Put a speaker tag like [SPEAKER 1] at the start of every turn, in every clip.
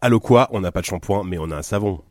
[SPEAKER 1] Allo quoi On n'a pas de shampoing, mais on a un savon.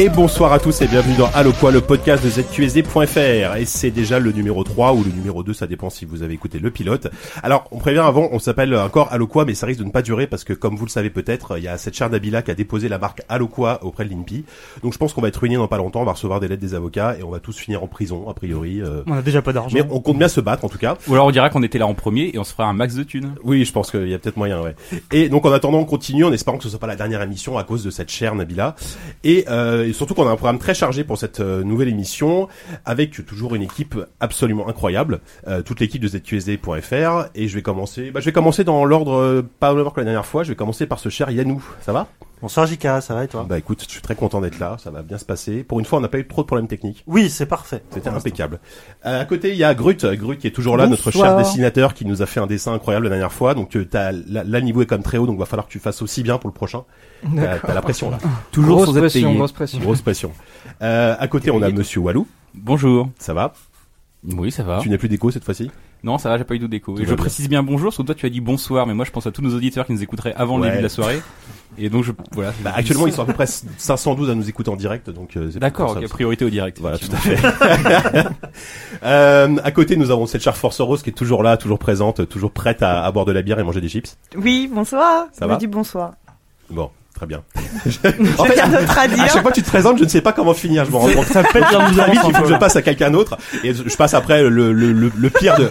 [SPEAKER 1] Et bonsoir à tous et bienvenue dans Allo quoi, le podcast de ZQSD.fr. Et c'est déjà le numéro 3 ou le numéro 2, ça dépend si vous avez écouté le pilote. Alors, on prévient avant, on s'appelle encore Allo quoi, mais ça risque de ne pas durer parce que, comme vous le savez peut-être, il y a cette char d'Abila qui a déposé la marque Allo quoi auprès de l'INPI. Donc je pense qu'on va être ruiné dans pas longtemps, on va recevoir des lettres des avocats et on va tous finir en prison, a priori. euh.
[SPEAKER 2] On a déjà pas d'argent.
[SPEAKER 1] Mais on compte bien se battre en tout cas.
[SPEAKER 3] Ou alors on dira qu'on était là en premier et on se fera un max de thunes.
[SPEAKER 1] Oui, je pense qu'il y a peut-être moyen, ouais. Et donc en attendant, on continue en espérant que ce soit pas la dernière émission à cause de cette chère Nabila. Et, euh, et surtout qu'on a un programme très chargé pour cette euh, nouvelle émission avec toujours une équipe absolument incroyable, euh, toute l'équipe de ZQSD.fr. Et je vais commencer, bah, je vais commencer dans l'ordre euh, pas même que la dernière fois. Je vais commencer par ce cher Yanou. Ça va
[SPEAKER 2] Bonsoir Jika, ça va et toi
[SPEAKER 1] Bah écoute, je suis très content d'être là. Ça va bien se passer. Pour une fois, on n'a pas eu trop de problèmes techniques.
[SPEAKER 2] Oui, c'est parfait.
[SPEAKER 1] C'était impeccable. Euh, à côté, il y a Grut, Grut qui est toujours là, notre cher dessinateur qui nous a fait un dessin incroyable la dernière fois. Donc euh, t'as, là, là, le niveau est comme très haut, donc va falloir que tu fasses aussi bien pour le prochain. T'as, t'as la pression là,
[SPEAKER 4] Toujours
[SPEAKER 5] grosse
[SPEAKER 4] sans être
[SPEAKER 5] pression,
[SPEAKER 4] payé.
[SPEAKER 5] grosse pression.
[SPEAKER 1] grosse pression. Euh, à côté, on a Monsieur Walou.
[SPEAKER 3] Bonjour.
[SPEAKER 1] Ça va
[SPEAKER 3] Oui, ça va.
[SPEAKER 1] Tu n'as plus d'écho cette fois-ci
[SPEAKER 3] Non, ça va, j'ai pas eu d'eau
[SPEAKER 1] Tout
[SPEAKER 3] Et
[SPEAKER 1] va
[SPEAKER 3] je
[SPEAKER 1] bien.
[SPEAKER 3] précise bien bonjour, parce que toi tu as dit bonsoir, mais moi je pense à tous nos auditeurs qui nous écouteraient avant
[SPEAKER 1] Ouais.
[SPEAKER 3] le début de la soirée. Et donc je, voilà.
[SPEAKER 1] Bah actuellement, ils sont à peu près 512 à nous écouter en direct, donc euh, c'est
[SPEAKER 3] D'accord,
[SPEAKER 1] pour ça.
[SPEAKER 3] ok, priorité au direct.
[SPEAKER 1] Voilà, tout à fait. euh, à côté, nous avons cette chère Force Rose qui est toujours là, toujours présente, toujours prête à, à boire de la bière et manger des chips.
[SPEAKER 6] Oui, bonsoir.
[SPEAKER 1] Ça
[SPEAKER 6] Je
[SPEAKER 1] va
[SPEAKER 6] me dis bonsoir.
[SPEAKER 1] Bon, très bien.
[SPEAKER 6] J'ai rien d'autre à
[SPEAKER 1] À
[SPEAKER 6] dire.
[SPEAKER 1] chaque fois que tu te présentes, je ne sais pas comment finir. Je me rends compte.
[SPEAKER 2] Ça pète
[SPEAKER 1] Donc, très vite, il faut que je passe à quelqu'un d'autre et je passe après le, le, le, le pire de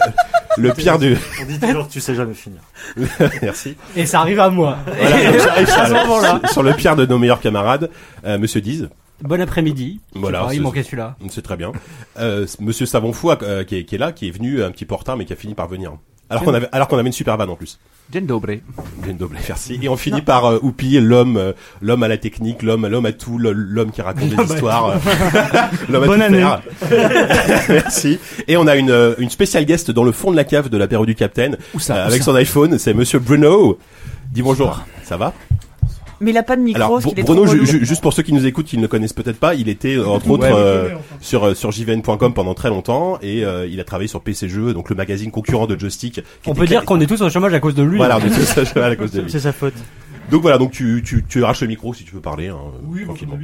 [SPEAKER 1] le pire du
[SPEAKER 2] On dit toujours que tu sais jamais finir.
[SPEAKER 1] merci
[SPEAKER 4] Et ça arrive à moi.
[SPEAKER 1] voilà, donc j'arrive sur, sur- sur le pire de nos meilleurs camarades euh, Monsieur Diz
[SPEAKER 4] Bon après-midi. Je
[SPEAKER 1] Voilà,
[SPEAKER 4] sais pas,
[SPEAKER 1] c'est-
[SPEAKER 4] il manquait celui-là.
[SPEAKER 1] c'est très bien euh, Monsieur Savon Fou, euh, qui, est, qui est là qui est venu un petit peu en retard mais qui a fini par venir alors qu'on avait alors qu'on avait une super vanne en plus
[SPEAKER 5] Jen Dobré.
[SPEAKER 1] Bien doublé, merci et on finit par euh, Oupi l'homme euh, l'homme à la technique l'homme l'homme à tout le- l'homme qui raconte des histoires euh, l'homme à
[SPEAKER 2] Bonne
[SPEAKER 1] tout
[SPEAKER 2] année.
[SPEAKER 1] faire. merci et on a une euh, une spéciale guest dans le fond de la cave de l'apéro du Capitaine
[SPEAKER 5] Où ça,
[SPEAKER 1] Euh,
[SPEAKER 5] où
[SPEAKER 1] avec
[SPEAKER 5] ça
[SPEAKER 1] son iPhone, c'est Monsieur Bruno. Dis bonjour. Ça va
[SPEAKER 6] Mais il a pas de micro,
[SPEAKER 1] Alors
[SPEAKER 6] parce qu'il est
[SPEAKER 1] Bruno,
[SPEAKER 6] trop
[SPEAKER 1] ju-
[SPEAKER 6] relou.
[SPEAKER 1] ju- juste pour ceux qui nous écoutent, qui ne le connaissent peut-être pas, il était euh, entre autres
[SPEAKER 5] Ouais.
[SPEAKER 1] euh, sur euh, sur jvn.com pendant très longtemps et euh, il a travaillé sur PC Jeux, donc le magazine concurrent de Joystick. qui
[SPEAKER 4] On
[SPEAKER 1] était
[SPEAKER 4] peut
[SPEAKER 1] cla-
[SPEAKER 4] dire qu'on est tous au chômage à cause de lui.
[SPEAKER 1] voilà, on est tous ça, je- à cause de lui.
[SPEAKER 2] C'est sa faute.
[SPEAKER 1] Donc voilà, donc tu tu tu arraches le micro si tu veux parler hein, tranquillement.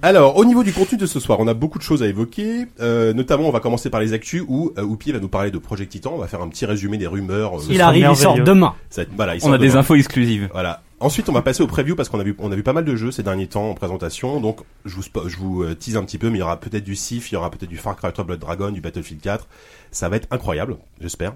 [SPEAKER 1] Alors, au niveau du contenu de ce soir, on a beaucoup de choses à évoquer. Euh, notamment, on va commencer par les actus où euh, Oupi va nous parler de Project Titan. On va faire un petit résumé des rumeurs. euh,
[SPEAKER 4] Il arrive, il sort
[SPEAKER 2] merveilleux.
[SPEAKER 4] demain.
[SPEAKER 1] ça va être- voilà, il
[SPEAKER 3] On
[SPEAKER 1] sort
[SPEAKER 3] a des
[SPEAKER 1] demain.
[SPEAKER 3] infos exclusives.
[SPEAKER 1] Voilà. Ensuite, on va passer au preview parce qu'on a vu, on a vu pas mal de jeux ces derniers temps en présentation. Donc, je vous, spo- je vous euh, tease un petit peu, mais il y aura peut-être du Sif, il y aura peut-être du Far Cry 3 Blood Dragon, du Battlefield 4. Ça va être incroyable, j'espère.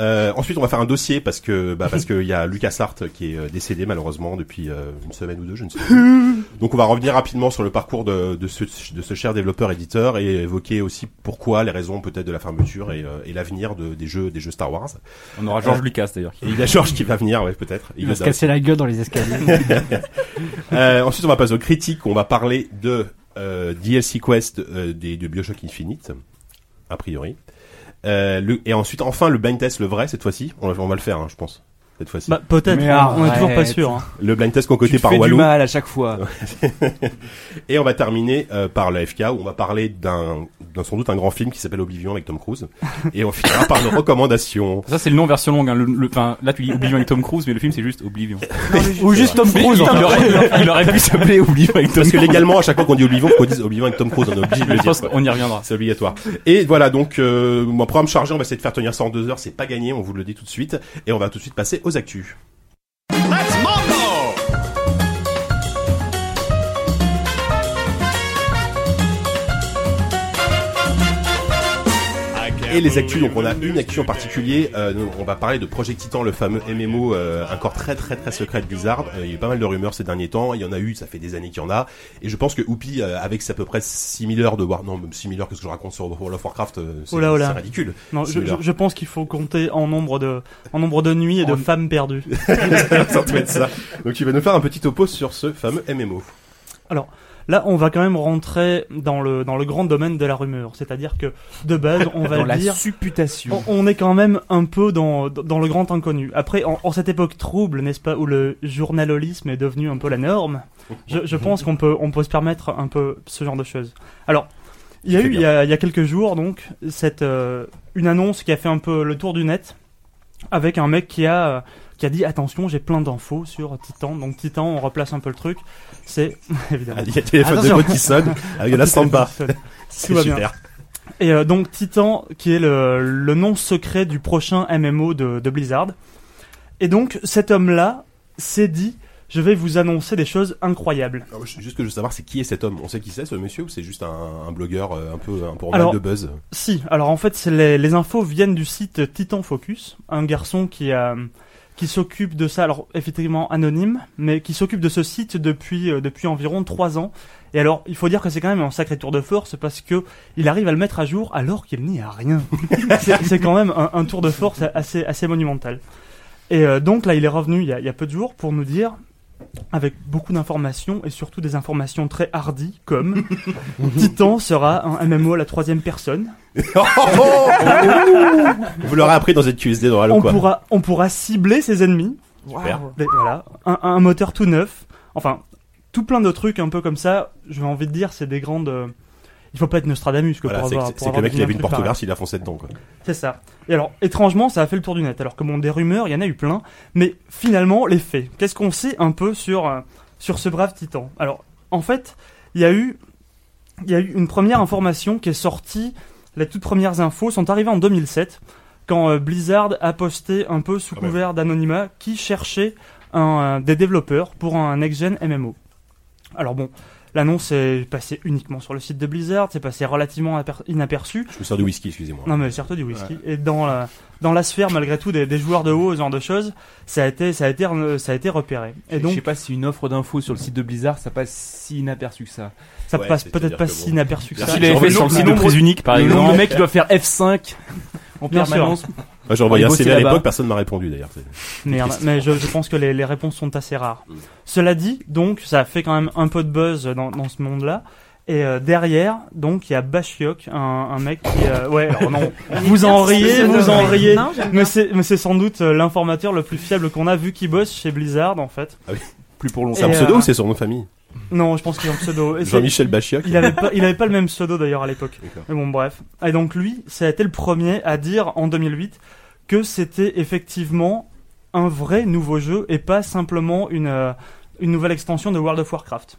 [SPEAKER 1] Euh, ensuite, on va faire un dossier parce que, bah, parce qu'il y a Lucas Hart qui est euh, décédé malheureusement depuis euh, une semaine ou deux, je ne sais plus. Donc, on va revenir rapidement sur le parcours de, de, ce, de ce cher développeur éditeur et évoquer aussi pourquoi, les raisons peut-être de la fermeture et, euh, et l'avenir de, des jeux, des jeux Star Wars. Euh,
[SPEAKER 3] On aura Georges Lucas d'ailleurs.
[SPEAKER 1] Et il y a Georges qui va venir, ouais, peut-être.
[SPEAKER 4] Il
[SPEAKER 1] y
[SPEAKER 4] va
[SPEAKER 1] a
[SPEAKER 4] se casser la gueule dans les escaliers.
[SPEAKER 1] Euh, ensuite, on va passer aux critiques. On va parler de euh, DLC Quest euh, des, de Bioshock Infinite, a priori. Euh, le, et ensuite, enfin, le blind test, le vrai, cette fois-ci. On, va- on va le faire, hein, je pense. Cette fois-ci.
[SPEAKER 2] Bah peut-être,
[SPEAKER 5] Mais
[SPEAKER 2] on- on est
[SPEAKER 5] arrête.
[SPEAKER 2] toujours pas sûr. hein.
[SPEAKER 1] le blind test
[SPEAKER 5] Tu
[SPEAKER 1] concocté
[SPEAKER 5] te
[SPEAKER 1] par
[SPEAKER 5] fais du
[SPEAKER 1] Walou.
[SPEAKER 5] mal à chaque fois.
[SPEAKER 1] Et on va terminer euh, par le FK où on va parler d'un, d'un sans doute un grand film qui s'appelle Oblivion avec Tom Cruise. Et on finira par nos recommandations.
[SPEAKER 3] Ça c'est le nom version longue. Hein. Le, le- enfin, là tu dis Oblivion avec Tom Cruise, mais le film c'est juste Oblivion.
[SPEAKER 4] Ou juste Tom
[SPEAKER 3] Mais
[SPEAKER 4] Cruise.
[SPEAKER 3] il,
[SPEAKER 4] en fait.
[SPEAKER 3] aurait, il aurait pu s'appeler Oblivion avec Tom
[SPEAKER 1] Parce
[SPEAKER 3] Cruise.
[SPEAKER 1] que légalement, à chaque fois qu'on dit Oblivion, qu'on dise Oblivion avec Tom Cruise, on est obligé de
[SPEAKER 3] Mais
[SPEAKER 1] le
[SPEAKER 3] je
[SPEAKER 1] dire.
[SPEAKER 3] pense
[SPEAKER 1] quoi.
[SPEAKER 3] qu'on y reviendra.
[SPEAKER 1] C'est obligatoire. Et voilà, donc euh, mon programme chargé, on va essayer de faire tenir ça en deux heures, c'est pas gagné, on vous le dit tout de suite. Et on va tout de suite passer aux actus. Et les actus, donc on a une actu en particulier, euh, nous, on va parler de Project Titan, le fameux MMO, euh, un corps très très très secret de Blizzard. Euh, il y a eu pas mal de rumeurs ces derniers temps, il y en a eu, ça fait des années qu'il y en a. Et je pense que Oupi, euh, avec c'est à peu près 6000 heures de War, non même 6000 heures, qu'est-ce que je raconte sur World of Warcraft, euh, c'est
[SPEAKER 2] Oh là, oh là.
[SPEAKER 1] c'est ridicule.
[SPEAKER 2] Non, je,
[SPEAKER 1] Celui-là.
[SPEAKER 2] je- je pense qu'il faut compter en nombre de en nombre de nuits et de
[SPEAKER 3] En-
[SPEAKER 2] femmes perdues.
[SPEAKER 1] Ça doit être ça. Donc tu vas nous faire un petit topo sur ce fameux MMO.
[SPEAKER 2] Alors Là, on va quand même rentrer dans le, dans le grand domaine de la rumeur. C'est-à-dire que, de base, on va
[SPEAKER 3] Dans la
[SPEAKER 2] dire...
[SPEAKER 3] supputation.
[SPEAKER 2] On, on est quand même un peu dans, dans- dans le grand inconnu. Après, en, en cette époque trouble, n'est-ce pas, où le journalolisme est devenu un peu la norme, je, je pense qu'on peut, on peut se permettre un peu ce genre de choses. Alors, il y a
[SPEAKER 1] Très
[SPEAKER 2] eu, il y a, il y a quelques jours, donc, cette, euh, une annonce qui a fait un peu le tour du net, avec un mec qui a, euh, qui a dit attention, j'ai plein d'infos sur Titan. Donc, Titan, on replace un peu le truc. C'est, évidemment.
[SPEAKER 1] Ah, Il y a le téléphone
[SPEAKER 2] Attention.
[SPEAKER 1] de Ah, pote qui sonne avec de la samba.
[SPEAKER 2] Tout
[SPEAKER 1] C'est
[SPEAKER 2] va bien.
[SPEAKER 1] super.
[SPEAKER 2] Et euh, donc Titan, qui est le, le nom secret du prochain MMO de, de Blizzard. Et donc cet homme-là s'est dit, je vais vous annoncer des choses incroyables.
[SPEAKER 1] Alors, je- Ah, Juste que je veux savoir, c'est qui est cet homme On sait qui c'est ce monsieur ou c'est juste un, un blogueur euh, un peu un peu en mal
[SPEAKER 2] Alors-
[SPEAKER 1] de buzz
[SPEAKER 2] Si, alors en fait c'est les, les infos viennent du site Titan Focus, un garçon qui a qui s'occupe de ça, alors effectivement anonyme, mais qui s'occupe de ce site depuis euh, depuis environ trois ans. Et alors, il faut dire que c'est quand même un sacré tour de force parce que il arrive à le mettre à jour alors qu'il n'y a rien. c'est c'est quand même un, un tour de force assez assez monumental. Et euh, donc là, il est revenu il y, a, il y a peu de jours pour nous dire, avec beaucoup d'informations et surtout des informations très hardies comme Titan sera un MMO à la troisième personne.
[SPEAKER 1] Oh, oh Vous l'aurez appris dans cette QSD dans Halo
[SPEAKER 2] on
[SPEAKER 1] quoi.
[SPEAKER 2] pourra, on pourra cibler ses ennemis.
[SPEAKER 1] Super.
[SPEAKER 2] Des- voilà, un, un moteur tout neuf. Enfin, tout plein de trucs un peu comme ça. J'ai envie de dire, c'est des grandes. euh, Il faut pas être Nostradamus que
[SPEAKER 1] Voilà,
[SPEAKER 2] pour
[SPEAKER 1] c'est
[SPEAKER 2] avoir.
[SPEAKER 1] c'est
[SPEAKER 2] pour
[SPEAKER 1] que le
[SPEAKER 2] avoir
[SPEAKER 1] mec il
[SPEAKER 2] deviné
[SPEAKER 1] avait
[SPEAKER 2] un
[SPEAKER 1] une
[SPEAKER 2] truc pareil.
[SPEAKER 1] porte-garce, il a foncé dedans quoi.
[SPEAKER 2] C'est ça. Et alors, étrangement, ça a fait le tour du net. Alors que bon, des rumeurs, il y en a eu plein, mais finalement, les faits. Qu'est-ce qu'on sait un peu sur euh, sur ce brave titan Alors, en fait, il y a eu il y a eu une première information qui est sortie. Les toutes premières infos sont arrivées en 2007, quand euh, Blizzard a posté un peu sous
[SPEAKER 1] Quand même.
[SPEAKER 2] couvert d'anonymat qui cherchait un, euh, des développeurs pour un next-gen MMO. Alors bon, l'annonce est passée uniquement sur le site de Blizzard, c'est passé relativement aper- inaperçu,
[SPEAKER 1] Je me sers du whisky, excusez-moi.
[SPEAKER 2] non mais surtout du whisky. Et dans la dans la sphère malgré tout des, des joueurs de haut, ce genre de choses, ça a été ça a été re- ça a été repéré. Et
[SPEAKER 3] je sais
[SPEAKER 2] donc
[SPEAKER 3] pas si une offre d'infos sur le site de Blizzard, ça passe si inaperçu que ça.
[SPEAKER 2] ça
[SPEAKER 1] Ouais,
[SPEAKER 2] passe
[SPEAKER 1] c'est-à-dire
[SPEAKER 2] peut-être pas
[SPEAKER 1] que
[SPEAKER 2] si
[SPEAKER 1] bon.
[SPEAKER 2] inaperçu que ça.
[SPEAKER 1] Merci
[SPEAKER 3] S'il avait fait sur le site de Prise Unique, par
[SPEAKER 2] le nombre
[SPEAKER 3] exemple,
[SPEAKER 2] de
[SPEAKER 3] le mec il doit faire F5 en
[SPEAKER 2] Bien sûr.
[SPEAKER 3] permanence.
[SPEAKER 1] Moi, J'ai envoyé
[SPEAKER 3] On
[SPEAKER 1] un
[SPEAKER 3] est bossé
[SPEAKER 1] CV à
[SPEAKER 3] là-bas.
[SPEAKER 1] l'époque, personne m'a répondu d'ailleurs. c'est-
[SPEAKER 2] Merde,
[SPEAKER 1] triste.
[SPEAKER 2] mais je, je pense que les, les réponses sont assez rares.
[SPEAKER 1] Mm.
[SPEAKER 2] Cela dit, donc, ça fait quand même un peu de buzz dans, dans ce monde-là. Et euh, derrière, donc, il y a Bashiok, un, un mec qui... euh, ouais, alors non, vous en riez, vous en riez.
[SPEAKER 6] Non, j'aime bien.
[SPEAKER 2] Mais c'est mais c'est sans doute euh, l'informateur le plus fiable qu'on a vu qui bosse chez Blizzard, en fait.
[SPEAKER 3] Plus pour longtemps.
[SPEAKER 1] C'est un
[SPEAKER 2] Et,
[SPEAKER 1] pseudo
[SPEAKER 2] euh,
[SPEAKER 1] ou c'est son nom de famille
[SPEAKER 2] Non, je pense qu'il est en pseudo. Et c'est-
[SPEAKER 1] Jean-Michel Bachiac
[SPEAKER 2] Il avait pas, il avait pas le même pseudo d'ailleurs à l'époque.
[SPEAKER 1] D'accord.
[SPEAKER 2] Mais bon, bref. Et donc lui, ça a été le premier à dire en 2008 que c'était effectivement un vrai nouveau jeu et pas simplement une, euh, une nouvelle extension de World of Warcraft.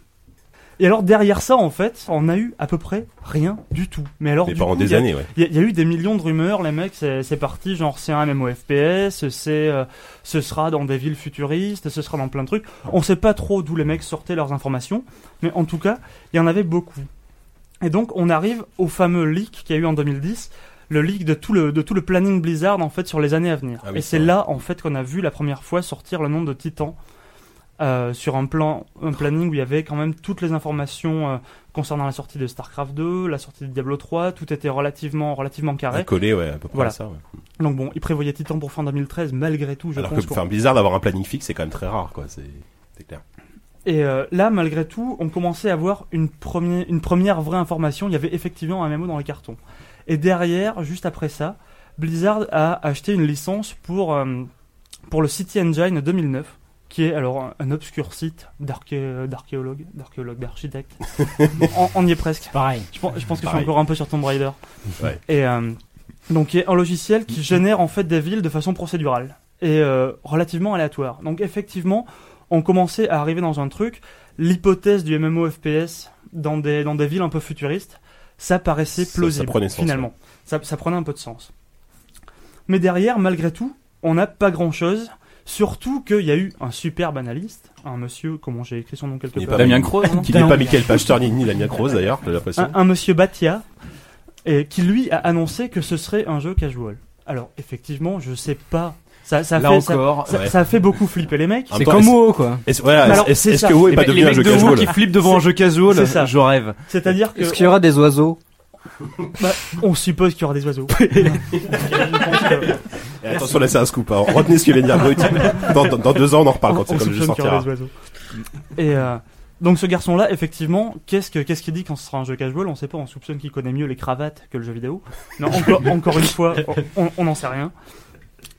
[SPEAKER 2] Et alors derrière ça, en fait, on a eu à peu près rien du tout. Mais alors,
[SPEAKER 1] Mais
[SPEAKER 2] du
[SPEAKER 1] pendant
[SPEAKER 2] coup, il
[SPEAKER 1] des
[SPEAKER 2] y a-
[SPEAKER 1] années, ouais.
[SPEAKER 2] il y, a- il y a eu des millions de rumeurs, les mecs, c'est c'est parti, genre c'est un MMOFPS, c'est, euh, ce sera dans des villes futuristes, ce sera dans plein de trucs. On sait pas trop d'où les mecs sortaient leurs informations, mais en tout cas, il y en avait beaucoup. Et donc on arrive au fameux leak qu'il y a eu en 2010, le leak de tout le, de tout le planning Blizzard en fait sur les années à venir.
[SPEAKER 1] Ah oui,
[SPEAKER 2] Et
[SPEAKER 1] c'est
[SPEAKER 2] c'est
[SPEAKER 1] vrai.
[SPEAKER 2] là en fait qu'on a vu la première fois sortir le nom de Titan. euh, sur un plan, un planning où il y avait quand même toutes les informations euh, concernant la sortie de Starcraft 2, la sortie de Diablo 3, tout était relativement relativement carré.
[SPEAKER 1] Collé, ouais, à peu près
[SPEAKER 2] Voilà.
[SPEAKER 1] ça. ouais.
[SPEAKER 2] Donc bon, il prévoyait Titan pour fin 2013 malgré tout, je
[SPEAKER 1] Alors que
[SPEAKER 2] pense.
[SPEAKER 1] pour
[SPEAKER 2] pour-
[SPEAKER 1] faire Blizzard d'avoir un planning fixe, c'est quand même très rare, quoi. C'est c'est clair.
[SPEAKER 2] Et euh, là, malgré tout, on commençait à avoir une première, une première vraie information. Il y avait effectivement un MMO dans les cartons. Et derrière, juste après ça, Blizzard a acheté une licence pour, euh, pour le City Engine 2009, qui est alors un, un obscur site d'arché- d'archéologue, d'archéologue, d'architecte. on, on y est presque.
[SPEAKER 4] Pareil.
[SPEAKER 2] Je pense, je pense que je
[SPEAKER 1] Pareil.
[SPEAKER 2] suis encore un peu sur Tomb Raider.
[SPEAKER 1] Ouais.
[SPEAKER 2] Et euh, donc, il y a un logiciel qui génère en fait des villes de façon procédurale et euh, relativement aléatoire. Donc, effectivement, on commençait à arriver dans un truc. L'hypothèse du MMO FPS dans des, dans des villes un peu futuristes, ça paraissait
[SPEAKER 1] Ça- ça
[SPEAKER 2] plausible
[SPEAKER 1] prenait sens,
[SPEAKER 2] finalement. Ça, ça prenait un peu de sens. Mais derrière, malgré tout, on n'a pas grand chose. Surtout qu'il y a eu un superbe analyste, un monsieur, comment j'ai écrit son nom quelque
[SPEAKER 1] Il est
[SPEAKER 2] part
[SPEAKER 1] pas
[SPEAKER 3] Damien Croze, hein.
[SPEAKER 1] Qui n'est pas Michael Pachter ni, ni Damien Croze d'ailleurs, j'ai l'impression.
[SPEAKER 2] un, un monsieur Batia, et qui lui a annoncé que ce serait un jeu casual. Alors effectivement, je sais pas. Ça, ça,
[SPEAKER 3] Là
[SPEAKER 2] fait, ça,
[SPEAKER 3] encore.
[SPEAKER 2] ça-
[SPEAKER 1] ouais.
[SPEAKER 2] ça a fait beaucoup flipper les mecs.
[SPEAKER 1] En
[SPEAKER 4] C'est
[SPEAKER 1] même temps,
[SPEAKER 4] comme
[SPEAKER 1] est-ce-
[SPEAKER 4] WoW, quoi.
[SPEAKER 1] Est-ce voilà,
[SPEAKER 2] Mais alors,
[SPEAKER 1] est-ce-
[SPEAKER 2] c'est
[SPEAKER 1] est-ce
[SPEAKER 2] ça.
[SPEAKER 1] que WoW est
[SPEAKER 3] Les
[SPEAKER 1] pas
[SPEAKER 3] mecs-
[SPEAKER 1] devenu
[SPEAKER 3] les
[SPEAKER 1] un
[SPEAKER 3] mecs
[SPEAKER 1] jeu
[SPEAKER 3] de WoW
[SPEAKER 1] casual
[SPEAKER 3] qui flippent devant un jeu casual,
[SPEAKER 2] C'est ça.
[SPEAKER 3] je rêve.
[SPEAKER 2] C'est-à-dire que
[SPEAKER 4] Est-ce qu'il y aura des oiseaux
[SPEAKER 2] bah, on suppose qu'il y aura des oiseaux. Je pense que-
[SPEAKER 1] Et Attention, là c'est un scoop. hein. Retenez ce que vient de dire Brut. Dans, dans- dans deux ans, on en reparle
[SPEAKER 2] on-
[SPEAKER 1] quand,
[SPEAKER 2] on
[SPEAKER 1] quand le jeu
[SPEAKER 2] soupçonne qu'il y aura
[SPEAKER 1] sortira.
[SPEAKER 2] des oiseaux. Et euh, Donc ce garçon-là, effectivement, qu'est-ce que- qu'est-ce qu'il dit quand ce sera un jeu casual On sait pas, on soupçonne qu'il connaît mieux les cravates que le jeu vidéo. Non, encore, encore une fois, on- on n'en sait rien.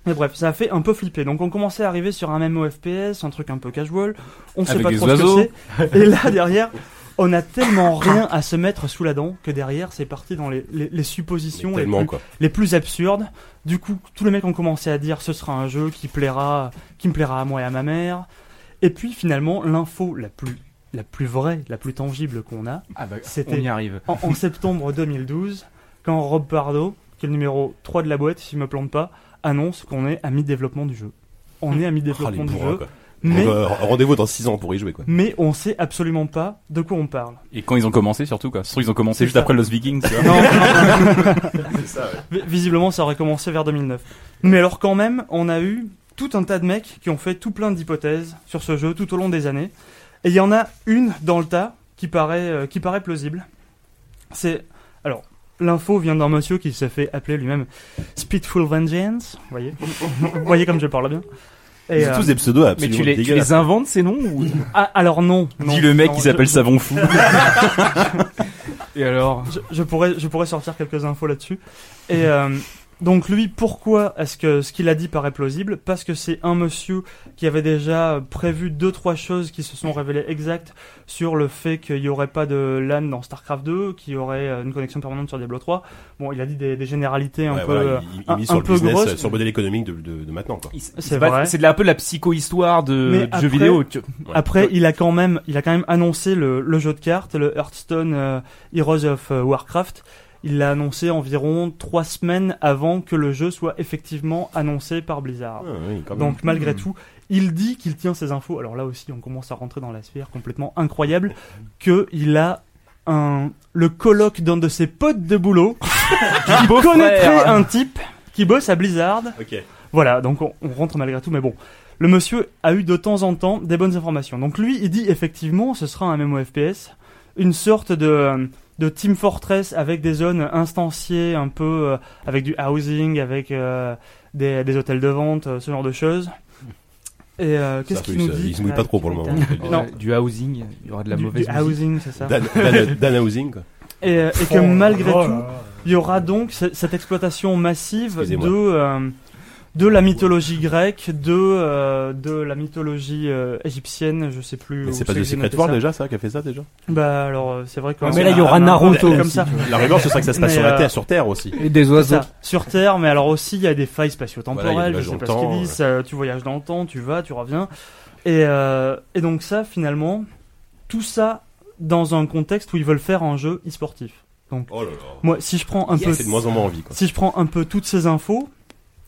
[SPEAKER 2] Mais bref, ça a fait un peu flipper. Donc on commençait à arriver sur un MMO FPS, un truc un peu casual, on sait
[SPEAKER 3] Avec
[SPEAKER 2] pas
[SPEAKER 3] des
[SPEAKER 2] trop ce
[SPEAKER 3] oiseaux.
[SPEAKER 2] que c'est. Et là, derrière, on a tellement rien à se mettre sous la dent que derrière, c'est parti dans les, les- les suppositions les
[SPEAKER 1] Tellement
[SPEAKER 2] plus,
[SPEAKER 1] quoi.
[SPEAKER 2] les plus absurdes. Du coup, tous les mecs ont commencé à dire ce sera un jeu qui plaira, qui me plaira à moi et à ma mère. Et puis finalement, l'info la plus, la plus vraie, la plus tangible qu'on a,
[SPEAKER 3] Ah bah,
[SPEAKER 2] C'était-
[SPEAKER 3] on y arrive.
[SPEAKER 2] en, en septembre 2012, quand Rob Pardo, qui est le numéro 3 de la boîte, si je me plante pas, annonce qu'on est à mi-développement du jeu. On est à
[SPEAKER 1] Ah, les
[SPEAKER 2] mi-développement du
[SPEAKER 1] bourrins,
[SPEAKER 2] jeu,
[SPEAKER 1] quoi.
[SPEAKER 2] mais,
[SPEAKER 1] Donc, euh, Rendez-vous dans 6 ans pour y jouer quoi.
[SPEAKER 2] mais on sait absolument pas de quoi on parle.
[SPEAKER 3] Et quand ils ont commencé, surtout quoi. Surtout, ils ont
[SPEAKER 2] C'est
[SPEAKER 3] commencé juste
[SPEAKER 2] ça.
[SPEAKER 3] après Lost Vikings. tu vois.
[SPEAKER 2] Non, Vi- Visiblement, ça aurait commencé vers 2009. Mais alors, quand même, on a eu tout un tas de mecs qui ont fait tout plein d'hypothèses sur ce jeu tout au long des années. Et il y en a une dans le tas qui paraît, euh, qui paraît plausible. C'est. Alors, l'info vient d'un monsieur qui s'est fait appeler lui-même Speedful Vengeance. Vous voyez Vous voyez comme je parle bien Et,
[SPEAKER 1] C'est
[SPEAKER 2] euh,
[SPEAKER 1] tous des pseudos
[SPEAKER 5] Mais
[SPEAKER 1] absolument
[SPEAKER 5] tu les, tu
[SPEAKER 1] dégueulasses.
[SPEAKER 5] les inventes ces noms ou...
[SPEAKER 2] ah, alors, non. non,
[SPEAKER 3] Dis le mec
[SPEAKER 2] non,
[SPEAKER 3] qui
[SPEAKER 2] je-
[SPEAKER 3] s'appelle Savon Fou.
[SPEAKER 5] Et alors
[SPEAKER 2] je, je pourrais, je pourrais sortir quelques infos là-dessus. Et euh, donc lui, pourquoi est-ce que ce qu'il a dit paraît plausible Parce que c'est un monsieur qui avait déjà prévu deux trois choses qui se sont révélées exactes sur le fait qu'il n'y aurait pas de LAN dans StarCraft 2, qu'il y aurait euh, une connexion permanente sur Diablo 3. Bon, il a dit des, des généralités un
[SPEAKER 1] Ouais,
[SPEAKER 2] peu.
[SPEAKER 1] voilà,
[SPEAKER 2] euh,
[SPEAKER 1] il, il
[SPEAKER 2] un-
[SPEAKER 1] mise
[SPEAKER 2] un
[SPEAKER 1] sur le
[SPEAKER 2] peu
[SPEAKER 1] business,
[SPEAKER 2] grosse.
[SPEAKER 1] euh, sur le modèle économique de, de- de maintenant quoi.
[SPEAKER 5] Il s-
[SPEAKER 2] C'est
[SPEAKER 5] il se base-
[SPEAKER 2] vrai.
[SPEAKER 5] C'est de la- un peu de la psycho-histoire
[SPEAKER 2] Mais
[SPEAKER 5] de, du
[SPEAKER 2] après-
[SPEAKER 5] jeu vidéo. tu-
[SPEAKER 2] Après, il a quand même, il a quand même annoncé le, le jeu de cartes, le Hearthstone euh, Heroes of euh, Warcraft. Il l'a annoncé environ trois semaines avant que le jeu soit effectivement annoncé par Blizzard.
[SPEAKER 1] Ah, oui, quand même.
[SPEAKER 2] Donc malgré tout, il dit qu'il tient ses infos. Alors là aussi, on commence à rentrer dans la sphère complètement incroyable que il a un le colloque d'un de ses potes de boulot qui connaîtrait un type qui bosse à Blizzard
[SPEAKER 1] Ok.
[SPEAKER 2] voilà, donc on, on rentre malgré tout, mais bon. Le monsieur a eu de temps en temps des bonnes informations. Donc lui, il dit effectivement, ce sera un MMO FPS, une sorte de, euh, de Team Fortress avec des zones instanciées, un peu euh, avec du housing, avec euh, des, des hôtels de vente, euh, ce genre de choses. Et euh, qu'est-ce
[SPEAKER 1] Ça,
[SPEAKER 2] qu'il
[SPEAKER 1] Ah oui,
[SPEAKER 2] nous
[SPEAKER 1] ça,
[SPEAKER 2] dit
[SPEAKER 1] il se mouille pas trop pour le moment.
[SPEAKER 2] Du-
[SPEAKER 5] Ouais,
[SPEAKER 2] Non.
[SPEAKER 3] euh,
[SPEAKER 5] Du housing, il y aura de la
[SPEAKER 2] du
[SPEAKER 5] mauvaise musique.
[SPEAKER 2] housing, c'est ça.
[SPEAKER 1] Dan, Dan- Dan Housing quoi.
[SPEAKER 2] Et, euh, et que malgré tout, il y aura donc ce- cette exploitation massive de,
[SPEAKER 1] Excusez-moi.
[SPEAKER 2] euh, de la mythologie grecque, de, euh, de la mythologie euh, égyptienne, je sais plus.
[SPEAKER 1] Mais
[SPEAKER 2] où
[SPEAKER 1] c'est pas
[SPEAKER 2] que
[SPEAKER 1] de
[SPEAKER 2] j'ai
[SPEAKER 1] Secret
[SPEAKER 2] noté
[SPEAKER 1] War
[SPEAKER 2] ça.
[SPEAKER 1] déjà ça qui a fait ça déjà
[SPEAKER 2] Bah alors, euh, c'est vrai que.
[SPEAKER 4] Non, mais là, il y aura
[SPEAKER 2] Ah,
[SPEAKER 4] Naruto
[SPEAKER 2] Comme
[SPEAKER 4] aussi.
[SPEAKER 2] ça.
[SPEAKER 1] La rumeur ce serait que ça se passe
[SPEAKER 2] Mais,
[SPEAKER 1] sur la
[SPEAKER 2] euh,
[SPEAKER 1] Terre, sur Terre aussi.
[SPEAKER 4] Et des
[SPEAKER 2] C'est
[SPEAKER 4] oiseaux.
[SPEAKER 2] ça, sur Terre, mais alors aussi il y a des
[SPEAKER 1] Voilà,
[SPEAKER 2] failles
[SPEAKER 1] il
[SPEAKER 2] spatio-temporelles,
[SPEAKER 1] y a des
[SPEAKER 2] je sais
[SPEAKER 1] voyages
[SPEAKER 2] pas
[SPEAKER 1] dans
[SPEAKER 2] ce
[SPEAKER 1] le
[SPEAKER 2] qu'ils
[SPEAKER 1] temps,
[SPEAKER 2] disent, euh, tu voyages dans le temps, tu vas, tu reviens. Et, euh, et donc ça, finalement, tout ça dans un contexte où ils veulent faire un jeu e-sportif.
[SPEAKER 1] Oh là là.
[SPEAKER 2] Moi, si je prends un peu
[SPEAKER 1] C'est de moins en moins envie quoi.
[SPEAKER 2] si je prends un peu toutes ces infos,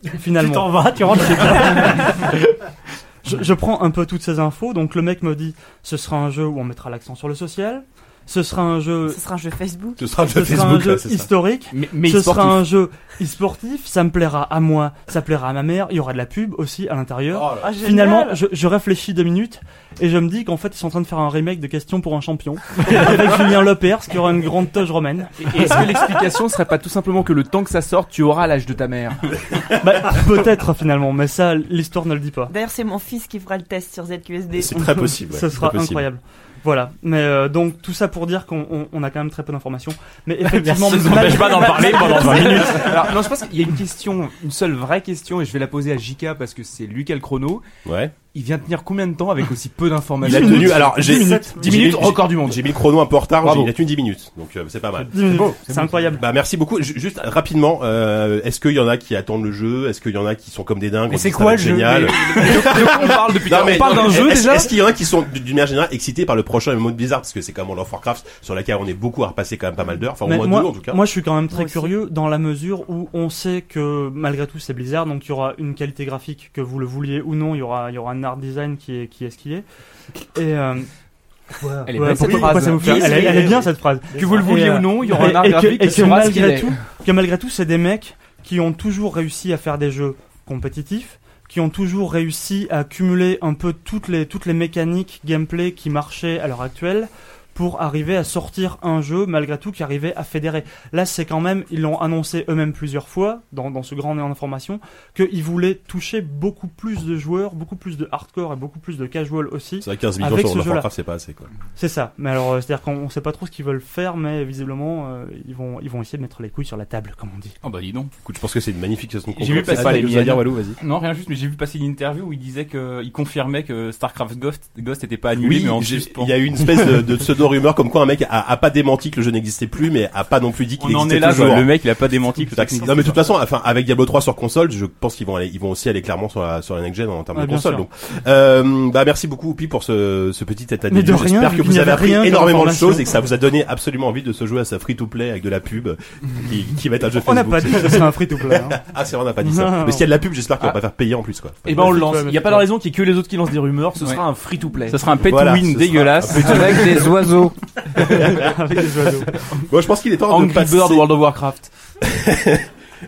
[SPEAKER 4] Tu t'en
[SPEAKER 2] finalement,
[SPEAKER 4] vas, tu rentres chez toi.
[SPEAKER 2] je, je prends un peu toutes ces infos. Donc le mec me dit, ce sera un jeu où on mettra l'accent sur le social, ce sera un jeu,
[SPEAKER 6] Ce sera un jeu Facebook.
[SPEAKER 1] Ce sera un
[SPEAKER 2] ce
[SPEAKER 1] jeu
[SPEAKER 2] sera un
[SPEAKER 1] Facebook
[SPEAKER 2] jeu
[SPEAKER 1] là, c'est ça.
[SPEAKER 2] historique,
[SPEAKER 5] Mais, mais
[SPEAKER 2] ce
[SPEAKER 5] e-sportif.
[SPEAKER 2] sera un jeu e-sportif. Ça me plaira à moi, ça plaira à ma mère. Il y aura de la pub aussi à l'intérieur.
[SPEAKER 1] Oh là là.
[SPEAKER 6] Ah, génial.
[SPEAKER 2] Finalement, je, je réfléchis deux minutes et je me dis qu'en fait ils sont en train de faire un remake de Question pour un champion avec Julien Lepers qui aura une grande toge romaine.
[SPEAKER 5] Et- et Est-ce que l'explication serait pas tout simplement que le temps que ça sorte, tu auras l'âge de ta mère
[SPEAKER 2] Bah, peut-être finalement, mais ça l'histoire ne le dit pas.
[SPEAKER 6] D'ailleurs, c'est mon fils qui fera le test sur ZQSD.
[SPEAKER 1] C'est très possible. ouais,
[SPEAKER 2] Ce
[SPEAKER 1] c'est
[SPEAKER 2] sera
[SPEAKER 1] très possible.
[SPEAKER 2] incroyable. Voilà. Mais euh, donc tout ça pour dire qu'on on- on a quand même très peu d'informations. Mais effectivement, malgré-
[SPEAKER 5] Alors, non, je pense qu'il y a une question, une seule vraie question, et je vais la poser à Jika parce que c'est lui qui a le chrono.
[SPEAKER 1] Ouais.
[SPEAKER 5] Il vient tenir combien de temps avec aussi peu
[SPEAKER 1] Il
[SPEAKER 5] d'informations
[SPEAKER 1] a tenu alors j'ai
[SPEAKER 5] 10 minutes, 10 minutes,
[SPEAKER 1] j'ai-
[SPEAKER 5] record du monde.
[SPEAKER 1] J'ai mis le chrono un peu en retard,
[SPEAKER 5] Bravo.
[SPEAKER 1] j'ai- il a tenu 10 minutes. Donc euh, c'est pas mal.
[SPEAKER 2] C'est incroyable.
[SPEAKER 1] Bah merci beaucoup. Ju- Juste rapidement, euh, est-ce qu'il y en a qui attendent le jeu Est-ce qu'il y en a qui sont comme des dingues
[SPEAKER 4] Mais
[SPEAKER 1] on
[SPEAKER 4] c'est
[SPEAKER 1] dit, ça
[SPEAKER 4] quoi
[SPEAKER 1] va être
[SPEAKER 4] le jeu
[SPEAKER 1] génial
[SPEAKER 4] Mais-
[SPEAKER 5] on parle depuis
[SPEAKER 1] Non, mais-
[SPEAKER 5] on parle
[SPEAKER 1] non,
[SPEAKER 5] d'un
[SPEAKER 1] mais
[SPEAKER 5] jeu
[SPEAKER 1] est-ce-
[SPEAKER 5] déjà
[SPEAKER 1] Est-ce qu'il y en a qui sont d'une manière générale excités par le prochain MMO de Blizzard parce que c'est quand même World of Warcraft sur laquelle on est beaucoup à repasser quand même pas mal d'heures, enfin au
[SPEAKER 2] Mais
[SPEAKER 1] moins
[SPEAKER 2] moi,
[SPEAKER 1] deux en tout cas.
[SPEAKER 2] moi, je suis quand même très
[SPEAKER 6] Moi aussi.
[SPEAKER 2] curieux dans la mesure où on sait que malgré tout c'est Blizzard, donc il y aura une qualité graphique que vous le vouliez ou non, il y aura, il y aura un art design qui est, qui est ce qu'il est. Et euh,
[SPEAKER 5] Elle est
[SPEAKER 2] ouais,
[SPEAKER 5] belle, cette
[SPEAKER 2] pourquoi- pourquoi
[SPEAKER 5] phrase.
[SPEAKER 2] ça vous fait-
[SPEAKER 5] Oui,
[SPEAKER 2] elle, est,
[SPEAKER 5] c'est-
[SPEAKER 2] elle est bien cette phrase.
[SPEAKER 5] Que vous le vouliez
[SPEAKER 2] Et, euh,
[SPEAKER 5] ou non, il y aura
[SPEAKER 2] et-
[SPEAKER 5] un art
[SPEAKER 2] et que-
[SPEAKER 5] graphique
[SPEAKER 2] et
[SPEAKER 5] qui
[SPEAKER 2] que
[SPEAKER 5] saura ce qu'il
[SPEAKER 2] malgré
[SPEAKER 5] est.
[SPEAKER 2] tout, que malgré tout, c'est des mecs qui ont toujours réussi à faire des jeux compétitifs, qui ont toujours réussi à cumuler un peu toutes les toutes les mécaniques gameplay qui marchaient à l'heure actuelle pour arriver à sortir un jeu malgré tout qui arrivait à fédérer. Là, c'est quand même, ils l'ont annoncé eux-mêmes plusieurs fois dans, dans ce grand néant d'information, qu'ils voulaient toucher beaucoup plus de joueurs, beaucoup plus de hardcore et beaucoup plus de casual aussi.
[SPEAKER 1] C'est vrai que 15 millions
[SPEAKER 2] avec
[SPEAKER 1] sur
[SPEAKER 2] ce
[SPEAKER 1] World of
[SPEAKER 2] jeu-là.
[SPEAKER 1] Warcraft, c'est pas assez, quoi.
[SPEAKER 2] C'est ça. Mais alors, euh, c'est-à-dire qu'on on sait pas trop ce qu'ils veulent faire, mais visiblement, euh, ils, vont, ils vont essayer de mettre les couilles sur la table, comme on dit.
[SPEAKER 3] Ah bah dis donc.
[SPEAKER 1] Écoute, je pense que c'est une magnifique façon de
[SPEAKER 3] J'ai vu
[SPEAKER 1] conclure.
[SPEAKER 3] passer
[SPEAKER 1] Ah, t'as quelque chose à
[SPEAKER 3] miennes.
[SPEAKER 1] dire, Walou, vas-y.
[SPEAKER 3] Non, rien juste, mais j'ai vu passer une interview où il disait que il confirmait que StarCraft Ghost Ghost était pas annulé,
[SPEAKER 1] Oui,
[SPEAKER 3] mais en
[SPEAKER 1] j'ai-
[SPEAKER 3] suspens.
[SPEAKER 1] il y a eu une espèce de, de pseudo-rumeur comme quoi un mec a, a pas démenti que le jeu n'existait plus, mais a pas non plus dit qu'il
[SPEAKER 3] On en
[SPEAKER 1] existait
[SPEAKER 3] est là,
[SPEAKER 1] toujours.
[SPEAKER 3] quoi. le mec il a pas démenti que le
[SPEAKER 1] Tac.
[SPEAKER 3] truc
[SPEAKER 1] Non mais de toute
[SPEAKER 3] n'existait
[SPEAKER 1] façon, enfin avec Diablo 3 sur console, je pense qu'ils vont aller, ils vont aussi aller clairement sur la sur la next gen en termes
[SPEAKER 2] Ah,
[SPEAKER 1] de
[SPEAKER 2] bien
[SPEAKER 1] console.
[SPEAKER 2] sûr.
[SPEAKER 1] Donc, euh, bah merci beaucoup Oupi pour ce ce petit état des
[SPEAKER 2] Mais de
[SPEAKER 1] lieux.
[SPEAKER 2] rien,
[SPEAKER 1] J'espère
[SPEAKER 2] il
[SPEAKER 1] que vous
[SPEAKER 2] n'y
[SPEAKER 1] avez
[SPEAKER 2] avait
[SPEAKER 1] appris
[SPEAKER 2] rien comme
[SPEAKER 1] énormément de
[SPEAKER 2] information.
[SPEAKER 1] choses et que ça vous a donné absolument envie de se jouer à sa free to play avec de la pub qui, qui va être un jeu
[SPEAKER 2] On n'a
[SPEAKER 1] Facebook.
[SPEAKER 2] pas dit que ce serait un free-to-play. hein.
[SPEAKER 1] Ah c'est vrai, on n'a pas dit
[SPEAKER 2] Non,
[SPEAKER 1] ça.
[SPEAKER 2] non. Eh
[SPEAKER 1] Mais s'il y a de la pub, j'espère qu'on va
[SPEAKER 5] Ah.
[SPEAKER 1] pas faire payer en plus quoi.
[SPEAKER 5] Et ben on le lance.
[SPEAKER 2] Toi,
[SPEAKER 5] Il n'y a pas de
[SPEAKER 2] toi.
[SPEAKER 5] raison qu'il y ait que les autres qui lancent des rumeurs. Ce
[SPEAKER 3] Ouais.
[SPEAKER 5] sera un free to play.
[SPEAKER 3] pas. Ça sera un pay
[SPEAKER 1] Voilà,
[SPEAKER 3] to win
[SPEAKER 1] ce
[SPEAKER 3] dégueulasse.
[SPEAKER 7] Avec des oiseaux.
[SPEAKER 2] Avec des oiseaux.
[SPEAKER 1] Bon, je pense qu'il est temps de
[SPEAKER 5] Angry
[SPEAKER 1] passer.
[SPEAKER 5] Bird World of Warcraft.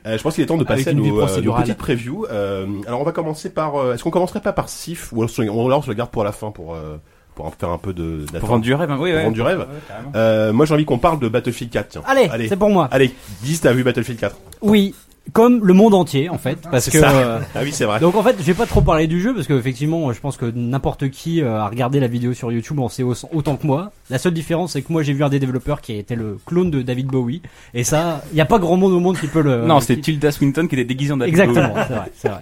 [SPEAKER 1] Euh, je pense qu'il est temps de passer
[SPEAKER 5] Avec
[SPEAKER 1] à
[SPEAKER 5] une vie
[SPEAKER 1] nos, euh, nos
[SPEAKER 5] procédurale.
[SPEAKER 1] petites previews. Euh, alors on va commencer par. euh, Est-ce qu'on commencerait pas par Sif ou alors on se- ou alors on se le garde pour la fin pour euh, pour en faire un peu de
[SPEAKER 3] Pour
[SPEAKER 1] d'attente.
[SPEAKER 3] vendre du rêve, hein. oui,
[SPEAKER 1] Pour
[SPEAKER 3] ouais.
[SPEAKER 1] vendre du rêve.
[SPEAKER 3] Ouais, carrément.
[SPEAKER 1] Euh, moi j'ai envie qu'on parle de Battlefield 4. Tiens.
[SPEAKER 7] Allez,
[SPEAKER 1] Allez.
[SPEAKER 7] c'est pour moi.
[SPEAKER 1] Allez, 10, t'as vu Battlefield 4
[SPEAKER 7] Oui, comme le monde entier en fait, parce
[SPEAKER 1] C'est
[SPEAKER 7] que.
[SPEAKER 1] ça.
[SPEAKER 7] euh,
[SPEAKER 1] Ah oui, c'est vrai.
[SPEAKER 7] Donc en fait, je vais pas trop parler du jeu parce que effectivement, je pense que n'importe qui euh, a regardé la vidéo sur YouTube en sait au- autant que moi. La seule différence, c'est que moi j'ai vu un des développeurs qui était le clone de David Bowie, et ça, il y a pas grand monde au monde qui peut le.
[SPEAKER 3] Non, c'était Tilda Swinton qui était déguisée en David
[SPEAKER 7] Exactement, c'est vrai, c'est vrai.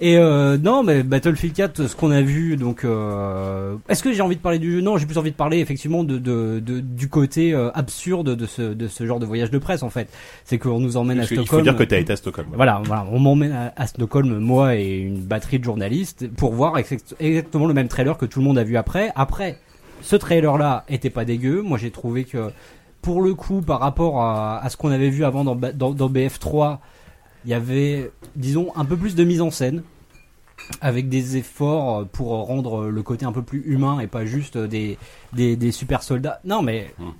[SPEAKER 7] Et euh, non, mais Battlefield 4, ce qu'on a vu, donc, euh, est-ce que j'ai envie de parler du jeu Non, j'ai plus envie de parler effectivement de, de, de- du côté euh, absurde de ce, de ce genre de voyage de presse en fait. C'est qu'on nous emmène à
[SPEAKER 1] Parce qu'il
[SPEAKER 7] Stockholm.
[SPEAKER 1] faut dire que t'as été à Stockholm. ouais.
[SPEAKER 7] Voilà, voilà, on m'emmène à, à Stockholm, moi et une batterie de journalistes, pour voir exact- exactement le même trailer que tout le monde a vu après. Après, ce trailer-là était pas dégueu. Moi, j'ai trouvé que, pour le coup, par rapport à, à ce qu'on avait vu avant dans, Ba- dans- dans BF3, il y avait, disons, un peu plus de mise en scène, avec des efforts pour rendre le côté un peu plus humain et pas juste des, des, des super soldats. Non, mais
[SPEAKER 1] Hmm.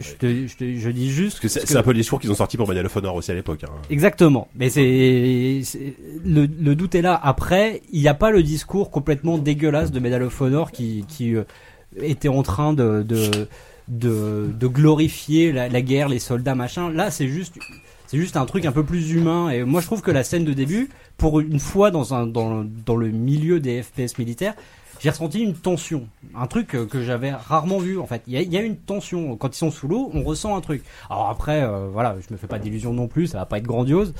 [SPEAKER 7] je, te- je te- je dis juste
[SPEAKER 1] Parce que c'est
[SPEAKER 7] ce
[SPEAKER 1] c'est un peu les discours qu'ils ont sorti pour Medal of Honor aussi à l'époque. hein.
[SPEAKER 7] Exactement. Mais c'est c'est- le, le doute est là. Après, il n'y a pas le discours complètement dégueulasse de Medal of Honor qui, qui euh, était en train de de, de, de glorifier la, la guerre, les soldats, machin. Là, c'est juste c'est juste un truc un peu plus humain. Et moi, je trouve que la scène de début, pour une fois dans un dans, dans le milieu des FPS militaires. J'ai ressenti une tension, un truc euh, que j'avais rarement vu en fait. Il y, a- il y a une tension quand ils sont sous l'eau, on ressent un truc. Alors après, euh, voilà, je me fais pas d'illusions non plus, ça va pas être grandiose,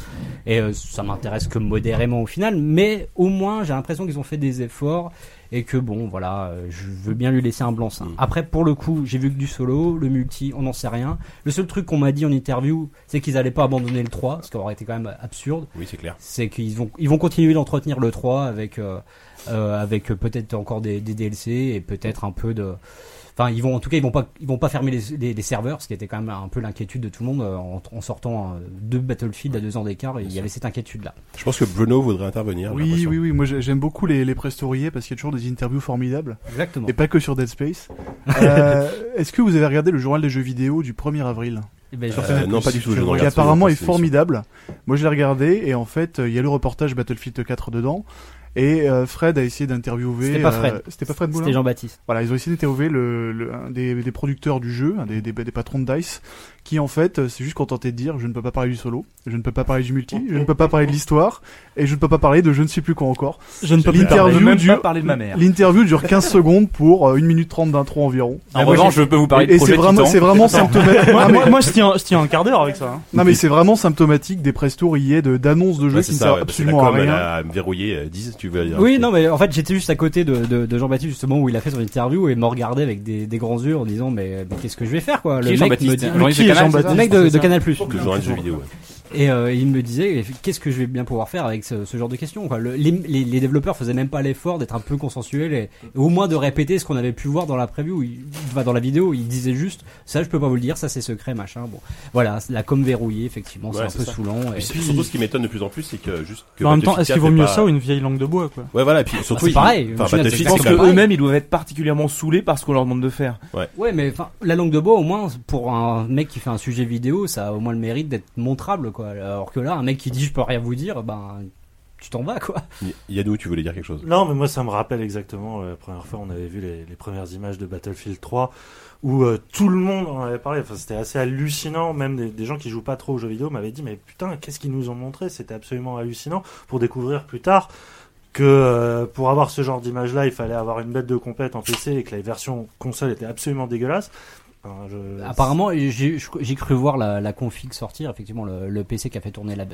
[SPEAKER 7] et euh, ça m'intéresse que modérément au final, mais au moins j'ai l'impression qu'ils ont fait des efforts et que bon, voilà, euh, je veux bien lui laisser un blanc-seing.
[SPEAKER 1] Mm.
[SPEAKER 7] Après, pour le coup, j'ai vu que du solo, le multi, on n'en sait rien. Le seul truc qu'on m'a dit en interview, c'est qu'ils allaient pas abandonner le 3, ce qui aurait été quand même absurde
[SPEAKER 1] Oui, c'est clair.
[SPEAKER 7] c'est qu'ils vont ils vont continuer d'entretenir le 3 avec euh, euh, avec peut-être encore des, des DLC et peut-être un peu de enfin ils vont en tout cas ils vont pas ils vont pas fermer les, les- les serveurs ce qui était quand même un peu l'inquiétude de tout le monde euh, en, en sortant euh, de Battlefield à deux ans d'écart il y avait cette inquiétude là
[SPEAKER 1] Je pense que Bruno voudrait intervenir. j'ai
[SPEAKER 4] Oui,
[SPEAKER 1] l'impression.
[SPEAKER 4] oui, oui. Moi, j'ai- j'aime beaucoup les, les pré-storiés parce qu'il y a toujours des interviews formidables.
[SPEAKER 7] exactement
[SPEAKER 4] Et pas que sur Dead Space. Euh, Est-ce que vous avez regardé le journal des jeux vidéo du 1er avril
[SPEAKER 1] Euh, non, pas du tout. je ne
[SPEAKER 4] Qui
[SPEAKER 1] regarde
[SPEAKER 4] apparemment
[SPEAKER 1] pas
[SPEAKER 4] est
[SPEAKER 1] cette émission.
[SPEAKER 4] formidable. Moi, je l'ai regardé et en fait, euh, il y a le reportage Battlefield 4 dedans. Et euh, Fred a essayé d'interviewer.
[SPEAKER 7] C'était pas
[SPEAKER 4] euh,
[SPEAKER 7] Fred.
[SPEAKER 4] C'était pas Fred Moulin.
[SPEAKER 7] c'était Jean-Baptiste
[SPEAKER 4] Voilà, ils ont essayé d'interviewer le, le- un des, des producteurs du jeu, un des, des, des patrons de DICE, qui en fait euh, s'est juste contenté de dire je ne peux pas parler du solo, je ne peux pas parler du multi, je ne peux pas parler de l'histoire, et je ne peux pas parler de je ne sais plus quoi encore.
[SPEAKER 2] Je ne peux plus
[SPEAKER 5] Je veux
[SPEAKER 4] L'interview
[SPEAKER 5] même pas
[SPEAKER 4] dure,
[SPEAKER 5] parler de ma mère.
[SPEAKER 4] l'interview dure 15 secondes pour euh, 1 minute 30 d'intro environ.
[SPEAKER 2] Ah,
[SPEAKER 3] En revanche, je peux vous parler
[SPEAKER 4] Et,
[SPEAKER 3] de
[SPEAKER 4] et c'est
[SPEAKER 3] projet
[SPEAKER 4] vraiment,
[SPEAKER 3] Titan.
[SPEAKER 4] c'est vraiment symptomatique.
[SPEAKER 2] Moi,
[SPEAKER 4] non, mais,
[SPEAKER 2] moi, moi, je tiens, je tiens un quart d'heure avec ça. hein.
[SPEAKER 4] non, mais c'est vraiment symptomatique des press tours hier de d'annonces de jeux
[SPEAKER 1] Ouais,
[SPEAKER 4] qui
[SPEAKER 1] c'est
[SPEAKER 4] ne
[SPEAKER 1] ça,
[SPEAKER 4] servent
[SPEAKER 1] ouais, parce que la
[SPEAKER 4] absolument à
[SPEAKER 1] com, elle
[SPEAKER 4] rien.
[SPEAKER 1] a verrouillé euh, 10, tu veux dire.
[SPEAKER 7] oui non mais en fait j'étais juste à côté de, de, de Jean-Baptiste justement où il a fait son interview et il m'a regardé avec des, des grands yeux en disant mais, mais qu'est-ce que je vais faire quoi
[SPEAKER 3] Qui est
[SPEAKER 7] le mec me
[SPEAKER 3] Jean-Baptiste
[SPEAKER 7] dit
[SPEAKER 3] Hein, Jean-Baptiste
[SPEAKER 4] qui est
[SPEAKER 3] Canal,
[SPEAKER 4] Jean-Baptiste
[SPEAKER 7] le mec de, de Canal Plus
[SPEAKER 1] Que j'aurais de jeux vidéo. ouais.
[SPEAKER 7] Et euh, il me disait qu'est-ce que je vais bien pouvoir faire avec ce, ce genre de questions. Quoi. Le- les, les- les développeurs faisaient même pas l'effort d'être un peu consensuels et, et au moins de répéter ce qu'on avait pu voir dans la preview, il, enfin, dans la vidéo. Ils disaient juste ça, je peux pas vous le dire, ça c'est secret, machin. Bon, voilà, c'est la com verrouillée, effectivement, c'est
[SPEAKER 1] Ouais,
[SPEAKER 7] un
[SPEAKER 1] c'est
[SPEAKER 7] peu
[SPEAKER 1] ça.
[SPEAKER 7] saoulant.
[SPEAKER 1] Puis
[SPEAKER 7] Et...
[SPEAKER 1] c'est surtout ce qui m'étonne de plus en plus, c'est que juste. que
[SPEAKER 2] Mais en même temps,
[SPEAKER 1] Battlefield
[SPEAKER 2] est-ce qu'il
[SPEAKER 1] 4
[SPEAKER 2] vaut mieux
[SPEAKER 1] est
[SPEAKER 2] ça
[SPEAKER 1] pas-
[SPEAKER 2] ou une vieille langue de bois, quoi
[SPEAKER 1] Ouais, voilà. Et puis surtout,
[SPEAKER 7] c'est
[SPEAKER 1] il-
[SPEAKER 7] pareil,
[SPEAKER 1] Enfin,
[SPEAKER 7] au final,
[SPEAKER 1] Battlefield,
[SPEAKER 7] c'est
[SPEAKER 1] c'est
[SPEAKER 5] Parce
[SPEAKER 1] quand même-
[SPEAKER 5] que eux-mêmes, ils doivent être particulièrement saoulés par ce qu'on leur demande de faire.
[SPEAKER 7] Ouais, mais enfin, la langue de bois, au moins, pour un mec qui fait un sujet vidéo, ça a au moins le mérite d'être montrable, quoi. Alors que là, un mec qui dit je peux rien vous dire, ben, tu t'en vas quoi.
[SPEAKER 1] Y- Yannou, tu voulais dire quelque chose
[SPEAKER 8] Non, mais moi, ça me rappelle exactement euh, la première fois, on avait vu les, les premières images de Battlefield 3, où euh, tout le monde en avait parlé. Enfin, c'était assez hallucinant. Même des, des gens qui jouent pas trop aux jeux vidéo m'avaient dit, mais putain, qu'est-ce qu'ils nous ont montré C'était absolument hallucinant pour découvrir plus tard que euh, pour avoir ce genre d'image-là, il fallait avoir une bête de compète en PC et que la version console était absolument dégueulasse. Enfin, je-
[SPEAKER 7] Apparemment, j'ai je- j'ai cru voir la, la config sortir. Effectivement, le, le PC qui a fait tourner la- la-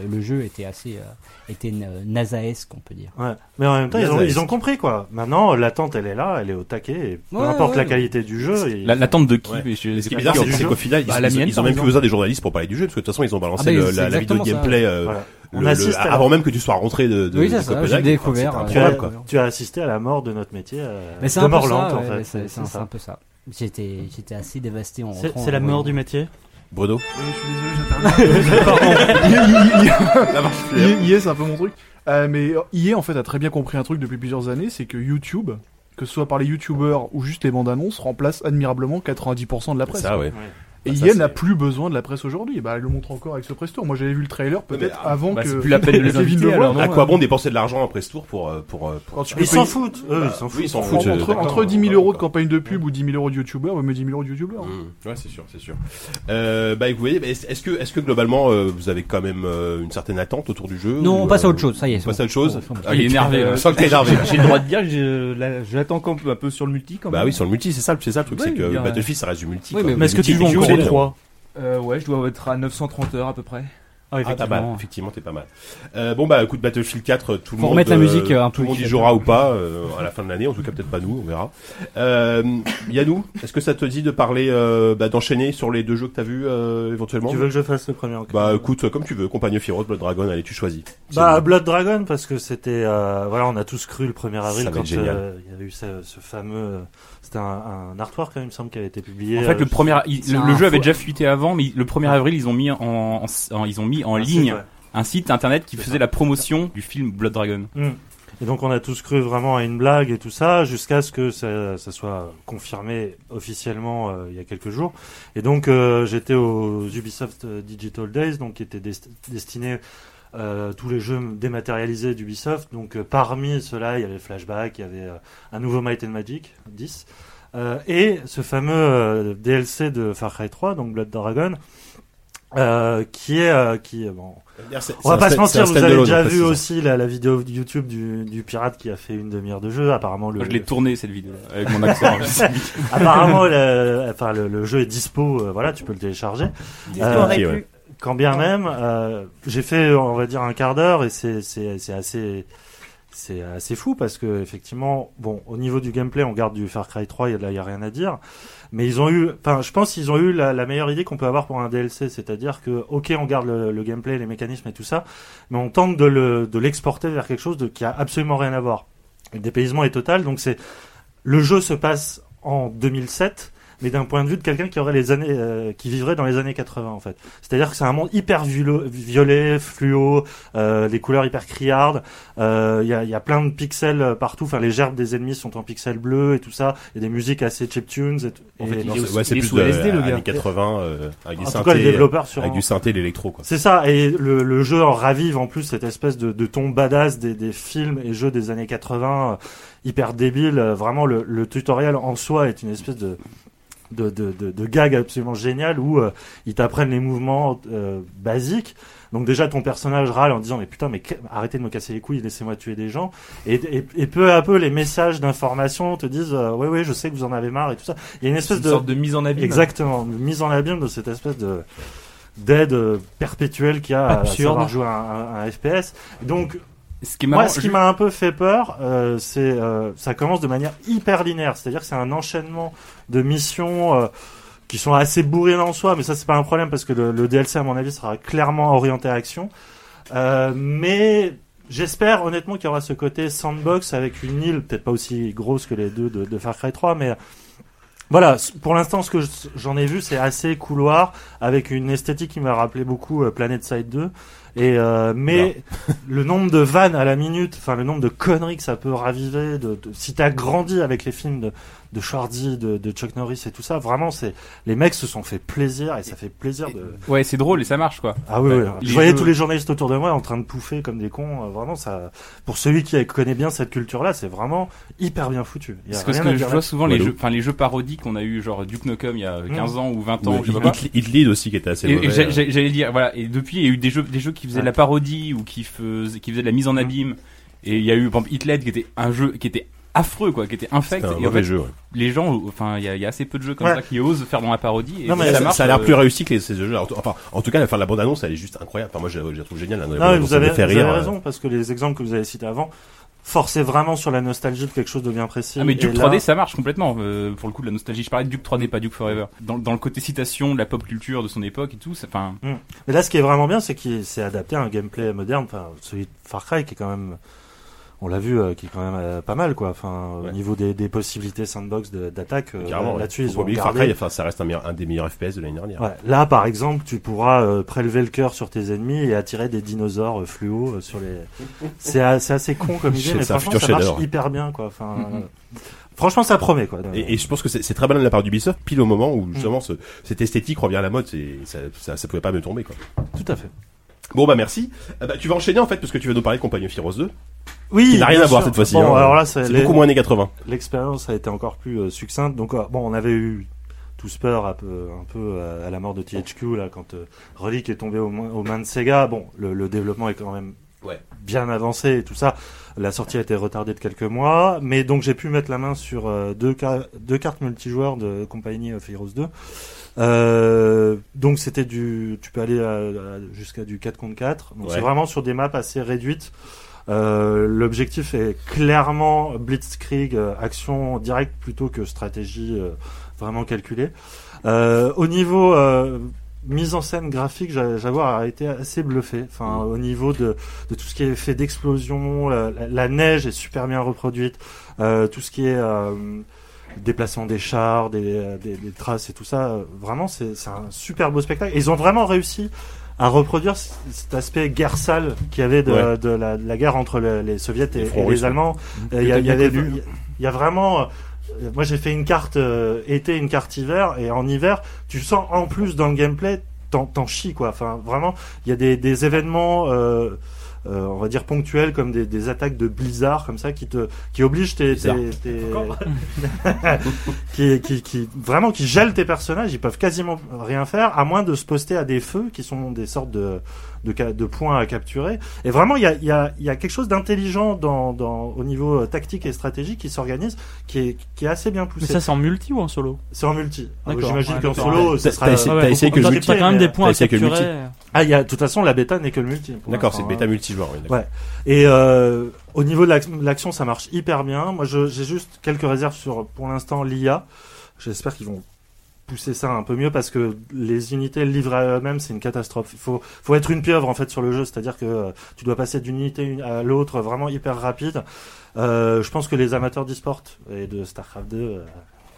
[SPEAKER 7] le, le jeu était assez euh, était euh, NASA-esque, on peut dire.
[SPEAKER 8] Ouais. Mais en même temps, ils ont,
[SPEAKER 1] Nazareth.
[SPEAKER 8] ils ont compris quoi. Maintenant, l'attente, elle est là, elle est au taquet. Et peu
[SPEAKER 7] Ouais,
[SPEAKER 8] importe
[SPEAKER 7] ouais,
[SPEAKER 8] la
[SPEAKER 7] mais-
[SPEAKER 8] qualité du jeu. ils-
[SPEAKER 3] La- L'attente de qui
[SPEAKER 1] Ouais.
[SPEAKER 3] mais je-
[SPEAKER 1] Ce qui est bizarre, c'est- c'est qu'au final, ils,
[SPEAKER 3] Bah, la
[SPEAKER 1] ils-
[SPEAKER 3] mienne,
[SPEAKER 1] ils ont
[SPEAKER 3] par
[SPEAKER 1] même plus
[SPEAKER 3] exemple.
[SPEAKER 1] besoin des journalistes pour parler du jeu, parce que de toute façon, ils ont balancé
[SPEAKER 7] Ah, mais
[SPEAKER 1] Hein, le-
[SPEAKER 7] c'est
[SPEAKER 1] la, la vidéo
[SPEAKER 7] exactement ça.
[SPEAKER 1] gameplay euh,
[SPEAKER 8] Voilà.
[SPEAKER 1] le-
[SPEAKER 8] On
[SPEAKER 1] le-
[SPEAKER 8] assiste à la-
[SPEAKER 1] avant même que tu sois rentré de, de,
[SPEAKER 7] Oui, ça,
[SPEAKER 1] de
[SPEAKER 7] ça,
[SPEAKER 1] Copenhague.
[SPEAKER 7] j'ai
[SPEAKER 1] Enfin,
[SPEAKER 7] découvert,
[SPEAKER 1] c'était
[SPEAKER 7] euh,
[SPEAKER 8] tu, as,
[SPEAKER 1] incroyable, quoi.
[SPEAKER 8] tu as assisté à la mort de notre métier. euh,
[SPEAKER 7] Mais c'est
[SPEAKER 8] de
[SPEAKER 7] un peu
[SPEAKER 8] mort
[SPEAKER 7] ça,
[SPEAKER 8] lente, en
[SPEAKER 7] ouais,
[SPEAKER 8] fait.
[SPEAKER 7] mais c'est-
[SPEAKER 8] C'est
[SPEAKER 7] c'est un, c'est un peu ça. J'étais j'étais assez dévasté en
[SPEAKER 2] C'est
[SPEAKER 7] rentrant.
[SPEAKER 2] c'est la
[SPEAKER 7] en
[SPEAKER 2] mort
[SPEAKER 7] voyant.
[SPEAKER 2] du métier.
[SPEAKER 1] Bruno
[SPEAKER 4] Oui, je suis désolé, j'interviens. IE, c'est un peu mon truc. Euh, mais IE, en fait, a très bien compris un truc depuis plusieurs années, c'est que YouTube, que ce soit par les YouTubers ou juste les bandes annonces, remplace admirablement 90% de la presse.
[SPEAKER 1] Ça, ouais.
[SPEAKER 4] Et
[SPEAKER 1] bah, ça,
[SPEAKER 4] IE
[SPEAKER 1] c'est-
[SPEAKER 4] n'a plus besoin de la presse aujourd'hui. Bah, elle le montre encore avec ce press tour. Moi, j'avais vu le trailer peut-être
[SPEAKER 1] Mais, ah,
[SPEAKER 4] avant
[SPEAKER 3] Bah, c'est
[SPEAKER 4] que.
[SPEAKER 3] plus la peine de les
[SPEAKER 4] Kevin
[SPEAKER 3] inviter
[SPEAKER 4] Leroy,
[SPEAKER 3] alors. non,
[SPEAKER 1] À quoi
[SPEAKER 3] euh,
[SPEAKER 1] bon dépenser de l'argent après ce tour pour. euh, pour, euh, pour
[SPEAKER 4] Quand tu
[SPEAKER 1] ça
[SPEAKER 4] peux
[SPEAKER 8] Ils
[SPEAKER 4] payer-
[SPEAKER 8] s'en foutent. Eux, ils s'en
[SPEAKER 1] oui,
[SPEAKER 8] foutent.
[SPEAKER 1] ils s'en
[SPEAKER 8] Ouais.
[SPEAKER 1] foutent,
[SPEAKER 4] entre,
[SPEAKER 1] euh,
[SPEAKER 4] entre,
[SPEAKER 1] d'accord,
[SPEAKER 4] entre 10 000
[SPEAKER 1] d'accord,
[SPEAKER 4] euros de
[SPEAKER 1] d'accord.
[SPEAKER 4] campagne de pub ou 10 000 euros de YouTubers, ouais, mais 10 000 euros de YouTubers. hein.
[SPEAKER 1] Mmh. Ouais, c'est sûr, c'est sûr. Euh, bah, vous voyez, bah, est-ce est-ce que, est-ce que globalement, euh, vous avez quand même euh, une certaine attente autour du jeu
[SPEAKER 7] Non,
[SPEAKER 1] ou,
[SPEAKER 7] on passe à
[SPEAKER 1] euh,
[SPEAKER 7] autre chose. Ça y est,
[SPEAKER 1] On
[SPEAKER 7] c'est
[SPEAKER 1] passe
[SPEAKER 7] bon.
[SPEAKER 1] à autre chose
[SPEAKER 7] Bon,
[SPEAKER 1] Ah, il est
[SPEAKER 3] énervé, là.
[SPEAKER 1] Je sens que t'es énervé.
[SPEAKER 5] euh, J'ai le droit de dire, je, la- je l'attends quand- un peu sur le multi quand même.
[SPEAKER 1] Bah oui, sur le multi, c'est ça, le- c'est ça le truc,
[SPEAKER 5] Ouais,
[SPEAKER 1] c'est
[SPEAKER 5] il
[SPEAKER 1] que
[SPEAKER 5] y a-
[SPEAKER 1] Battlefield, ça reste du multi.
[SPEAKER 7] Oui,
[SPEAKER 1] quoi.
[SPEAKER 7] mais-
[SPEAKER 1] Le
[SPEAKER 2] Mais est-ce que
[SPEAKER 1] multi,
[SPEAKER 2] tu joues
[SPEAKER 1] t'es
[SPEAKER 2] encore
[SPEAKER 1] obligé
[SPEAKER 2] au
[SPEAKER 1] de-
[SPEAKER 2] 3
[SPEAKER 5] Euh, ouais, je dois être à 930 heures à peu près.
[SPEAKER 1] Ah,
[SPEAKER 2] Ah,
[SPEAKER 1] t'as
[SPEAKER 2] effectivement.
[SPEAKER 1] mal. Effectivement, t'es pas mal. Euh, bon, bah, coup de Battlefield 4, tout
[SPEAKER 7] Faut
[SPEAKER 1] le monde.
[SPEAKER 7] remettre la
[SPEAKER 1] euh,
[SPEAKER 7] musique, euh, un
[SPEAKER 1] Tout le
[SPEAKER 7] peu
[SPEAKER 1] monde y
[SPEAKER 7] qui-
[SPEAKER 1] jouera ou pas, euh, à la fin de l'année. En tout cas, peut-être pas nous, on verra. Euh, Yannou, est-ce que ça te dit de parler, euh, bah, d'enchaîner sur les deux jeux que t'as vus, euh, éventuellement?
[SPEAKER 8] Tu veux que je fasse le premier en
[SPEAKER 1] Bah, écoute, euh, comme tu veux, Compagnie Firo, Blood Dragon, allez, tu choisis. C'est
[SPEAKER 8] Bah
[SPEAKER 1] bon.
[SPEAKER 8] Blood Dragon parce que c'était euh, voilà on a tous cru le 1er avril
[SPEAKER 1] Ça va
[SPEAKER 8] quand
[SPEAKER 1] être génial.
[SPEAKER 8] euh, il y avait eu ce, ce fameux euh, c'était un, un artwork quand même il me semble qui avait été publié
[SPEAKER 3] En fait,
[SPEAKER 8] euh,
[SPEAKER 3] le premier, il-
[SPEAKER 7] c'est
[SPEAKER 3] le,
[SPEAKER 7] un
[SPEAKER 3] le jeu avait
[SPEAKER 7] faux-
[SPEAKER 3] déjà fuité avant, mais le 1er avril, ils ont mis en, en- en- ils ont mis en
[SPEAKER 8] un site,
[SPEAKER 3] ligne
[SPEAKER 8] ouais.
[SPEAKER 3] un site internet qui
[SPEAKER 8] C'est
[SPEAKER 3] faisait
[SPEAKER 8] ça.
[SPEAKER 3] la promotion du film Blood Dragon.
[SPEAKER 8] Mm. Et donc on a tous cru vraiment à une blague et tout ça, jusqu'à ce que ça, ça soit confirmé officiellement euh, il y a quelques jours. Et donc euh, j'étais aux Ubisoft euh, Digital Days, donc qui était dest- destiné euh, tous les jeux dématérialisés d'Ubisoft. Donc euh, parmi ceux-là, il y avait Flashback, il y avait euh, un nouveau Might and Magic 10, euh, et ce fameux euh, DLC de Far Cry 3, donc Blood Dragon, euh, qui est euh, qui est bon,
[SPEAKER 1] C'est-
[SPEAKER 8] on va
[SPEAKER 1] c'est
[SPEAKER 8] pas
[SPEAKER 1] un
[SPEAKER 8] se mentir,
[SPEAKER 1] stand-
[SPEAKER 8] vous
[SPEAKER 1] c'est un
[SPEAKER 8] avez
[SPEAKER 1] standalone,
[SPEAKER 8] déjà
[SPEAKER 1] en fait,
[SPEAKER 8] vu
[SPEAKER 1] c'est ça.
[SPEAKER 8] aussi la, la vidéo YouTube du, du pirate qui a fait une demi-heure de jeu. Apparemment, le,
[SPEAKER 3] Moi, je l'ai tourné cette vidéo avec mon accent.
[SPEAKER 8] apparemment le, enfin, le, le jeu est dispo. euh, voilà, tu peux le télécharger.
[SPEAKER 6] Qu'est-ce qu'on
[SPEAKER 8] Euh,
[SPEAKER 6] aurait
[SPEAKER 1] ok,
[SPEAKER 6] pu
[SPEAKER 1] ouais.
[SPEAKER 8] Quand bien même, euh, j'ai fait, on va dire, un quart d'heure et c'est c'est- c'est assez. C'est assez fou parce que effectivement, bon, au niveau du gameplay, on garde du Far Cry 3, et là, il y a rien à dire. Mais ils ont eu, enfin, je pense qu'ils ont eu la, la meilleure idée qu'on peut avoir pour un DLC, c'est-à-dire que, ok, on garde le, le gameplay, les mécanismes et tout ça, mais on tente de le de l'exporter vers quelque chose de, qui a absolument rien à voir. Le dépaysement est total, donc c'est le jeu se passe en 2007, mais d'un point de vue de quelqu'un qui aurait les années, euh, qui vivrait dans les années 80 en fait. C'est-à-dire que c'est un monde hyper vulo- violet, fluo, euh, les couleurs hyper criardes. euh, Il y, a, il y a plein de pixels euh, partout. Enfin, les gerbes des ennemis sont en pixels bleus et tout ça. Il y a des musiques assez chiptunes. Et tout.
[SPEAKER 3] En fait, il
[SPEAKER 8] Et-
[SPEAKER 3] est
[SPEAKER 1] Non,
[SPEAKER 3] aussi-
[SPEAKER 1] c'est- ouais, c'est
[SPEAKER 3] il est
[SPEAKER 1] plus
[SPEAKER 3] sous
[SPEAKER 1] de
[SPEAKER 3] LSD, le gars.
[SPEAKER 1] années 80, euh, avec des
[SPEAKER 8] en tout cas, les
[SPEAKER 1] synthés,
[SPEAKER 8] développeurs sur
[SPEAKER 1] avec du synthé, l'électro, quoi.
[SPEAKER 8] c'est ça, et le, le jeu en ravive en plus cette espèce de, de ton badass des, des films et jeux des années 80, euh, hyper débile. euh, Vraiment, le, le tutoriel en soi est une espèce de de, de, de, de gag absolument génial où euh, ils t'apprennent les mouvements euh, basiques. Donc déjà ton personnage râle en disant mais putain mais que- arrêtez de me casser les couilles laissez-moi tuer des gens et, et, et peu à peu les messages d'information te disent euh, ouais ouais je sais que vous en avez marre et tout ça il y a une
[SPEAKER 5] C'est
[SPEAKER 8] espèce
[SPEAKER 5] une
[SPEAKER 8] de
[SPEAKER 5] sorte de mise en abîme.
[SPEAKER 8] Exactement, une mise en abîme de cette espèce de d'aide euh, perpétuelle qu'il y a
[SPEAKER 2] Absurde.
[SPEAKER 8] à savoir jouer à un, à un FPS. Donc
[SPEAKER 3] Ce qui est
[SPEAKER 8] moi,
[SPEAKER 3] marrant,
[SPEAKER 8] ce
[SPEAKER 3] je-
[SPEAKER 8] qui m'a un peu fait peur, euh, c'est euh, ça commence de manière hyper linéaire, c'est-à-dire que c'est un enchaînement de missions euh, qui sont assez bourrines en soi, mais ça c'est pas un problème parce que le, le DLC à mon avis sera clairement orienté à action. Euh, mais J'espère honnêtement qu'il y aura ce côté sandbox avec une île, peut-être pas aussi grosse que les deux de, de Far Cry 3, mais voilà, c- pour l'instant ce que je- j'en ai vu c'est assez couloir, avec une esthétique qui m'a rappelé beaucoup euh, Planet Side 2, Et euh, mais le nombre de vannes à la minute, enfin le nombre de conneries que ça peut raviver, de, de- si t'as grandi avec les films de, de Schwarzy, de, de Chuck Norris et tout ça, vraiment c'est les mecs se sont fait plaisir et ça fait plaisir de.
[SPEAKER 3] Ouais, c'est drôle et ça marche quoi.
[SPEAKER 8] Ah oui,
[SPEAKER 3] Ouais.
[SPEAKER 8] oui.
[SPEAKER 3] Bah, Les
[SPEAKER 8] je voyais
[SPEAKER 3] jeux-
[SPEAKER 8] tous les journalistes autour de moi en train de pouffer comme des cons. euh, vraiment, ça, pour celui qui connaît bien cette culture-là, c'est vraiment hyper bien foutu. Il y a
[SPEAKER 3] Parce que ce
[SPEAKER 8] rien
[SPEAKER 3] que
[SPEAKER 8] à
[SPEAKER 3] je
[SPEAKER 8] dire
[SPEAKER 3] vois souvent, les
[SPEAKER 1] Walou.
[SPEAKER 3] jeux, enfin les jeux parodies qu'on a eu, genre Duke Nukem il y
[SPEAKER 8] Mmh.
[SPEAKER 3] a 15 ans ou 20 ans,
[SPEAKER 1] Le-
[SPEAKER 3] je sais pas.
[SPEAKER 1] Hit- Hit Lead aussi qui était assez
[SPEAKER 3] Et- et
[SPEAKER 1] mauvais. euh.
[SPEAKER 3] j'a- j'a- J'allais dire, voilà. Et depuis, il y a eu des jeux, des jeux qui faisaient de la parodie ou qui faisaient, qui faisaient de la
[SPEAKER 8] Mmh.
[SPEAKER 3] mise en abîme. Et il y a eu, par exemple, Hitler qui était un jeu qui était affreux, quoi, qui était infect.
[SPEAKER 1] C'était un
[SPEAKER 3] Et en
[SPEAKER 1] mauvais
[SPEAKER 3] fait,
[SPEAKER 1] jeu. ouais.
[SPEAKER 3] les gens, enfin, il y, a- il y a assez peu de jeux comme
[SPEAKER 8] Ouais.
[SPEAKER 3] ça qui osent faire dans la parodie. Et
[SPEAKER 8] Non, mais
[SPEAKER 3] ça,
[SPEAKER 1] Ça,
[SPEAKER 3] marche,
[SPEAKER 1] ça a l'air
[SPEAKER 3] euh,
[SPEAKER 1] plus réussi que les, ces jeux-là. Enfin, en tout cas, enfin, la bande-annonce, elle est juste incroyable. Enfin, moi, je, je la trouve géniale. La
[SPEAKER 8] Non, mais
[SPEAKER 1] bande-annonce,
[SPEAKER 8] vous
[SPEAKER 1] ça me
[SPEAKER 8] avez,
[SPEAKER 1] fait
[SPEAKER 8] vous
[SPEAKER 1] rire. euh,
[SPEAKER 8] avez raison, parce que les exemples que vous avez cités avant forçaient vraiment sur la nostalgie de quelque chose de bien précis.
[SPEAKER 3] Ah mais Duke
[SPEAKER 8] Et là-
[SPEAKER 3] 3D ça marche complètement euh, pour le coup de la nostalgie je parlais de Duke 3D pas Duke Forever dans, dans le côté citation de la pop culture de son époque et tout ça- enfin
[SPEAKER 8] Hmm. Mais là, ce qui est vraiment bien, c'est qu'il s'est adapté à un gameplay moderne, enfin, celui de Far Cry, qui est quand même, on l'a vu, euh, qui est quand même euh, pas mal, quoi. Enfin,
[SPEAKER 1] Ouais.
[SPEAKER 8] au niveau des, des possibilités sandbox de- d'attaque, euh,
[SPEAKER 1] Carrément. ouais.
[SPEAKER 8] là-dessus,
[SPEAKER 1] Faut
[SPEAKER 8] ils
[SPEAKER 1] pas
[SPEAKER 8] ont
[SPEAKER 1] oublier que Far
[SPEAKER 8] gardé-
[SPEAKER 1] Cry, enfin, ça reste un, meilleur- un des meilleurs FPS de l'année dernière.
[SPEAKER 8] Ouais. Là, par exemple, tu pourras euh, prélever le cœur sur tes ennemis et attirer des dinosaures euh, fluo euh, sur les. C'est a- c'est assez con comme idée,
[SPEAKER 1] C'est
[SPEAKER 8] mais
[SPEAKER 1] un
[SPEAKER 8] franchement,
[SPEAKER 1] futur
[SPEAKER 8] ça marche
[SPEAKER 1] chef-d'œuvre.
[SPEAKER 8] hyper bien, quoi. Enfin,
[SPEAKER 3] Mhm.
[SPEAKER 1] Mm,
[SPEAKER 8] euh, franchement, ça promet, quoi. Mm.
[SPEAKER 1] Et, et je pense que c'est c'est très malin de la part d'Ubisoft, pile au moment où justement ce- cette esthétique revient à la mode, c'est- ça, ça, ça pouvait pas me tomber quoi.
[SPEAKER 8] Tout à fait.
[SPEAKER 1] Bon bah merci. Ah bah, tu vas enchaîner en fait parce que tu vas nous parler de Compagnie Firos 2.
[SPEAKER 8] Oui.
[SPEAKER 1] Qui n'a rien
[SPEAKER 8] bien
[SPEAKER 1] à voir
[SPEAKER 8] sûr.
[SPEAKER 1] cette fois-ci,
[SPEAKER 8] Bon,
[SPEAKER 1] hein.
[SPEAKER 8] alors là, c'est
[SPEAKER 1] C'est
[SPEAKER 8] les-
[SPEAKER 1] beaucoup moins années 80.
[SPEAKER 8] l'expérience a été encore plus euh, succincte. Donc, euh, bon, on avait eu tous peur un peu, un peu euh, à la mort de THQ là quand euh, Relic est tombé aux, mains- aux mains de Sega. Bon, le, le développement est quand même
[SPEAKER 1] Ouais.
[SPEAKER 8] bien avancé et tout ça. La sortie a été retardée de quelques mois, mais donc j'ai pu mettre la main sur euh, deux, ca- deux cartes multijoueurs de Compagnie of Heroes 2. Euh, donc c'était du, tu peux aller à- à- jusqu'à du 4 contre 4. Donc
[SPEAKER 1] Ouais.
[SPEAKER 8] c'est vraiment sur des maps assez réduites. Euh, L'objectif est clairement blitzkrieg, euh, action directe plutôt que stratégie euh, vraiment calculée. Euh, au niveau euh, mise en scène graphique, j'a- j'avoue a été assez bluffé. Enfin, au niveau de, de tout ce qui est fait d'explosion, la, la- la neige est super bien reproduite. Euh, tout ce qui est euh, déplacement des chars, des, euh, des- des traces et tout ça, euh, vraiment c'est c'est un super beau spectacle. Et ils ont vraiment réussi à reproduire c- cet aspect guerre sale qu'il y avait de,
[SPEAKER 1] Ouais.
[SPEAKER 8] de la, de la guerre entre le- les soviets et,
[SPEAKER 1] Les fronts
[SPEAKER 8] et
[SPEAKER 1] russes,
[SPEAKER 8] les Allemands. Euh, Il y, a- il y a des-
[SPEAKER 4] inconnus.
[SPEAKER 8] il y a- il y a vraiment. euh, Moi, j'ai fait une carte euh, été, une carte hiver, et en hiver, tu sens en plus dans le gameplay, t'en t'en chies quoi. Enfin, vraiment, il y a des, des événements, euh, euh, on va dire ponctuels, comme des, des attaques de blizzard comme ça, qui te, qui obligent tes,
[SPEAKER 1] Blizzard.
[SPEAKER 8] tes- tes-
[SPEAKER 2] Euh,
[SPEAKER 8] qui, qui, qui, vraiment, qui gèlent tes personnages. Ils peuvent quasiment rien faire, à moins de se poster à des feux qui sont des sortes de de, ca- de points à capturer. Et vraiment, il y a, il y, a, il y a quelque chose d'intelligent dans, dans, au niveau euh, tactique et stratégique qui s'organise, qui est, qui est assez bien
[SPEAKER 2] Mais
[SPEAKER 8] poussé.
[SPEAKER 2] ça, c'est en multi ou en solo
[SPEAKER 8] C'est en multi. Ah,
[SPEAKER 2] D'accord.
[SPEAKER 8] J'imagine
[SPEAKER 2] Ouais,
[SPEAKER 8] qu'en
[SPEAKER 2] d'accord.
[SPEAKER 8] solo,
[SPEAKER 1] T'as
[SPEAKER 8] ça sera...
[SPEAKER 1] t'as essayé,
[SPEAKER 2] ouais,
[SPEAKER 1] t'as essayé que
[SPEAKER 8] on
[SPEAKER 1] le
[SPEAKER 8] t'a
[SPEAKER 1] multi.
[SPEAKER 2] T'as quand même
[SPEAKER 8] mais,
[SPEAKER 2] des points à
[SPEAKER 1] t'as essayé que le
[SPEAKER 2] capturer.
[SPEAKER 8] Ah, il y a, de toute façon, la bêta n'est que le multi. pour
[SPEAKER 1] D'accord, c'est
[SPEAKER 8] l'instant,
[SPEAKER 1] bêta
[SPEAKER 8] hein.
[SPEAKER 1] multijoueur. oui, d'accord.
[SPEAKER 8] Ouais. Et euh, au niveau de l'ac- l'action, ça marche hyper bien. Moi, je- j'ai juste quelques réserves sur, pour l'instant, l'IA. J'espère qu'ils vont pousser ça un peu mieux parce que les unités livrées à eux-mêmes, c'est une catastrophe. Il faut, faut être une pieuvre en fait sur le jeu, c'est-à-dire que euh, tu dois passer d'une unité une- à l'autre vraiment hyper rapide. Euh, je pense que les amateurs d'e-sport et de StarCraft 2, euh,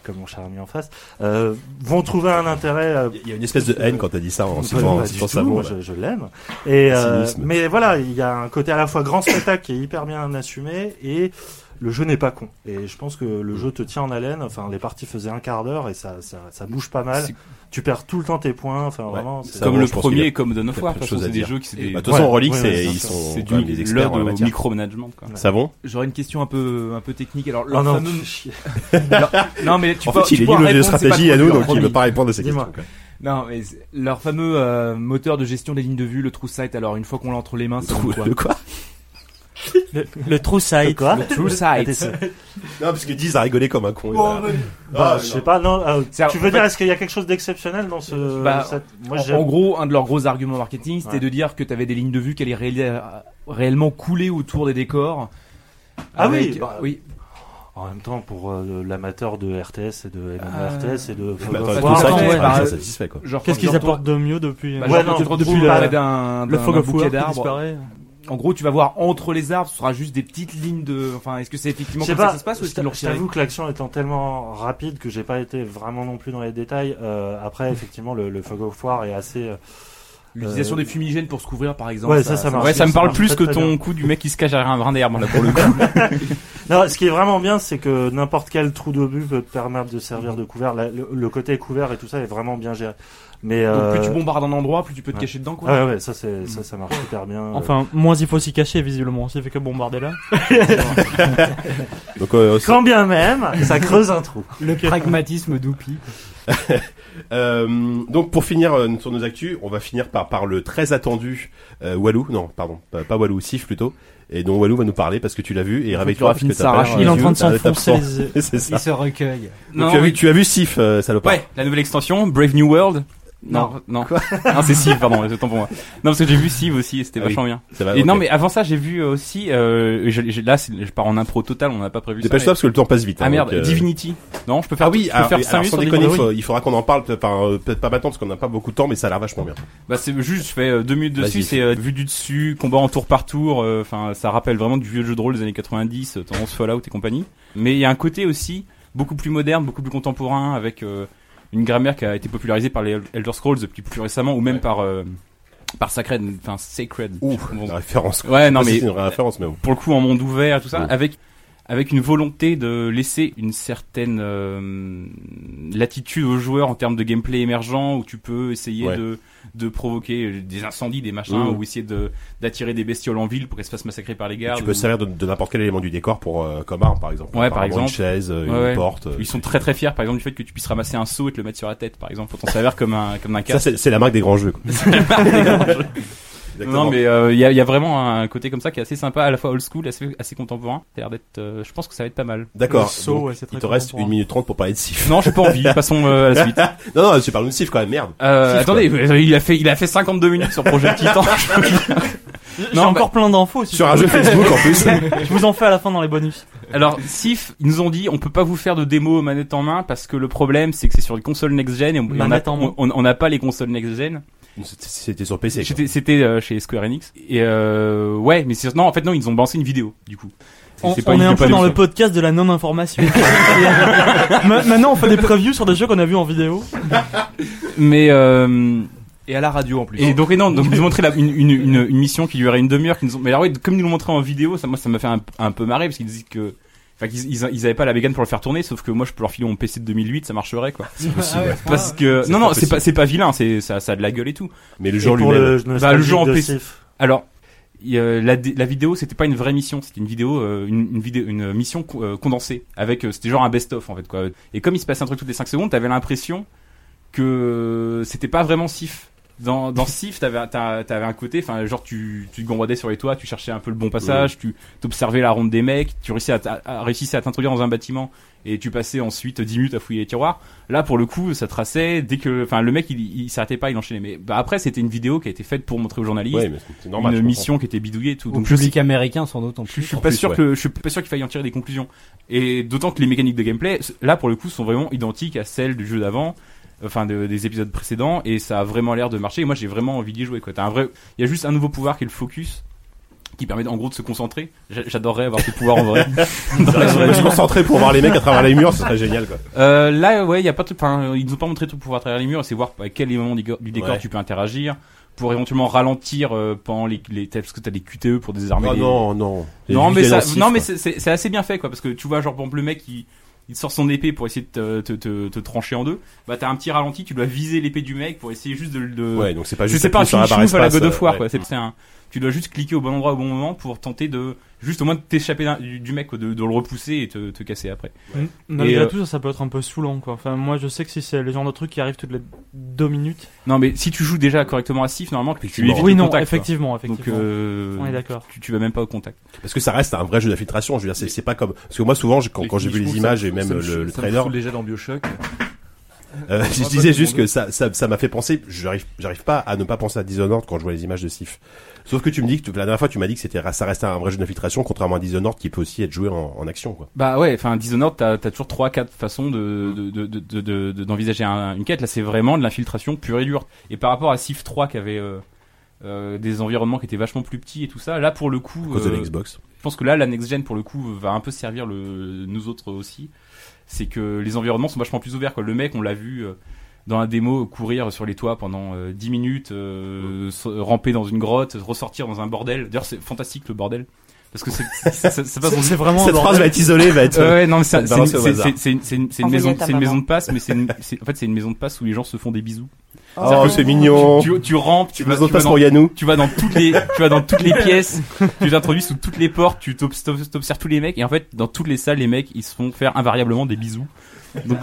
[SPEAKER 8] comme mon cher ami en face, euh, vont trouver un intérêt euh,
[SPEAKER 1] Il y a une espèce de haine quand t'as dit ça en
[SPEAKER 8] pas-
[SPEAKER 1] citant
[SPEAKER 8] pas
[SPEAKER 1] en
[SPEAKER 8] du
[SPEAKER 1] citant
[SPEAKER 8] tout,
[SPEAKER 1] ça.
[SPEAKER 8] moi,
[SPEAKER 1] bon, là.
[SPEAKER 8] je, je l'aime. Et euh,
[SPEAKER 1] Cynisme.
[SPEAKER 8] mais voilà, il y a un côté à la fois grand spectacle qui est hyper bien assumé et le jeu n'est pas con. Et je pense que le jeu te tient en haleine. Enfin, les parties faisaient un quart d'heure et ça, ça, ça bouge pas mal.
[SPEAKER 3] C'est-
[SPEAKER 8] Tu perds tout le temps tes points. Enfin,
[SPEAKER 1] Ouais.
[SPEAKER 8] vraiment.
[SPEAKER 1] Ça
[SPEAKER 8] c'est-
[SPEAKER 3] comme
[SPEAKER 1] bon,
[SPEAKER 3] le
[SPEAKER 1] je pense qu'il y a
[SPEAKER 3] premier et comme Dawn of
[SPEAKER 1] plein
[SPEAKER 3] War
[SPEAKER 1] de
[SPEAKER 3] de toute
[SPEAKER 1] choses
[SPEAKER 3] façon,
[SPEAKER 1] à
[SPEAKER 3] c'est des
[SPEAKER 1] dire.
[SPEAKER 3] jeux qui c'est
[SPEAKER 1] Bah, De
[SPEAKER 3] des-
[SPEAKER 1] toute façon,
[SPEAKER 8] Ouais,
[SPEAKER 1] Relic,
[SPEAKER 8] ouais,
[SPEAKER 1] c'est-
[SPEAKER 8] ouais,
[SPEAKER 1] ils
[SPEAKER 8] ça,
[SPEAKER 1] sont
[SPEAKER 3] c'est
[SPEAKER 1] quand même
[SPEAKER 3] du
[SPEAKER 1] des experts
[SPEAKER 3] experts
[SPEAKER 1] en la matière.
[SPEAKER 3] micromanagement quoi.
[SPEAKER 1] Savon
[SPEAKER 5] J'aurais une question un peu, un peu technique. Alors,
[SPEAKER 8] Oh
[SPEAKER 5] leur
[SPEAKER 8] non,
[SPEAKER 5] fameux-
[SPEAKER 8] tu fais chier.
[SPEAKER 5] non, mais tu
[SPEAKER 1] En
[SPEAKER 5] peux-
[SPEAKER 1] fait, il
[SPEAKER 5] tu
[SPEAKER 1] est
[SPEAKER 5] pourras
[SPEAKER 1] nul au jeu de
[SPEAKER 5] répondre, c'est
[SPEAKER 1] stratégie
[SPEAKER 5] pas
[SPEAKER 1] à nous,
[SPEAKER 5] trop dur,
[SPEAKER 1] donc il ne
[SPEAKER 5] promis.
[SPEAKER 1] peut pas répondre à ces questions.
[SPEAKER 8] Dis-moi.
[SPEAKER 1] quoi.
[SPEAKER 5] Non, mais c'est- leur fameux euh, moteur de gestion des lignes de vue, le True Sight. Alors, une fois qu'on l'a entre les mains, c'est
[SPEAKER 1] Trou-
[SPEAKER 5] quoi
[SPEAKER 1] de quoi
[SPEAKER 2] Le true
[SPEAKER 8] De
[SPEAKER 2] side.
[SPEAKER 8] quoi
[SPEAKER 5] Le True Sight.
[SPEAKER 1] Non, parce que Diz a rigolé comme un con. il a-
[SPEAKER 8] Bah,
[SPEAKER 1] Ah,
[SPEAKER 8] je
[SPEAKER 1] non.
[SPEAKER 8] sais pas. Non. euh,
[SPEAKER 5] C'est-
[SPEAKER 8] tu
[SPEAKER 5] en
[SPEAKER 8] veux
[SPEAKER 5] fait-
[SPEAKER 8] dire est-ce qu'il y a quelque chose d'exceptionnel dans ce
[SPEAKER 5] Bah,
[SPEAKER 8] cette- Euh, Moi,
[SPEAKER 5] En,
[SPEAKER 8] j'ai-
[SPEAKER 5] en gros, un de leurs gros arguments marketing, c'était
[SPEAKER 8] Ouais.
[SPEAKER 5] de dire que tu avais des lignes de vue qui allaient réel- réellement couler autour des décors.
[SPEAKER 8] Ah oui,
[SPEAKER 5] Avec-
[SPEAKER 8] bah,
[SPEAKER 5] oui.
[SPEAKER 8] En même temps, pour euh, l'amateur de RTS et de RTS et
[SPEAKER 3] Ah.
[SPEAKER 8] de.
[SPEAKER 1] Mais attends,
[SPEAKER 5] Faut
[SPEAKER 1] tout ça,
[SPEAKER 5] voir,
[SPEAKER 1] il
[SPEAKER 5] ouais,
[SPEAKER 1] sera
[SPEAKER 5] bah,
[SPEAKER 1] bien
[SPEAKER 5] euh,
[SPEAKER 1] satisfait, quoi.
[SPEAKER 5] Genre,
[SPEAKER 2] Qu'est-ce
[SPEAKER 5] quand
[SPEAKER 2] qu'ils
[SPEAKER 5] tu
[SPEAKER 2] apportent de mieux depuis
[SPEAKER 5] Bah,
[SPEAKER 2] euh,
[SPEAKER 8] Ouais,
[SPEAKER 5] genre,
[SPEAKER 8] non,
[SPEAKER 5] quand tu te
[SPEAKER 8] depuis
[SPEAKER 5] retrouves
[SPEAKER 8] la-
[SPEAKER 5] près d'un
[SPEAKER 2] le
[SPEAKER 5] d'un-
[SPEAKER 2] Frog
[SPEAKER 5] d'un
[SPEAKER 2] of War
[SPEAKER 5] bouquet
[SPEAKER 2] qui
[SPEAKER 5] d'arbres,
[SPEAKER 2] disparaît
[SPEAKER 5] en gros, tu vas voir entre les arbres, ce sera juste des petites lignes de. Enfin, est-ce que c'est effectivement
[SPEAKER 8] Je sais
[SPEAKER 5] comme ça
[SPEAKER 8] pas,
[SPEAKER 5] que ça se passe ou est-ce
[SPEAKER 8] je
[SPEAKER 5] qu'ils l'ont
[SPEAKER 8] t'a- je
[SPEAKER 5] retiré
[SPEAKER 8] t'avoue que l'action étant tellement rapide que
[SPEAKER 5] Mmh.
[SPEAKER 8] j'ai pas été vraiment non plus dans les détails. Euh, après, effectivement, le, le Fog of War est assez, euh,
[SPEAKER 3] L'utilisation
[SPEAKER 8] Euh,
[SPEAKER 3] des fumigènes pour se couvrir, par exemple.
[SPEAKER 8] Ouais, ça, ça marche.
[SPEAKER 3] Ouais, ça me parle
[SPEAKER 8] marche
[SPEAKER 3] plus
[SPEAKER 8] très,
[SPEAKER 3] que
[SPEAKER 8] très
[SPEAKER 3] ton
[SPEAKER 8] bien.
[SPEAKER 3] coup du mec qui se cache derrière un brin d'herbe, là, pour le coup.
[SPEAKER 8] Non, ce qui est vraiment bien, c'est que n'importe quel trou d'obus peut te permettre de servir de couvert. La- le, le côté couvert et tout ça est vraiment bien géré. Mais
[SPEAKER 5] Donc, plus
[SPEAKER 8] euh,
[SPEAKER 5] tu bombardes un endroit, plus tu peux te
[SPEAKER 8] ouais.
[SPEAKER 5] cacher dedans, quoi.
[SPEAKER 8] ah ouais, ouais, ça, c'est,
[SPEAKER 3] Mmh.
[SPEAKER 8] ça, ça marche super bien. euh.
[SPEAKER 2] Enfin, moins il faut s'y cacher, visiblement. S'il fait que bombarder là.
[SPEAKER 1] Donc, euh, ça-
[SPEAKER 8] quand bien même, ça creuse un trou.
[SPEAKER 7] Le pragmatisme d'Oupi.
[SPEAKER 1] euh, donc pour finir euh, sur nos actus, on va finir par, par le très attendu euh, Walou. Non, pardon, pas, pas Walou, Sif plutôt. Et dont Walou va nous parler parce que tu l'as vu et réveille-toi parce
[SPEAKER 5] finit
[SPEAKER 1] que
[SPEAKER 5] de
[SPEAKER 1] t'as pas
[SPEAKER 5] s'arracher
[SPEAKER 1] l'air,
[SPEAKER 2] Il est en
[SPEAKER 1] euh,
[SPEAKER 2] train de
[SPEAKER 1] t'as- t'as
[SPEAKER 2] s'enfoncer
[SPEAKER 1] absent.
[SPEAKER 2] les.
[SPEAKER 1] C'est ça.
[SPEAKER 7] Il se recueille.
[SPEAKER 1] Donc,
[SPEAKER 3] Non,
[SPEAKER 1] tu, as vu,
[SPEAKER 3] oui.
[SPEAKER 1] tu as vu Sif, euh, salopard.
[SPEAKER 3] Ouais, la nouvelle extension, Brave New World. Non, non. Non, c'est Civ, pardon, autant pour moi. Non, parce que j'ai vu Civ aussi, et c'était
[SPEAKER 1] Ah oui.
[SPEAKER 3] vachement bien.
[SPEAKER 1] Ça va,
[SPEAKER 3] Et non,
[SPEAKER 1] ok.
[SPEAKER 3] mais avant ça, j'ai vu aussi, euh, je- je- là, c'est- je pars en impro total, on n'a pas prévu ça.
[SPEAKER 1] Dépêche-toi parce que le temps passe vite.
[SPEAKER 3] Ah
[SPEAKER 1] hein,
[SPEAKER 3] merde,
[SPEAKER 1] donc, euh,
[SPEAKER 3] Divinity. Non, je peux faire,
[SPEAKER 1] Ah oui,
[SPEAKER 3] je peux
[SPEAKER 1] alors,
[SPEAKER 3] faire
[SPEAKER 1] mais
[SPEAKER 3] 5
[SPEAKER 1] alors,
[SPEAKER 3] minutes
[SPEAKER 1] sans
[SPEAKER 3] sur
[SPEAKER 1] déconner, il,
[SPEAKER 3] Divinity.
[SPEAKER 1] faut- il faudra qu'on en parle peut-être par- euh, peut-être pas maintenant parce qu'on n'a pas beaucoup de temps, mais ça a l'air vachement bien.
[SPEAKER 3] Bah c'est juste, je fais euh, deux minutes dessus,
[SPEAKER 1] Vas-y.
[SPEAKER 3] c'est euh, vu du dessus, combat en tour par tour, euh, enfin ça rappelle vraiment du vieux jeu de rôle des années 90, euh, tendance Fallout et compagnie. Mais il y a un côté aussi beaucoup plus moderne, beaucoup plus contemporain, avec euh, une grammaire qui a été popularisée par les Elder Scrolls depuis plus récemment, ou même par euh, par Sacred, enfin Sacred.
[SPEAKER 1] Ouh,
[SPEAKER 3] Bon.
[SPEAKER 1] la référence. quoi.
[SPEAKER 3] Ouais,
[SPEAKER 1] Je sais
[SPEAKER 3] non
[SPEAKER 1] pas si
[SPEAKER 3] mais
[SPEAKER 1] c'est une référence, mais bon.
[SPEAKER 3] pour le coup en monde ouvert tout ça
[SPEAKER 1] Ouais.
[SPEAKER 3] avec avec une volonté de laisser une certaine euh, latitude aux joueurs en termes de gameplay émergent où tu peux essayer
[SPEAKER 1] Ouais.
[SPEAKER 3] de de provoquer des incendies des machins
[SPEAKER 1] Mhm.
[SPEAKER 3] ou essayer de d'attirer des bestioles en ville pour qu'elles se fassent massacrer par les gardes
[SPEAKER 1] Tu peux
[SPEAKER 3] ou-
[SPEAKER 1] servir de, de n'importe quel élément du décor pour euh, comme arme, par exemple.
[SPEAKER 3] Ouais, par
[SPEAKER 1] Apparemment,
[SPEAKER 3] exemple.
[SPEAKER 1] Une chaise, euh, une
[SPEAKER 3] Ouais, ouais.
[SPEAKER 1] porte. euh,
[SPEAKER 3] ils sont très très fiers par exemple du fait que tu puisses ramasser un seau et te le mettre sur la tête par exemple pour t'en servir comme un comme un
[SPEAKER 1] Ça,
[SPEAKER 3] casque
[SPEAKER 1] c'est c'est la marque des grands jeux. quoi. Exactement.
[SPEAKER 3] non mais euh, il y, a, il y a vraiment un côté comme ça qui est assez sympa à la fois old school assez assez contemporain ça a l'air d'être euh, je pense que ça va être pas mal
[SPEAKER 1] D'accord.
[SPEAKER 2] saut,
[SPEAKER 1] donc,
[SPEAKER 2] ouais, c'est très
[SPEAKER 1] il te reste
[SPEAKER 2] contemporain.
[SPEAKER 1] une minute trente pour parler de Sif.
[SPEAKER 3] non j'ai pas envie passons euh, à la suite
[SPEAKER 1] Non, non, tu parles de Sif quand même, merde.
[SPEAKER 3] Euh,
[SPEAKER 1] Chiffre,
[SPEAKER 3] attendez, euh, il a fait, il a fait 52 minutes sur Projet Titan.
[SPEAKER 2] J'ai
[SPEAKER 3] Non, bah,
[SPEAKER 2] encore plein d'infos. si
[SPEAKER 1] Sur
[SPEAKER 2] tu
[SPEAKER 1] un
[SPEAKER 2] veux.
[SPEAKER 1] jeu Facebook en plus.
[SPEAKER 2] Je vous en fais à la fin dans les bonus.
[SPEAKER 3] Alors, Sif, ils nous ont dit, on peut pas vous faire de démo manette en main parce que le problème, c'est que c'est sur une console next-gen et on- on
[SPEAKER 2] Manette
[SPEAKER 3] a-
[SPEAKER 2] en main.
[SPEAKER 3] on on- on n'a pas les consoles next-gen.
[SPEAKER 1] C'était sur PC. quoi.
[SPEAKER 3] J'étais- C'était euh, chez Square Enix. Et euh, ouais, mais c'est- non, en fait non, ils ont lancé une vidéo du coup. C'est-
[SPEAKER 2] On,
[SPEAKER 3] c'est pas
[SPEAKER 2] on
[SPEAKER 3] une
[SPEAKER 2] est un
[SPEAKER 3] vidéo,
[SPEAKER 2] peu
[SPEAKER 3] pas
[SPEAKER 2] dans
[SPEAKER 3] une-
[SPEAKER 2] le podcast de la non-information. Ma- Maintenant, on fait des previews sur des jeux qu'on a vus en vidéo.
[SPEAKER 3] Mais euh,
[SPEAKER 5] Et à la radio, en plus.
[SPEAKER 3] Et donc, et non, donc ils nous ont montré la- une, une, une, une mission qui durait une demi-heure. qu'ils nous ont- Mais alors, ouais, comme ils nous l'ont montré en vidéo, ça, moi, ça m'a fait un, un peu marrer parce qu'ils disent que. Enfin, qu'ils ils, ils avaient pas la bécane pour le faire tourner, sauf que moi, je peux leur filer mon PC de 2008, ça marcherait, quoi. Ah
[SPEAKER 1] C'est possible, ouais.
[SPEAKER 3] Parce que.
[SPEAKER 1] C'est
[SPEAKER 3] Non,
[SPEAKER 1] pas
[SPEAKER 3] non, c'est
[SPEAKER 1] possible.
[SPEAKER 3] pas, c'est pas vilain, c'est, ça, ça a de la gueule et tout.
[SPEAKER 1] Mais le
[SPEAKER 8] Et
[SPEAKER 1] jeu en
[SPEAKER 8] pour
[SPEAKER 1] lui-même.
[SPEAKER 8] le, nostalgique
[SPEAKER 3] le jeu en
[SPEAKER 8] de
[SPEAKER 3] PC.
[SPEAKER 8] Sif.
[SPEAKER 3] Alors, il y a- la, dé- la vidéo, c'était pas une vraie mission, c'était une vidéo, euh, une, une vidéo, une mission co- euh, condensée. Avec, euh, c'était genre un best-of en fait quoi. Et comme il se passait un truc toutes les 5 secondes, t'avais l'impression que c'était pas vraiment Sif. Dans, dans Sif, t'avais, t'as- t'avais un côté, enfin genre tu, tu te gambadais sur les toits, tu cherchais un peu le bon passage, tu t'observais la ronde des mecs, tu réussissais à, t'a- à- réussissais à t'introduire dans un bâtiment et tu passais ensuite 10 minutes à fouiller les tiroirs. Là, pour le coup, ça traçait dès que, enfin le mec il, il s'arrêtait pas, il enchaînait. Mais bah, après, c'était une vidéo qui a été faite pour montrer aux journalistes
[SPEAKER 1] Ouais, mais c'est normal. je
[SPEAKER 3] une
[SPEAKER 1] comprends.
[SPEAKER 3] mission qui était bidouillée et tout.
[SPEAKER 7] Au
[SPEAKER 3] Donc je sais-
[SPEAKER 7] public américain, sans doute en
[SPEAKER 3] je, je
[SPEAKER 7] plus.
[SPEAKER 3] suis
[SPEAKER 1] en
[SPEAKER 3] pas
[SPEAKER 1] plus,
[SPEAKER 3] sûr
[SPEAKER 1] ouais.
[SPEAKER 3] que je suis pas sûr qu'il faille en tirer des conclusions. Et d'autant que les mécaniques de gameplay là pour le coup sont vraiment identiques à celles du jeu d'avant, enfin de- des épisodes précédents et ça a vraiment l'air de marcher. Et moi j'ai vraiment envie d'y jouer quoi. T'as un vrai il y a juste un nouveau pouvoir qui est le focus qui permet en gros de se concentrer. J'a- J'adorerais avoir ce pouvoir en vrai. Dans la vraie
[SPEAKER 1] Je
[SPEAKER 3] vie.
[SPEAKER 1] me suis concentré pour voir les mecs à travers les murs, ce serait génial quoi.
[SPEAKER 3] Euh, là, ouais, il y a pas tout. Enfin, ils nous ont pas montré tout pour pouvoir à travers les murs et c'est voir à quel élément du, du décor
[SPEAKER 1] Ouais.
[SPEAKER 3] tu peux interagir pour éventuellement ralentir euh, pendant les, les parce que t'as des QTE pour désarmer.
[SPEAKER 1] Oh
[SPEAKER 3] Ah, les-
[SPEAKER 1] non, non.
[SPEAKER 3] Non mais, ça,
[SPEAKER 1] Lancif,
[SPEAKER 3] non
[SPEAKER 1] quoi.
[SPEAKER 3] mais c'est- c'est c'est assez bien fait quoi parce que tu vois genre par exemple le mec il, il sort son épée pour essayer de te, te, te, te trancher en deux bah t'as un petit ralenti tu dois viser l'épée du mec pour essayer juste de, le- de...
[SPEAKER 1] Ouais, donc c'est pas
[SPEAKER 3] c'est
[SPEAKER 1] juste.
[SPEAKER 3] c'est pas un
[SPEAKER 1] appuyer sur
[SPEAKER 3] finish
[SPEAKER 1] barre
[SPEAKER 3] move à la
[SPEAKER 1] espace,
[SPEAKER 3] God of War
[SPEAKER 1] euh,
[SPEAKER 3] quoi
[SPEAKER 1] ouais.
[SPEAKER 3] c'est c'est un tu dois juste cliquer au bon endroit au bon moment pour tenter de juste au moins de t'échapper d'un- du, du mec quoi, de, de le repousser et te, te casser après
[SPEAKER 2] Mmh. Malgré
[SPEAKER 3] Et, euh,
[SPEAKER 2] tout, ça, ça peut être un peu saoulant, quoi. Enfin, moi, je sais que si c'est le genre de truc qui arrive toutes les deux minutes.
[SPEAKER 3] non mais si tu joues déjà correctement à Sif normalement que tu
[SPEAKER 1] Effectivement.
[SPEAKER 3] évites
[SPEAKER 2] Oui,
[SPEAKER 3] le
[SPEAKER 2] non,
[SPEAKER 3] contact, quoi.
[SPEAKER 2] effectivement,
[SPEAKER 3] donc
[SPEAKER 2] effectivement.
[SPEAKER 3] euh,
[SPEAKER 2] On est d'accord.
[SPEAKER 3] tu, tu vas même pas au contact
[SPEAKER 1] Parce que ça reste un vrai jeu d'infiltration. Je veux dire, c'est- c'est pas comme parce que moi souvent je- quand, quand j'ai vu les images et même le, le trailer,
[SPEAKER 5] déjà dans Bioshock.
[SPEAKER 1] euh, je
[SPEAKER 5] pas
[SPEAKER 1] disais
[SPEAKER 5] tout
[SPEAKER 1] juste
[SPEAKER 5] le monde.
[SPEAKER 1] que ça ça ça m'a fait penser. J'arrive j'arrive pas à ne pas penser à Dishonored quand je vois les images de Sif. Sauf que tu me dis que tu- la dernière fois tu m'as dit que c'était ça restait un vrai jeu d'infiltration, contrairement à Dishonored qui peut aussi être joué en, en action quoi.
[SPEAKER 3] Bah ouais, enfin Dishonored, t'as as toujours trois, quatre façons
[SPEAKER 1] Mm.
[SPEAKER 3] de de- de- de- de- de- d'envisager un- une quête. Là, c'est vraiment de l'infiltration pure et dure. Et par rapport à Civ 3, qui avait euh, euh, des environnements qui étaient vachement plus petits et tout ça, là pour le coup,
[SPEAKER 1] À cause de
[SPEAKER 3] euh,
[SPEAKER 1] la Xbox.
[SPEAKER 3] je pense que là, la next gen pour le coup va un peu servir le nous autres aussi. C'est que les environnements sont vachement plus ouverts. Quoi. Le mec, on l'a vu. euh, dans la démo, courir sur les toits pendant euh, 10 minutes,
[SPEAKER 1] Mm.
[SPEAKER 3] euh, so- ramper dans une grotte, ressortir dans un bordel. D'ailleurs, c'est fantastique le bordel. Parce que c'est ça, ça- ça passe dans
[SPEAKER 2] C'est vraiment.
[SPEAKER 1] Cette phrase va être isolée, va être.
[SPEAKER 3] euh, ouais, non, mais ça-
[SPEAKER 1] te
[SPEAKER 3] c'est
[SPEAKER 1] balance
[SPEAKER 3] une-
[SPEAKER 1] au
[SPEAKER 3] c'est-
[SPEAKER 1] hasard.
[SPEAKER 3] c'est- c'est une- c'est une, c'est une
[SPEAKER 6] Envoyez
[SPEAKER 3] maison,
[SPEAKER 6] à ta
[SPEAKER 3] c'est une maison
[SPEAKER 6] maman.
[SPEAKER 3] de passe, mais c'est une- c'est- en fait c'est une maison de passe où les gens se font des bisous.
[SPEAKER 1] Oh, c'est mignon.
[SPEAKER 3] Tu, tu rampes,
[SPEAKER 1] Tu
[SPEAKER 3] tu
[SPEAKER 1] nous
[SPEAKER 3] vas, Bah, tu,
[SPEAKER 1] en
[SPEAKER 3] vas
[SPEAKER 1] passes
[SPEAKER 3] dans,
[SPEAKER 1] pour Yannou.
[SPEAKER 3] tu vas dans toutes les, tu vas dans toutes les pièces, tu t'introduis sous toutes les portes, tu t'obs- t'obs- t'observes tous les mecs et en fait dans toutes les salles les mecs ils se font faire invariablement des bisous. Donc,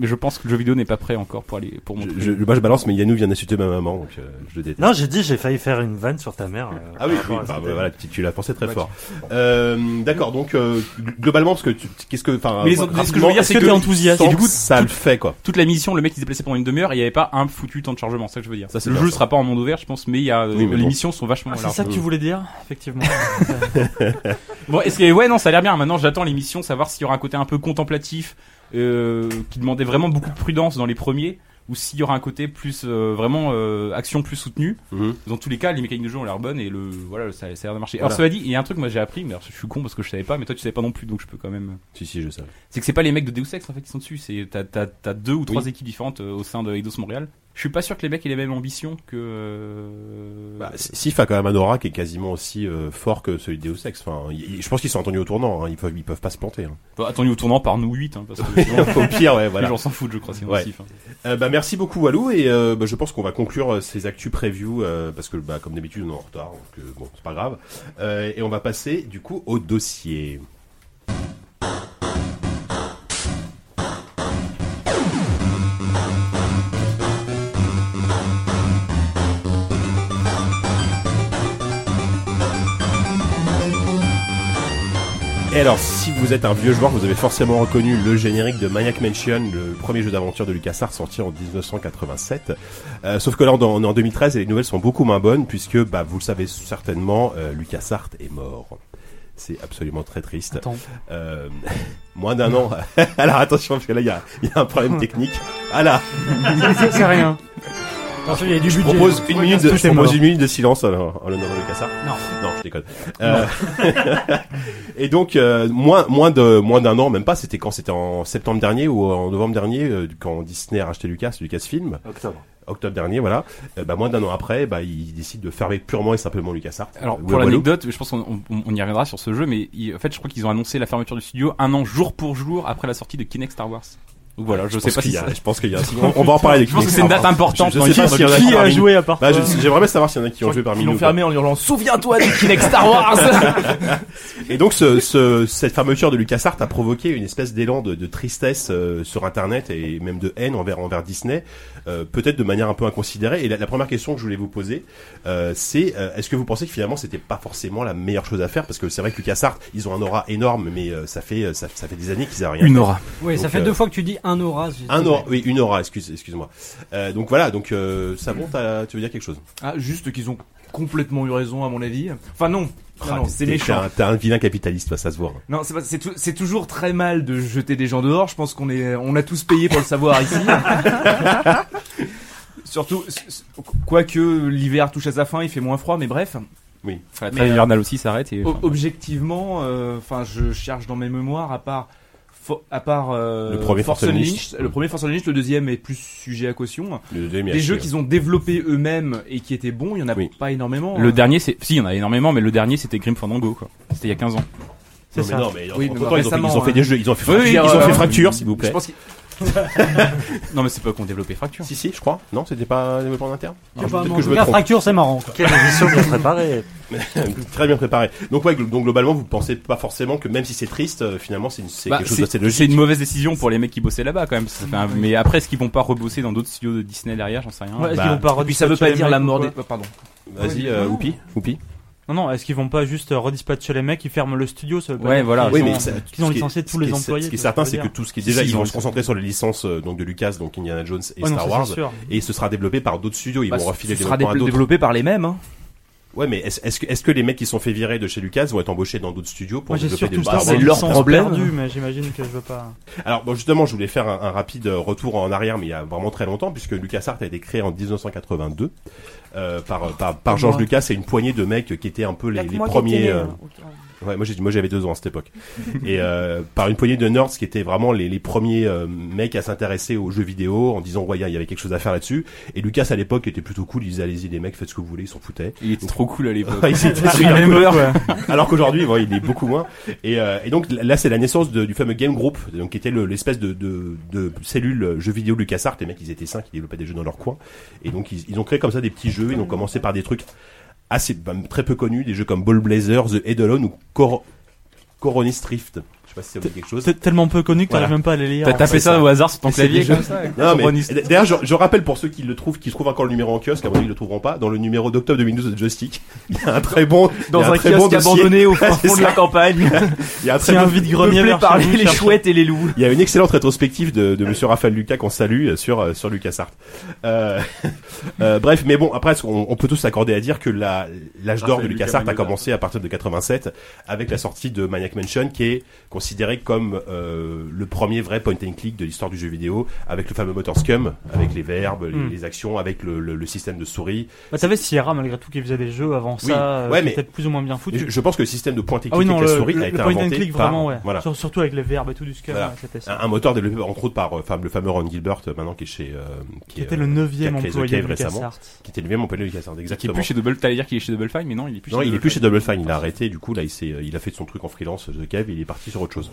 [SPEAKER 3] mais je pense que le jeu vidéo n'est pas prêt encore pour aller pour montrer.
[SPEAKER 1] Je, je- moi je balance, mais Yannou vient d'insulter ma maman, donc euh, je le déteste.
[SPEAKER 8] Non, j'ai dit, j'ai failli faire une vanne sur ta mère. euh,
[SPEAKER 1] Ah oui,
[SPEAKER 8] par
[SPEAKER 1] oui,
[SPEAKER 8] rapport à
[SPEAKER 1] bah,
[SPEAKER 8] cette
[SPEAKER 1] bah, voilà, tu, tu l'as pensé très
[SPEAKER 5] Ouais,
[SPEAKER 1] fort. Euh, D'accord, donc euh, globalement, parce que tu- qu'est-ce que, enfin,
[SPEAKER 3] Mais les-
[SPEAKER 1] rapidement,
[SPEAKER 3] ce que je veux dire,
[SPEAKER 1] est-ce
[SPEAKER 3] c'est que
[SPEAKER 1] t'es
[SPEAKER 3] enthousiaste.
[SPEAKER 1] sans
[SPEAKER 3] Et du coup,
[SPEAKER 1] que ça le fait quoi.
[SPEAKER 3] Toute la mission, le mec il se déplaçait pendant une demi-heure et il n'y avait pas un foutu temps de chargement, c'est ça que je veux dire.
[SPEAKER 1] Ça, c'est
[SPEAKER 3] le
[SPEAKER 1] bien,
[SPEAKER 3] jeu
[SPEAKER 1] ça.
[SPEAKER 3] sera pas en monde ouvert, je pense, mais il y a euh,
[SPEAKER 1] Oui, mais
[SPEAKER 3] les
[SPEAKER 1] bon. Mm.
[SPEAKER 3] missions sont vachement
[SPEAKER 2] Ah, c'est
[SPEAKER 3] larges.
[SPEAKER 2] ça que tu voulais dire, effectivement.
[SPEAKER 3] Bon, est-ce que ouais non, ça a l'air bien. Maintenant, j'attends l'émission, savoir s'il y aura un côté un peu contemplatif euh, qui demandait vraiment beaucoup de prudence dans les premiers, ou s'il y aura un côté plus euh, vraiment euh, action plus soutenue.
[SPEAKER 1] Mhm.
[SPEAKER 3] Dans tous les cas, les mécaniques de jeu ont l'air bonnes et le voilà, ça, ça a l'air de marcher.
[SPEAKER 1] Voilà.
[SPEAKER 3] Alors cela dit, il y a un truc moi j'ai appris, mais alors, je suis con parce que je savais pas, mais toi tu savais pas non plus, donc je peux quand même.
[SPEAKER 1] Si si, je sais.
[SPEAKER 3] C'est que c'est pas les mecs de Deus Ex en fait qui sont dessus. C'est t'as t'as t'as deux ou trois équipes différentes euh, au sein de Eidos Montréal. Je suis pas sûr que les mecs aient les mêmes ambitions que. euh,
[SPEAKER 1] Bah, Sif a quand même un aura qui est quasiment aussi euh, fort que celui de Deus Ex. Enfin, il- il- je pense qu'ils sont attendus au tournant. hein. Ils peuvent, ils peuvent pas se planter. hein.
[SPEAKER 3] bah, attendez au tournant par nous 8 parce que sinon,
[SPEAKER 1] Au pire, ouais, voilà.
[SPEAKER 3] les gens s'en foutent, je crois. C'est
[SPEAKER 1] Ouais.
[SPEAKER 3] nocif, hein.
[SPEAKER 1] Euh, bah, merci beaucoup Walou et euh, bah, je pense qu'on va conclure euh, ces actus preview euh, parce que bah, comme d'habitude on est en retard donc euh, bon c'est pas grave Euh, et on va passer du coup au dossier. Et alors, si vous êtes un vieux joueur, vous avez forcément reconnu le générique de Maniac Mansion, le premier jeu d'aventure de LucasArts sorti en 1987. Euh, sauf que là, on est en- on est en 2013 et les nouvelles sont beaucoup moins bonnes puisque, bah, vous le savez certainement, euh, LucasArts est mort. C'est absolument très triste.
[SPEAKER 2] Attends.
[SPEAKER 1] Euh, moins d'un an. Alors attention, parce que là, il y a, il y a un problème technique. Ah là,
[SPEAKER 2] Ça, c'est rien.
[SPEAKER 7] Attention, il y a du
[SPEAKER 1] je
[SPEAKER 7] budget.
[SPEAKER 1] propose, une minute, de,
[SPEAKER 2] tout
[SPEAKER 1] je
[SPEAKER 2] est
[SPEAKER 1] propose
[SPEAKER 2] mort.
[SPEAKER 1] une minute de silence en, en l'honneur de Lucas
[SPEAKER 7] Non.
[SPEAKER 1] Non, je déconne. Euh, et donc, euh, moins, moins de, moins d'un an, même pas, c'était quand c'était en septembre dernier ou en novembre dernier, euh, quand Disney a acheté Lucas, Lucasfilm,
[SPEAKER 8] Octobre.
[SPEAKER 1] octobre dernier, voilà. Euh, bah, moins d'un an après, bah, ils décident de fermer purement et simplement LucasArts.
[SPEAKER 3] Alors
[SPEAKER 1] Euh,
[SPEAKER 3] pour
[SPEAKER 1] Walou.
[SPEAKER 3] l'anecdote, je pense qu'on on- on y reviendra sur ce jeu, mais il- en fait, je crois qu'ils ont annoncé la fermeture du studio un an jour pour jour après la sortie de Kinect Star Wars. Donc voilà, je,
[SPEAKER 1] je
[SPEAKER 3] sais
[SPEAKER 1] pense
[SPEAKER 3] pas
[SPEAKER 1] qu'il
[SPEAKER 3] si
[SPEAKER 1] y a-
[SPEAKER 3] ça-
[SPEAKER 1] je pense qu'il y a, on, on va en parler.
[SPEAKER 3] Je pense que c'est une date importante.
[SPEAKER 1] Je
[SPEAKER 3] dans
[SPEAKER 1] sais pas
[SPEAKER 3] l'histoire
[SPEAKER 1] s'il y en
[SPEAKER 3] de-
[SPEAKER 1] a
[SPEAKER 2] Qui a
[SPEAKER 1] parmi nous.
[SPEAKER 2] joué à part
[SPEAKER 1] Bah,
[SPEAKER 2] toi
[SPEAKER 1] je- j'aimerais savoir s'il y en a qui ont joué parmi
[SPEAKER 5] Ils
[SPEAKER 1] nous.
[SPEAKER 5] l'ont
[SPEAKER 1] quoi.
[SPEAKER 5] fermé en hurlant Souviens-toi de Kinect Star Wars
[SPEAKER 1] Et donc ce, ce- cette fermeture de LucasArts a provoqué une espèce d'élan de, de tristesse euh, sur Internet et même de haine envers, envers Disney, euh, peut-être de manière un peu inconsidérée. Et la, la première question que je voulais vous poser, euh, c'est euh, est-ce que vous pensez que finalement c'était pas forcément la meilleure chose à faire Parce que c'est vrai que LucasArts, ils ont un aura énorme, mais euh, ça fait euh, ça, ça fait des années qu'ils n'ont rien.
[SPEAKER 3] Une aura.
[SPEAKER 7] Oui, ça
[SPEAKER 1] Donc,
[SPEAKER 7] fait
[SPEAKER 1] euh,
[SPEAKER 7] deux fois que tu dis un aura.
[SPEAKER 1] Un aura, oui, une aura, excuse, excuse-moi. Euh, donc voilà, donc euh, Savon, t'as- tu veux dire quelque chose
[SPEAKER 5] Ah, juste qu'ils ont complètement eu raison, à mon avis. Enfin, non. Non, non,
[SPEAKER 1] Ah,
[SPEAKER 5] c'est
[SPEAKER 1] t'es-
[SPEAKER 5] méchant.
[SPEAKER 1] T'es un, t'es un vilain capitaliste, toi, ça se voit. hein.
[SPEAKER 5] Non, c'est pas- c'est tou- c'est toujours très mal de jeter des gens dehors. Je pense qu'on est, on a tous payé pour le savoir ici. Surtout, s- s- quoique l'hiver touche à sa fin, il fait moins froid, mais bref.
[SPEAKER 3] La
[SPEAKER 5] Mais,
[SPEAKER 3] trêve hivernale aussi s'arrête. et-
[SPEAKER 5] O-
[SPEAKER 3] enfin,
[SPEAKER 5] objectivement, euh, enfin, je cherche dans mes mémoires à part. fo- à part euh,
[SPEAKER 1] Le premier
[SPEAKER 5] Force
[SPEAKER 1] Force
[SPEAKER 5] Unleashed,
[SPEAKER 1] Unleashed.
[SPEAKER 5] le premier Force Unleashed, le deuxième est plus sujet à caution.
[SPEAKER 1] Le deuxième est
[SPEAKER 5] Des
[SPEAKER 1] acheté,
[SPEAKER 5] jeux
[SPEAKER 1] hein.
[SPEAKER 5] qu'ils ont développés eux-mêmes et qui étaient bons, il y en a
[SPEAKER 1] Oui.
[SPEAKER 5] pas énormément.
[SPEAKER 3] Le
[SPEAKER 1] euh,
[SPEAKER 5] hein.
[SPEAKER 3] dernier, c'est si il y en a énormément, mais le dernier c'était Grim Fandango quoi. C'était il y a 15 ans.
[SPEAKER 1] Non,
[SPEAKER 2] C'est
[SPEAKER 1] mais
[SPEAKER 2] ça.
[SPEAKER 1] non, mais
[SPEAKER 5] Oui, mais
[SPEAKER 1] entre-temps, ils ont fait- ils ont
[SPEAKER 5] récemment,
[SPEAKER 3] hein.
[SPEAKER 1] fait des jeux, ils ont fait
[SPEAKER 5] Oui, oui,
[SPEAKER 1] fracture, ils ont
[SPEAKER 5] euh,
[SPEAKER 1] fait fracture, s'il vous
[SPEAKER 5] Je
[SPEAKER 1] plaît.
[SPEAKER 5] pense qu'il-
[SPEAKER 3] Non mais c'est pas qu'on développait Fracture.
[SPEAKER 1] Si, si, je crois. Non, c'était pas développé en interne Ah, Peut-être que je me
[SPEAKER 7] La
[SPEAKER 1] trompe.
[SPEAKER 7] fracture, c'est marrant. quoi.
[SPEAKER 8] Quelle émission bien préparée.
[SPEAKER 1] Très bien préparé. Donc, ouais, gl- donc globalement, vous pensez pas forcément que même si c'est triste, euh, finalement, c'est une- c'est
[SPEAKER 3] Bah,
[SPEAKER 1] quelque chose
[SPEAKER 3] c'est
[SPEAKER 1] d'assez
[SPEAKER 3] c'est
[SPEAKER 1] logique.
[SPEAKER 3] une mauvaise décision pour les mecs qui bossaient là-bas quand même. Ça fait un- Mais après, est-ce qu'ils vont pas rebosser dans d'autres studios de Disney derrière J'en sais rien.
[SPEAKER 2] Ouais, Est-ce
[SPEAKER 1] Bah,
[SPEAKER 2] qu'ils vont pas
[SPEAKER 5] Et puis ça veut pas
[SPEAKER 2] redispatcher
[SPEAKER 5] dire
[SPEAKER 2] les
[SPEAKER 5] la
[SPEAKER 2] mecs
[SPEAKER 5] mort
[SPEAKER 2] ou
[SPEAKER 5] des.
[SPEAKER 2] quoi
[SPEAKER 5] Pardon.
[SPEAKER 1] Vas-y, euh, Oupi, Oupi.
[SPEAKER 2] Non, non, est-ce qu'ils vont pas juste euh, redispatcher les mecs, ils ferment le studio, ça veut pas
[SPEAKER 3] Ouais,
[SPEAKER 2] dire
[SPEAKER 3] voilà.
[SPEAKER 2] qu'ils
[SPEAKER 1] Oui,
[SPEAKER 2] ont-
[SPEAKER 1] mais ça-
[SPEAKER 2] qu'ils ont
[SPEAKER 1] ce qui est-
[SPEAKER 2] licencié tous
[SPEAKER 1] ce
[SPEAKER 2] les
[SPEAKER 1] qui est-
[SPEAKER 2] employés,
[SPEAKER 1] Ce qui est
[SPEAKER 2] ça, ça
[SPEAKER 1] certain,
[SPEAKER 2] veut
[SPEAKER 1] c'est que
[SPEAKER 2] dire.
[SPEAKER 1] tout ce qui est
[SPEAKER 3] Si,
[SPEAKER 1] déjà,
[SPEAKER 3] si,
[SPEAKER 1] ils vont
[SPEAKER 3] oui,
[SPEAKER 1] se
[SPEAKER 3] ça.
[SPEAKER 1] concentrer sur les licences euh, donc de Lucas, donc Indiana Jones et
[SPEAKER 2] Ouais, non,
[SPEAKER 1] Star
[SPEAKER 2] ça,
[SPEAKER 1] Wars,
[SPEAKER 2] c'est sûr.
[SPEAKER 1] et ce sera développé par d'autres studios. Ils
[SPEAKER 5] Bah,
[SPEAKER 1] vont refiler
[SPEAKER 5] ce
[SPEAKER 1] des
[SPEAKER 5] sera
[SPEAKER 1] développements à
[SPEAKER 5] dé-
[SPEAKER 1] d'autres.
[SPEAKER 5] développé par les mêmes. Hein.
[SPEAKER 1] Ouais, mais est-ce est-ce que est-ce que les mecs qui sont fait virer de chez Lucas vont être embauchés dans d'autres studios pour
[SPEAKER 2] Moi, j'ai
[SPEAKER 1] développer des
[SPEAKER 2] surtout
[SPEAKER 1] Star
[SPEAKER 2] ça,
[SPEAKER 1] Wars
[SPEAKER 2] c'est leur problème. perdu, mais j'imagine que je veux pas.
[SPEAKER 1] Alors bon, justement, je voulais faire un, un rapide euh, retour en arrière, mais il y a vraiment très longtemps, puisque LucasArts a été créé en 1982 euh, par, par, par George Lucas et une poignée de mecs qui étaient un peu les,
[SPEAKER 6] Y'a que
[SPEAKER 1] les
[SPEAKER 6] moi qui étais
[SPEAKER 1] premiers...
[SPEAKER 6] née,
[SPEAKER 1] euh,
[SPEAKER 6] hein, au cas où.
[SPEAKER 1] Ouais, moi, j'ai- moi j'avais deux ans à cette époque. Et euh, par une poignée de nerds qui étaient vraiment les, les premiers euh, mecs à s'intéresser aux jeux vidéo en disant, ouais, il y avait quelque chose à faire là-dessus. Et Lucas, à l'époque, était plutôt cool. Il disait, allez-y, les mecs, faites ce que vous voulez, ils s'en foutaient.
[SPEAKER 3] Il était trop cool à l'époque.
[SPEAKER 1] Ouais, il s'était
[SPEAKER 3] Il
[SPEAKER 1] super
[SPEAKER 3] avait
[SPEAKER 1] cool.
[SPEAKER 3] peur.
[SPEAKER 1] Alors qu'aujourd'hui, bon, il est beaucoup moins. Et, euh, et donc là, c'est la naissance de- du fameux Game Group, donc qui était le- l'espèce de, de, de cellule jeux vidéo LucasArts. Les mecs, ils étaient cinq, ils développaient des jeux dans leur coin. Et donc ils, ils ont créé comme ça des petits jeux. Ils ont commencé par des trucs assez bah, très peu connus, des jeux comme Ball Blazer, The Head Alone ou Cor Coronis Rift. Je sais pas si ça vous dit quelque chose.
[SPEAKER 2] C'est tellement peu connu que
[SPEAKER 1] Voilà.
[SPEAKER 2] t'arrives même pas à les lire.
[SPEAKER 3] T'as tapé ça au hasard sur ton
[SPEAKER 1] C'est des
[SPEAKER 3] clavier
[SPEAKER 1] jeux-
[SPEAKER 3] comme ça
[SPEAKER 1] Non, mais-
[SPEAKER 3] Coronis.
[SPEAKER 1] D'ailleurs, je, je rappelle pour ceux qui le trouvent, qui trouvent encore le numéro en kiosque, à mon avis, ils le trouveront pas. Dans le numéro d'octobre 2012 de Joystick, il y a un très bon, il
[SPEAKER 5] Dans
[SPEAKER 1] y a
[SPEAKER 5] un
[SPEAKER 1] très bon
[SPEAKER 5] kiosque
[SPEAKER 1] dossier.
[SPEAKER 5] abandonné au fin
[SPEAKER 1] Ouais, c'est
[SPEAKER 5] fond de la
[SPEAKER 1] ça.
[SPEAKER 5] campagne,
[SPEAKER 1] Il y a un très
[SPEAKER 2] C'est un
[SPEAKER 1] bon-
[SPEAKER 2] vide-grenier
[SPEAKER 5] peuplé
[SPEAKER 2] vers
[SPEAKER 5] par
[SPEAKER 2] chez vous,
[SPEAKER 5] les
[SPEAKER 2] cherche-
[SPEAKER 5] chouettes et les loups.
[SPEAKER 1] Il y a une excellente rétrospective de, de Monsieur Raphaël Lucas qu'on salue euh, sur euh, sur LucasArts. Euh, euh, bref, mais bon, après, on, on peut tous s'accorder à dire que la l'âge d'or de
[SPEAKER 3] Raphaël Lucas
[SPEAKER 1] LucasArts a
[SPEAKER 3] Magnotta.
[SPEAKER 1] commencé à partir de 87 avec la sortie de Maniac Mansion, qui est considéré comme euh, le premier vrai point and click de l'histoire du jeu vidéo, avec le fameux moteur Scum, avec les verbes, les,
[SPEAKER 3] Hmm.
[SPEAKER 2] Mm.
[SPEAKER 1] les actions, avec le, le- le système de souris.
[SPEAKER 2] Bah, t'avais Sierra malgré tout qui faisait des jeux avant
[SPEAKER 1] Oui.
[SPEAKER 2] ça, euh,
[SPEAKER 1] Ouais,
[SPEAKER 2] qui
[SPEAKER 1] mais-
[SPEAKER 2] étaient plus ou moins bien foutus.
[SPEAKER 1] Je, je pense que le système de point and click
[SPEAKER 2] Ah oui, non,
[SPEAKER 1] avec la
[SPEAKER 2] le,
[SPEAKER 1] souris
[SPEAKER 2] le-
[SPEAKER 1] a
[SPEAKER 2] le
[SPEAKER 1] été
[SPEAKER 2] point and
[SPEAKER 1] inventé
[SPEAKER 2] click
[SPEAKER 1] par-
[SPEAKER 2] vraiment, ouais.
[SPEAKER 1] voilà.
[SPEAKER 2] Sur- surtout avec les verbes et tout du scale.
[SPEAKER 1] Voilà.
[SPEAKER 2] ouais, c'était ça.
[SPEAKER 1] Un, un moteur développé entre autres par euh, enfin, le fameux Ron Gilbert, euh, maintenant qui est chez euh,
[SPEAKER 2] qui
[SPEAKER 1] est,
[SPEAKER 2] était
[SPEAKER 1] euh,
[SPEAKER 2] le neuvième
[SPEAKER 1] qui a créé The
[SPEAKER 2] employé
[SPEAKER 1] Cave
[SPEAKER 2] de
[SPEAKER 1] récemment.
[SPEAKER 2] LucasArts.
[SPEAKER 1] qui était le même Montpellier Lucasard,
[SPEAKER 3] Qui est
[SPEAKER 1] exactement.
[SPEAKER 3] plus chez Double, t'allais dire qu'il est chez Double Fine, mais non, il est plus
[SPEAKER 1] Non,
[SPEAKER 3] chez
[SPEAKER 1] il est
[SPEAKER 3] Double
[SPEAKER 1] plus
[SPEAKER 3] Fine.
[SPEAKER 1] chez Double Fine, il a arrêté, du coup, là, il s'est, euh, il a fait son truc en freelance, The Cave, il est parti sur autre chose.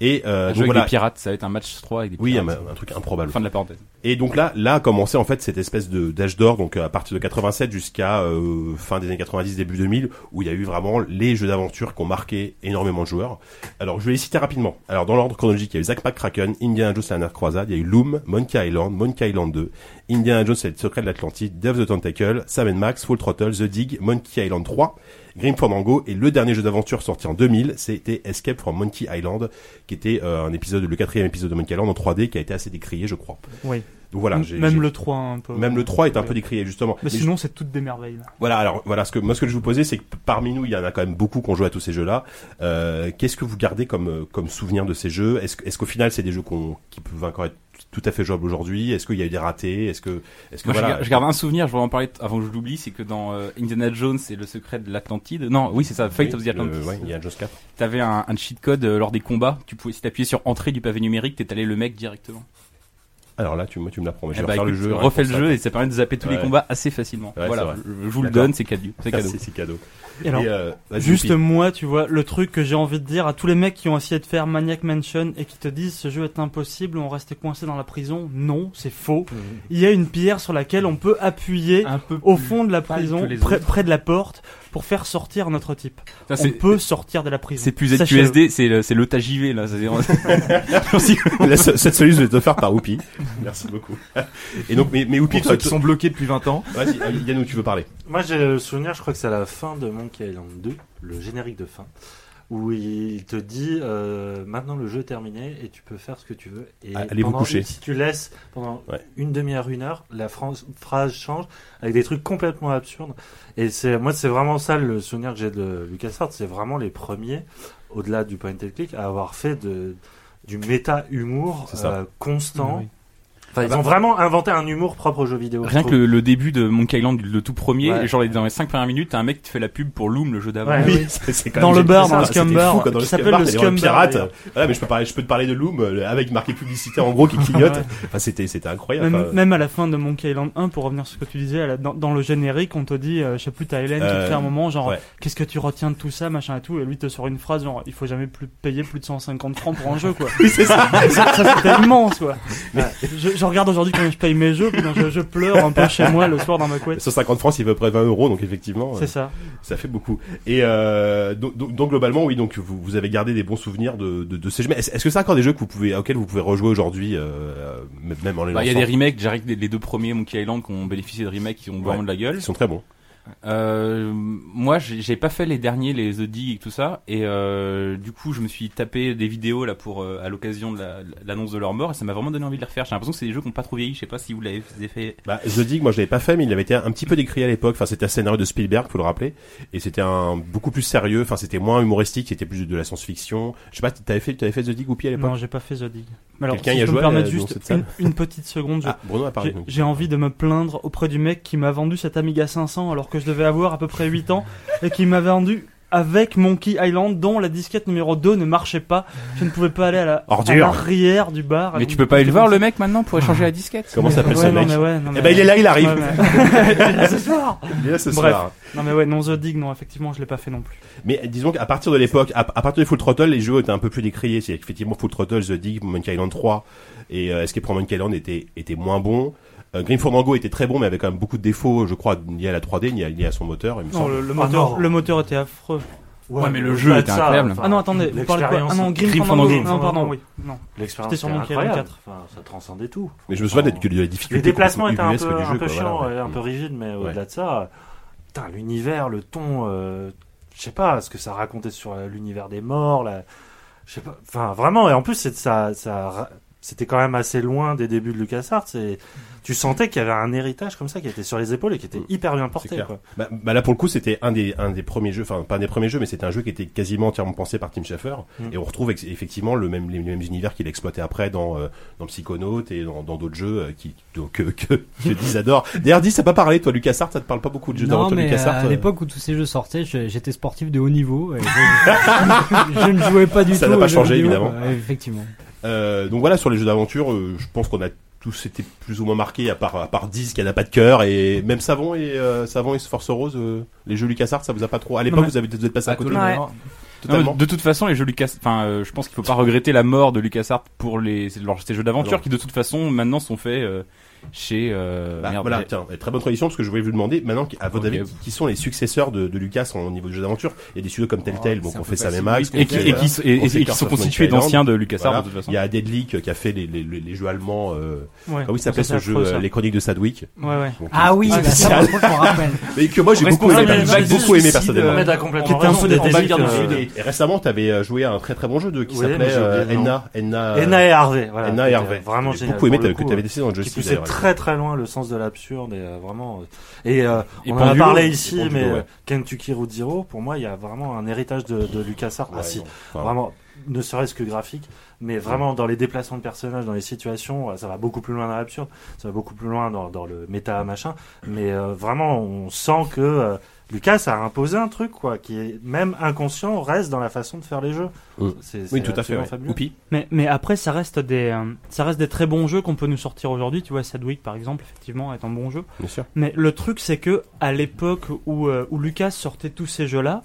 [SPEAKER 1] Et, euh,
[SPEAKER 3] Un
[SPEAKER 1] donc
[SPEAKER 3] jeu avec
[SPEAKER 1] voilà.
[SPEAKER 3] des pirates, ça va être un match 3 avec des
[SPEAKER 1] Oui,
[SPEAKER 3] pirates.
[SPEAKER 1] un, un truc improbable.
[SPEAKER 3] Fin de la parenthèse.
[SPEAKER 1] Et donc là, là a commencé en fait cette espèce de d'âge d'or, donc euh, à partir de 87 jusqu'à euh, fin des années 90, début 2000, où il y a eu vraiment les jeux d'aventure qui ont marqué énormément de joueurs. Alors je vais les citer rapidement. Alors dans l'ordre chronologique, il y a eu Zack Kraken, Indiana Jones et la dernière croisade, il y a eu Loom, Monkey Island, Monkey Island 2, Indiana Jones et le secret de l'Atlantide, Death the Tentacle, Sam Max, Full Throttle, The Dig, Monkey Island 3, Grim Fandango et le dernier jeu d'aventure sorti en 2000, c'était Escape from Monkey Island, qui était euh, un épisode, le quatrième épisode de Monkey Island en 3D, qui a été assez décrié, je crois.
[SPEAKER 2] Oui.
[SPEAKER 1] Donc voilà,
[SPEAKER 2] M-
[SPEAKER 1] j'ai-
[SPEAKER 2] même
[SPEAKER 1] j'ai-
[SPEAKER 2] le 3 un peu.
[SPEAKER 1] même le 3 est un peu décrié justement.
[SPEAKER 2] Mais
[SPEAKER 1] Mais
[SPEAKER 2] sinon, c'est toutes des merveilles. là.
[SPEAKER 1] je- voilà, alors voilà ce que moi ce que je vous posais c'est que parmi nous, il y en a quand même beaucoup qui ont joué à tous ces jeux-là. Euh, qu'est-ce que vous gardez comme euh, comme souvenir de ces jeux Est-ce que- est-ce qu'au final c'est des jeux qu'on qui peuvent encore être tout à fait jouables aujourd'hui Est-ce qu'il y a eu des ratés Est-ce que est-ce que
[SPEAKER 3] Moi, je
[SPEAKER 1] voilà
[SPEAKER 3] garde- je garde un souvenir, je vais en parler t- avant que je l'oublie, c'est que dans euh, Indiana Jones et le secret de l'Atlantide, non, oui c'est ça, Fate
[SPEAKER 1] Oui,
[SPEAKER 3] of the
[SPEAKER 1] le-
[SPEAKER 3] Atlantis,
[SPEAKER 1] ouais, il y a un Jaws 4.
[SPEAKER 3] t'avais un, un cheat code euh, lors des combats, tu pouvais, si t'appuyais sur entrée du pavé numérique, t'étalais le mec directement.
[SPEAKER 1] Alors là, tu moi tu me l'apprends, mais je vais
[SPEAKER 3] Eh bah,
[SPEAKER 1] refaire
[SPEAKER 3] écoute,
[SPEAKER 1] le jeu. hein,
[SPEAKER 3] refais
[SPEAKER 1] pour
[SPEAKER 3] le
[SPEAKER 1] ça.
[SPEAKER 3] jeu et ça permet de zapper tous les
[SPEAKER 1] Ouais.
[SPEAKER 3] combats assez facilement.
[SPEAKER 1] Ouais,
[SPEAKER 3] voilà,
[SPEAKER 1] c'est vrai.
[SPEAKER 3] je je vous le
[SPEAKER 1] D'accord.
[SPEAKER 3] donne, c'est cadeau. C'est
[SPEAKER 1] Ça,
[SPEAKER 3] cadeau.
[SPEAKER 1] C'est c'est cadeau.
[SPEAKER 2] Et alors,
[SPEAKER 1] Et, euh, vas-y,
[SPEAKER 2] Juste
[SPEAKER 1] Youpi.
[SPEAKER 2] moi, tu vois, le truc que j'ai envie de dire à tous les mecs qui ont essayé de faire Maniac Mansion et qui te disent ce jeu est impossible, on reste coincé dans la prison. Non, c'est faux.
[SPEAKER 1] Mhm.
[SPEAKER 2] Il y a une pierre sur laquelle on peut appuyer
[SPEAKER 5] Un peu
[SPEAKER 2] au fond de la
[SPEAKER 5] pâle que
[SPEAKER 2] prison,
[SPEAKER 5] les
[SPEAKER 2] près,
[SPEAKER 5] autres.
[SPEAKER 2] près de la porte, pour faire sortir notre type.
[SPEAKER 3] Ça,
[SPEAKER 2] on
[SPEAKER 3] c'est-
[SPEAKER 2] peut sortir de la prison.
[SPEAKER 3] C'est plus
[SPEAKER 2] Sachez-le.
[SPEAKER 3] ZQSD, c'est le, c'est le TAJV, là. c'est-
[SPEAKER 1] Là, ce- cette solution est offerte par Whoopi. Merci beaucoup. Et donc mais mais Whoopi
[SPEAKER 5] pour
[SPEAKER 1] toi,
[SPEAKER 5] ceux qui
[SPEAKER 1] toi-
[SPEAKER 5] sont bloqués depuis 20 ans.
[SPEAKER 1] vas-y, euh, Yannou, tu veux parler
[SPEAKER 8] Moi, j'ai le souvenir, je crois que c'est à la fin de Monkey Island 2, le générique de fin, où il te dit euh, maintenant le jeu est terminé et tu peux faire ce que tu veux. Et
[SPEAKER 1] Ah, allez vous
[SPEAKER 8] pendant-
[SPEAKER 1] coucher.
[SPEAKER 8] Si tu laisses pendant
[SPEAKER 1] Ouais.
[SPEAKER 8] une demi-heure, une heure, la fran- phrase change avec des trucs complètement absurdes. Et c'est moi, c'est vraiment ça le souvenir que j'ai de LucasArts. C'est vraiment les premiers, au-delà du point and click, à avoir fait de, du méta-humour
[SPEAKER 1] C'est ça.
[SPEAKER 8] euh, constant.
[SPEAKER 5] Oui. Ah
[SPEAKER 8] Enfin, ils
[SPEAKER 3] Bah-
[SPEAKER 8] ont vraiment inventé un humour propre aux jeux vidéo. je
[SPEAKER 3] Rien que
[SPEAKER 8] trouve.
[SPEAKER 3] le, le début de Monkey Island, le tout premier,
[SPEAKER 8] Ouais.
[SPEAKER 3] genre les- dans les 5 premières minutes, t'as un mec qui te fait la pub pour Loom, le jeu d'avant.
[SPEAKER 8] Ouais. Ah
[SPEAKER 1] oui, c'est- c'est quand
[SPEAKER 2] Dans
[SPEAKER 1] même
[SPEAKER 2] le bar,
[SPEAKER 1] génial.
[SPEAKER 2] dans le
[SPEAKER 1] C'était
[SPEAKER 2] scum
[SPEAKER 1] fou,
[SPEAKER 2] bar,
[SPEAKER 1] quoi, dans
[SPEAKER 2] qui
[SPEAKER 1] le scum
[SPEAKER 2] s'appelle
[SPEAKER 1] bar,
[SPEAKER 2] le
[SPEAKER 1] t'as des vrais
[SPEAKER 2] scum bar,
[SPEAKER 1] pirates.
[SPEAKER 2] d'ailleurs.
[SPEAKER 1] Voilà, mais je peux parler, je peux te parler de Loom euh, avec marqué publicité en gros qui clignote.
[SPEAKER 2] Ouais.
[SPEAKER 1] Enfin, c'était, c'était incroyable. euh.
[SPEAKER 2] Même,
[SPEAKER 1] Enfin,
[SPEAKER 2] même à la fin de Monkey Island 1, pour revenir sur ce que tu disais, à la- dans, dans le générique, on te dit, euh, je sais plus, t'as Hélène qui te
[SPEAKER 1] Euh,
[SPEAKER 2] fait un moment, genre,
[SPEAKER 1] ouais.
[SPEAKER 2] qu'est-ce que tu retiens de tout ça, machin et tout, et lui te sort une phrase, genre, il faut jamais plus payer plus de 150 francs pour un jeu, quoi.
[SPEAKER 1] oui, c'est ça.
[SPEAKER 2] ça, ça, c'était immense, quoi. Je, je regarde aujourd'hui quand je paye mes jeux, putain, je, je pleure un peu chez moi le soir dans ma couette.
[SPEAKER 1] 150 francs, il veut près 20 euros, donc effectivement, euh,
[SPEAKER 2] C'est ça.
[SPEAKER 1] ça fait beaucoup. Et euh, donc, donc- donc, globalement, oui, donc vous, vous avez gardé des bons souvenirs de, de, de ces jeux. Mais Est-ce, est-ce que c'est encore des jeux que vous pouvez, auxquels vous pouvez rejouer aujourd'hui, euh, m- même en les
[SPEAKER 3] Bah, il y a
[SPEAKER 1] lançant
[SPEAKER 3] des remakes, déjà les, les deux premiers Monkey Island qui ont bénéficié de remakes qui ont vraiment
[SPEAKER 1] Ouais.
[SPEAKER 3] de la gueule.
[SPEAKER 1] Ils sont très bons.
[SPEAKER 3] Euh, moi, j'ai j'ai pas fait les derniers, les The Dig et tout ça, et euh, du coup, je me suis tapé des vidéos là pour euh, à l'occasion de la- l'annonce de leur mort, et ça m'a vraiment donné envie de les refaire. J'ai l'impression que c'est des jeux qui ont pas trop vieilli. Je sais pas si vous l'avez vous avez fait.
[SPEAKER 1] Bah, The Dig, moi je l'avais pas fait, mais il avait été un petit peu décrit à l'époque. Enfin, c'était un scénario de Spielberg, faut le rappeler, et c'était un beaucoup plus sérieux. Enfin, c'était moins humoristique, c'était plus de la science-fiction. Je sais pas, t'avais fait, t'avais fait The Dig ou Pi à l'époque
[SPEAKER 2] Non, j'ai pas fait The Dig. Mais Alors,
[SPEAKER 1] Quelqu'un
[SPEAKER 2] si
[SPEAKER 1] y a
[SPEAKER 2] je peux me
[SPEAKER 1] joué, euh,
[SPEAKER 2] permettre
[SPEAKER 1] dans
[SPEAKER 2] juste
[SPEAKER 1] cette
[SPEAKER 2] une,
[SPEAKER 1] salle
[SPEAKER 2] une petite seconde, je-
[SPEAKER 1] Ah, Bruno a parlé.
[SPEAKER 2] j'ai-
[SPEAKER 1] donc.
[SPEAKER 2] j'ai envie de me plaindre auprès du mec qui m'a vendu cette Amiga 500 alors que je devais avoir à peu près 8 ans et qui m'a vendu avec Monkey Island dont la disquette numéro 2 ne marchait pas. Je ne pouvais pas aller à la- à
[SPEAKER 1] Ordure.
[SPEAKER 2] l'arrière du bar.
[SPEAKER 3] Mais tu peux pas aller le voir le mec maintenant pour échanger la disquette
[SPEAKER 1] Comment s'appelle ce
[SPEAKER 2] Ouais, non,
[SPEAKER 1] mec
[SPEAKER 2] mais ouais, non,
[SPEAKER 1] Eh
[SPEAKER 2] mais-
[SPEAKER 1] ben il est là, il arrive.
[SPEAKER 2] Ouais, mais- Ce soir.
[SPEAKER 1] Il est là ce
[SPEAKER 2] Bref.
[SPEAKER 1] soir.
[SPEAKER 2] Non mais ouais, non The Dig, non effectivement je l'ai pas fait non plus.
[SPEAKER 1] Mais disons qu'à partir de l'époque, à, à partir de Full Throttle, les jeux étaient un peu plus décriés. C'est effectivement Full Throttle, The Dig, Monkey Island 3 et euh, Escape from Monkey Island étaient, étaient moins bons. Euh, Grim Fandango était très bon, mais avait quand même beaucoup de défauts, je crois, liés à la 3D, liés à, liés à son moteur, il me
[SPEAKER 2] Non,
[SPEAKER 1] semble.
[SPEAKER 2] le, le moteur,
[SPEAKER 8] non.
[SPEAKER 2] le moteur était affreux.
[SPEAKER 3] Ouais, mais le jeu
[SPEAKER 8] au-delà
[SPEAKER 3] était
[SPEAKER 8] de ça,
[SPEAKER 3] incroyable.
[SPEAKER 8] enfin,
[SPEAKER 2] Ah non attendez, vous parlez de quoi Ah non, Grim,
[SPEAKER 8] Grim
[SPEAKER 2] Fandango.
[SPEAKER 8] Fandango.
[SPEAKER 2] Non pardon, oui. Non.
[SPEAKER 8] L'expérience
[SPEAKER 2] J'étais sur
[SPEAKER 8] était
[SPEAKER 2] Monkey Island
[SPEAKER 8] incroyable.
[SPEAKER 2] 4.
[SPEAKER 8] Enfin, ça transcendait tout.
[SPEAKER 1] Mais je me souviens d'être que de la
[SPEAKER 8] Les
[SPEAKER 1] difficulté.
[SPEAKER 8] déplacements étaient
[SPEAKER 1] complètement
[SPEAKER 8] un
[SPEAKER 1] ubuesque
[SPEAKER 8] peu,
[SPEAKER 1] du
[SPEAKER 8] un
[SPEAKER 1] jeu,
[SPEAKER 8] peu
[SPEAKER 1] quoi,
[SPEAKER 8] chiants,
[SPEAKER 1] voilà.
[SPEAKER 8] et un peu rigides, mais
[SPEAKER 1] Ouais.
[SPEAKER 8] au-delà de ça, euh, putain, l'univers, le ton, euh, je sais pas, ce que ça racontait sur euh, l'univers des morts, là, je sais pas, enfin vraiment, et en plus, c'est- ça, ça, ra- c'était quand même assez loin des débuts de LucasArts, et tu sentais qu'il y avait un héritage comme ça qui était sur les épaules et qui était
[SPEAKER 1] Mm.
[SPEAKER 8] hyper bien
[SPEAKER 1] C'est
[SPEAKER 8] porté.
[SPEAKER 1] clair.
[SPEAKER 8] Quoi.
[SPEAKER 1] Bah, bah là pour le coup c'était un des un des premiers jeux, enfin pas un des premiers jeux, mais c'était un jeu qui était quasiment entièrement pensé par Tim Schafer
[SPEAKER 8] Mm.
[SPEAKER 1] et on retrouve ex- effectivement le même les, les mêmes univers qu'il exploitait après dans euh, dans Psychonaut et dans dans d'autres jeux euh, qui donc, euh, que que Diz adore. D'ailleurs Diz ça pas parlé toi LucasArts, ça te parle pas beaucoup de jeux
[SPEAKER 7] non,
[SPEAKER 1] d'aventure
[SPEAKER 7] mais
[SPEAKER 1] LucasArts.
[SPEAKER 7] à
[SPEAKER 1] euh,
[SPEAKER 7] l'époque où tous ces jeux sortaient, je- j'étais sportif de haut niveau. Et je, je ne jouais pas du
[SPEAKER 1] Ça
[SPEAKER 7] tout.
[SPEAKER 1] n'a pas
[SPEAKER 7] aux jeux
[SPEAKER 1] changé,
[SPEAKER 7] vidéo,
[SPEAKER 1] évidemment.
[SPEAKER 7] quoi. Ouais, effectivement.
[SPEAKER 1] euh, donc voilà sur les jeux d'aventure, euh, je pense qu'on a tous été plus ou moins marqués à part à part Diz qui n'a pas de cœur et même Savon et euh, Savon et Force Rose, euh, les jeux LucasArts ça vous a pas trop. À l'époque
[SPEAKER 2] Non, mais-
[SPEAKER 1] vous avez vous êtes passé à côté
[SPEAKER 6] Ouais.
[SPEAKER 1] totalement.
[SPEAKER 3] de toute façon, les jeux Lucas, enfin, euh, je pense qu'il faut pas regretter la mort de LucasArts pour les leurs- ces jeux d'aventure
[SPEAKER 1] Non.
[SPEAKER 3] qui de toute façon maintenant sont faits euh, chez euh,
[SPEAKER 1] Bah,
[SPEAKER 3] merde,
[SPEAKER 1] voilà,
[SPEAKER 3] j'ai-
[SPEAKER 1] tiens, très bonne tradition parce que je voulais vous demander maintenant qui- à votre
[SPEAKER 3] Ok.
[SPEAKER 1] avis qui- qui sont les successeurs de, de Lucas en au niveau du jeu d'aventure. Il y a des studios comme Telltale,
[SPEAKER 3] Oh,
[SPEAKER 1] donc
[SPEAKER 3] c'est
[SPEAKER 1] on
[SPEAKER 3] un
[SPEAKER 1] fait
[SPEAKER 3] peu
[SPEAKER 1] Sam et
[SPEAKER 3] facile.
[SPEAKER 1] Max,
[SPEAKER 3] et qui, et qui, et- et-
[SPEAKER 1] on fait
[SPEAKER 3] et qui
[SPEAKER 1] Curse
[SPEAKER 3] sont
[SPEAKER 1] of Monkey
[SPEAKER 3] constitués
[SPEAKER 1] Island.
[SPEAKER 3] d'anciens de LucasArts
[SPEAKER 1] Voilà.
[SPEAKER 3] de toute façon.
[SPEAKER 1] Il y a Dead Leak qui a fait les, les, les- les jeux allemands. Euh...
[SPEAKER 2] Ouais.
[SPEAKER 1] Ah oui, ça
[SPEAKER 2] Ça,
[SPEAKER 1] s'appelait
[SPEAKER 2] c'est
[SPEAKER 1] ce jeu
[SPEAKER 2] affreux, ça.
[SPEAKER 1] euh, Les Chroniques de Sadwick.
[SPEAKER 2] Ouais ouais.
[SPEAKER 1] Bon,
[SPEAKER 7] Ah oui,
[SPEAKER 1] qui-
[SPEAKER 7] bah,
[SPEAKER 1] qui-
[SPEAKER 7] ça, par contre, je m'en rappelle.
[SPEAKER 1] mais que moi j'ai beaucoup aimé,
[SPEAKER 3] Responsable
[SPEAKER 1] par-
[SPEAKER 3] d'une
[SPEAKER 1] j'ai
[SPEAKER 3] vague de
[SPEAKER 1] beaucoup aimé
[SPEAKER 3] suicides,
[SPEAKER 1] personnellement.
[SPEAKER 8] Mais t'as complètement
[SPEAKER 2] Qui était un
[SPEAKER 8] raison,
[SPEAKER 2] peu des
[SPEAKER 8] on va le dire
[SPEAKER 1] Et-
[SPEAKER 8] du Sud,
[SPEAKER 1] et- et récemment, t'avais euh, joué à un très très bon jeu de, qui
[SPEAKER 8] Oui, mais
[SPEAKER 1] s'appelait
[SPEAKER 8] j'ai oublié
[SPEAKER 1] euh,
[SPEAKER 8] le nom.
[SPEAKER 1] Enna, Enna,
[SPEAKER 8] euh,
[SPEAKER 1] euh,
[SPEAKER 8] Enna et Harvey, voilà.
[SPEAKER 1] Enna et
[SPEAKER 8] C'était
[SPEAKER 1] Harvey.
[SPEAKER 8] Vraiment
[SPEAKER 1] J'ai
[SPEAKER 8] génial.
[SPEAKER 1] beaucoup aimé
[SPEAKER 8] pour le
[SPEAKER 1] t'avais- que
[SPEAKER 8] coup,
[SPEAKER 1] t'avais décidé dans le jeu.
[SPEAKER 8] qui
[SPEAKER 1] si,
[SPEAKER 8] poussait
[SPEAKER 1] d'ailleurs.
[SPEAKER 8] très très loin le sens de l'absurde et euh, vraiment euh, et, euh,
[SPEAKER 3] Et
[SPEAKER 8] on en a
[SPEAKER 3] Pendulo.
[SPEAKER 8] parlé
[SPEAKER 1] Et
[SPEAKER 8] ici
[SPEAKER 1] Pendulo,
[SPEAKER 8] mais
[SPEAKER 1] ouais.
[SPEAKER 8] euh, Kentucky Route Zero pour moi il y a vraiment un héritage de, de LucasArts
[SPEAKER 1] Ouais,
[SPEAKER 8] aussi
[SPEAKER 1] non. Enfin,
[SPEAKER 8] vraiment ne serait-ce que graphique mais vraiment dans les déplacements de personnages dans les situations euh, ça va beaucoup plus loin dans l'absurde ça va beaucoup plus loin dans, dans le méta machin mais euh, vraiment on sent que euh, Lucas a imposé un truc quoi qui est même inconscient reste dans la façon de faire les jeux
[SPEAKER 1] Mm.
[SPEAKER 8] c'est
[SPEAKER 1] Oui,
[SPEAKER 8] c'est
[SPEAKER 1] tout à fait.
[SPEAKER 8] absolument
[SPEAKER 1] ouais.
[SPEAKER 8] fabuleux.
[SPEAKER 1] Oupi.
[SPEAKER 2] Mais, mais après, ça reste, des, euh, ça reste des très bons jeux qu'on peut nous sortir aujourd'hui. Tu vois, Sadwick, par exemple, effectivement, est un bon jeu.
[SPEAKER 1] Bien sûr.
[SPEAKER 2] Mais le truc, c'est que à l'époque où, euh, où Lucas sortait tous ces jeux-là,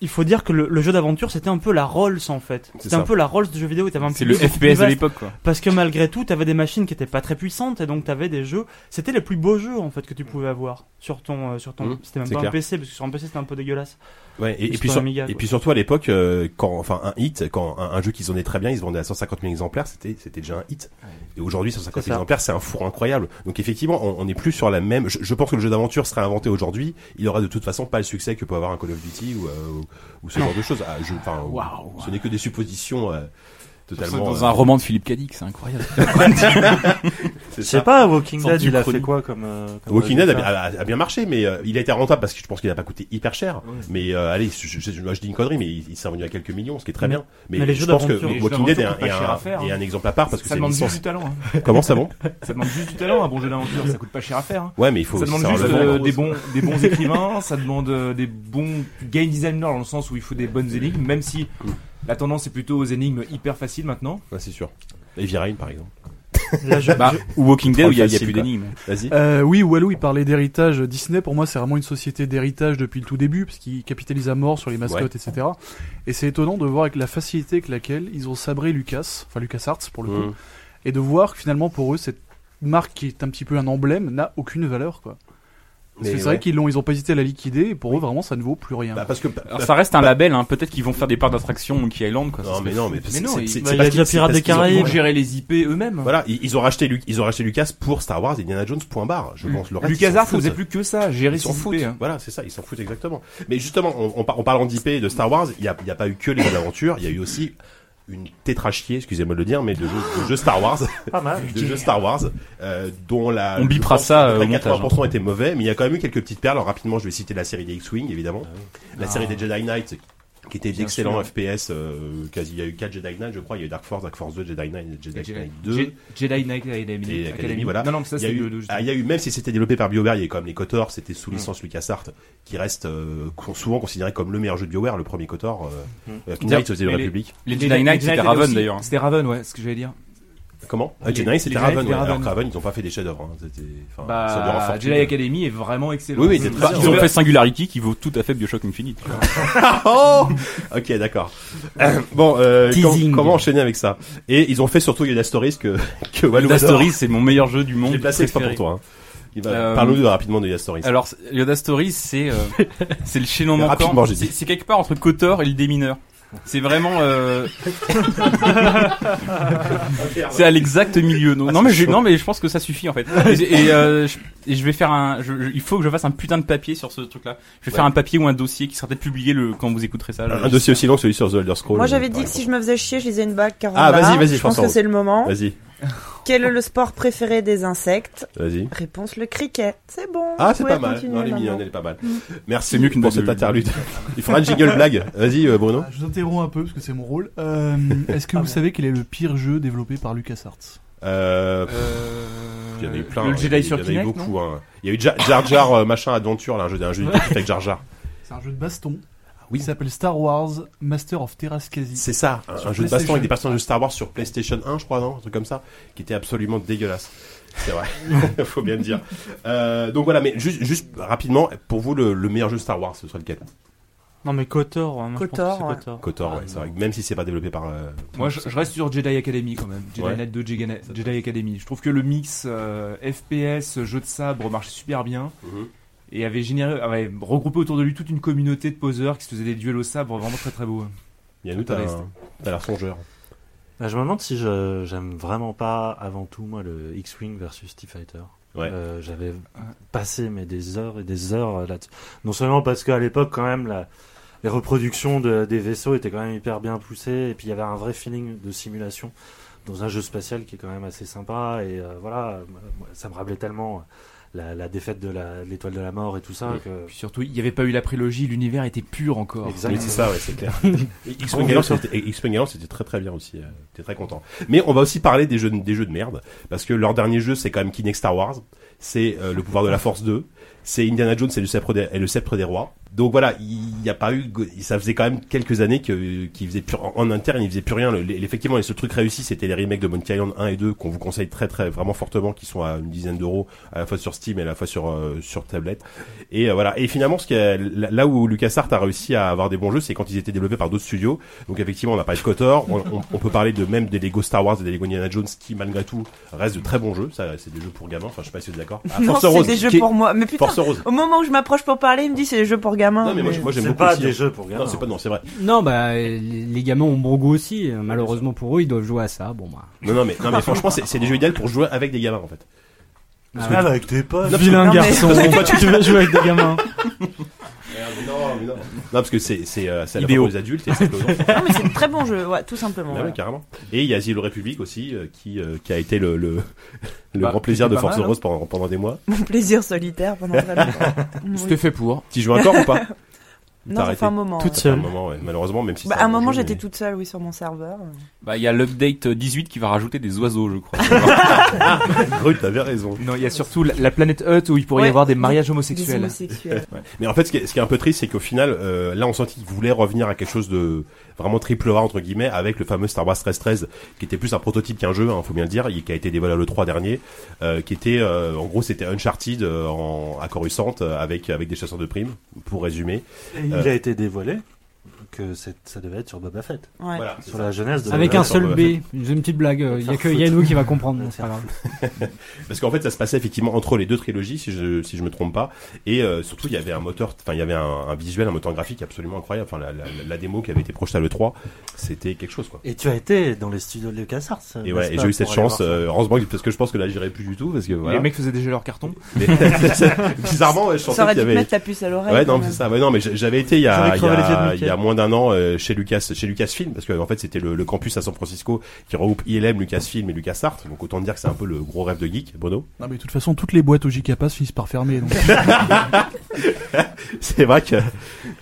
[SPEAKER 2] il faut dire que le, le jeu d'aventure, c'était un peu la Rolls, en fait.
[SPEAKER 1] C'est
[SPEAKER 2] C'était un
[SPEAKER 1] ça.
[SPEAKER 2] peu la Rolls du jeu vidéo. et t'avais un
[SPEAKER 3] C'est le
[SPEAKER 2] public beaucoup plus
[SPEAKER 3] FPS de
[SPEAKER 2] vaste.
[SPEAKER 3] l'époque quoi.
[SPEAKER 2] Parce que malgré tout, t'avais des machines qui étaient pas très puissantes, et donc t'avais des jeux... C'était les plus beaux jeux, en fait, que tu pouvais avoir sur ton... euh, sur ton...
[SPEAKER 1] Mmh,
[SPEAKER 2] c'était même
[SPEAKER 1] c'est
[SPEAKER 2] pas un
[SPEAKER 1] clair.
[SPEAKER 2] PC, parce que sur un PC, c'était un peu dégueulasse.
[SPEAKER 1] Ouais, et,
[SPEAKER 2] Plus
[SPEAKER 1] et puis
[SPEAKER 2] sur
[SPEAKER 1] sur-
[SPEAKER 2] Amiga,
[SPEAKER 1] et
[SPEAKER 2] quoi.
[SPEAKER 1] puis surtout à l'époque, euh, quand enfin un hit, quand un, un jeu qui se vendait très bien, il se vendait à 150 000 exemplaires, c'était c'était déjà un hit. Et aujourd'hui, 150
[SPEAKER 8] C'est ça.
[SPEAKER 1] 000 exemplaires, c'est un four incroyable. Donc effectivement, on on n'est plus sur la même. Je, je pense que le jeu d'aventure serait inventé aujourd'hui, il aura de toute façon pas le succès que peut avoir un Call of Duty ou, euh, ou, ou ce genre de choses. Ah, je, enfin, ce n'est que des suppositions euh, totalement.
[SPEAKER 3] Dans un
[SPEAKER 1] euh,
[SPEAKER 3] roman de Philippe hein, Cadic, c'est incroyable.
[SPEAKER 1] c'est
[SPEAKER 8] Je
[SPEAKER 1] ça.
[SPEAKER 8] sais pas, Walking Dead,
[SPEAKER 3] Sorti
[SPEAKER 8] il a
[SPEAKER 3] chronique.
[SPEAKER 8] fait quoi comme. euh, comme
[SPEAKER 1] Walking Dead a,
[SPEAKER 8] résultat
[SPEAKER 1] a- a bien marché, mais euh, il a été rentable parce que je pense qu'il n'a pas coûté hyper cher. Mais euh, allez, je, je- je- moi, je dis une connerie, mais il, il s'est vendu à quelques millions, ce qui est très
[SPEAKER 2] Mais-
[SPEAKER 1] bien.
[SPEAKER 2] mais les
[SPEAKER 1] je
[SPEAKER 2] jeux
[SPEAKER 1] pense que
[SPEAKER 2] d'aventure-
[SPEAKER 5] les jeux
[SPEAKER 1] Walking Dead est un,
[SPEAKER 5] d'aventure coûtent
[SPEAKER 1] est
[SPEAKER 5] pas
[SPEAKER 1] un-
[SPEAKER 5] cher à faire,
[SPEAKER 1] est
[SPEAKER 5] hein.
[SPEAKER 1] un exemple à part parce que
[SPEAKER 5] ça
[SPEAKER 1] c'est une
[SPEAKER 5] demande juste
[SPEAKER 1] licence.
[SPEAKER 5] du talent. hein.
[SPEAKER 1] Comment ça va
[SPEAKER 5] Ça demande juste du talent, un bon jeu d'aventure, ça coûte pas cher à faire. hein.
[SPEAKER 1] Ouais, mais il faut.
[SPEAKER 5] Ça demande
[SPEAKER 1] savoir
[SPEAKER 5] juste
[SPEAKER 1] le vendre.
[SPEAKER 5] euh, des, bons, des bons écrivains, ça demande euh, des bons game designers dans le sens où il faut des bonnes énigmes, même si la tendance est plutôt aux énigmes hyper faciles maintenant.
[SPEAKER 1] Ouais, c'est sûr. Et Virine, par exemple.
[SPEAKER 2] Là, je-
[SPEAKER 3] Bah, ou Walking Dead où il y a, il y a
[SPEAKER 1] Facile,
[SPEAKER 3] plus
[SPEAKER 1] quoi.
[SPEAKER 3] d'énigmes.
[SPEAKER 1] Vas-y.
[SPEAKER 4] Euh, oui, Walou, il parlait d'héritage Disney. Pour moi, c'est vraiment une société d'héritage depuis le tout début, parce qu'ils capitalisent à mort sur les mascottes,
[SPEAKER 1] Ouais.
[SPEAKER 4] etc. Et c'est étonnant de voir avec la facilité avec laquelle ils ont sabré Lucas, enfin Lucas Arts pour le coup,
[SPEAKER 1] Mmh.
[SPEAKER 4] et de voir que finalement pour eux, cette marque qui est un petit peu un emblème n'a aucune valeur, quoi. Parce
[SPEAKER 1] Mais
[SPEAKER 4] que c'est
[SPEAKER 1] ouais.
[SPEAKER 4] vrai qu'ils l'ont, ils ont pas hésité à la liquider, et pour eux, vraiment, ça ne vaut plus rien.
[SPEAKER 1] Bah, parce que.
[SPEAKER 3] Alors ça reste un label, hein. peut-être qu'ils vont faire des parts d'attraction Monkey Island quoi. ça
[SPEAKER 1] Non,
[SPEAKER 3] serait
[SPEAKER 1] mais non, mais
[SPEAKER 3] fou.
[SPEAKER 1] c'est-
[SPEAKER 5] non,
[SPEAKER 1] c'est-
[SPEAKER 5] il-
[SPEAKER 1] c'est-
[SPEAKER 2] bah,
[SPEAKER 1] c'est
[SPEAKER 2] il y a
[SPEAKER 1] parce
[SPEAKER 2] déjà
[SPEAKER 1] qu'ils-
[SPEAKER 2] Pirates
[SPEAKER 1] parce
[SPEAKER 2] des
[SPEAKER 1] qu'ils ont-
[SPEAKER 2] Caraïbes.
[SPEAKER 5] Ils vont gérer les IP eux-mêmes.
[SPEAKER 1] Voilà, ils, ils ont racheté Lu- ils ont racheté Lucas pour Star Wars et Indiana Jones. Point barre. Je pense. Le reste, ils s'en
[SPEAKER 5] LucasArts ne
[SPEAKER 1] foutent.
[SPEAKER 5] faisait plus que ça, gérer
[SPEAKER 1] Ils s'en
[SPEAKER 5] ses
[SPEAKER 1] foutent.
[SPEAKER 5] IP. hein.
[SPEAKER 1] Voilà, c'est ça, ils s'en foutent exactement. Mais justement, on, on, par- en parlant d'IP et de Star Wars, il n'y a, il y a pas eu que les aventures, il y a eu aussi une tétrachier, excusez-moi de le dire, mais de jeux, de jeux Star Wars,
[SPEAKER 8] Pas mal.
[SPEAKER 1] de jeux Star Wars, euh, dont la...
[SPEAKER 3] On
[SPEAKER 1] je
[SPEAKER 3] bipera
[SPEAKER 1] pense
[SPEAKER 3] ça,
[SPEAKER 1] que
[SPEAKER 3] euh, au montage,
[SPEAKER 1] 80% était mauvais, mais il y a quand même eu quelques petites perles. Alors rapidement, je vais citer la série des X-Wing, évidemment. La série des Jedi Knight, qui était
[SPEAKER 5] Bien
[SPEAKER 1] d'excellents
[SPEAKER 5] sûr.
[SPEAKER 1] FPS. euh, quasi, il y a eu 4 Jedi Knight, je crois. Il y a eu Dark Force, Dark Force 2, Jedi Knight, Jedi Knight 2.
[SPEAKER 5] Jedi- Jedi Knight Academy.
[SPEAKER 1] Et Academy, voilà.
[SPEAKER 5] Non, non, mais ça
[SPEAKER 1] Il y, a
[SPEAKER 5] c'est
[SPEAKER 1] eu,
[SPEAKER 5] le. Mm. le-
[SPEAKER 1] ah, il y a eu, même si c'était développé par BioWare, il y avait quand même les KOTOR, c'était sous licence LucasArts, qui reste euh, con- souvent considéré comme le meilleur jeu de BioWare, le premier KOTOR, euh, euh, Knights of the
[SPEAKER 5] Mais Mm. les-
[SPEAKER 1] Republic.
[SPEAKER 3] Les Jedi Knight, c'était
[SPEAKER 5] Jedi
[SPEAKER 3] Raven
[SPEAKER 5] aussi,
[SPEAKER 3] d'ailleurs.
[SPEAKER 5] C'était Raven, ouais, ce que j'allais dire.
[SPEAKER 1] Comment Ah,
[SPEAKER 5] les-
[SPEAKER 1] Jedi Knight,
[SPEAKER 5] les
[SPEAKER 1] c'était
[SPEAKER 5] Jedi,
[SPEAKER 1] Raven,
[SPEAKER 5] c'était
[SPEAKER 1] ouais. Alors
[SPEAKER 5] Raven.
[SPEAKER 1] que Raven, ils ont pas fait des chefs-d'œuvre. hein, c'était- enfin, Soldier of
[SPEAKER 5] Bah,
[SPEAKER 1] Fortune.
[SPEAKER 5] Jedi Academy est vraiment excellent.
[SPEAKER 1] Oui, oui, c'est très
[SPEAKER 5] Bah,
[SPEAKER 1] bien.
[SPEAKER 3] Ils ont fait Singularity qui vaut tout à fait Bioshock Infinite.
[SPEAKER 1] Oh ok, d'accord. bon, euh, com-
[SPEAKER 7] Teasing.
[SPEAKER 1] comment enchaîner avec ça Et ils ont fait surtout Yoda Stories que que Walou
[SPEAKER 3] Yoda
[SPEAKER 1] adore.
[SPEAKER 3] Stories, c'est mon meilleur jeu du
[SPEAKER 1] Je
[SPEAKER 3] monde.
[SPEAKER 1] l'ai placé exprès
[SPEAKER 3] préféré.
[SPEAKER 1] pour toi. Hein. Il va-
[SPEAKER 3] Euh,
[SPEAKER 1] Parle-nous rapidement de Yoda Stories.
[SPEAKER 3] Alors, c'est- Yoda Stories, c'est euh, c'est le chaînon manquant.
[SPEAKER 1] Rapidement, j'ai dit.
[SPEAKER 3] C'est c'est quelque part entre Kotor et le démineur. C'est vraiment euh, c'est à l'exact milieu.
[SPEAKER 1] Ah,
[SPEAKER 3] Non, non, mais je, non mais je pense que ça suffit en fait. Et, et, euh, je, et je vais faire un je- je- il faut que je fasse un putain de papier sur ce truc là. Je vais faire un papier ou un dossier qui sera peut-être publié le quand vous écouterez ça.
[SPEAKER 1] un dossier aussi long que celui sur The Elder Scrolls.
[SPEAKER 6] Moi, j'avais
[SPEAKER 1] euh,
[SPEAKER 6] dit
[SPEAKER 1] par
[SPEAKER 6] que si je me faisais chier, je lisais une bague.
[SPEAKER 1] Ah, vas-y, vas-y,
[SPEAKER 6] je
[SPEAKER 1] je
[SPEAKER 6] pense
[SPEAKER 1] pense
[SPEAKER 6] que
[SPEAKER 1] en-
[SPEAKER 6] c'est le moment.
[SPEAKER 1] exemple.
[SPEAKER 6] Quel est le sport préféré des insectes
[SPEAKER 1] Vas-y, vas-y.
[SPEAKER 6] Réponse le cricket. C'est bon.
[SPEAKER 1] Ah,
[SPEAKER 6] vous
[SPEAKER 1] c'est
[SPEAKER 6] pouvez
[SPEAKER 1] pas mal.
[SPEAKER 6] continuer
[SPEAKER 1] Non, elle est
[SPEAKER 6] maintenant.
[SPEAKER 1] mignonne, elle est pas mal.
[SPEAKER 6] Mm.
[SPEAKER 1] Merci
[SPEAKER 3] C'est mieux qu'une
[SPEAKER 1] pour
[SPEAKER 3] blague
[SPEAKER 1] cette
[SPEAKER 3] de-
[SPEAKER 1] interlude. Il faudra une jingle blague. Vas-y, euh, Bruno.
[SPEAKER 4] Ah, Je vous interromps un peu parce que c'est mon rôle. Euh, Est-ce
[SPEAKER 1] Ah
[SPEAKER 4] que vous savez quel est le pire jeu développé par LucasArts
[SPEAKER 1] Euh,
[SPEAKER 5] Euh,
[SPEAKER 1] il y en a eu plein.
[SPEAKER 5] Le
[SPEAKER 1] hein.
[SPEAKER 5] Jedi sur
[SPEAKER 1] Il y en a eu
[SPEAKER 5] Kinect. non
[SPEAKER 1] beaucoup. hein. Il y a eu Ja- Jar Jar euh, machin aventure, là, un jeu d'un jeu d'équipe avec Jar Jar.
[SPEAKER 4] C'est un jeu de baston.
[SPEAKER 1] Ah oui.
[SPEAKER 4] Oui. Il s'appelle Star Wars Master of Terraskasi.
[SPEAKER 1] C'est ça,
[SPEAKER 4] Sur
[SPEAKER 1] un, un jeu de
[SPEAKER 4] PlayStation.
[SPEAKER 1] baston avec des personnages de Star Wars sur PlayStation 1, je crois, non Un truc comme ça, qui était absolument dégueulasse. C'est vrai, faut bien le dire. Euh, donc voilà, mais juste, juste rapidement, pour vous, le, le meilleur jeu Star Wars, ce serait lequel
[SPEAKER 2] Non, mais Kotor, moi, je pense que
[SPEAKER 6] Kotor,
[SPEAKER 2] c'est
[SPEAKER 6] ouais.
[SPEAKER 2] Kotor.
[SPEAKER 1] Kotor, ouais, c'est vrai, même si c'est pas développé par. euh,
[SPEAKER 5] Moi, je, je reste sur Jedi Academy quand même. Jedi
[SPEAKER 1] Ouais.
[SPEAKER 5] Knight 2, Jedi, Jedi Academy. Je trouve que le mix euh, FPS, jeu de sabre marchait super bien
[SPEAKER 1] Mm-hmm.
[SPEAKER 5] et avait généré, euh, avait regroupé autour de lui toute une communauté de poseurs qui se faisaient des duels au sabre vraiment très très beaux. hein.
[SPEAKER 1] Yannou, t'as un- t'as l'air songeur.
[SPEAKER 8] Bah, je me demande si je- j'aime vraiment pas avant tout moi le X-Wing versus T-Fighter.
[SPEAKER 1] Ouais.
[SPEAKER 8] Euh, J'avais passé mais des heures et des heures euh, là-dessus. Non seulement parce qu'à l'époque quand même la, les reproductions de- des vaisseaux étaient quand même hyper bien poussées et puis il y avait un vrai feeling de simulation dans un jeu spatial qui est quand même assez sympa et euh, voilà moi, ça me rappelait tellement la, la défaite de la- de l'étoile de la mort et tout ça
[SPEAKER 1] Ouais.
[SPEAKER 8] que
[SPEAKER 5] Puis surtout, il n'y avait pas eu la prélogie, l'univers était pur encore.
[SPEAKER 1] euh. Oui,
[SPEAKER 8] Exactement.
[SPEAKER 1] c'est ça, ouais, c'est clair. Et X-Wing Alliance, c'était- et X-Wing Alliance, c'était très très bien aussi. euh, J'étais très content. Mais on va aussi parler des jeux, de- des jeux de merde. Parce que leur dernier jeu, c'est quand même Kinect Star Wars. C'est euh, Le pouvoir de la Force 2. C'est Indiana Jones et le sceptre des, et le sceptre des rois. Donc voilà, il n'y a pas eu. Ça faisait quand même quelques années que- qu'ils faisaient plus. En, en interne, ils faisaient plus rien. Le- les- effectivement, les seuls trucs réussis, c'était les remakes de Monkey Island 1 et 2 qu'on vous conseille très très vraiment fortement, qui sont à une dizaine d'euros à la fois sur Steam et à la fois sur euh, sur tablette. Et euh, voilà. Et finalement, ce qui est- là là où LucasArts a réussi à avoir des bons jeux, c'est quand ils étaient développés par d'autres studios. Donc effectivement, on a parlé de Kotor. On, on- on peut parler de même des Lego Star Wars et des Lego Indiana Jones, qui malgré tout restent de très bons jeux. Ça, c'est des jeux pour gamins. Enfin, je sais pas si vous êtes d'accord. Ah,
[SPEAKER 6] Non,
[SPEAKER 1] Force
[SPEAKER 6] c'est
[SPEAKER 1] Rose,
[SPEAKER 6] des jeux
[SPEAKER 1] qui est-
[SPEAKER 6] pour moi. Mais putain,
[SPEAKER 1] Force Rose.
[SPEAKER 6] au moment où je m'approche pour parler, il me dit c'est des jeux pour gamins.
[SPEAKER 1] Non mais moi, je- moi j'aime
[SPEAKER 8] c'est
[SPEAKER 1] beaucoup.
[SPEAKER 8] pas
[SPEAKER 1] aussi,
[SPEAKER 8] des
[SPEAKER 1] hein.
[SPEAKER 8] jeux pour gamins.
[SPEAKER 1] Non, c'est pas non, c'est vrai.
[SPEAKER 7] Non, bah, les- les gamins ont bon goût aussi. euh, Malheureusement pour eux, ils doivent jouer à ça. Bon, bah.
[SPEAKER 1] Non, non, mais, non, mais franchement, c'est c'est des jeux idéaux pour jouer avec des gamins en fait.
[SPEAKER 8] Ah ouais. avec tes potes.
[SPEAKER 2] Vilain
[SPEAKER 6] Non, mais-
[SPEAKER 2] garçon, tu veux jouer avec des gamins.
[SPEAKER 1] non, non. parce que c'est c'est euh, c'est à la fois
[SPEAKER 3] Idéaux.
[SPEAKER 1] pour les adultes et c'est pour les enfants.
[SPEAKER 6] Non, mais c'est un très bon jeu, ouais, tout simplement.
[SPEAKER 1] Ah ouais,
[SPEAKER 6] voilà.
[SPEAKER 1] carrément. Et il y a Zillow Republic aussi euh, qui euh, qui a été le le, le
[SPEAKER 5] Bah,
[SPEAKER 1] grand plaisir
[SPEAKER 5] c'était
[SPEAKER 1] de
[SPEAKER 5] pas
[SPEAKER 1] Force
[SPEAKER 5] mal, hein.
[SPEAKER 1] Rose pendant pendant des mois.
[SPEAKER 6] Mon plaisir solitaire pendant très longtemps. Mm,
[SPEAKER 5] C'était
[SPEAKER 6] oui.
[SPEAKER 5] fait pour.
[SPEAKER 1] Tu joues encore ou pas
[SPEAKER 6] Non, ça fait un moment.
[SPEAKER 2] Toute
[SPEAKER 6] ouais.
[SPEAKER 1] À un
[SPEAKER 2] seule.
[SPEAKER 1] moment, ouais, malheureusement, même si.
[SPEAKER 6] Bah,
[SPEAKER 1] c'est
[SPEAKER 6] à un
[SPEAKER 1] bon
[SPEAKER 6] moment,
[SPEAKER 1] jeu,
[SPEAKER 6] j'étais
[SPEAKER 1] mais-
[SPEAKER 6] toute seule, oui, sur mon serveur.
[SPEAKER 3] Bah il y a l'update 18 qui va rajouter des oiseaux, je crois.
[SPEAKER 1] Grut, t'avais raison.
[SPEAKER 5] Non, il y a surtout la, la planète Hut où il pourrait
[SPEAKER 6] Ouais,
[SPEAKER 5] y avoir des
[SPEAKER 6] des-
[SPEAKER 5] mariages
[SPEAKER 6] Des
[SPEAKER 5] homosexuels.
[SPEAKER 6] homosexuels.
[SPEAKER 1] Mais en fait, ce qui est, ce qui est un peu triste, c'est qu'au final, euh, là, on sentit qu'ils voulaient revenir à quelque chose de vraiment triple A entre guillemets, avec le fameux Star Wars 13 13, qui était plus un prototype qu'un jeu, hein, faut bien le dire, et qui a été dévoilé le 3 dernier, euh, qui était, euh, en gros, c'était Uncharted euh, en, à Coruscant euh, avec avec des chasseurs de primes, pour résumer.
[SPEAKER 8] Et il
[SPEAKER 1] Euh.
[SPEAKER 8] a été dévoilé que c'est- ça devait être sur Boba Fett.
[SPEAKER 6] Ouais.
[SPEAKER 1] Voilà.
[SPEAKER 8] Sur la jeunesse de
[SPEAKER 7] Avec
[SPEAKER 1] Ouais,
[SPEAKER 7] un
[SPEAKER 1] sur
[SPEAKER 7] seul
[SPEAKER 1] Boba
[SPEAKER 7] B. J'ai une petite blague. euh, Il y a que Yannou qui va comprendre. C'est pas grave.
[SPEAKER 1] Parce qu'en fait, ça se passait effectivement entre les deux trilogies, si je si je me trompe pas, et euh, surtout il y avait un moteur, enfin il y avait un, un visuel, un moteur graphique absolument incroyable. Enfin la, la, la démo qui avait été projetée à le 3, c'était quelque chose quoi.
[SPEAKER 8] Et tu as été dans les studios de LucasArts.
[SPEAKER 1] Et
[SPEAKER 8] n'est-ce
[SPEAKER 1] ouais, et
[SPEAKER 8] pas,
[SPEAKER 1] j'ai eu
[SPEAKER 8] pour
[SPEAKER 1] cette
[SPEAKER 8] aller
[SPEAKER 1] chance,
[SPEAKER 8] voir ça
[SPEAKER 1] euh, heureusement, parce que je pense que là j'irai plus du tout, parce que voilà.
[SPEAKER 5] Les mecs faisaient déjà leur carton.
[SPEAKER 1] Mais- bizarrement, ouais, je
[SPEAKER 6] Ça
[SPEAKER 1] sentais
[SPEAKER 6] aurait dû
[SPEAKER 1] qu'il y
[SPEAKER 6] te
[SPEAKER 1] avait.
[SPEAKER 6] mettre la puce à l'oreille.
[SPEAKER 1] Ouais,
[SPEAKER 6] quand
[SPEAKER 1] non,
[SPEAKER 6] même.
[SPEAKER 1] c'est ça. Ouais, non, mais j'- j'avais été il y
[SPEAKER 4] J'aurais
[SPEAKER 1] a, il y
[SPEAKER 4] crevé les yeux de
[SPEAKER 1] a,
[SPEAKER 4] Mickey.
[SPEAKER 1] il y a moins d'un d'un an euh, chez Lucas, chez Lucasfilm, parce que en fait c'était le, le campus à San Francisco qui regroupe ILM, Lucasfilm et LucasArts. Donc autant dire que c'est un peu le gros rêve de geek, Bruno.
[SPEAKER 4] Non, mais de toute façon, toutes les boîtes au JKPass finissent par fermer. donc.
[SPEAKER 1] C'est vrai que. Ouais,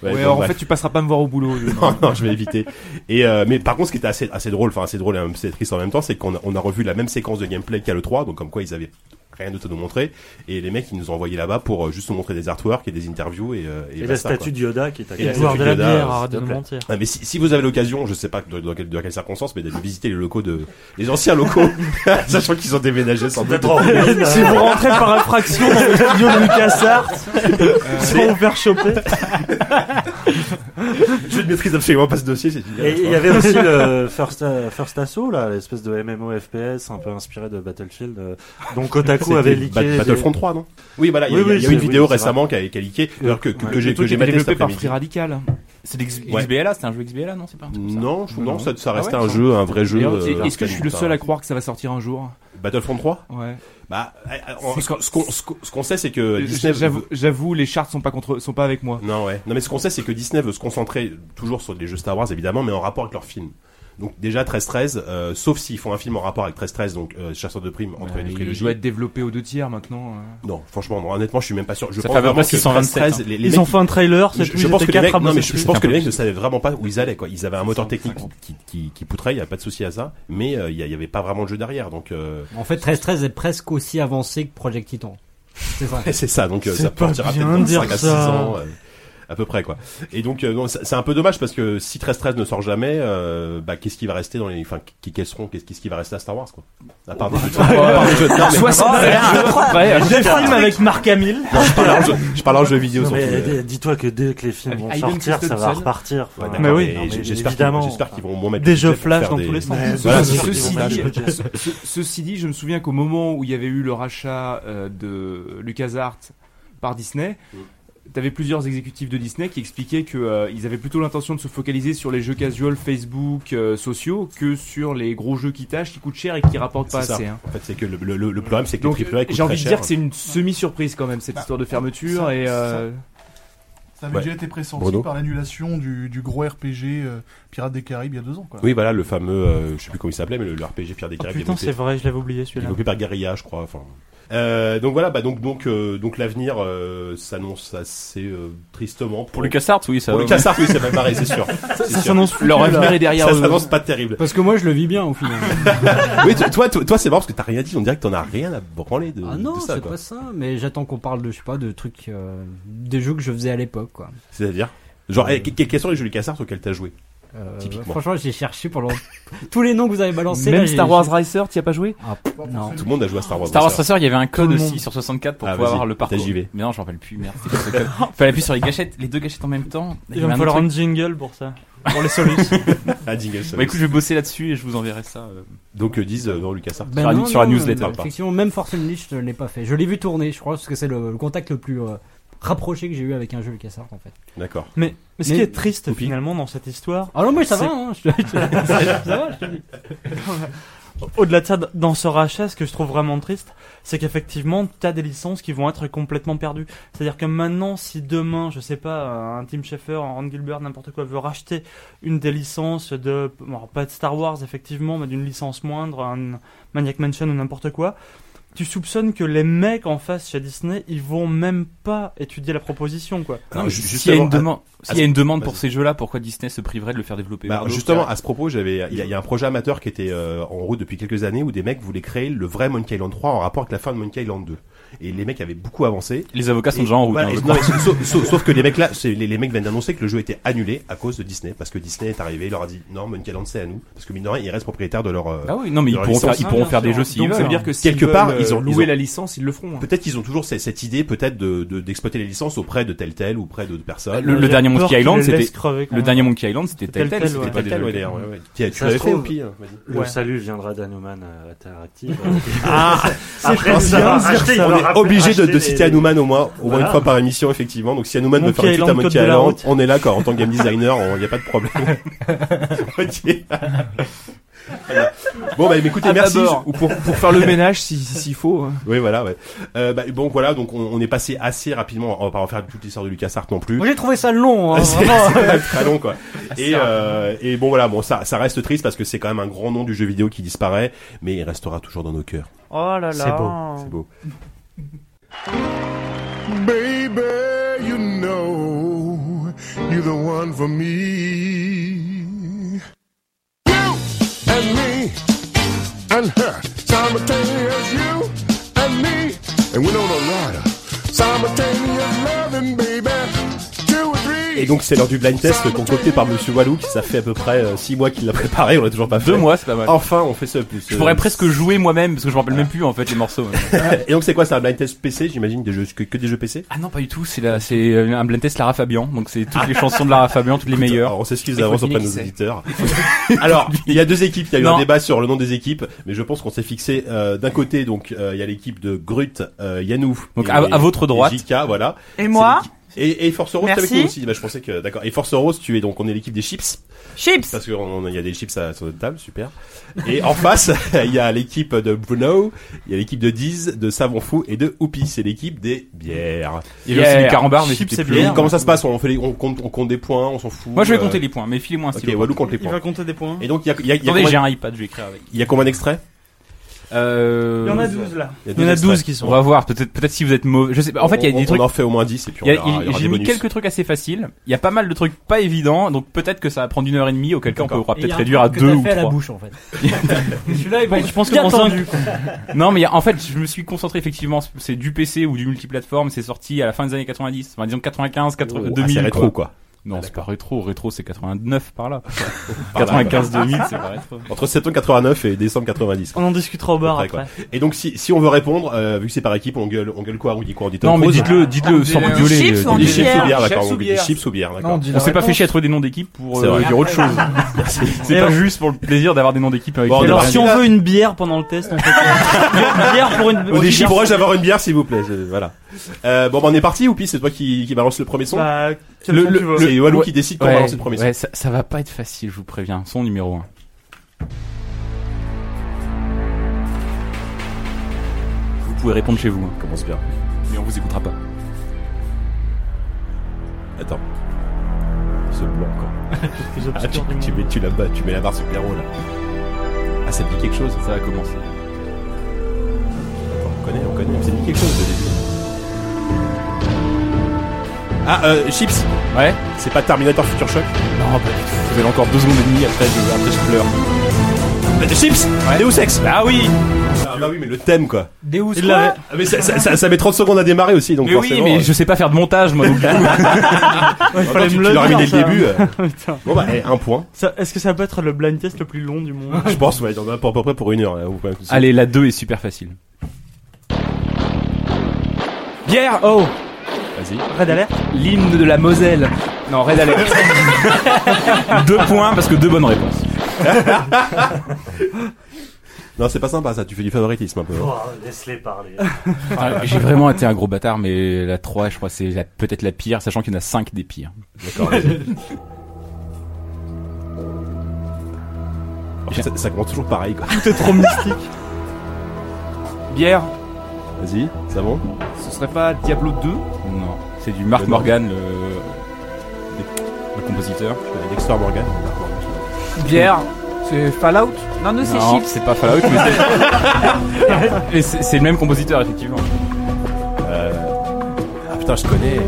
[SPEAKER 5] Ouais,
[SPEAKER 1] bon,
[SPEAKER 5] alors, en
[SPEAKER 1] bref.
[SPEAKER 5] fait, tu passeras pas me voir au boulot. je-
[SPEAKER 1] non, non, je vais éviter. Et euh, mais par contre, ce qui était assez assez drôle, enfin assez drôle et assez triste en même temps, c'est qu'on a, on a revu la même séquence de gameplay qu'à le 3, donc comme quoi ils avaient rien d'autre à nous montrer. Et les mecs, ils nous ont envoyés là-bas pour euh, juste nous montrer des artworks et des interviews et, euh, et
[SPEAKER 8] Et la
[SPEAKER 1] basta, quoi.
[SPEAKER 8] statue de Yoda qui est à
[SPEAKER 1] Et la
[SPEAKER 8] côté.
[SPEAKER 9] Boire
[SPEAKER 1] statue
[SPEAKER 9] de la
[SPEAKER 1] Yoda,
[SPEAKER 9] bière,
[SPEAKER 1] euh,
[SPEAKER 9] arrête de
[SPEAKER 1] s'il te
[SPEAKER 9] nous
[SPEAKER 1] plaît.
[SPEAKER 9] mentir.
[SPEAKER 1] Ah, mais si, si vous avez l'occasion, je sais pas dans, dans, quelle, dans quelle circonstance, mais d'aller visiter les locaux de les anciens locaux, sachant qu'ils ont déménagé sans doute.
[SPEAKER 2] Si vous rentrez par infraction dans le studio de LucasArts,
[SPEAKER 7] Euh,
[SPEAKER 2] ils vont vous faire
[SPEAKER 1] euh,
[SPEAKER 2] choper.
[SPEAKER 1] Je ne maîtrise absolument pas ce dossier. c'est une
[SPEAKER 8] Et il y
[SPEAKER 1] catastrophe.
[SPEAKER 8] avait aussi le First, euh, First Assault, là, l'espèce de MMO FPS un peu inspiré de Battlefield, euh, dont Kotaku
[SPEAKER 1] C'était
[SPEAKER 8] avait
[SPEAKER 1] Bat-
[SPEAKER 8] leaké. des-
[SPEAKER 1] Battlefront 3, non Oui, voilà. Il y a,
[SPEAKER 8] Oui,
[SPEAKER 1] il y a eu
[SPEAKER 8] oui,
[SPEAKER 1] une
[SPEAKER 8] c'est-
[SPEAKER 1] vidéo
[SPEAKER 8] oui, c'est
[SPEAKER 1] récemment qui a, qui a leaké, alors que, que,
[SPEAKER 5] Euh,
[SPEAKER 1] que j'ai
[SPEAKER 5] plutôt
[SPEAKER 1] que j'ai
[SPEAKER 5] qui
[SPEAKER 1] maté
[SPEAKER 5] est
[SPEAKER 1] cet
[SPEAKER 5] développé par
[SPEAKER 1] après-midi.
[SPEAKER 5] Free Radical. C'est l'X-
[SPEAKER 1] Ouais.
[SPEAKER 5] XBLA, c'est un jeu XBLA, non C'est pas un truc comme ça
[SPEAKER 1] Non, je- non,
[SPEAKER 5] Non.
[SPEAKER 1] ça, ça
[SPEAKER 5] Ah
[SPEAKER 1] restait
[SPEAKER 5] ouais,
[SPEAKER 1] un
[SPEAKER 5] ça-
[SPEAKER 1] jeu, un vrai jeu.
[SPEAKER 5] Et alors,
[SPEAKER 1] euh,
[SPEAKER 5] Est-ce que je suis le
[SPEAKER 1] arcade,
[SPEAKER 5] seul à
[SPEAKER 1] enfin,
[SPEAKER 5] croire que ça va sortir un jour
[SPEAKER 1] Battlefront 3
[SPEAKER 5] Ouais.
[SPEAKER 1] Bah, euh, euh,
[SPEAKER 5] C'est
[SPEAKER 1] ce qu'on- ce qu'on ce qu'on- ce qu'on sait, c'est que Disney.
[SPEAKER 5] J'avoue, j'avoue, les charts sont pas contre, sont pas avec moi.
[SPEAKER 1] Non, ouais. Non, mais ce qu'on sait, c'est que Disney veut se concentrer toujours sur les jeux Star Wars, évidemment, mais en rapport avec leurs films. Donc déjà 13-13, euh, sauf s'ils font un film en rapport avec 13-13, donc euh, Chasseur de primes entre les
[SPEAKER 5] Ouais,
[SPEAKER 1] deux
[SPEAKER 5] Bah, il
[SPEAKER 1] trilogies.
[SPEAKER 5] doit être développé aux deux tiers maintenant. euh.
[SPEAKER 1] Non, franchement, non, honnêtement, je suis même pas sûr. Je
[SPEAKER 3] Ça
[SPEAKER 1] pense
[SPEAKER 3] fait à peu
[SPEAKER 1] vraiment
[SPEAKER 3] près
[SPEAKER 1] que
[SPEAKER 3] 627,
[SPEAKER 1] 13, les, les
[SPEAKER 2] Ils
[SPEAKER 1] mecs,
[SPEAKER 2] ont fait un trailer,
[SPEAKER 1] je,
[SPEAKER 2] c'est tout.
[SPEAKER 1] je
[SPEAKER 2] ils
[SPEAKER 1] pense que
[SPEAKER 2] étaient
[SPEAKER 1] les mecs,
[SPEAKER 2] quatre à
[SPEAKER 1] non,
[SPEAKER 2] bosser
[SPEAKER 1] mais je, je
[SPEAKER 2] dessus.
[SPEAKER 1] pense que les
[SPEAKER 3] plus.
[SPEAKER 1] mecs ne savaient vraiment pas où ils allaient, quoi. Ils avaient un moteur technique qui, qui, qui, poutrait, il y a pas de souci à ça, mais euh, il y, a- il y avait pas vraiment de jeu derrière, donc euh,
[SPEAKER 7] En fait, 13-13 est presque aussi avancé que Project Titan. C'est ça.
[SPEAKER 1] c'est ça, donc euh,
[SPEAKER 4] C'est
[SPEAKER 1] ça
[SPEAKER 4] pas
[SPEAKER 1] partira
[SPEAKER 4] bien
[SPEAKER 1] peut-être dans
[SPEAKER 4] de dire
[SPEAKER 1] 5 à 6
[SPEAKER 4] ça.
[SPEAKER 1] ans. euh, à peu près quoi. Et donc euh, non, c'est c'est un peu dommage parce que si 13 13 ne sort jamais, euh, bah qu'est-ce qui va rester dans les, enfin qui- quels seront, qu'est-ce qui va rester à Star Wars quoi. À part des jeux, de- à part des jeux de- non, mais-
[SPEAKER 5] 60 Ouais,
[SPEAKER 2] Deux films avec Marc Hamill.
[SPEAKER 1] non, je parle en jeu, je parle en jeu vidéo.
[SPEAKER 8] Non, mais
[SPEAKER 1] surtout, mais-
[SPEAKER 8] dis- Dis-toi que dès que les films
[SPEAKER 5] Avec
[SPEAKER 8] vont
[SPEAKER 5] Hayden
[SPEAKER 8] sortir, ça va
[SPEAKER 5] Christensen.
[SPEAKER 8] repartir.
[SPEAKER 1] Ouais,
[SPEAKER 8] Enfin,
[SPEAKER 1] d'accord,
[SPEAKER 2] Mais oui.
[SPEAKER 1] mais
[SPEAKER 8] non, mais
[SPEAKER 1] j'espère qu'ils-
[SPEAKER 8] évidemment.
[SPEAKER 1] j'espère qu'ils vont au moins mettre
[SPEAKER 2] Des
[SPEAKER 1] le
[SPEAKER 2] jeux
[SPEAKER 1] budget pour
[SPEAKER 2] flash
[SPEAKER 1] faire
[SPEAKER 2] dans
[SPEAKER 1] des-
[SPEAKER 2] tous les sens.
[SPEAKER 8] Mais
[SPEAKER 1] Voilà,
[SPEAKER 8] ce-
[SPEAKER 1] ceci
[SPEAKER 8] ce-
[SPEAKER 1] dit-
[SPEAKER 8] ce-
[SPEAKER 5] Ce- ceci dit, je me souviens qu'au moment où il y avait eu le rachat euh, de LucasArts par Disney,
[SPEAKER 1] Mm.
[SPEAKER 5] t'avais plusieurs exécutifs de Disney qui expliquaient que euh, ils avaient plutôt l'intention de se focaliser sur les jeux casual, Facebook, euh, sociaux, que sur les gros jeux qui tâchent, qui coûtent cher et qui rapportent pas
[SPEAKER 1] C'est ça.
[SPEAKER 5] assez. hein.
[SPEAKER 1] En fait, c'est que le, le, le- le problème, c'est que
[SPEAKER 5] Donc
[SPEAKER 1] les AAA coûtent
[SPEAKER 5] j'ai envie
[SPEAKER 1] très
[SPEAKER 5] de
[SPEAKER 1] cher.
[SPEAKER 5] dire que c'est une semi-surprise quand même cette histoire de fermeture
[SPEAKER 4] ça-
[SPEAKER 5] et euh,
[SPEAKER 4] Ça avait
[SPEAKER 1] Ouais.
[SPEAKER 4] déjà été pressenti
[SPEAKER 1] Bruno
[SPEAKER 4] par l'annulation du, du gros RPG euh, Pirates des Caraïbes il y a deux ans. Quoi.
[SPEAKER 1] Oui, voilà, le fameux, euh, je sais plus comment il s'appelait, mais le, le RPG Pierre des
[SPEAKER 9] Oh,
[SPEAKER 1] Caraïbes.
[SPEAKER 9] putain,
[SPEAKER 1] développé-
[SPEAKER 9] c'est vrai, je l'avais oublié celui-là.
[SPEAKER 1] développé par Guerilla, je crois. Enfin. Euh, donc voilà, bah donc donc euh, donc l'avenir euh, s'annonce assez euh, tristement
[SPEAKER 3] Pour LucasArts, oui, ça
[SPEAKER 1] Pour
[SPEAKER 3] va.
[SPEAKER 1] LucasArts, oui, c'est mal barré, c'est sûr. C'est sûr.
[SPEAKER 5] leur avenir est derrière
[SPEAKER 1] Ça
[SPEAKER 5] eux.
[SPEAKER 1] s'annonce pas terrible.
[SPEAKER 7] Parce que moi, je le vis bien au final.
[SPEAKER 1] Oui, toi, toi, toi, toi, c'est marrant parce que t'as rien dit. On dirait que t'en as rien à branler de,
[SPEAKER 7] Ah non,
[SPEAKER 1] de ça.
[SPEAKER 7] c'est
[SPEAKER 1] quoi.
[SPEAKER 7] pas ça. Mais j'attends qu'on parle de, je sais pas, de trucs, euh, des jeux que je faisais à l'époque, quoi.
[SPEAKER 1] C'est-à-dire, genre, eh, que- que- quels sont les jeux LucasArts auxquels t'as joué
[SPEAKER 7] Euh,
[SPEAKER 1] Typiquement.
[SPEAKER 7] franchement, j'ai cherché pendant tous les noms que vous avez balancés. là,
[SPEAKER 5] Même
[SPEAKER 7] j'ai-
[SPEAKER 5] Star Wars Racer, t'y as pas joué
[SPEAKER 7] Ah, non.
[SPEAKER 1] Tout le monde a joué à Star Wars.
[SPEAKER 3] Star Wars
[SPEAKER 1] Racer.
[SPEAKER 3] Racer, il y avait un code
[SPEAKER 4] Tout le monde.
[SPEAKER 3] aussi sur 64 pour
[SPEAKER 1] Ah,
[SPEAKER 3] pouvoir
[SPEAKER 1] vas-y,
[SPEAKER 3] avoir le parcours.
[SPEAKER 1] t'as JV.
[SPEAKER 3] Mais non, j'en rappelle plus, merde. C'était quoi ce code Fallait appuyer sur les gâchettes, les deux gâchettes en même temps. Il y
[SPEAKER 2] Il
[SPEAKER 3] avait un
[SPEAKER 2] va me falloir
[SPEAKER 3] autre
[SPEAKER 2] un
[SPEAKER 3] truc.
[SPEAKER 2] jingle pour ça. Pour les solutions.
[SPEAKER 1] Ah, Jingle, ça
[SPEAKER 3] Bah
[SPEAKER 1] va.
[SPEAKER 3] écoute, je vais bosser là-dessus et je vous enverrai ça. euh.
[SPEAKER 1] Donc euh, disent euh, dans LucasArts.
[SPEAKER 7] Ben
[SPEAKER 3] Sur la- sur la newsletter,
[SPEAKER 7] euh,
[SPEAKER 3] pas.
[SPEAKER 7] Effectivement, même Force Unleashed, je ne l'ai pas fait. Je l'ai vu tourner, je crois, parce que c'est le, le contact le plus euh, rapproché que j'ai eu avec un jeu LucasArts, en fait.
[SPEAKER 1] D'accord.
[SPEAKER 2] Mais, mais ce
[SPEAKER 7] Mais-
[SPEAKER 2] qui est triste finalement dans cette histoire,
[SPEAKER 7] Ah non, mais ça
[SPEAKER 2] C'est-
[SPEAKER 7] va, hein, je, te- ça va, je te dis.
[SPEAKER 2] au-delà de ça, d- dans ce rachat, ce que je trouve vraiment triste, c'est qu'effectivement, t'as des licences qui vont être complètement perdues. C'est-à-dire que maintenant, si demain, je sais pas, euh, un Tim Schafer, un Ron Gilbert, n'importe quoi, veut racheter une des licences de, bon, alors, pas de Star Wars effectivement, mais d'une licence moindre, un Maniac Mansion ou n'importe quoi, tu soupçonnes que les mecs en face chez Disney, ils vont même pas étudier la proposition, quoi.
[SPEAKER 1] Alors,
[SPEAKER 3] Non, mais
[SPEAKER 1] Ah, ju- juste
[SPEAKER 3] S'il y a
[SPEAKER 1] avant-
[SPEAKER 3] une demande, s'il y a une demande pour
[SPEAKER 1] vas-y.
[SPEAKER 3] ces jeux-là, pourquoi Disney se priverait de le faire développer
[SPEAKER 1] Bah,
[SPEAKER 3] par d'autres
[SPEAKER 1] justement, à ce propos, j'avais, il y, a- il y a un projet amateur qui était euh, en route depuis quelques années où des mecs voulaient créer le vrai Monkey Island 3 en rapport avec la fin de Monkey Island 2. Et les mecs avaient beaucoup avancé.
[SPEAKER 3] Les avocats
[SPEAKER 1] Et-
[SPEAKER 3] sont déjà en route.
[SPEAKER 1] voilà,
[SPEAKER 3] hein,
[SPEAKER 1] et-
[SPEAKER 3] je
[SPEAKER 1] non,
[SPEAKER 3] crois.
[SPEAKER 1] mais sauf, sauf- sauf que les mecs là, c'est- les, les mecs viennent d'annoncer que le jeu était annulé à cause de Disney parce que Disney est arrivé, il leur a dit non, Monkey Island c'est à nous parce que mine de rien, ils restent propriétaires de leur. euh,
[SPEAKER 3] Ah oui, non, mais ils
[SPEAKER 1] Leur
[SPEAKER 3] pourront faire,
[SPEAKER 1] licence.
[SPEAKER 3] ils pourront faire des jeux s'ils
[SPEAKER 5] Donc ça
[SPEAKER 3] veulent. hein.
[SPEAKER 5] veut dire que
[SPEAKER 1] Quelque part, ils ont- ils
[SPEAKER 5] loué
[SPEAKER 1] ont-
[SPEAKER 5] la licence, ils le feront. hein.
[SPEAKER 1] Peut-être qu'ils ont toujours cette, cette idée, peut-être de de- d'exploiter les licences auprès de tel tel ou auprès de, de personnes.
[SPEAKER 3] Le- le
[SPEAKER 2] J'ai
[SPEAKER 3] dernier
[SPEAKER 2] peur
[SPEAKER 3] Monkey
[SPEAKER 2] qu'ils
[SPEAKER 3] Island,
[SPEAKER 2] les
[SPEAKER 3] c'était-
[SPEAKER 2] laissent crever, quand
[SPEAKER 3] Le
[SPEAKER 2] même.
[SPEAKER 3] dernier Monkey Island, c'était tel
[SPEAKER 2] Telltale,
[SPEAKER 3] tel, c'était
[SPEAKER 2] ouais.
[SPEAKER 3] pas des
[SPEAKER 1] Telltale,
[SPEAKER 3] jeux.
[SPEAKER 1] ouais, d'ailleurs, ouais, ouais. hein, Tu, tu
[SPEAKER 8] Ça
[SPEAKER 1] l'avais
[SPEAKER 8] se
[SPEAKER 1] fait
[SPEAKER 8] trouve- hein.
[SPEAKER 1] ou pire
[SPEAKER 8] Le
[SPEAKER 2] Ouais.
[SPEAKER 8] salut viendra d'Hanuman euh, à Interactive.
[SPEAKER 1] Ah.
[SPEAKER 2] bien
[SPEAKER 8] Ah, Après,
[SPEAKER 2] de dire
[SPEAKER 8] racheté,
[SPEAKER 2] ça.
[SPEAKER 8] ils
[SPEAKER 1] On
[SPEAKER 8] vont
[SPEAKER 1] est
[SPEAKER 8] rappeler-
[SPEAKER 1] obligé de,
[SPEAKER 8] racheter
[SPEAKER 1] de
[SPEAKER 8] les-
[SPEAKER 1] citer Hanouman au moins, au moins
[SPEAKER 8] Voilà.
[SPEAKER 1] une fois par émission, effectivement. Donc si Hanouman veut
[SPEAKER 2] Monkey
[SPEAKER 1] faire une suite à
[SPEAKER 2] Island,
[SPEAKER 1] Monkey
[SPEAKER 2] Code de la
[SPEAKER 1] Island,
[SPEAKER 2] route.
[SPEAKER 1] on est là, quoi. En tant que game designer, il n'y a pas de problème. Ok. Bon, bah, mais écoutez,
[SPEAKER 5] À
[SPEAKER 1] merci.
[SPEAKER 5] bâbord, ou pour, pour faire le ménage si- si- s'il faut. hein.
[SPEAKER 1] Oui, voilà, ouais. Euh, bah, bon, voilà, donc on, on est passé assez rapidement. On va pas refaire toute l'histoire de LucasArts non plus.
[SPEAKER 7] Moi j'ai trouvé ça long, hein,
[SPEAKER 1] C'est
[SPEAKER 7] vraiment.
[SPEAKER 1] c'est quand même très long, quoi. Et, euh, et bon, voilà, bon, ça, ça reste triste parce que c'est quand même un grand nom du jeu vidéo qui disparaît, mais il restera toujours dans nos cœurs.
[SPEAKER 6] Oh là là.
[SPEAKER 8] C'est
[SPEAKER 1] C'est beau.
[SPEAKER 9] Baby, you know you're the one for me. You and me and her simultaneous. You and me and we don't know rider. Simultaneous loving, baby. Two or three.
[SPEAKER 1] Et donc, c'est l'heure du blind test concocté par Monsieur Walou, qui ça fait à peu près 6 mois qu'il l'a préparé, on l'a toujours pas fait.
[SPEAKER 3] Deux mois, c'est pas mal.
[SPEAKER 1] Enfin, on fait ce plus. euh, Ah.
[SPEAKER 3] Je pourrais presque jouer moi-même parce que je me rappelle même plus en fait les morceaux.
[SPEAKER 1] Et donc, c'est quoi, c'est un blind test PC, j'imagine, des jeux, que, que des jeux PC?
[SPEAKER 3] Ah non, pas du tout. C'est la- c'est euh, un blind test Lara Fabian. Donc c'est toutes les chansons de Lara Fabian, toutes les meilleures.
[SPEAKER 1] Ah. Alors, on s'excuse
[SPEAKER 3] Il faut
[SPEAKER 1] d'avance auprès de
[SPEAKER 3] deviner
[SPEAKER 1] nos
[SPEAKER 3] qui c'est.
[SPEAKER 1] auditeurs. Alors, il y a deux équipes, il y a eu
[SPEAKER 3] Non.
[SPEAKER 1] un débat sur le nom des équipes, mais je pense qu'on s'est fixé euh, d'un côté donc euh, il y a l'équipe de Grut, euh, Yanou.
[SPEAKER 3] Donc, à- à votre droite.
[SPEAKER 1] et JK, voilà.
[SPEAKER 6] Et moi,
[SPEAKER 1] Et, et Force Rose, t'es avec
[SPEAKER 6] Merci.
[SPEAKER 1] nous aussi. Bah, je pensais que d'accord. Et Force Rose, tu es donc on est l'équipe des chips
[SPEAKER 6] chips.
[SPEAKER 1] parce qu'on il y a des chips à, sur notre table, super. Et en face, il y a l'équipe de Bruno, il y a l'équipe de Diz, de Savon Fou et de Oupi, c'est l'équipe des bières.
[SPEAKER 3] Il y a aussi
[SPEAKER 2] Yeah.
[SPEAKER 3] les carambars, mais
[SPEAKER 2] Chips
[SPEAKER 3] c'était
[SPEAKER 2] et
[SPEAKER 3] plus
[SPEAKER 1] Et
[SPEAKER 2] bières.
[SPEAKER 3] long.
[SPEAKER 1] comment ça se passe On fait les- on compte on compte des points, on s'en fout.
[SPEAKER 3] Moi, je vais
[SPEAKER 1] euh,
[SPEAKER 3] compter les points, mais filez-moi un
[SPEAKER 1] Ok,
[SPEAKER 3] stylo.
[SPEAKER 1] Walou compte les
[SPEAKER 2] Il
[SPEAKER 1] points.
[SPEAKER 2] va compter des points. hein.
[SPEAKER 1] Et donc il y a, il y a- il y a
[SPEAKER 3] Attendez,
[SPEAKER 1] combien-
[SPEAKER 3] j'ai un iPad, je vais écrire avec.
[SPEAKER 1] Il y a combien d'extraits
[SPEAKER 3] Euh,
[SPEAKER 2] Il y en a 12 là.
[SPEAKER 1] Il y a
[SPEAKER 2] Il y en a
[SPEAKER 1] 12
[SPEAKER 2] 12 qui
[SPEAKER 3] On
[SPEAKER 2] sont.
[SPEAKER 3] va voir. Peut-être, peut-être si vous êtes mauvais. Je sais pas. En fait, il y a
[SPEAKER 1] On-
[SPEAKER 3] des trucs.
[SPEAKER 1] On en fait au moins 10 et puis on
[SPEAKER 3] il y a-
[SPEAKER 1] verra, il y
[SPEAKER 3] il-
[SPEAKER 1] aura
[SPEAKER 3] J'ai
[SPEAKER 1] des
[SPEAKER 3] mis
[SPEAKER 1] bonus.
[SPEAKER 3] quelques trucs assez faciles. Il y a pas mal de trucs pas évidents, donc peut-être que ça va prendre une heure et demie. Auquel cas, on
[SPEAKER 1] D'accord.
[SPEAKER 3] pourra
[SPEAKER 7] Et y a
[SPEAKER 3] peut-être
[SPEAKER 7] un
[SPEAKER 3] réduire à
[SPEAKER 7] truc que
[SPEAKER 3] deux
[SPEAKER 7] t'as
[SPEAKER 3] ou
[SPEAKER 7] fait à la
[SPEAKER 3] trois.
[SPEAKER 7] bouche en fait. Celui-là, il va
[SPEAKER 2] Je pense que
[SPEAKER 7] bien
[SPEAKER 2] mon
[SPEAKER 7] tendu.
[SPEAKER 2] cinq-
[SPEAKER 3] Non, mais il y a- en fait, je me suis concentré effectivement. C'est du PC ou du multiplateforme. C'est sorti à la fin des années 90. Enfin, disons 95, 80,
[SPEAKER 1] Oh,
[SPEAKER 3] 2000.
[SPEAKER 1] assez
[SPEAKER 3] quoi.
[SPEAKER 1] rétro quoi.
[SPEAKER 2] Ah,
[SPEAKER 3] Non, c'est pas rétro. Rétro, c'est 89 par là.
[SPEAKER 1] Par là, Ah,
[SPEAKER 3] 95, 2000, c'est pas rétro.
[SPEAKER 1] Entre septembre 89 et décembre 90.
[SPEAKER 2] On en discutera au bar
[SPEAKER 1] Après, quoi.
[SPEAKER 2] après.
[SPEAKER 1] Et donc si, si on veut répondre, euh, vu que c'est par équipe, on gueule, on gueule quoi On dit quoi On dit Tom
[SPEAKER 3] Non, mais
[SPEAKER 1] Cruise
[SPEAKER 3] dites-le,
[SPEAKER 2] Ah,
[SPEAKER 3] dites-le sans
[SPEAKER 5] On dit
[SPEAKER 3] gueuler.
[SPEAKER 6] chips,
[SPEAKER 1] On
[SPEAKER 6] on
[SPEAKER 1] dit
[SPEAKER 6] dit
[SPEAKER 1] chips ou
[SPEAKER 6] bière.
[SPEAKER 1] bière, d'accord.
[SPEAKER 5] Chips
[SPEAKER 1] On
[SPEAKER 5] ou
[SPEAKER 1] dit
[SPEAKER 5] bière.
[SPEAKER 1] chips ou bière, d'accord.
[SPEAKER 3] On s'est pas fait chier à trouver des noms d'équipes pour
[SPEAKER 1] C'est
[SPEAKER 3] euh,
[SPEAKER 1] vrai.
[SPEAKER 3] dire autre chose. C'est pas juste pour le plaisir d'avoir des noms d'équipes avec
[SPEAKER 1] Bon,
[SPEAKER 3] lesquels
[SPEAKER 1] on
[SPEAKER 2] Et alors,
[SPEAKER 1] va-
[SPEAKER 2] si on veut une bière pendant le test, on fait quoi Une bière pour une.
[SPEAKER 1] On dit chips.
[SPEAKER 2] bière-
[SPEAKER 1] Pourrais-je avoir une bière s'il vous plaît C'est- Voilà. Euh, bon, bah, on est parti ou puis c'est toi qui, qui balance le premier son
[SPEAKER 2] Bah, quel
[SPEAKER 3] Le-
[SPEAKER 2] son
[SPEAKER 3] le-
[SPEAKER 2] tu veux
[SPEAKER 1] C'est Walou
[SPEAKER 3] Ouais.
[SPEAKER 1] qui décide quand on
[SPEAKER 3] Ouais,
[SPEAKER 1] balance le premier son.
[SPEAKER 3] ouais, ça, ça va pas être facile, je vous préviens. Son numéro 1. Vous pouvez répondre chez vous, hein,
[SPEAKER 1] Commence bien.
[SPEAKER 3] mais on vous écoutera pas.
[SPEAKER 1] Attends. euh, Ce blanc quoi. Ah, tu, tu mets, tu, la, bas- tu mets la barre sur Pierrot là. Ah, ça me dit quelque chose.
[SPEAKER 3] Ça va commencer.
[SPEAKER 1] Attends, on connaît, on connaît. Ça me dit quelque chose au début. Ah, euh, Chips
[SPEAKER 3] Ouais
[SPEAKER 1] C'est pas Terminator Future Shock
[SPEAKER 3] Non, bah, vous avez encore deux secondes et demie après, je, après je pleure.
[SPEAKER 1] Bah, de Chips
[SPEAKER 3] Ouais.
[SPEAKER 1] Deus Ex
[SPEAKER 3] Ah oui
[SPEAKER 1] Ah, Bah oui, mais le thème quoi.
[SPEAKER 7] Deus
[SPEAKER 2] Il l'avait.
[SPEAKER 1] Ah, mais ça, ça, ça- ça met 30 secondes à démarrer aussi, donc
[SPEAKER 3] Mais oui,
[SPEAKER 1] forcément.
[SPEAKER 3] mais
[SPEAKER 1] euh,
[SPEAKER 3] je sais pas faire de montage, moi, donc du coup.
[SPEAKER 2] Ouais, il
[SPEAKER 1] en même temps,
[SPEAKER 2] fallait
[SPEAKER 1] tu,
[SPEAKER 2] me
[SPEAKER 1] tu
[SPEAKER 2] le
[SPEAKER 1] l'aurais mis
[SPEAKER 2] dire.
[SPEAKER 1] dès le
[SPEAKER 2] ça.
[SPEAKER 1] début. euh.
[SPEAKER 2] Putain.
[SPEAKER 1] Bon bah, eh, un point.
[SPEAKER 2] Ça- Est-ce que ça peut être le blind test le plus long du monde
[SPEAKER 1] Je pense, ouais, on en a pour à peu près pour une heure. Là, ou pas, tout ça.
[SPEAKER 3] Allez, la 2 est super facile. Bière Oh
[SPEAKER 1] vas-y.
[SPEAKER 2] Red Alert
[SPEAKER 3] L'hymne de la Moselle. Non, Red Alert. deux points parce que deux bonnes réponses.
[SPEAKER 1] Non, c'est pas sympa ça, tu fais du favoritisme un peu. hein.
[SPEAKER 8] Oh, laisse-les parler.
[SPEAKER 3] Ah, J'ai vraiment été un gros bâtard, mais la 3, je crois, c'est la- peut-être la pire, sachant qu'il y en a 5 des pires.
[SPEAKER 1] D'accord, vas-y. En fait, ça, ça commence toujours pareil quoi.
[SPEAKER 2] Tout est trop mystique.
[SPEAKER 5] Bière,
[SPEAKER 1] Vas-y, ça va
[SPEAKER 5] ce serait pas Diablo 2
[SPEAKER 3] Non. C'est du Mark
[SPEAKER 1] Mais non.
[SPEAKER 3] Morgan, le... le compositeur.
[SPEAKER 1] Dexter Morgan.
[SPEAKER 5] Bière, c'est Fallout
[SPEAKER 6] Non, nous c'est
[SPEAKER 3] Non,
[SPEAKER 6] chips.
[SPEAKER 3] c'est pas Fallout, mais c'est- mais c'est c'est le même compositeur, effectivement.
[SPEAKER 1] Euh, Ah putain, je connais.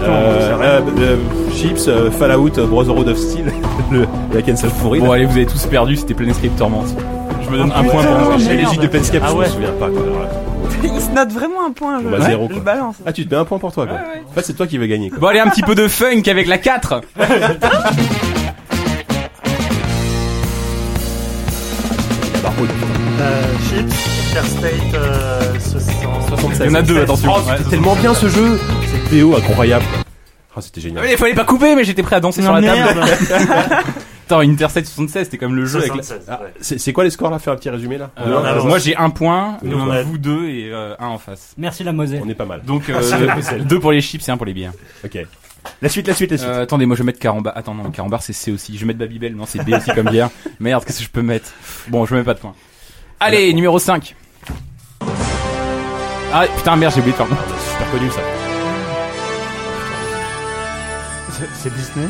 [SPEAKER 1] Euh, euh, euh, Chips, euh, Fallout, euh, Brotherhood of Steel, le, la cancel pourrie.
[SPEAKER 3] Bon, allez, vous avez tous perdu, c'était Planescape Torment. Je me donne un point pour
[SPEAKER 1] Ah,
[SPEAKER 3] moi.
[SPEAKER 1] j'ai l'égide de Planescape,
[SPEAKER 2] Ah
[SPEAKER 1] je me
[SPEAKER 2] ouais.
[SPEAKER 1] souviens pas. Quoi. alors là.
[SPEAKER 6] Il se note vraiment un point. Je,
[SPEAKER 1] Bah, zéro,
[SPEAKER 6] je
[SPEAKER 1] quoi.
[SPEAKER 6] balance.
[SPEAKER 1] Ah, tu te mets un point pour toi quoi. En fait, c'est toi qui veux gagner quoi.
[SPEAKER 3] Bon, allez, un petit peu de funk avec la 4.
[SPEAKER 1] Par contre,
[SPEAKER 8] Euh, chips, Interstate, euh, 60.
[SPEAKER 3] Il y en a deux, attention.
[SPEAKER 1] Oh,
[SPEAKER 3] Ouais,
[SPEAKER 1] c'était tellement bien ce jeu. Cette BO incroyable. quoi. Ah, c'était génial.
[SPEAKER 3] Mais il fallait pas couper, mais j'étais prêt à danser sur la table.
[SPEAKER 2] merde
[SPEAKER 3] Attends, Intercept 76, c'était quand même le jeu avec la-
[SPEAKER 8] 76, ouais.
[SPEAKER 1] Ah, C'est c'est quoi les scores là Faire un petit résumé là
[SPEAKER 3] Euh,
[SPEAKER 8] on avance.
[SPEAKER 3] moi j'ai un point,
[SPEAKER 8] Nous, on a-
[SPEAKER 3] vous deux et euh, un en face. euh,
[SPEAKER 7] Merci la Moselle.
[SPEAKER 8] Ah,
[SPEAKER 1] On est pas mal.
[SPEAKER 3] Donc euh, deux pour les chips et un pour les bières.
[SPEAKER 1] Ok. La suite, la suite, la suite.
[SPEAKER 3] Euh, attendez, moi je vais mettre Carambar. Attends, non, Carambar c'est C aussi. Je vais mettre Babybel, non, c'est D aussi comme hier. Merde, qu'est-ce que je peux mettre Bon, je mets pas de points. Allez, numéro 5. Ah putain, merde, j'ai oublié de faire. C'est super connu ça.
[SPEAKER 4] C'est Disney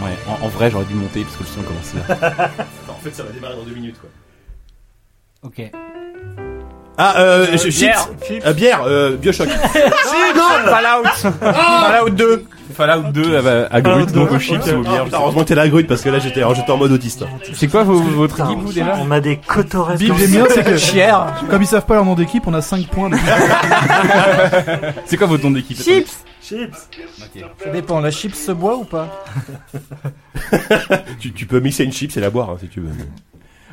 [SPEAKER 3] Ouais, en, en vrai, j'aurais dû monter parce que le son commence là.
[SPEAKER 1] en fait, ça va démarrer dans deux minutes, quoi.
[SPEAKER 7] Ok.
[SPEAKER 1] Ah, euh, je- chips. Euh, bière, euh, Bioshock.
[SPEAKER 3] Fallout Fallout 2 Fallout 2 euh, à Grunt, donc au chips ou au bière.
[SPEAKER 1] Ah, Putain, heureusement que t'es la grue parce que là j'étais alors, j'étais en mode autiste.
[SPEAKER 3] C'est quoi vos- votre guide, vous déjà
[SPEAKER 8] on a des cotorresses.
[SPEAKER 4] Bim,
[SPEAKER 8] dans
[SPEAKER 4] j'aime bien, c'est que-
[SPEAKER 7] Chière
[SPEAKER 4] Comme ils savent pas leur nom d'équipe, on a 5 points. de-
[SPEAKER 1] Ah,
[SPEAKER 3] C'est quoi votre nom d'équipe
[SPEAKER 6] Chips
[SPEAKER 8] Chips.
[SPEAKER 10] Ça dépend, la chips se boit ou pas
[SPEAKER 1] Tu, tu peux mixer une chips et la boire hein, si tu veux.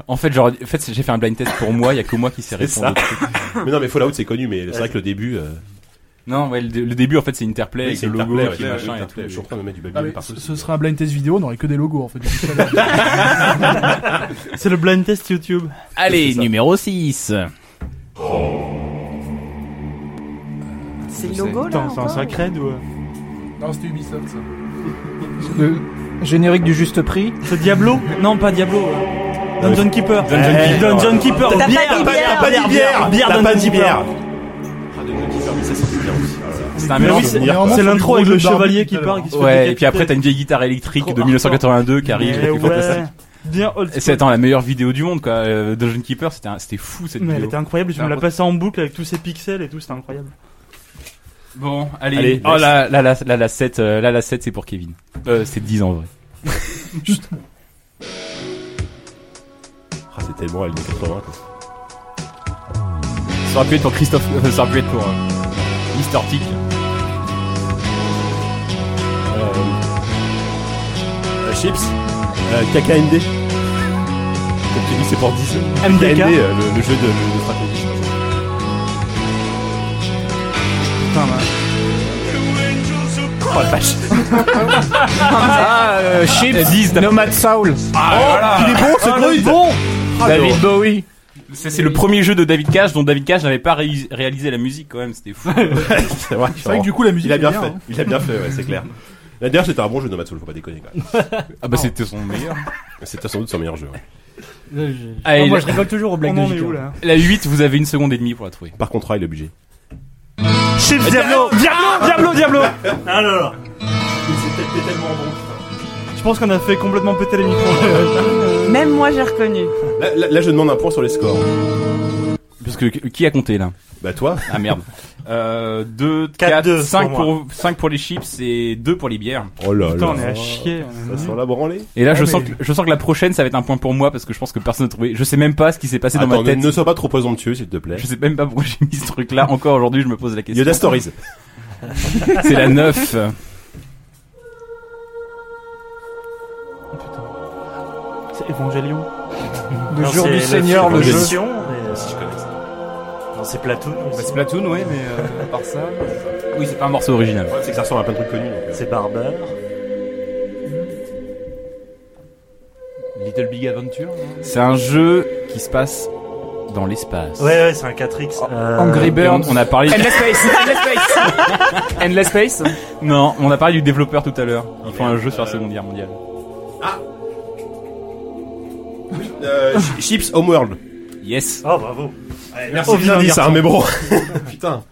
[SPEAKER 3] En fait, j'aurais dû- en fait, j'ai fait un blind test pour moi, il y a que moi qui sais répondre.
[SPEAKER 1] ça. mais non, mais Fallout c'est connu, mais c'est vrai que le début. euh,
[SPEAKER 3] Non, ouais, le, dé- le début en fait, c'est Interplay avec
[SPEAKER 1] c'est
[SPEAKER 3] le
[SPEAKER 1] une
[SPEAKER 3] logo
[SPEAKER 1] tartelette,
[SPEAKER 3] qui
[SPEAKER 1] ouais,
[SPEAKER 3] machin
[SPEAKER 1] une
[SPEAKER 3] et tout.
[SPEAKER 1] tartelette. Je suis en train de mettre du
[SPEAKER 4] Ah,
[SPEAKER 1] babybel
[SPEAKER 4] mais
[SPEAKER 1] partout.
[SPEAKER 4] ce ce serait un blind test vidéo, on aurait que des logos en fait.
[SPEAKER 2] C'est le blind test YouTube.
[SPEAKER 3] Allez, numéro 6.
[SPEAKER 6] C'est le
[SPEAKER 5] Je
[SPEAKER 6] logo là
[SPEAKER 2] Attends, c'est un
[SPEAKER 6] encore
[SPEAKER 2] sacred ou. euh,
[SPEAKER 4] Non, c'était Ubisoft ça.
[SPEAKER 10] Le générique du juste prix.
[SPEAKER 2] C'est Diablo Non, pas Diablo. euh, Dungeon Keeper.
[SPEAKER 1] Dungeon
[SPEAKER 2] Eh,
[SPEAKER 1] Keeper.
[SPEAKER 2] Dungeon Keeper.
[SPEAKER 6] T'as
[SPEAKER 2] bière.
[SPEAKER 6] pas dit bière,
[SPEAKER 1] T'as pas dit bière
[SPEAKER 2] bière,
[SPEAKER 1] T'as
[SPEAKER 2] Dungeon
[SPEAKER 1] pas dit
[SPEAKER 2] Keeper.
[SPEAKER 1] bière
[SPEAKER 3] C'est un
[SPEAKER 2] Mais oui,
[SPEAKER 3] mélange.
[SPEAKER 2] c'est-
[SPEAKER 1] souvenir, quoi.
[SPEAKER 2] c'est l'intro avec le
[SPEAKER 4] Barbie
[SPEAKER 2] chevalier
[SPEAKER 4] tout
[SPEAKER 2] qui
[SPEAKER 4] à
[SPEAKER 2] part.
[SPEAKER 4] l'heure.
[SPEAKER 2] hein, qui se fait
[SPEAKER 3] Ouais,
[SPEAKER 2] décapiter.
[SPEAKER 3] et puis après t'as une vieille guitare électrique de 1982 qui arrive.
[SPEAKER 2] Mais
[SPEAKER 3] et qui est fantastique.
[SPEAKER 2] ouais. Bien old
[SPEAKER 3] Et C'est
[SPEAKER 2] school.
[SPEAKER 3] attends la meilleure vidéo du monde quoi. Euh, Dungeon Keeper, c'était un- c'était fou cette
[SPEAKER 2] Mais elle
[SPEAKER 3] vidéo.
[SPEAKER 2] était incroyable, je me
[SPEAKER 3] Ah,
[SPEAKER 2] la
[SPEAKER 3] bon.
[SPEAKER 2] passais en boucle avec tous ces pixels et tout, c'était incroyable.
[SPEAKER 3] Bon, allez.
[SPEAKER 1] Allez,
[SPEAKER 3] oh
[SPEAKER 1] next.
[SPEAKER 3] là là là là la 7 euh, là la 7 c'est pour Kevin. Euh, c'est 10 en vrai.
[SPEAKER 1] Ah, c'est tellement les années 80 quoi.
[SPEAKER 3] Ça aurait pu être pour Christophe euh, ça aurait pu être pour euh, Mr. Tick.
[SPEAKER 1] Euh, chips, euh, KKMD. Comme tu dis, c'est pour 10. KKMD,
[SPEAKER 2] MDK.
[SPEAKER 1] euh, le, le jeu de, le- de stratégie.
[SPEAKER 2] Putain, ouais.
[SPEAKER 1] Oh la vache
[SPEAKER 10] Ah, euh, chips
[SPEAKER 3] 10
[SPEAKER 10] Nomad Soul
[SPEAKER 3] Ah,
[SPEAKER 1] Oh, Il est bon ce bruit bon
[SPEAKER 10] David Bowie
[SPEAKER 3] Ça, c'est le premier jeu de David Cage dont David Cage n'avait pas réu- réalisé la musique quand même, c'était fou.
[SPEAKER 1] C'est vrai,
[SPEAKER 4] C'est vrai que du coup la musique
[SPEAKER 1] il a
[SPEAKER 4] est
[SPEAKER 1] bien fait.
[SPEAKER 4] hein.
[SPEAKER 1] Il a bien fait, ouais, c'est clair. Là, D'ailleurs, c'était un bon jeu de Matsoul, faut pas déconner quand même.
[SPEAKER 3] ah bah c'était son meilleur. Ah,
[SPEAKER 1] C'était sans doute son meilleur jeu. ouais.
[SPEAKER 3] Allez,
[SPEAKER 7] moi
[SPEAKER 3] la-
[SPEAKER 7] je rigole toujours aux blagues
[SPEAKER 2] On
[SPEAKER 7] de
[SPEAKER 2] en est
[SPEAKER 7] J.K.
[SPEAKER 2] où là
[SPEAKER 3] La 8, vous avez une seconde et demie pour la trouver.
[SPEAKER 1] Par contrat, il est obligé.
[SPEAKER 2] Chips Diablo Diablo Diablo Diablo Ah
[SPEAKER 8] Alors,
[SPEAKER 2] Je pense qu'on a fait complètement péter les micros.
[SPEAKER 6] Même moi j'ai reconnu.
[SPEAKER 1] Là, là- là, je demande un point sur les scores.
[SPEAKER 3] Parce que qui a compté là
[SPEAKER 1] Bah, toi,
[SPEAKER 3] Ah merde. Euh, 2,
[SPEAKER 8] Quatre,
[SPEAKER 3] 4,
[SPEAKER 8] deux
[SPEAKER 3] 5
[SPEAKER 8] pour
[SPEAKER 3] pour, 5 pour les chips et 2 pour les bières.
[SPEAKER 1] oh là
[SPEAKER 2] Putain,
[SPEAKER 1] là.
[SPEAKER 2] on est à chier. on est
[SPEAKER 1] Ça sent la branlée. Ah,
[SPEAKER 3] Et là, je,
[SPEAKER 4] Ouais,
[SPEAKER 3] sens
[SPEAKER 4] mais-
[SPEAKER 3] que, je sens que la prochaine, ça va être un point pour moi parce que je pense que personne n'a trouvé. Je sais même pas ce qui s'est passé dans
[SPEAKER 1] Attends,
[SPEAKER 3] ma
[SPEAKER 1] ne,
[SPEAKER 3] tête.
[SPEAKER 1] ne sois pas trop présomptueux, s'il te plaît.
[SPEAKER 3] Je sais même pas pourquoi j'ai mis ce truc là. Encore aujourd'hui, je me pose la question.
[SPEAKER 1] Yoda Stories.
[SPEAKER 3] C'est la 9.
[SPEAKER 2] C'est Evangelion.
[SPEAKER 10] Le jour du Seigneur, le jeu.
[SPEAKER 8] Si je connais ça. euh, Non, c'est Platoon.
[SPEAKER 5] Bah,
[SPEAKER 8] aussi.
[SPEAKER 5] Splatoon, ouais, mais euh, à part ça.
[SPEAKER 3] Oui, c'est pas un morceau original.
[SPEAKER 1] Le problème, c'est que ça ressemble à plein de trucs connus. donc, euh.
[SPEAKER 8] C'est Barbare.
[SPEAKER 5] Hmm. Little Big Adventure.
[SPEAKER 3] C'est un jeu qui se passe dans l'espace.
[SPEAKER 8] Ouais, ouais, c'est un 4X. euh,
[SPEAKER 10] Angry
[SPEAKER 3] Et on,
[SPEAKER 10] Birds.
[SPEAKER 3] on a parlé.
[SPEAKER 5] Endless Space Endless Space Endless Space
[SPEAKER 3] Non, on a parlé du développeur tout à l'heure. Ils font un jeu sur la Seconde Guerre mondiale.
[SPEAKER 8] Oh,
[SPEAKER 1] Euh, Ch- Chips Homeworld.
[SPEAKER 3] Yes.
[SPEAKER 8] Oh, bravo.
[SPEAKER 1] Merci bien dit ça, mais bon. Putain.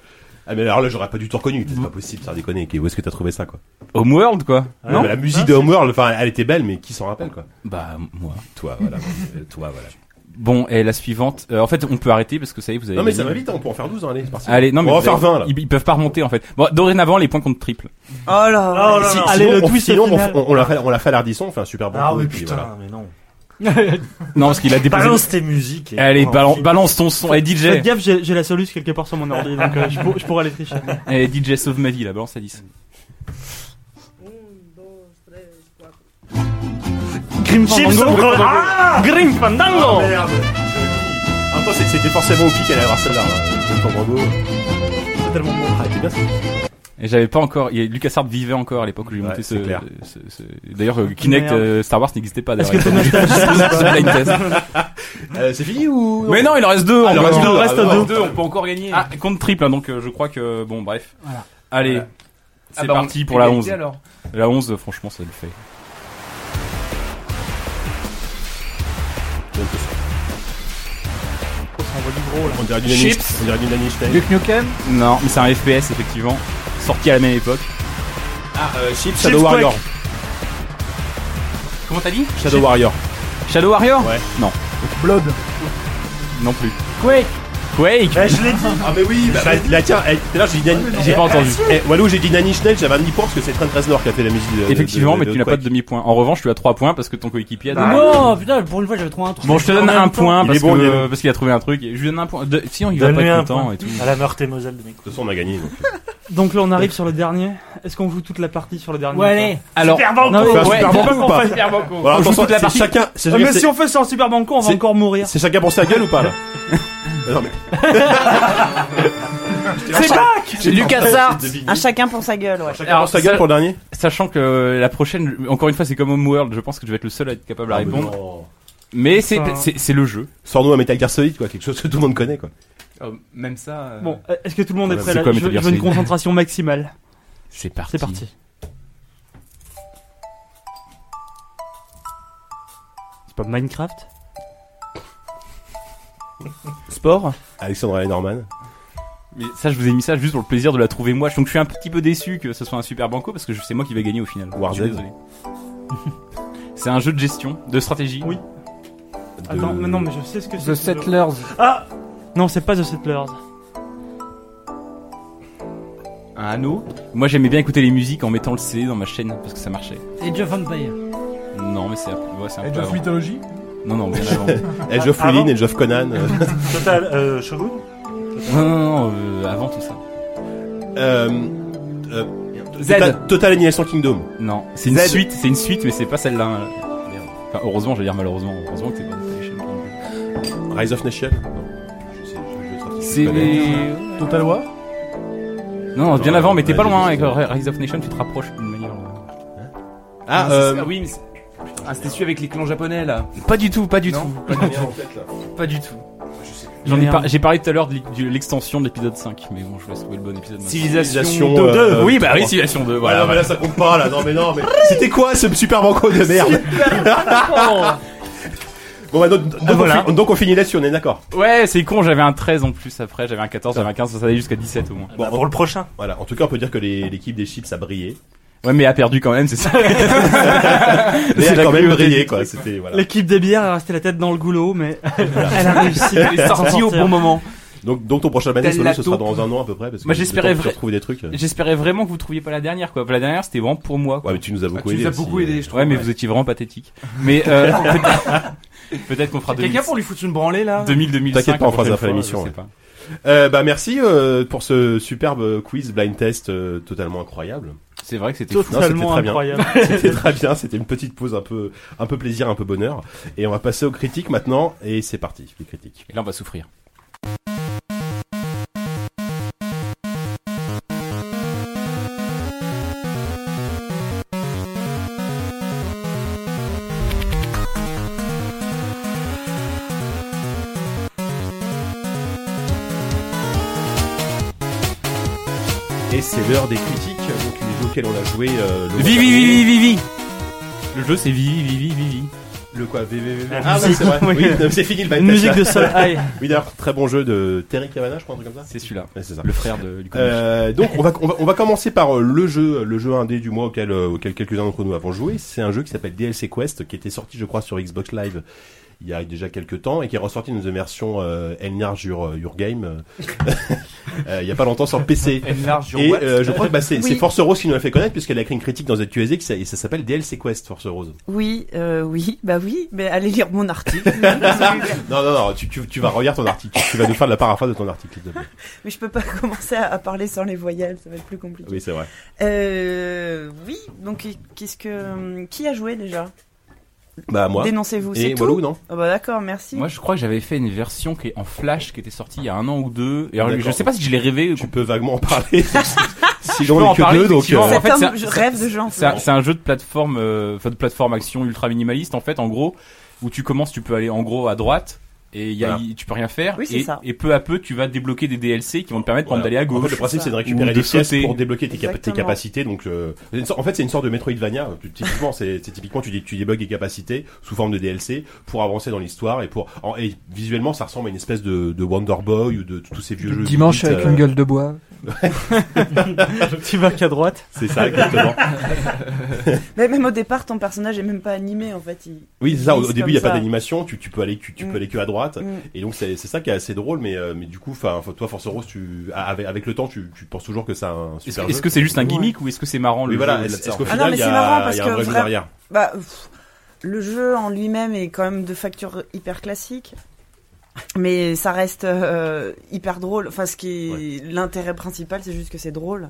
[SPEAKER 1] Ah, mais alors là, j'aurais pas du tout reconnu. C'est pas possible, ça déconner. Où est-ce que t'as trouvé ça, quoi
[SPEAKER 3] Homeworld quoi. Ah,
[SPEAKER 8] Ouais,
[SPEAKER 1] Non, mais la musique de Homeworld, enfin, elle était belle, mais qui s'en rappelle, quoi
[SPEAKER 3] Bah moi.
[SPEAKER 1] Toi, voilà. Euh, Toi, voilà.
[SPEAKER 3] Bon, et la suivante. euh, en fait, on peut arrêter parce que ça y est, vous avez.
[SPEAKER 1] Non, mais
[SPEAKER 3] gagné.
[SPEAKER 1] ça va vite, hein, on peut en faire 12, hein, allez, c'est parti.
[SPEAKER 3] Allez, non, mais
[SPEAKER 1] On va
[SPEAKER 3] vous
[SPEAKER 1] faire
[SPEAKER 3] avez-
[SPEAKER 1] 20, là.
[SPEAKER 3] Ils, ils peuvent pas remonter en fait. Bon, dorénavant, les points comptent triple.
[SPEAKER 6] Oh là
[SPEAKER 8] Oh là là.
[SPEAKER 2] Allez, le
[SPEAKER 1] on,
[SPEAKER 2] twist
[SPEAKER 1] Ah, sinon, on,
[SPEAKER 2] final.
[SPEAKER 1] on, on l'a fait, on l'a fait à l'ardisson, on fait un super bon
[SPEAKER 8] Ah
[SPEAKER 1] coup,
[SPEAKER 8] oui,
[SPEAKER 1] et puis
[SPEAKER 8] putain,
[SPEAKER 1] voilà.
[SPEAKER 8] mais non.
[SPEAKER 3] Non, parce qu'il a déposé.
[SPEAKER 8] Balance tes musiques. et-
[SPEAKER 3] Allez,
[SPEAKER 8] Oh,
[SPEAKER 3] balan-
[SPEAKER 8] fil-
[SPEAKER 3] balance ton son. Et
[SPEAKER 2] Faites
[SPEAKER 3] DJ.
[SPEAKER 2] gaffe, j'ai j'ai la soluce quelque part sur mon ordi, donc euh, je, pour- je pourrais aller tricher.
[SPEAKER 3] Et DJ Eh, sauve ma vie, la balance à 10.
[SPEAKER 2] Grim
[SPEAKER 8] Chips
[SPEAKER 2] Fandango
[SPEAKER 8] au- Ah
[SPEAKER 2] Grim Fandango
[SPEAKER 1] Merde En même temps, c'est- c'était forcément au pic, elle allait avoir celle-là. hein. Comme Rambo.
[SPEAKER 2] C'est tellement bon.
[SPEAKER 1] Ah, t'es bien, c'est-
[SPEAKER 3] Et j'avais pas encore. il y a- LucasArts vivait encore à l'époque où j'ai
[SPEAKER 1] Ouais,
[SPEAKER 3] monté ce.
[SPEAKER 1] c'est clair.
[SPEAKER 3] ce- ce- D'ailleurs, euh, Kinect
[SPEAKER 2] Merde.
[SPEAKER 3] euh, Star Wars n'existait pas.
[SPEAKER 2] Est-ce que
[SPEAKER 3] d'ailleurs.
[SPEAKER 2] t'es nostalgique
[SPEAKER 3] C'est un blind test.
[SPEAKER 1] Euh, c'est fini ou
[SPEAKER 3] Mais non, il en reste deux.
[SPEAKER 1] Ah, il en
[SPEAKER 3] on
[SPEAKER 1] reste
[SPEAKER 3] peut-
[SPEAKER 1] deux,
[SPEAKER 3] on
[SPEAKER 1] ah, bah,
[SPEAKER 3] on peut encore gagner. Ah, compte triple, hein, donc euh, je crois que bon, bref. Allez,
[SPEAKER 5] Voilà.
[SPEAKER 3] c'est
[SPEAKER 5] Ah bah, on-
[SPEAKER 3] parti pour la
[SPEAKER 5] égalité,
[SPEAKER 3] 11.
[SPEAKER 5] alors.
[SPEAKER 3] La 11, franchement, ça le fait.
[SPEAKER 1] On dirait du Nanny-
[SPEAKER 10] Chips.
[SPEAKER 1] on dirait du Nanny Stein.
[SPEAKER 10] Duke Nukem
[SPEAKER 3] Non, mais c'est un FPS, effectivement, sorti à la même époque. Ah, euh, Chips, Shadow
[SPEAKER 2] Chips
[SPEAKER 3] Warrior. Comment t'as dit
[SPEAKER 1] Shadow Warrior.
[SPEAKER 3] Shadow Warrior
[SPEAKER 1] Ouais.
[SPEAKER 3] Non,
[SPEAKER 4] Blood.
[SPEAKER 3] non plus.
[SPEAKER 10] Quake
[SPEAKER 3] Quake
[SPEAKER 8] Eh, je l'ai dit. Ah,
[SPEAKER 1] Ah mais oui, bah, bah, là tiens, eh, tout à l'heure j'ai dit Nanny-
[SPEAKER 3] J'ai pas entendu.
[SPEAKER 1] Eh, Walou, j'ai dit Nanny Schnell, j'avais un demi-point parce que c'est Trent Reznor qui a fait la musique de- de.
[SPEAKER 3] Effectivement, mais tu n'as pas de
[SPEAKER 1] Quake.
[SPEAKER 3] demi-point. En revanche, tu as 3 points parce que ton coéquipier a
[SPEAKER 8] Bah
[SPEAKER 3] deux points.
[SPEAKER 7] Non, Oh, putain, pour une fois, j'avais trouvé un truc.
[SPEAKER 3] Bah, Bon, je te donne
[SPEAKER 7] En même
[SPEAKER 3] un
[SPEAKER 7] temps,
[SPEAKER 3] point
[SPEAKER 1] Il
[SPEAKER 3] parce
[SPEAKER 1] est bon, il est
[SPEAKER 3] que-
[SPEAKER 1] bon.
[SPEAKER 3] parce qu'il a trouvé un truc. Je lui donne un point. De- Sinon, il va pas
[SPEAKER 8] Donne-lui
[SPEAKER 3] être
[SPEAKER 8] un
[SPEAKER 3] content
[SPEAKER 8] point.
[SPEAKER 3] et tout.
[SPEAKER 8] À la Meurthe et Moselle de mes
[SPEAKER 1] De toute façon, on a gagné. donc.
[SPEAKER 2] Donc là, on arrive sur le dernier. Est-ce qu'on joue toute la partie sur le dernier
[SPEAKER 7] Ouais,
[SPEAKER 2] ou pas
[SPEAKER 7] allez.
[SPEAKER 3] Alors,
[SPEAKER 2] Non, mais-
[SPEAKER 1] Faire un
[SPEAKER 2] ouais,
[SPEAKER 1] super
[SPEAKER 2] faut
[SPEAKER 1] banco
[SPEAKER 2] pas
[SPEAKER 1] ou
[SPEAKER 2] qu'on
[SPEAKER 1] pas
[SPEAKER 2] fasse super banco.
[SPEAKER 1] Voilà,
[SPEAKER 3] On joue
[SPEAKER 1] attention,
[SPEAKER 3] toute la
[SPEAKER 1] c'est
[SPEAKER 3] partie.
[SPEAKER 1] chacun. c'est-
[SPEAKER 2] Ah, mais
[SPEAKER 1] c'est-
[SPEAKER 2] si on fait sur le super banco, on va
[SPEAKER 1] c'est-
[SPEAKER 2] encore mourir.
[SPEAKER 1] C'est chacun pour sa gueule ou pas là Euh, Non mais.
[SPEAKER 2] C'est back
[SPEAKER 10] C'est du Kassart
[SPEAKER 6] Un chacun pour sa gueule, ouais.
[SPEAKER 1] Chacun pour sa gueule
[SPEAKER 3] ça-
[SPEAKER 1] pour le dernier
[SPEAKER 3] sachant que la prochaine, encore une fois, c'est comme Homeworld. Je pense que je vais être le seul à être capable à répondre. Mais c'est
[SPEAKER 2] Enfin-
[SPEAKER 3] c'est- c'est le jeu.
[SPEAKER 1] Ah, Sors-nous un Metal Gear Solid quoi, quelque chose que tout le monde connaît quoi.
[SPEAKER 5] Oh, même ça. euh,
[SPEAKER 2] Bon, est-ce que tout le monde est
[SPEAKER 1] C'est
[SPEAKER 2] prêt là
[SPEAKER 3] quoi,
[SPEAKER 2] Je
[SPEAKER 3] Metal
[SPEAKER 2] veux je
[SPEAKER 3] Gear
[SPEAKER 2] veux une
[SPEAKER 3] Solid
[SPEAKER 2] concentration maximale.
[SPEAKER 3] C'est parti.
[SPEAKER 2] C'est parti. C'est pas Minecraft Sport
[SPEAKER 1] Alexandre Alain Norman.
[SPEAKER 3] Mais ça, je vous ai mis ça juste pour le plaisir de la trouver moi. Donc, je suis un petit peu déçu que ce soit un super banco parce que je- c'est moi qui vais gagner au final.
[SPEAKER 1] Warzone.
[SPEAKER 3] Je suis désolé. c'est un jeu de gestion, de stratégie.
[SPEAKER 2] Oui.
[SPEAKER 1] de-
[SPEAKER 2] Attends, mais non, mais je sais ce que c'est.
[SPEAKER 10] The
[SPEAKER 2] ce jeu.
[SPEAKER 10] Settlers.
[SPEAKER 2] Non, c'est pas The Settlers.
[SPEAKER 3] Un anneau. Ah, Moi, j'aimais bien écouter les musiques en mettant le CD dans ma chaîne parce que ça marchait.
[SPEAKER 7] Age of Empire.
[SPEAKER 3] Non, mais c'est après- ouais, c'est un
[SPEAKER 5] Age
[SPEAKER 3] peu
[SPEAKER 5] of
[SPEAKER 3] avant.
[SPEAKER 5] Mythology
[SPEAKER 3] Non, non, bien avant. non,
[SPEAKER 1] Edge of
[SPEAKER 8] Ah,
[SPEAKER 1] Lulin,
[SPEAKER 8] avant
[SPEAKER 1] Edge of Conan. euh,
[SPEAKER 8] Total, euh, Shogun
[SPEAKER 3] non, non, euh, avant tout ça.
[SPEAKER 1] euh, euh,
[SPEAKER 3] Z.
[SPEAKER 1] Total, Total Annihilation Kingdom.
[SPEAKER 3] Non, c'est une
[SPEAKER 1] Z.
[SPEAKER 3] suite, c'est une suite, mais c'est pas celle-là. hein. Merde. Enfin, heureusement, j'allais dire malheureusement. Heureusement que c'est pas une chaîne.
[SPEAKER 1] Rise of Nation. Non. Je sais, je- je sais,
[SPEAKER 3] C'est
[SPEAKER 1] je connais.
[SPEAKER 4] Total War
[SPEAKER 3] Non, bien avant, mais t'es pas
[SPEAKER 1] Ouais,
[SPEAKER 3] loin hein, avec
[SPEAKER 1] c'est-
[SPEAKER 3] euh, Rise of Nation, tu te rapproches d'une manière. euh.
[SPEAKER 1] Ah,
[SPEAKER 5] c'est-
[SPEAKER 1] euh,
[SPEAKER 5] oui, mais c'est- ah, c'était celui avec les clans japonais là.
[SPEAKER 3] Pas du tout, pas du
[SPEAKER 5] Non.
[SPEAKER 3] tout, pas du tout.
[SPEAKER 5] plus.
[SPEAKER 3] J'en ai
[SPEAKER 5] Merde.
[SPEAKER 3] par- j'ai parlé tout à l'heure de l'é- de l'extension de l'épisode 5, mais bon, je vais trouver le bon épisode. maintenant.
[SPEAKER 1] Civilisation
[SPEAKER 3] de
[SPEAKER 1] euh,
[SPEAKER 3] 2.
[SPEAKER 1] euh,
[SPEAKER 3] oui, bah oui,
[SPEAKER 1] trois.
[SPEAKER 3] Civilisation 2,
[SPEAKER 1] Ouais,
[SPEAKER 3] voilà.
[SPEAKER 1] Ah, non, mais là, ça compte pas, là. Non, mais non, mais. C'était quoi ce super banco de merde Bon, bah, donc, donc on
[SPEAKER 7] voilà.
[SPEAKER 1] fi- donc on finit là-dessus, on est d'accord.
[SPEAKER 3] Ouais, c'est con, j'avais un 13 en plus après, j'avais un 14, j'avais un 15, ça allait jusqu'à 17 au moins.
[SPEAKER 1] Bon,
[SPEAKER 8] Bah, Pour le prochain.
[SPEAKER 1] Voilà, en tout cas, on peut dire que les- l'équipe des chips a brillé.
[SPEAKER 3] Ouais, mais a perdu quand même, c'est ça.
[SPEAKER 1] Mais
[SPEAKER 3] C'est
[SPEAKER 1] elle
[SPEAKER 3] la
[SPEAKER 1] a quand même
[SPEAKER 3] cruauté
[SPEAKER 1] brillé,
[SPEAKER 3] du
[SPEAKER 1] quoi. C'était, voilà.
[SPEAKER 2] L'équipe des bières est restée la tête dans le goulot, mais elle a réussi.
[SPEAKER 3] Elle est sortie au bon moment.
[SPEAKER 1] Donc, donc ton prochain Manis,
[SPEAKER 5] Telle
[SPEAKER 1] Solo,
[SPEAKER 5] la
[SPEAKER 1] ce sera
[SPEAKER 5] taupe.
[SPEAKER 1] dans un an à peu près. Parce que
[SPEAKER 3] Moi, j'espérais
[SPEAKER 1] vrai.
[SPEAKER 3] vrai-
[SPEAKER 1] retrouver des trucs. euh. Ouais,
[SPEAKER 3] J'espérais vraiment que vous trouviez pas la dernière, quoi. La dernière, c'était vraiment pour moi. quoi.
[SPEAKER 1] mais tu nous as
[SPEAKER 5] Ah,
[SPEAKER 1] beaucoup
[SPEAKER 5] tu
[SPEAKER 1] aidé.
[SPEAKER 5] nous as
[SPEAKER 1] aussi. euh.
[SPEAKER 5] beaucoup aidé, je trouve.
[SPEAKER 3] Ouais, mais vous étiez vraiment pathétique. Mais euh, peut-être- peut-être qu'on fera
[SPEAKER 5] Quelqu'un
[SPEAKER 3] 2000,
[SPEAKER 5] pour lui foutre une branlée là
[SPEAKER 3] 2000 2005.
[SPEAKER 1] T'inquiète pas, on
[SPEAKER 3] la
[SPEAKER 1] fera ça
[SPEAKER 3] prochaine
[SPEAKER 1] après
[SPEAKER 3] fois,
[SPEAKER 1] l'émission,
[SPEAKER 3] je sais
[SPEAKER 1] ouais.
[SPEAKER 3] pas.
[SPEAKER 1] Euh, bah, merci euh, pour ce superbe quiz blind test euh, totalement incroyable.
[SPEAKER 3] C'est vrai que c'était fou.
[SPEAKER 1] Non,
[SPEAKER 2] Totalement
[SPEAKER 1] c'était très bien.
[SPEAKER 2] incroyable.
[SPEAKER 1] C'était très bien, c'était une petite pause un peu, un peu plaisir, un peu bonheur. Et on va passer aux critiques maintenant, et c'est parti, les critiques.
[SPEAKER 3] Et là, on va souffrir.
[SPEAKER 1] Et c'est l'heure des critiques, donc les jeux auxquels on a joué euh, le mois
[SPEAKER 3] Vivi,
[SPEAKER 1] dernier.
[SPEAKER 3] Vivi, Vivi Le jeu, c'est Vivi, Vivi, Vivi.
[SPEAKER 1] Le quoi VVV
[SPEAKER 2] La
[SPEAKER 1] Ah oui,
[SPEAKER 2] musique.
[SPEAKER 1] c'est vrai.
[SPEAKER 2] Oui.
[SPEAKER 1] Oui, non, c'est fini le blind
[SPEAKER 2] Une
[SPEAKER 1] test,
[SPEAKER 2] musique
[SPEAKER 1] là.
[SPEAKER 2] de sol high.
[SPEAKER 1] Oui, d'ailleurs, très bon jeu de Terry Cavana, je crois, un truc comme ça.
[SPEAKER 3] C'est celui-là.
[SPEAKER 1] Ouais, c'est ça.
[SPEAKER 3] Le frère de, du comédien.
[SPEAKER 1] Euh, donc on va, on va on va commencer par euh, le jeu le jeu indé du mois auquel euh, auquel quelques-uns d'entre nous avons joué c'est un jeu qui s'appelle DLC Quest qui était sorti je crois sur Xbox Live il y a déjà quelques temps et qui est ressorti dans une version euh, Enlarge Your, Your Game euh, euh, il y a pas longtemps sur PC
[SPEAKER 5] Une large
[SPEAKER 1] et
[SPEAKER 5] What
[SPEAKER 1] euh, je crois que bah, c'est
[SPEAKER 6] Oui.
[SPEAKER 1] c'est Force Rose qui nous l'a fait connaître puisqu'elle a écrit une critique dans ZQSD qui s'a- et ça s'appelle DLC Quest Force Rose
[SPEAKER 6] Oui, euh, oui, bah oui, mais allez lire mon article.
[SPEAKER 1] non non non tu, tu, tu vas regarder ton article tu vas nous faire de la paraphrase de ton article s'il te plaît.
[SPEAKER 6] mais je peux pas commencer à, à parler sans les voyelles, ça va être plus compliqué.
[SPEAKER 1] oui c'est vrai
[SPEAKER 6] Euh, oui, donc qu'est-ce que qui a joué déjà
[SPEAKER 1] bah moi
[SPEAKER 6] Dénoncez-vous, c'est
[SPEAKER 1] et
[SPEAKER 6] tout.
[SPEAKER 1] Walou non
[SPEAKER 6] Ah bah d'accord, merci.
[SPEAKER 3] Moi, je crois que j'avais fait une version qui est en flash qui était sortie il y a un an ou deux. Et alors,
[SPEAKER 1] D'accord.
[SPEAKER 3] je sais pas si je l'ai rêvé.
[SPEAKER 1] tu peux vaguement en parler
[SPEAKER 3] Je peux
[SPEAKER 1] sinon on
[SPEAKER 3] en
[SPEAKER 1] est que
[SPEAKER 3] parler,
[SPEAKER 1] deux donc
[SPEAKER 3] effectivement.
[SPEAKER 1] euh,
[SPEAKER 3] en fait,
[SPEAKER 6] Cet
[SPEAKER 3] c'est
[SPEAKER 6] homme,
[SPEAKER 3] un-
[SPEAKER 6] je
[SPEAKER 3] c'est-
[SPEAKER 6] rêve de gens.
[SPEAKER 3] C'est un, c'est un jeu de plateforme, euh, enfin, de plateforme action ultra minimaliste en fait, en gros, où tu commences, tu peux aller en gros à droite, et il y a-
[SPEAKER 1] Voilà.
[SPEAKER 3] il- tu peux rien faire.
[SPEAKER 6] Oui, c'est
[SPEAKER 3] et,
[SPEAKER 6] ça.
[SPEAKER 3] et peu à peu, tu vas débloquer des DLC qui vont te permettre par exemple, d'aller à
[SPEAKER 1] En fait,
[SPEAKER 3] gauche.
[SPEAKER 1] le principe, c'est de
[SPEAKER 3] Ou
[SPEAKER 1] récupérer
[SPEAKER 3] de
[SPEAKER 1] des pièces
[SPEAKER 3] sauter.
[SPEAKER 1] pour débloquer tes, cap- tes
[SPEAKER 6] Exactement.
[SPEAKER 1] capacités. Donc, euh, c'est une sorte- en fait, c'est une sorte de Metroidvania. Tu- Typiquement, c'est c'est typiquement, tu, dé- tu débloques des capacités sous forme de DLC pour avancer dans l'histoire et pour. en- et visuellement, ça ressemble à une espèce de, de Wonder Boy ou de tous ces vieux jeux. euh,
[SPEAKER 10] Dimanche
[SPEAKER 1] de-
[SPEAKER 10] avec une gueule de bois.
[SPEAKER 2] Tu vas qu'à droite.
[SPEAKER 1] C'est ça, exactement.
[SPEAKER 6] Mais même au départ, ton personnage est même pas animé en fait. Il...
[SPEAKER 1] Oui, c'est ça. Au, au
[SPEAKER 6] Glisse
[SPEAKER 1] début, il y a
[SPEAKER 6] comme
[SPEAKER 1] pas
[SPEAKER 6] ça.
[SPEAKER 1] d'animation. Tu, tu peux aller, tu, tu
[SPEAKER 6] Mm.
[SPEAKER 1] peux aller que à droite.
[SPEAKER 6] Mm.
[SPEAKER 1] Et donc, c'est c'est ça qui est assez drôle. Mais, euh, mais du coup, enfin, toi, Force Rose, tu, avec, avec le temps, tu, tu penses toujours que c'est un
[SPEAKER 3] Est-ce
[SPEAKER 1] super
[SPEAKER 3] que-
[SPEAKER 1] jeu.
[SPEAKER 3] est-ce que c'est juste un gimmick ou est-ce que c'est marrant
[SPEAKER 1] Oui,
[SPEAKER 3] le
[SPEAKER 1] voilà.
[SPEAKER 3] jeu
[SPEAKER 1] Est-ce est-ce qu'au
[SPEAKER 3] là-dedans
[SPEAKER 6] Ah non, mais
[SPEAKER 1] final, il y
[SPEAKER 6] c'est
[SPEAKER 1] a,
[SPEAKER 6] marrant parce
[SPEAKER 1] il y a
[SPEAKER 6] que
[SPEAKER 1] un vrai jeu
[SPEAKER 6] vra-
[SPEAKER 1] derrière
[SPEAKER 6] Bah, pff, le jeu en lui-même est quand même de facture hyper classique. Mais ça reste euh, hyper drôle. Enfin, ce qui est l'intérêt principal, c'est juste que c'est drôle.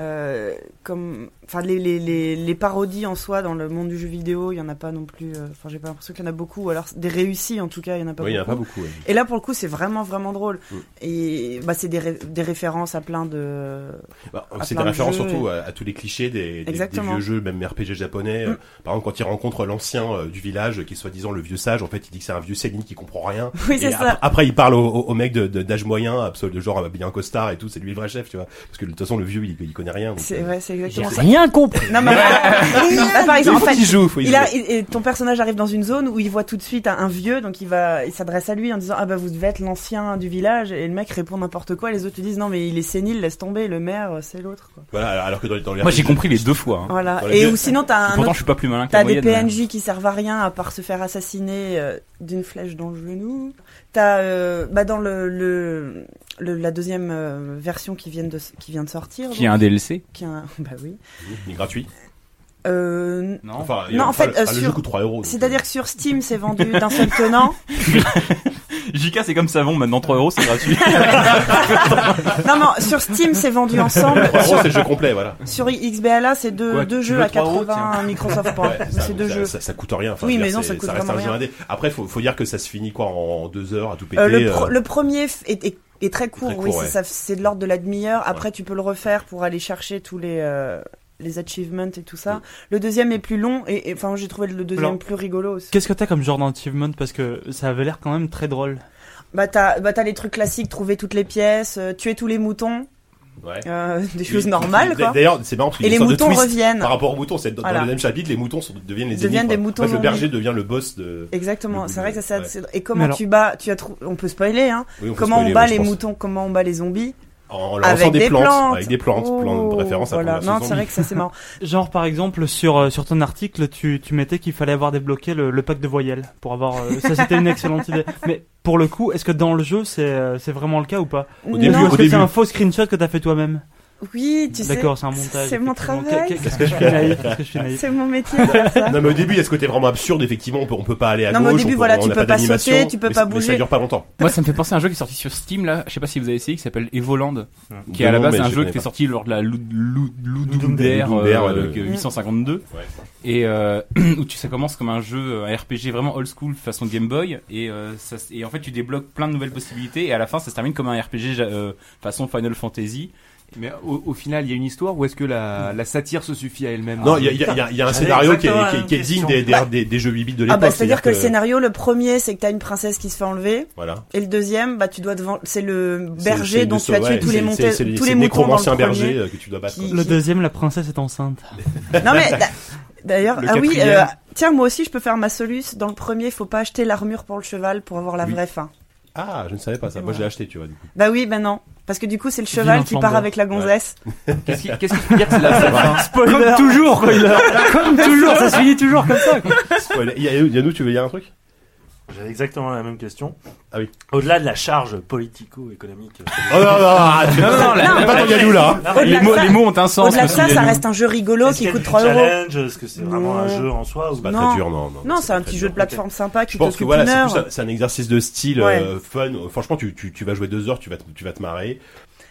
[SPEAKER 6] Euh, comme, enfin, les, les, les, les parodies en soi dans le monde du jeu vidéo, il y en a pas non plus. euh, Enfin, j'ai pas l'impression qu'il y en a beaucoup. Ou alors des réussies, en tout cas, il y en a pas
[SPEAKER 1] Oui, il y en a
[SPEAKER 6] beaucoup.
[SPEAKER 1] pas beaucoup. ouais.
[SPEAKER 6] Et là, pour le coup, c'est vraiment, vraiment drôle.
[SPEAKER 1] Mm.
[SPEAKER 6] Et bah, c'est des, ré- des références à plein de.
[SPEAKER 1] Bah,
[SPEAKER 6] à
[SPEAKER 1] c'est des
[SPEAKER 6] Ah, plein de
[SPEAKER 1] références
[SPEAKER 6] jeux et-
[SPEAKER 1] surtout à, à tous les clichés des, des- des
[SPEAKER 6] Exactement. Mm.
[SPEAKER 1] vieux jeux, même RPG japonais. Euh, Par exemple, quand il rencontre l'ancien euh, du village, euh, qui est soi-disant le vieux sage, en fait, il dit que c'est un vieux Céline qui comprend rien.
[SPEAKER 6] Oui,
[SPEAKER 1] Et
[SPEAKER 6] c'est
[SPEAKER 1] ap-
[SPEAKER 6] ça.
[SPEAKER 1] après, il parle au, au- au mec de- de- d'âge moyen, absolu, de genre euh, bien costard et tout. C'est lui le vrai chef, tu vois. Parce que de toute façon, le vieux, il, il connaît rien. donc,
[SPEAKER 6] C'est
[SPEAKER 1] euh,
[SPEAKER 6] vrai, c'est
[SPEAKER 7] J'ai
[SPEAKER 6] exactement ça.
[SPEAKER 7] rien compris.
[SPEAKER 6] Non, mais Ah, par
[SPEAKER 1] Il
[SPEAKER 6] exemple,
[SPEAKER 1] faut
[SPEAKER 6] en fait,
[SPEAKER 1] qu'il joue, faut qu'il
[SPEAKER 6] Il a,
[SPEAKER 1] joue.
[SPEAKER 6] et- et ton personnage arrive dans une zone où il voit tout de suite un, un vieux, donc il va, il s'adresse à lui en disant ah bah vous devez être l'ancien du village et le mec répond n'importe quoi. Les autres lui disent non mais il est sénile, laisse tomber. Le maire euh, c'est l'autre. quoi.
[SPEAKER 1] Voilà, alors- alors que dans, les- dans les
[SPEAKER 3] Moi, j'ai
[SPEAKER 1] RPG,
[SPEAKER 3] compris les deux fois. hein.
[SPEAKER 6] Voilà.
[SPEAKER 1] Voilà,
[SPEAKER 6] Et
[SPEAKER 1] bien.
[SPEAKER 6] ou sinon t'as un
[SPEAKER 3] Pourtant,
[SPEAKER 6] autre-
[SPEAKER 3] je suis pas plus malin que la
[SPEAKER 6] T'as des
[SPEAKER 3] moyenne. hein. mais-
[SPEAKER 6] PNJ qui servent à rien à part se faire assassiner euh, d'une flèche dans le genou. T'as euh, bah dans le, le, le- la deuxième euh, version qui vient de qui vient de sortir.
[SPEAKER 3] Qui est
[SPEAKER 6] donc,
[SPEAKER 3] un DLC
[SPEAKER 6] qui est un- bah oui.
[SPEAKER 1] Il est gratuit.
[SPEAKER 6] Euh,
[SPEAKER 3] Non.
[SPEAKER 1] Enfin, Bah, il-
[SPEAKER 6] Non, en
[SPEAKER 1] enfin,
[SPEAKER 6] fait,
[SPEAKER 1] le,
[SPEAKER 6] euh,
[SPEAKER 1] enfin, le jeu
[SPEAKER 6] sur-
[SPEAKER 1] coûte 3 euros. donc, euh.
[SPEAKER 6] C'est-à-dire que sur Steam c'est vendu d'un seul tenant.
[SPEAKER 3] JK, c'est comme savon, maintenant 3 euros, c'est gratuit.
[SPEAKER 6] Non, non, sur Steam, c'est vendu ensemble.
[SPEAKER 1] euh, 3 euros, c'est le jeu complet, voilà.
[SPEAKER 6] Sur XBLA, c'est deux,
[SPEAKER 5] Quoi,
[SPEAKER 6] deux
[SPEAKER 5] tu
[SPEAKER 6] jeux
[SPEAKER 5] veux
[SPEAKER 6] à
[SPEAKER 5] trois euros,
[SPEAKER 6] 80 Microsoft Points.
[SPEAKER 1] Ouais, ça,
[SPEAKER 6] c'est deux
[SPEAKER 1] ça,
[SPEAKER 6] jeux.
[SPEAKER 1] Ça, ça coûte rien. Enfin,
[SPEAKER 6] Oui,
[SPEAKER 1] je veux
[SPEAKER 6] mais
[SPEAKER 1] dire,
[SPEAKER 6] non, ça
[SPEAKER 1] c'est-
[SPEAKER 6] coûte
[SPEAKER 1] ça reste un
[SPEAKER 6] vraiment
[SPEAKER 1] jeu
[SPEAKER 6] rien.
[SPEAKER 1] indé. Après, faut, faut dire que ça se finit quoi en deux heures à tout péter.
[SPEAKER 6] Euh, le, pro-
[SPEAKER 1] euh,
[SPEAKER 6] le premier f- est, est- est très court,
[SPEAKER 1] très court,
[SPEAKER 6] oui, c'est
[SPEAKER 1] ouais.
[SPEAKER 6] ça, c'est de l'ordre de la demi-heure. Après, tu peux le refaire pour aller chercher tous les, euh, les achievements et tout ça. Le deuxième est plus long, et et- enfin, j'ai trouvé le deuxième
[SPEAKER 2] Alors,
[SPEAKER 6] plus rigolo aussi.
[SPEAKER 2] Qu'est-ce que t'as comme genre d'achievement Parce que ça avait l'air quand même très drôle.
[SPEAKER 6] Bah, t'as bah, t'as les trucs classiques, trouver toutes les pièces, euh, tuer tous les moutons,
[SPEAKER 1] ouais.
[SPEAKER 6] euh, des choses
[SPEAKER 1] Il-
[SPEAKER 6] normales, quoi.
[SPEAKER 1] D'ailleurs, c'est marrant parce qu'il
[SPEAKER 6] Et
[SPEAKER 1] y a
[SPEAKER 6] les
[SPEAKER 1] une sorte de
[SPEAKER 6] moutons
[SPEAKER 1] twist
[SPEAKER 6] reviennent.
[SPEAKER 1] Par rapport aux moutons, c'est dans, dans
[SPEAKER 6] Voilà.
[SPEAKER 1] le même chapitre, les moutons sont- deviennent les
[SPEAKER 6] Deviennent
[SPEAKER 1] ennemis,
[SPEAKER 6] des
[SPEAKER 1] quoi.
[SPEAKER 6] moutons
[SPEAKER 1] En fait, le
[SPEAKER 6] zombies.
[SPEAKER 1] berger devient le boss de.
[SPEAKER 6] Exactement,
[SPEAKER 1] Le
[SPEAKER 6] c'est vrai que ça c'est
[SPEAKER 1] bout-
[SPEAKER 6] assez- Et comment
[SPEAKER 2] alors-
[SPEAKER 6] tu bats, tu as trou- on peut spoiler, hein.
[SPEAKER 1] Oui, on peut
[SPEAKER 6] comment
[SPEAKER 1] spoiler,
[SPEAKER 6] on bat
[SPEAKER 1] ouais, je
[SPEAKER 6] les
[SPEAKER 1] pense.
[SPEAKER 6] moutons, comment on bat les zombies.
[SPEAKER 1] En lançant
[SPEAKER 6] avec
[SPEAKER 1] des,
[SPEAKER 6] des
[SPEAKER 1] plantes,
[SPEAKER 6] plantes. Oh,
[SPEAKER 1] Avec des plantes, plantes de référence à
[SPEAKER 6] voilà.
[SPEAKER 1] plantes
[SPEAKER 6] Non,
[SPEAKER 1] versus
[SPEAKER 6] c'est vrai
[SPEAKER 1] zombies.
[SPEAKER 6] que ça c'est marrant.
[SPEAKER 2] Genre par exemple sur euh, sur ton article tu, tu mettais qu'il fallait avoir débloqué le, le pack de voyelles pour avoir euh, ça c'était une excellente idée mais pour le coup est-ce que dans le jeu c'est euh, c'est vraiment le cas ou pas
[SPEAKER 1] Au
[SPEAKER 2] ou
[SPEAKER 1] début,
[SPEAKER 2] est-ce
[SPEAKER 1] au
[SPEAKER 2] que
[SPEAKER 1] début.
[SPEAKER 2] c'est un faux screenshot que t'as fait toi-même
[SPEAKER 6] Oui, tu sais.
[SPEAKER 2] d'accord c'est un montage
[SPEAKER 6] C'est mon
[SPEAKER 2] effectivement.
[SPEAKER 6] travail.
[SPEAKER 2] Qu'est- qu'est- qu'est-ce que je suis naïf qu'est-ce que je suis naïf
[SPEAKER 6] C'est mon métier. de faire ça.
[SPEAKER 1] Non, mais au début, il y a ce côté vraiment absurde, effectivement, on peut, on peut pas aller à
[SPEAKER 6] Non, mais au
[SPEAKER 1] gauche.
[SPEAKER 6] début,
[SPEAKER 1] on peut-
[SPEAKER 6] voilà,
[SPEAKER 1] on
[SPEAKER 6] tu
[SPEAKER 1] n'a
[SPEAKER 6] peux pas
[SPEAKER 1] d'animation,
[SPEAKER 6] sauter, tu peux
[SPEAKER 1] mais-
[SPEAKER 6] pas
[SPEAKER 1] Mais ça
[SPEAKER 6] bouger.
[SPEAKER 1] dure pas longtemps.
[SPEAKER 3] Moi, ça me fait penser à un jeu qui est sorti sur Steam, là. Je sais pas si vous avez essayé, qui s'appelle Evoland. qui est à la
[SPEAKER 1] Ah. Non,
[SPEAKER 3] base
[SPEAKER 1] mais
[SPEAKER 3] un
[SPEAKER 1] je
[SPEAKER 3] jeu qui
[SPEAKER 1] connais
[SPEAKER 3] était
[SPEAKER 1] pas.
[SPEAKER 3] sorti lors de la Lou- Lou- Ludum
[SPEAKER 1] Ludum
[SPEAKER 3] Dare
[SPEAKER 1] Dare,
[SPEAKER 3] euh,
[SPEAKER 1] ouais,
[SPEAKER 3] donc,
[SPEAKER 1] le-
[SPEAKER 3] euh, 852
[SPEAKER 1] Ouais.
[SPEAKER 3] et euh, où tu ça commence comme un jeu euh, un RPG vraiment old school façon Game Boy et euh, ça s- et en fait tu débloques plein de nouvelles possibilités et à la fin ça se termine comme un RPG ja- euh, façon Final Fantasy.
[SPEAKER 5] Mais au, au final, il y a une histoire ou est-ce que la, la satire se suffit à elle-même Ah,
[SPEAKER 1] Non, il y a, il y a- il y a- il y a un
[SPEAKER 8] J'avais
[SPEAKER 1] scénario qui est,
[SPEAKER 8] exactement
[SPEAKER 1] qui est-
[SPEAKER 8] la
[SPEAKER 1] qui est
[SPEAKER 8] même
[SPEAKER 1] digne
[SPEAKER 8] question.
[SPEAKER 1] des,
[SPEAKER 5] Bah,
[SPEAKER 1] des, des- des jeux 8 bits de
[SPEAKER 6] Ah
[SPEAKER 1] l'époque.
[SPEAKER 6] bah c'est-à-dire que le scénario, le premier, c'est que t'as une princesse qui se fait enlever,
[SPEAKER 1] Voilà.
[SPEAKER 6] et le deuxième, bah tu dois devant, c'est le
[SPEAKER 1] C'est- c'est
[SPEAKER 6] berger dont
[SPEAKER 1] le-
[SPEAKER 6] tu as
[SPEAKER 1] ouais,
[SPEAKER 6] tué tous
[SPEAKER 1] c'est-
[SPEAKER 6] les, monta-
[SPEAKER 1] c'est- c'est le-
[SPEAKER 6] tous
[SPEAKER 1] c'est
[SPEAKER 6] les
[SPEAKER 1] le
[SPEAKER 6] moutons dans le
[SPEAKER 1] nécromancien berger
[SPEAKER 6] premier.
[SPEAKER 1] euh, que tu dois battre.
[SPEAKER 6] qui-
[SPEAKER 2] le deuxième la princesse est enceinte
[SPEAKER 6] Non mais d'a- d'ailleurs,
[SPEAKER 3] Le
[SPEAKER 6] ah oui,
[SPEAKER 3] quatrième.
[SPEAKER 6] euh, tiens moi aussi je peux faire ma soluce. Dans le premier, faut pas acheter l'armure pour le cheval pour avoir la
[SPEAKER 1] Oui.
[SPEAKER 6] vraie fin.
[SPEAKER 1] Ah, je ne savais pas ça. Moi, je l'ai acheté, tu vois, du coup.
[SPEAKER 6] Bah oui, bah non, parce que du coup c'est le
[SPEAKER 2] Vilain
[SPEAKER 6] cheval qui part
[SPEAKER 2] flambeur.
[SPEAKER 6] avec la gonzesse.
[SPEAKER 5] Qu'est-ce qui- qu'est-ce qu'il faut dire que c'est la satire
[SPEAKER 7] Comme toujours, quoi, il a- comme toujours, ça se finit toujours comme ça. quoi.
[SPEAKER 1] Spoiler. Y- Yannou, tu veux dire un truc
[SPEAKER 8] J'avais exactement la même question.
[SPEAKER 1] Ah oui.
[SPEAKER 8] Au-delà de la charge politico-économique.
[SPEAKER 1] Oh
[SPEAKER 8] euh,
[SPEAKER 1] non, non,
[SPEAKER 8] ah,
[SPEAKER 6] Ah,
[SPEAKER 1] arrête.
[SPEAKER 3] Non non, la-
[SPEAKER 6] Non,
[SPEAKER 1] pas ton Yannou là.
[SPEAKER 8] Non, mais
[SPEAKER 3] les
[SPEAKER 6] Au-delà de
[SPEAKER 3] mots
[SPEAKER 6] ça-
[SPEAKER 3] les mots ont un sens.
[SPEAKER 6] Au-delà de ça,
[SPEAKER 3] monsieur
[SPEAKER 6] ça
[SPEAKER 3] Yannou.
[SPEAKER 6] reste un jeu rigolo
[SPEAKER 8] Est-ce qu'il
[SPEAKER 6] qui
[SPEAKER 8] y a
[SPEAKER 6] coûte
[SPEAKER 8] du
[SPEAKER 6] 3 euros.
[SPEAKER 8] challenge Est-ce que c'est vraiment un
[SPEAKER 6] Non.
[SPEAKER 8] jeu en soi ou...
[SPEAKER 1] C'est pas
[SPEAKER 6] Non.
[SPEAKER 1] très dur, non. Non,
[SPEAKER 6] Non, c'est un
[SPEAKER 1] pas très
[SPEAKER 6] petit jeu
[SPEAKER 1] dur.
[SPEAKER 6] de plateforme sympa qui
[SPEAKER 1] Je pense que
[SPEAKER 6] t'occupe
[SPEAKER 1] voilà,
[SPEAKER 6] une
[SPEAKER 1] c'est
[SPEAKER 6] heure.
[SPEAKER 1] plus un- c'est un, exercice de style euh, fun. Franchement, tu, tu, tu vas jouer deux heures, tu vas te, tu vas te marrer.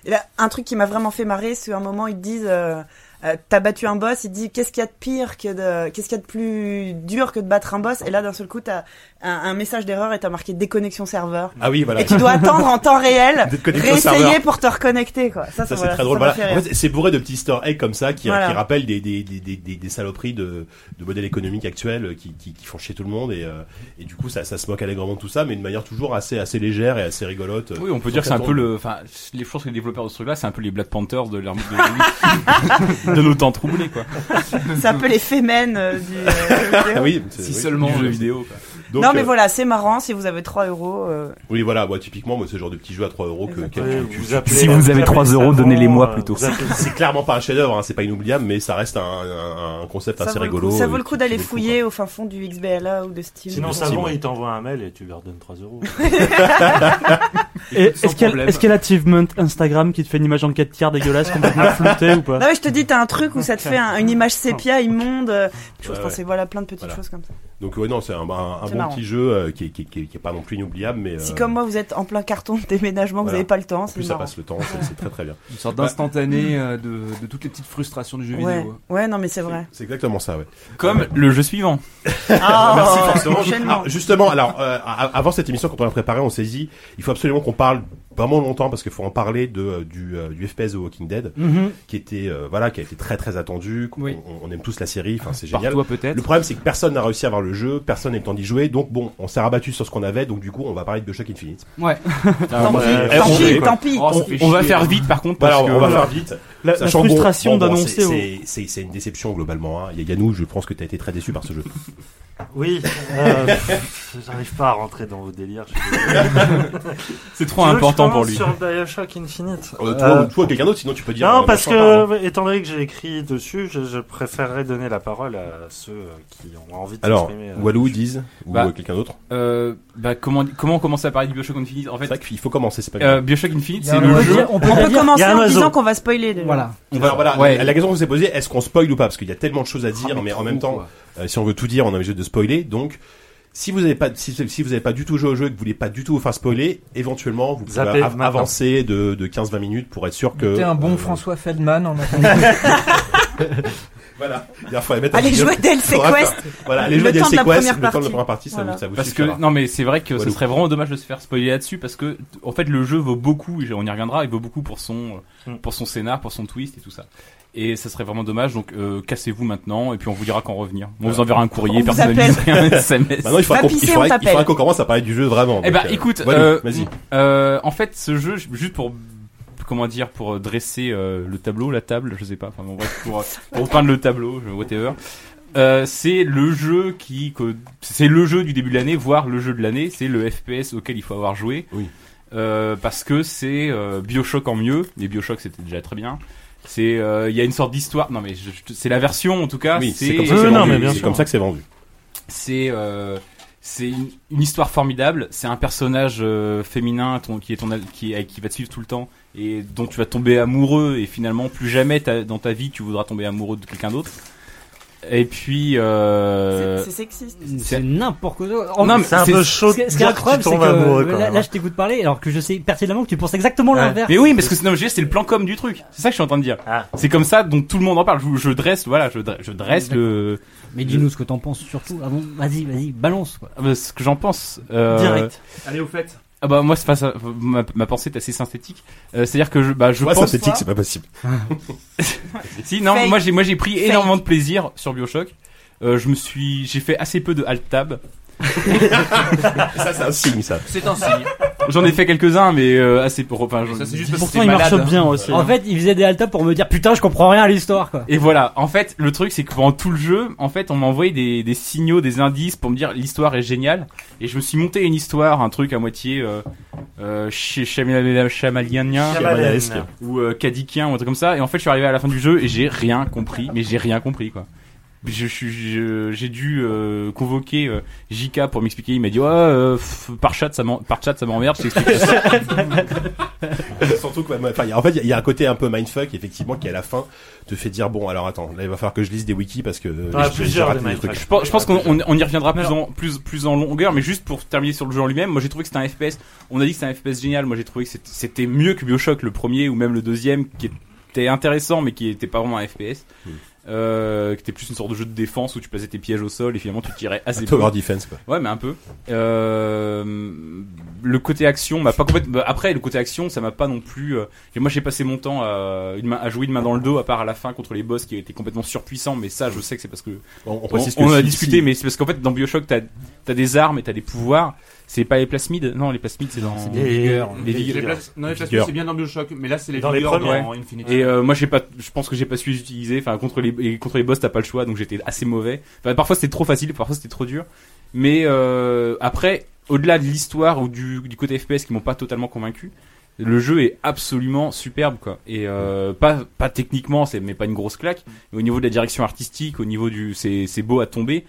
[SPEAKER 6] Et là, un truc qui m'a vraiment fait marrer, c'est à un moment ils te disent euh, euh, t'as battu un boss, il te dit qu'est-ce qu'il y a de pire que de, qu'est-ce qu'il y a de plus dur que de battre un boss, et là d'un seul coup t'as un, un message d'erreur et t'as marqué déconnexion serveur.
[SPEAKER 1] Ah oui, voilà.
[SPEAKER 6] Et tu dois attendre en temps réel,
[SPEAKER 1] Déconnexion
[SPEAKER 6] réessayer
[SPEAKER 1] serveur.
[SPEAKER 6] pour te reconnecter quoi. Ça,
[SPEAKER 1] Ça, c'est
[SPEAKER 6] voilà,
[SPEAKER 1] très drôle.
[SPEAKER 6] ça m'a
[SPEAKER 1] Voilà.
[SPEAKER 6] fait rire.
[SPEAKER 1] En fait, c'est bourré de petits easter eggs comme ça qui,
[SPEAKER 6] Voilà.
[SPEAKER 1] qui rappellent des, des, des, des, des- des saloperies de, de modèles économiques actuels euh, qui, qui, qui font chier tout le monde et, euh, et du coup ça, ça se moque allègrement de tout ça mais de manière toujours assez, assez légère et assez rigolote. euh,
[SPEAKER 3] Oui, on peut dire que c'est un peu le. Enfin, les choses que les développeurs de ce truc-là, c'est un peu les Black Panthers de l'ère de, de nos temps troublés, quoi.
[SPEAKER 6] C'est un peu les fémènes euh, du. euh,
[SPEAKER 1] Ah oui, c'est-
[SPEAKER 5] Si
[SPEAKER 1] oui.
[SPEAKER 5] seulement.
[SPEAKER 3] du jeu vidéo, quoi.
[SPEAKER 1] Donc,
[SPEAKER 6] non mais
[SPEAKER 1] euh,
[SPEAKER 6] voilà, c'est marrant si vous avez 3 euros. euh,
[SPEAKER 1] Oui, voilà, moi typiquement, moi, ce genre de petit jeu à 3 euros que, que-
[SPEAKER 8] Ouais,
[SPEAKER 1] que-
[SPEAKER 8] vous appelez-
[SPEAKER 3] Si vous avez
[SPEAKER 8] appelez
[SPEAKER 3] 3 euros,
[SPEAKER 8] savant,
[SPEAKER 3] donnez-les-moi
[SPEAKER 8] euh,
[SPEAKER 3] plutôt.
[SPEAKER 8] vous appelez-
[SPEAKER 1] c'est clairement pas un chef-d'œuvre, hein, c'est pas inoubliable, mais ça reste un, un, un concept
[SPEAKER 6] ça
[SPEAKER 1] assez
[SPEAKER 6] vaut le coup-
[SPEAKER 1] rigolo.
[SPEAKER 6] ça
[SPEAKER 1] euh,
[SPEAKER 6] vaut le
[SPEAKER 1] qui-
[SPEAKER 6] coup
[SPEAKER 1] qui
[SPEAKER 6] d'aller
[SPEAKER 1] vaut le coup,
[SPEAKER 6] fouiller au fin fond du XBLA ou de Steam.
[SPEAKER 8] Sinon,
[SPEAKER 1] Merci,
[SPEAKER 8] Savon,
[SPEAKER 1] ouais.
[SPEAKER 8] il t'envoie un mail et tu lui redonnes 3 euros.
[SPEAKER 2] Et
[SPEAKER 5] Sans
[SPEAKER 2] Est-ce qu'il y a,
[SPEAKER 5] problème.
[SPEAKER 2] est-ce qu'il y a l'achievement Instagram qui te fait une image en 4 tiers dégueulasse complètement floutée ou pas
[SPEAKER 6] Non mais je te dis, t'as un truc où ça te fait un- une image sépia immonde. euh, Je
[SPEAKER 1] Ouais,
[SPEAKER 6] pense que voilà plein de petites
[SPEAKER 1] Voilà.
[SPEAKER 6] choses comme ça.
[SPEAKER 1] Donc ouais, non, c'est un, un- un
[SPEAKER 6] C'est
[SPEAKER 1] bon
[SPEAKER 6] marrant.
[SPEAKER 1] petit jeu euh, qui, est- qui, est- qui est- qui est pas non plus inoubliable, mais
[SPEAKER 6] Si
[SPEAKER 1] euh,
[SPEAKER 6] comme moi vous êtes en plein carton de déménagement, vous
[SPEAKER 1] Voilà.
[SPEAKER 6] n'avez pas le temps,
[SPEAKER 1] en
[SPEAKER 6] c'est
[SPEAKER 1] plus ça
[SPEAKER 6] marrant.
[SPEAKER 1] passe le temps, c'est- c'est très très bien. Bah,
[SPEAKER 5] Une sorte d'instantané euh, de, de toutes les petites frustrations du jeu
[SPEAKER 6] Ouais,
[SPEAKER 5] vidéo.
[SPEAKER 6] ouais, non mais c'est vrai.
[SPEAKER 1] C'est exactement ça, ouais.
[SPEAKER 3] Comme le jeu suivant.
[SPEAKER 6] Ah,
[SPEAKER 1] Merci
[SPEAKER 5] euh,
[SPEAKER 1] forcément.
[SPEAKER 6] enchaînement.
[SPEAKER 1] Alors, justement, alors euh, a- avant cette émission, quand on l'a préparée, on s'est dit, il faut absolument qu'on parle vraiment longtemps parce qu'il faut en parler de euh, du, euh, du FPS The Walking Dead, qui était euh, voilà, qui a été très très attendu. qu'on-
[SPEAKER 5] Oui.
[SPEAKER 1] On, on aime tous la série, enfin c'est
[SPEAKER 5] Par
[SPEAKER 1] génial.
[SPEAKER 5] toi peut-être.
[SPEAKER 1] Le problème, c'est que personne n'a réussi à avoir le jeu, personne n'a eu le temps d'y jouer, donc bon, on s'est rabattu sur ce qu'on avait, donc du coup, on va parler de Bioshock Infinite.
[SPEAKER 3] Ouais.
[SPEAKER 6] Tant pis,
[SPEAKER 1] ouais,
[SPEAKER 6] tant
[SPEAKER 1] on
[SPEAKER 6] pis,
[SPEAKER 1] est, quoi.
[SPEAKER 6] tant pis.
[SPEAKER 5] Oh, ça
[SPEAKER 3] on
[SPEAKER 5] fait
[SPEAKER 3] on va
[SPEAKER 5] chier.
[SPEAKER 3] faire vite, par contre, parce
[SPEAKER 1] Voilà, on
[SPEAKER 3] que
[SPEAKER 1] va faire vite.
[SPEAKER 2] La, la
[SPEAKER 1] Sachant que, bon,
[SPEAKER 2] frustration
[SPEAKER 1] bon, bon,
[SPEAKER 2] d'annoncer.
[SPEAKER 1] c'est-
[SPEAKER 2] au-
[SPEAKER 1] c'est- C'est c'est une déception globalement. Hein. Yannou, je pense que tu as été très déçu par ce jeu.
[SPEAKER 8] Oui, euh, pff, j'arrive pas à rentrer dans vos délires. je suis désolé.
[SPEAKER 3] c'est trop
[SPEAKER 8] Tu veux que je
[SPEAKER 3] important pour
[SPEAKER 8] commence
[SPEAKER 3] lui.
[SPEAKER 8] Sur Bioshock Infinite.
[SPEAKER 1] Euh, toi,
[SPEAKER 8] Euh,
[SPEAKER 1] ou- toi ou quelqu'un d'autre, sinon tu peux dire.
[SPEAKER 8] non,
[SPEAKER 1] euh,
[SPEAKER 8] parce
[SPEAKER 1] machin, pardon.
[SPEAKER 8] que, étant donné que j'ai écrit dessus, je, je préférerais donner la parole à ceux euh, qui ont envie de
[SPEAKER 1] Alors,
[SPEAKER 8] s'exprimer. euh,
[SPEAKER 1] Walou, Diz, ou
[SPEAKER 3] Bah,
[SPEAKER 1] euh, quelqu'un d'autre.
[SPEAKER 3] Euh, bah, comment, comment commencer à parler du Bioshock Infinite En
[SPEAKER 1] C'est
[SPEAKER 3] fait,
[SPEAKER 1] vrai qu'il faut commencer, c'est pas
[SPEAKER 3] euh, Bioshock Infinite, c'est
[SPEAKER 7] on
[SPEAKER 3] le
[SPEAKER 7] peut
[SPEAKER 3] jeu.
[SPEAKER 7] dire- on peut
[SPEAKER 6] On
[SPEAKER 7] pas
[SPEAKER 6] peut
[SPEAKER 7] dire-
[SPEAKER 8] y
[SPEAKER 6] commencer
[SPEAKER 8] a un
[SPEAKER 6] en
[SPEAKER 8] oiseau.
[SPEAKER 6] disant qu'on va spoiler déjà.
[SPEAKER 7] Voilà.
[SPEAKER 1] On va- voilà,
[SPEAKER 3] ouais.
[SPEAKER 1] la- la question qu'on s'est posée, est-ce qu'on spoil ou pas Parce qu'il y a tellement de choses à dire,
[SPEAKER 5] Ah,
[SPEAKER 1] mais en
[SPEAKER 5] trop,
[SPEAKER 1] même temps,
[SPEAKER 5] quoi.
[SPEAKER 1] euh, si on veut tout dire, on est obligé de spoiler. Donc, si vous n'avez pas, si, si vous n'avez pas du tout joué au jeu et que vous voulez pas du tout vous faire spoiler, éventuellement, vous pouvez
[SPEAKER 8] Zappez
[SPEAKER 1] av-
[SPEAKER 8] maintenant.
[SPEAKER 1] avancer de, de 15-20 minutes pour être sûr que.
[SPEAKER 10] T'es un bon
[SPEAKER 1] euh,
[SPEAKER 10] François Feldman en attendant.
[SPEAKER 5] Ah,
[SPEAKER 1] Voilà. Il faut mettre un
[SPEAKER 6] Allez
[SPEAKER 1] jingle.
[SPEAKER 6] jouer DLC Quest.
[SPEAKER 1] Voilà, allez
[SPEAKER 6] Le
[SPEAKER 1] jouer
[SPEAKER 6] temps de
[SPEAKER 1] DLC
[SPEAKER 6] la
[SPEAKER 1] Quest.
[SPEAKER 6] première
[SPEAKER 1] Le temps de la
[SPEAKER 6] partie.
[SPEAKER 1] première partie, ça
[SPEAKER 6] Voilà.
[SPEAKER 1] vous, ça vous
[SPEAKER 3] Parce
[SPEAKER 1] suffira.
[SPEAKER 3] que non mais c'est vrai que ce
[SPEAKER 1] Walou.
[SPEAKER 3] serait vraiment dommage de se faire spoiler là-dessus parce que en fait le jeu vaut beaucoup et on y reviendra il vaut beaucoup pour son euh,
[SPEAKER 8] Mm.
[SPEAKER 3] pour son scénar pour son twist et tout ça et ça serait vraiment dommage donc euh, cassez-vous maintenant et puis on vous dira quand revenir on vous enverra un
[SPEAKER 6] On
[SPEAKER 3] courrier
[SPEAKER 6] vous
[SPEAKER 3] personnalisé un SMS
[SPEAKER 1] Maintenant, il
[SPEAKER 6] Va
[SPEAKER 1] faudra qu'on
[SPEAKER 6] pisser,
[SPEAKER 1] il faudra-
[SPEAKER 6] on
[SPEAKER 1] il faudra
[SPEAKER 6] t'appelle.
[SPEAKER 1] qu'on commence à parler du jeu vraiment.
[SPEAKER 3] Eh
[SPEAKER 1] Donc,
[SPEAKER 3] ben,
[SPEAKER 1] euh,
[SPEAKER 3] écoute,
[SPEAKER 1] Walou,
[SPEAKER 3] euh,
[SPEAKER 1] vas-y.
[SPEAKER 3] Euh, en fait, ce jeu, je- juste pour comment dire, pour dresser euh, le tableau, la table, je sais pas, enfin bon, bref, pour, euh, pour peindre le tableau, je- whatever. Euh, c'est le jeu qui, que- c'est le jeu du début de l'année, voire le jeu de l'année. C'est le FPS auquel il faut avoir joué.
[SPEAKER 1] Oui.
[SPEAKER 3] Euh, parce que c'est euh, Bioshock en mieux. Les Bioshock c'était déjà très bien. C'est, euh, il y a une sorte d'histoire. Non mais je- je- c'est la version en tout cas.
[SPEAKER 1] Oui, c'est comme ça
[SPEAKER 8] Oui,
[SPEAKER 1] que c'est
[SPEAKER 8] non,
[SPEAKER 1] vendu.
[SPEAKER 8] mais bien
[SPEAKER 1] C'est
[SPEAKER 8] sûr.
[SPEAKER 1] comme ça que c'est vendu.
[SPEAKER 3] c'est euh, c'est une, une histoire formidable. C'est un personnage euh, féminin ton- qui est ton al- qui, est- qui va te suivre tout le temps et dont tu vas tomber amoureux et finalement plus jamais ta- dans ta vie tu voudras tomber amoureux de quelqu'un d'autre. Et puis euh,
[SPEAKER 6] C'est c'est sexiste.
[SPEAKER 7] C'est n'importe quoi.
[SPEAKER 3] Non, mais
[SPEAKER 8] C'est un
[SPEAKER 3] c'est-
[SPEAKER 8] peu chaud.
[SPEAKER 7] Ce qui est- ce qui est
[SPEAKER 8] de dire que
[SPEAKER 7] incroyable,
[SPEAKER 8] tu
[SPEAKER 7] c'est
[SPEAKER 8] tombes
[SPEAKER 7] que
[SPEAKER 8] amoureux,
[SPEAKER 7] euh,
[SPEAKER 8] quand
[SPEAKER 7] là,
[SPEAKER 8] même. hein.
[SPEAKER 7] là, je t'écoute parler alors que je sais pertinemment que tu penses exactement
[SPEAKER 8] Ouais.
[SPEAKER 7] l'inverse.
[SPEAKER 3] mais oui, parce que c'est- non, je veux dire, c'est le plan com du truc. C'est ça que je suis en train de dire.
[SPEAKER 8] Ah.
[SPEAKER 3] C'est comme ça dont tout le monde en parle. Je, je dresse, voilà, je dresse, je dresse le
[SPEAKER 7] Mais dis-nous ce que t'en penses surtout. Ah bon, vas-y, vas-y, balance. Quoi.
[SPEAKER 3] ah, bah, ce que j'en pense. Euh,
[SPEAKER 7] Direct.
[SPEAKER 5] Allez au fait.
[SPEAKER 3] Ah bah moi, c'est pas ça. Ma, ma pensée est assez synthétique. Euh, C'est-à-dire que je,
[SPEAKER 5] Ah,
[SPEAKER 3] bah, je
[SPEAKER 1] Ouais,
[SPEAKER 3] pense.
[SPEAKER 1] synthétique, c'est pas possible.
[SPEAKER 3] Si non,
[SPEAKER 6] Fake.
[SPEAKER 3] moi j'ai moi j'ai pris
[SPEAKER 6] Fake.
[SPEAKER 3] énormément de plaisir sur BioShock. Euh, je me suis j'ai fait assez peu de alt tab.
[SPEAKER 1] Ça, c'est un signe, ça.
[SPEAKER 5] C'est un signe.
[SPEAKER 3] J'en ai fait quelques-uns mais euh, assez pour enfin
[SPEAKER 5] Mais
[SPEAKER 3] je-
[SPEAKER 5] ça, c'est juste parce que
[SPEAKER 2] Pourtant,
[SPEAKER 5] t'es
[SPEAKER 2] il
[SPEAKER 5] malade.
[SPEAKER 2] marche bien aussi.
[SPEAKER 7] En fait, il faisait des altas pour me dire putain, je comprends rien à l'histoire. quoi.
[SPEAKER 3] Et voilà, en fait, le truc c'est que pendant tout le jeu, en fait, on m'a envoyé des, des signaux, des indices pour me dire l'histoire est géniale et je me suis monté une histoire, un truc à moitié euh, euh, ch- chamal- chamalianien
[SPEAKER 1] Chamanesque.
[SPEAKER 8] Chamanesque.
[SPEAKER 3] ou euh, cadikien ou un truc comme ça et en fait, je suis arrivé à la fin du jeu et j'ai rien compris, mais j'ai rien compris quoi. Je suis- je- j'ai dû euh, convoquer euh, JK pour m'expliquer. Il m'a dit ouais, euh, pff, par chat ça m'en- par chat ça m'emmerde. je t'explique.
[SPEAKER 1] Surtout que, enfin, il y a- en fait, il y a- il y a un côté un peu mindfuck, effectivement, qui à la fin te fait dire bon, alors attends, là, il va falloir que je lise des wikis parce que euh,
[SPEAKER 3] Ah,
[SPEAKER 8] T'en as
[SPEAKER 1] j'ai- j'ai
[SPEAKER 8] plusieurs,
[SPEAKER 1] raté
[SPEAKER 8] des
[SPEAKER 1] des
[SPEAKER 8] mindfucks.
[SPEAKER 1] trucs.
[SPEAKER 3] Je pense, je pense qu'on on- on y reviendra plus en, plus, plus en longueur, mais juste pour terminer sur le jeu en lui-même, moi j'ai trouvé que c'était un FPS. On a dit que c'était un FPS génial. Moi j'ai trouvé que c'était- c'était mieux que Bioshock le premier ou même le deuxième, qui était était intéressant, mais qui était pas vraiment un FPS.
[SPEAKER 1] Hmm.
[SPEAKER 3] Euh, qui était plus une sorte de jeu de défense où tu plaçais tes pièges au sol et finalement tu tirais assez peu.
[SPEAKER 1] Tower Defense, quoi.
[SPEAKER 3] Ouais, mais un peu. Euh, le côté action m'a pas complètement. bah, Après, le côté action, ça m'a pas non plus. euh, et moi, j'ai passé mon temps à, une main- à jouer une main dans le dos, à part à la fin contre les boss qui étaient complètement surpuissants. Mais ça, je sais que c'est parce que
[SPEAKER 1] On, on
[SPEAKER 3] on,
[SPEAKER 1] précise que
[SPEAKER 3] on en a
[SPEAKER 1] si-
[SPEAKER 3] discuté,
[SPEAKER 1] si-
[SPEAKER 3] mais c'est parce qu'en fait, dans Bioshock, t'as as des armes et t'as des pouvoirs. C'est pas les plasmides Non, les plasmides, c'est dans
[SPEAKER 8] des vigueurs.
[SPEAKER 3] les
[SPEAKER 8] Des
[SPEAKER 3] vigueurs.
[SPEAKER 5] Les places- non, les places,
[SPEAKER 1] Vigueur.
[SPEAKER 5] c'est bien dans Bioshock, mais là, c'est les
[SPEAKER 8] Dans les
[SPEAKER 5] vigueurs
[SPEAKER 8] premiers,
[SPEAKER 5] dans Infinity.
[SPEAKER 3] Et euh, moi, j'ai pas, je pense que j'ai pas su les utiliser. Enfin, contre les et contre les boss, t'as pas le choix, donc j'étais assez mauvais. Enfin, parfois c'était trop facile, parfois c'était trop dur. Mais euh, après, au-delà de l'histoire ou du, du côté FPS qui m'ont pas totalement convaincu, le jeu est absolument superbe, quoi. Et euh, pas pas techniquement, c'est mais pas une grosse claque. Mais au niveau de la direction artistique, au niveau du, c'est c'est beau à tomber.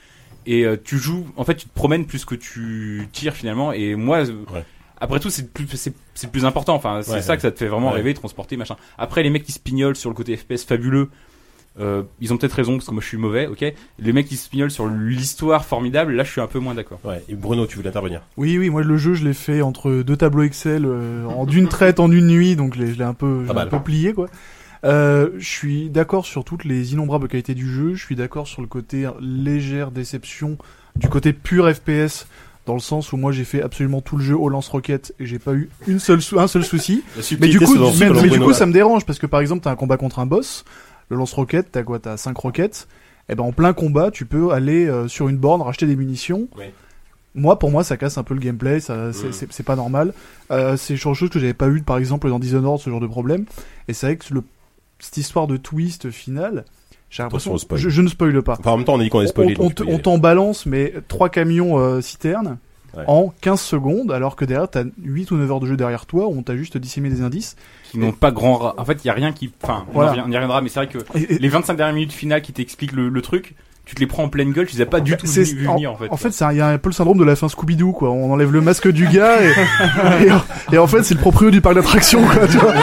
[SPEAKER 3] Et euh, tu joues, en fait, tu te promènes plus que tu tires finalement. Et moi, euh,
[SPEAKER 1] Ouais.
[SPEAKER 3] après tout, c'est le plus c'est c'est le plus important. Enfin, c'est
[SPEAKER 1] Ouais,
[SPEAKER 3] ça
[SPEAKER 1] ouais.
[SPEAKER 3] que ça te fait vraiment
[SPEAKER 1] Ouais.
[SPEAKER 3] rêver, transporter, machin. Après, les mecs qui se pignolent sur le côté FPS fabuleux, euh, ils ont peut-être raison parce que moi je suis mauvais, ok. Les mecs qui se pignolent sur l'histoire formidable, là je suis un peu moins d'accord.
[SPEAKER 1] Ouais, et Bruno, tu voulais intervenir.
[SPEAKER 4] Oui, oui, moi le jeu, je l'ai fait entre deux tableaux Excel, euh, en d'une traite, en une nuit, donc je l'ai je l'ai un peu, je
[SPEAKER 1] Pas
[SPEAKER 4] l'ai un
[SPEAKER 1] mal.
[SPEAKER 4] peu plié, quoi. Euh, je suis d'accord sur toutes les innombrables qualités du jeu, je suis d'accord sur le côté légère déception du côté pur FPS, dans le sens où moi j'ai fait absolument tout le jeu au lance-roquette et j'ai pas eu une seule sou- un seul souci. Mais du coup, mais, mais du coup, ça me dérange parce que par exemple, t'as un combat contre un boss, le lance-roquette, t'as quoi T'as 5 roquettes. Et ben en plein combat, tu peux aller euh, sur une borne, racheter des munitions.
[SPEAKER 1] Ouais.
[SPEAKER 4] Moi, pour moi, ça casse un peu le gameplay, ça, c'est,
[SPEAKER 1] Mm.
[SPEAKER 4] c'est, c'est pas normal. Euh, c'est genre de chose que j'avais pas eu, par exemple, dans Dishonored, ce genre de problème. Et c'est vrai que le, cette histoire de twist finale, j'ai l'impression.
[SPEAKER 1] Attention au spoil.
[SPEAKER 4] Je, je ne spoile pas.
[SPEAKER 1] Enfin, en même temps, on a dit qu'on est
[SPEAKER 4] On-
[SPEAKER 1] spoilé.
[SPEAKER 4] on,
[SPEAKER 1] donc
[SPEAKER 4] te-
[SPEAKER 1] tu peux y
[SPEAKER 4] on
[SPEAKER 1] aller.
[SPEAKER 4] t'en balance, mais trois camions euh, citernes
[SPEAKER 1] Ouais.
[SPEAKER 4] en 15 secondes, alors que derrière, t'as 8 ou 9 heures de jeu derrière toi, où on t'a juste disséminé des indices.
[SPEAKER 3] Qui n'ont pas grand. ra- En fait, il y a rien qui. Enfin, on, en
[SPEAKER 4] Voilà.
[SPEAKER 3] revient- on y reviendra, mais c'est vrai que
[SPEAKER 4] Et- et-
[SPEAKER 3] les 25 dernières minutes finales qui t'expliquent le, le truc, tu te les prends en pleine gueule, tu les as pas du
[SPEAKER 4] Bah,
[SPEAKER 3] tout
[SPEAKER 4] c'est-
[SPEAKER 3] vu, vu venir en fait.
[SPEAKER 4] En fait, c'est un- il y a un peu le syndrome de la fin Scooby-Doo, quoi. On enlève le masque du gars et, et, et en fait, c'est le proprio du parc d'attractions, quoi. Tu vois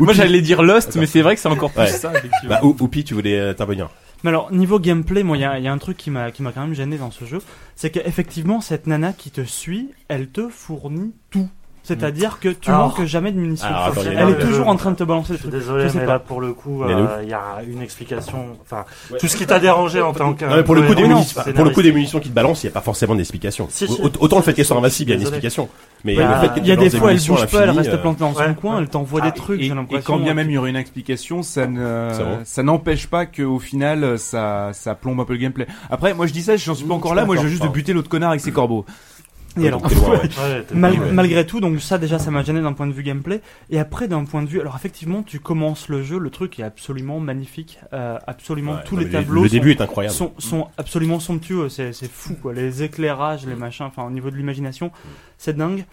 [SPEAKER 3] Moi j'allais dire Lost, mais c'est vrai que c'est encore plus
[SPEAKER 1] Ouais.
[SPEAKER 3] ça. effectivement.
[SPEAKER 1] Bah, Ou- Oupi, tu voulais intervenir.
[SPEAKER 2] Mais alors, niveau gameplay, moi, il y a, il y a un truc qui m'a qui m'a quand même gêné dans ce jeu. C'est qu'effectivement, cette nana qui te suit, elle te fournit tout. C'est-à-dire que tu
[SPEAKER 8] Alors-
[SPEAKER 2] manques jamais de munitions.
[SPEAKER 1] Alors, attends, il y a un-
[SPEAKER 2] elle est toujours en train de te balancer des
[SPEAKER 8] Je suis
[SPEAKER 2] trucs.
[SPEAKER 8] désolé,
[SPEAKER 2] je sais
[SPEAKER 8] mais
[SPEAKER 2] pas.
[SPEAKER 8] là pour le coup,
[SPEAKER 1] Mais
[SPEAKER 8] euh,
[SPEAKER 1] de
[SPEAKER 8] il y a une explication. Enfin, tout ce qui t'a dérangé en tant que.
[SPEAKER 1] Non, mais pour, le coup, des
[SPEAKER 8] cohérent,
[SPEAKER 1] munitions,
[SPEAKER 8] scénariste.
[SPEAKER 1] pour le coup, des munitions qui te balancent, il n'y a pas forcément d'explication.
[SPEAKER 8] Si, si.
[SPEAKER 1] Au- Autant le fait qu'elles soient invincibles, il y a une
[SPEAKER 8] Désolé.
[SPEAKER 1] explication. Mais
[SPEAKER 8] Ouais,
[SPEAKER 1] le fait
[SPEAKER 8] bah,
[SPEAKER 1] qu'elles
[SPEAKER 2] Il y a des
[SPEAKER 1] balancent
[SPEAKER 2] fois, elle
[SPEAKER 1] munitions à
[SPEAKER 2] bouge pas, elle
[SPEAKER 1] l'infini,
[SPEAKER 2] reste
[SPEAKER 1] euh,
[SPEAKER 2] plantée dans son
[SPEAKER 8] ouais.
[SPEAKER 2] coin, elle t'envoie
[SPEAKER 8] Ah,
[SPEAKER 2] des trucs,
[SPEAKER 5] et,
[SPEAKER 2] j'ai
[SPEAKER 5] et
[SPEAKER 2] l'impression.
[SPEAKER 5] quand bien même il y aurait une explication, ça
[SPEAKER 1] C'est vrai.
[SPEAKER 5] ne, ça n'empêche pas qu'au final, ça, ça plombe un peu le gameplay. Après, moi je dis ça, j'en suis pas encore là, moi je veux juste de
[SPEAKER 1] D'accord.
[SPEAKER 5] buter l'autre connard avec ses corbeaux.
[SPEAKER 2] Et alors,
[SPEAKER 1] t'es loin, Ah, ouais.
[SPEAKER 8] Ouais, t'es-
[SPEAKER 2] Mal-
[SPEAKER 1] ouais.
[SPEAKER 2] Malgré tout, donc ça déjà ça m'a gêné d'un point de vue gameplay. Et après d'un point de vue, alors effectivement tu commences le jeu, le truc est absolument magnifique, euh, absolument
[SPEAKER 1] Ouais,
[SPEAKER 2] tous
[SPEAKER 1] non,
[SPEAKER 2] les
[SPEAKER 1] mais
[SPEAKER 2] tableaux
[SPEAKER 1] Le
[SPEAKER 2] sont,
[SPEAKER 1] début est incroyable.
[SPEAKER 2] sont, sont absolument somptueux, c'est c'est fou quoi, les éclairages,
[SPEAKER 1] Mm.
[SPEAKER 2] les machins, enfin au niveau de l'imagination, c'est dingue.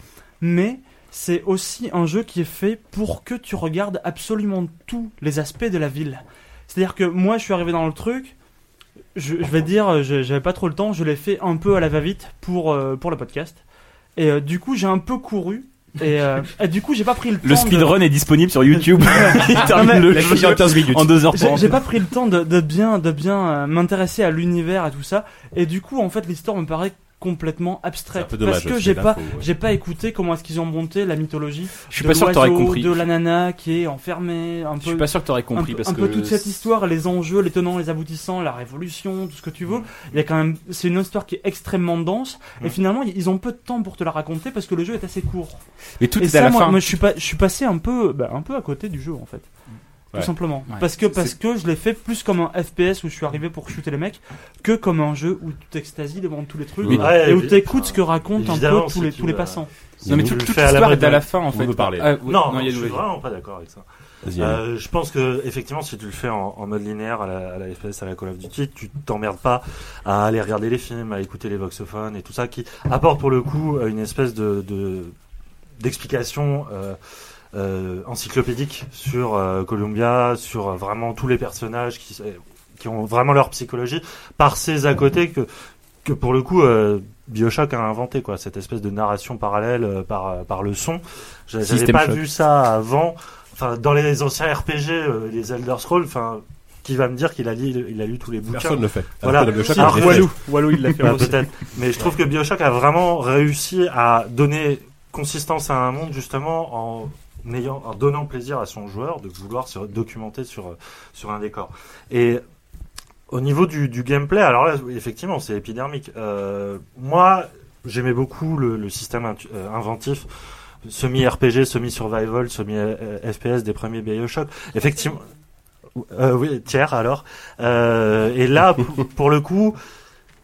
[SPEAKER 2] Mais c'est aussi un jeu qui est fait pour que tu regardes absolument tous les aspects de la ville. C'est-à-dire que moi je suis arrivé dans le truc, je, je vais dire, je- j'avais pas trop le temps, je l'ai fait un peu à la va-vite pour, euh, pour le podcast. Et euh, du coup j'ai un peu couru. Et, euh, et du coup, j'ai pas pris le temps.
[SPEAKER 3] Le
[SPEAKER 2] de-
[SPEAKER 3] speedrun est disponible sur YouTube. Il termine
[SPEAKER 2] mais-
[SPEAKER 3] le
[SPEAKER 1] La
[SPEAKER 3] jeu
[SPEAKER 1] fille en 15 minutes.
[SPEAKER 3] en 2h30.
[SPEAKER 2] J'ai j'ai pas pris le temps de, de bien, de bien euh, m'intéresser à l'univers et tout ça. Et du coup, en fait, l'histoire me paraît complètement
[SPEAKER 1] C'est un
[SPEAKER 2] abstraite.
[SPEAKER 1] peu dommage.
[SPEAKER 2] parce que
[SPEAKER 1] aussi,
[SPEAKER 2] j'ai
[SPEAKER 1] là,
[SPEAKER 2] pas,
[SPEAKER 1] faut- ouais.
[SPEAKER 2] j'ai pas écouté comment est-ce qu'ils ont monté la mythologie.
[SPEAKER 3] Je suis
[SPEAKER 2] de
[SPEAKER 3] pas sûr que t'aurais
[SPEAKER 2] l'oiseau,
[SPEAKER 3] compris.
[SPEAKER 2] De la nana qui est enfermée, un peu.
[SPEAKER 3] Je suis pas sûr que t'aurais
[SPEAKER 2] un
[SPEAKER 3] compris
[SPEAKER 2] peu-
[SPEAKER 3] parce
[SPEAKER 2] un
[SPEAKER 3] que
[SPEAKER 2] peu toute cette histoire, les enjeux, les tenants, les aboutissants, la révolution, tout ce que tu veux. Il y a quand même, c'est une histoire qui est extrêmement dense.
[SPEAKER 3] Mmh.
[SPEAKER 2] Et finalement, ils ont peu de temps pour te la raconter parce que le jeu est assez court.
[SPEAKER 3] Mais tout
[SPEAKER 2] Et
[SPEAKER 3] est à
[SPEAKER 2] ça,
[SPEAKER 3] la
[SPEAKER 2] moi,
[SPEAKER 3] fin.
[SPEAKER 2] moi, je suis pas, je suis passé un peu, bah, un peu à côté du jeu en fait,
[SPEAKER 3] Ouais.
[SPEAKER 2] tout simplement.
[SPEAKER 3] Ouais.
[SPEAKER 2] Parce que parce que je l'ai fait plus comme un FPS où je suis arrivé pour shooter les mecs que comme un jeu où tu t'extasies devant tous les trucs
[SPEAKER 1] Mais-
[SPEAKER 8] Ouais,
[SPEAKER 2] et où
[SPEAKER 8] évi-
[SPEAKER 2] t'écoutes ce que racontent un peu
[SPEAKER 8] évidemment,
[SPEAKER 2] tous les
[SPEAKER 8] c'est euh,
[SPEAKER 2] tous les
[SPEAKER 8] une,
[SPEAKER 2] passants.
[SPEAKER 3] Non mais toute
[SPEAKER 8] Je
[SPEAKER 3] toute
[SPEAKER 8] fais à
[SPEAKER 3] l'histoire
[SPEAKER 8] l'abri
[SPEAKER 3] est à
[SPEAKER 8] de-
[SPEAKER 3] la fin en
[SPEAKER 1] On
[SPEAKER 3] fait.
[SPEAKER 1] veut parler.
[SPEAKER 3] Ah, oui.
[SPEAKER 8] Non,
[SPEAKER 3] il y a
[SPEAKER 8] je
[SPEAKER 3] le-
[SPEAKER 8] suis vraiment pas d'accord avec ça.
[SPEAKER 1] Vas-y, allez.
[SPEAKER 8] Euh, je pense que effectivement, si tu le fais en, en mode linéaire à la, à la FPS, à la Call of Duty, tu t'emmerdes pas à aller regarder les films, à écouter les voxophones et tout ça, qui apporte pour le coup euh, une espèce de de- d'explication euh, euh, encyclopédique sur euh, Columbia, sur euh, vraiment tous les personnages qui qui ont vraiment leur psychologie par ces à côté que que pour le coup. euh, Bioshock a inventé quoi cette espèce de narration parallèle euh, par euh, par le son. J'a- J'avais
[SPEAKER 3] System
[SPEAKER 8] pas
[SPEAKER 3] Shock.
[SPEAKER 8] vu ça avant enfin dans les anciens RPG, euh, les Elder Scrolls, enfin qui va me dire qu'il a lu, il a lu tous les bouquins
[SPEAKER 1] Personne ne le fait.
[SPEAKER 8] Voilà.
[SPEAKER 1] Alors que le Bioshock,
[SPEAKER 8] Alors,
[SPEAKER 1] on l'a fait.
[SPEAKER 8] Walou.
[SPEAKER 2] Walou il l'a fait
[SPEAKER 8] Bah, peut-être. Mais je trouve que Bioshock a vraiment réussi à donner consistance à un monde justement en n'ayant- en donnant plaisir à son joueur de vouloir se documenter sur, sur un décor. Et au niveau du, du gameplay, alors là, oui, effectivement, c'est épidermique. Euh, moi, j'aimais beaucoup le, le système intu- euh, inventif semi-RPG, semi-survival, euh, semi-FPS des premiers Bioshock. Effectivement, euh, oui, tiers alors. Euh, et là, pour- pour le coup,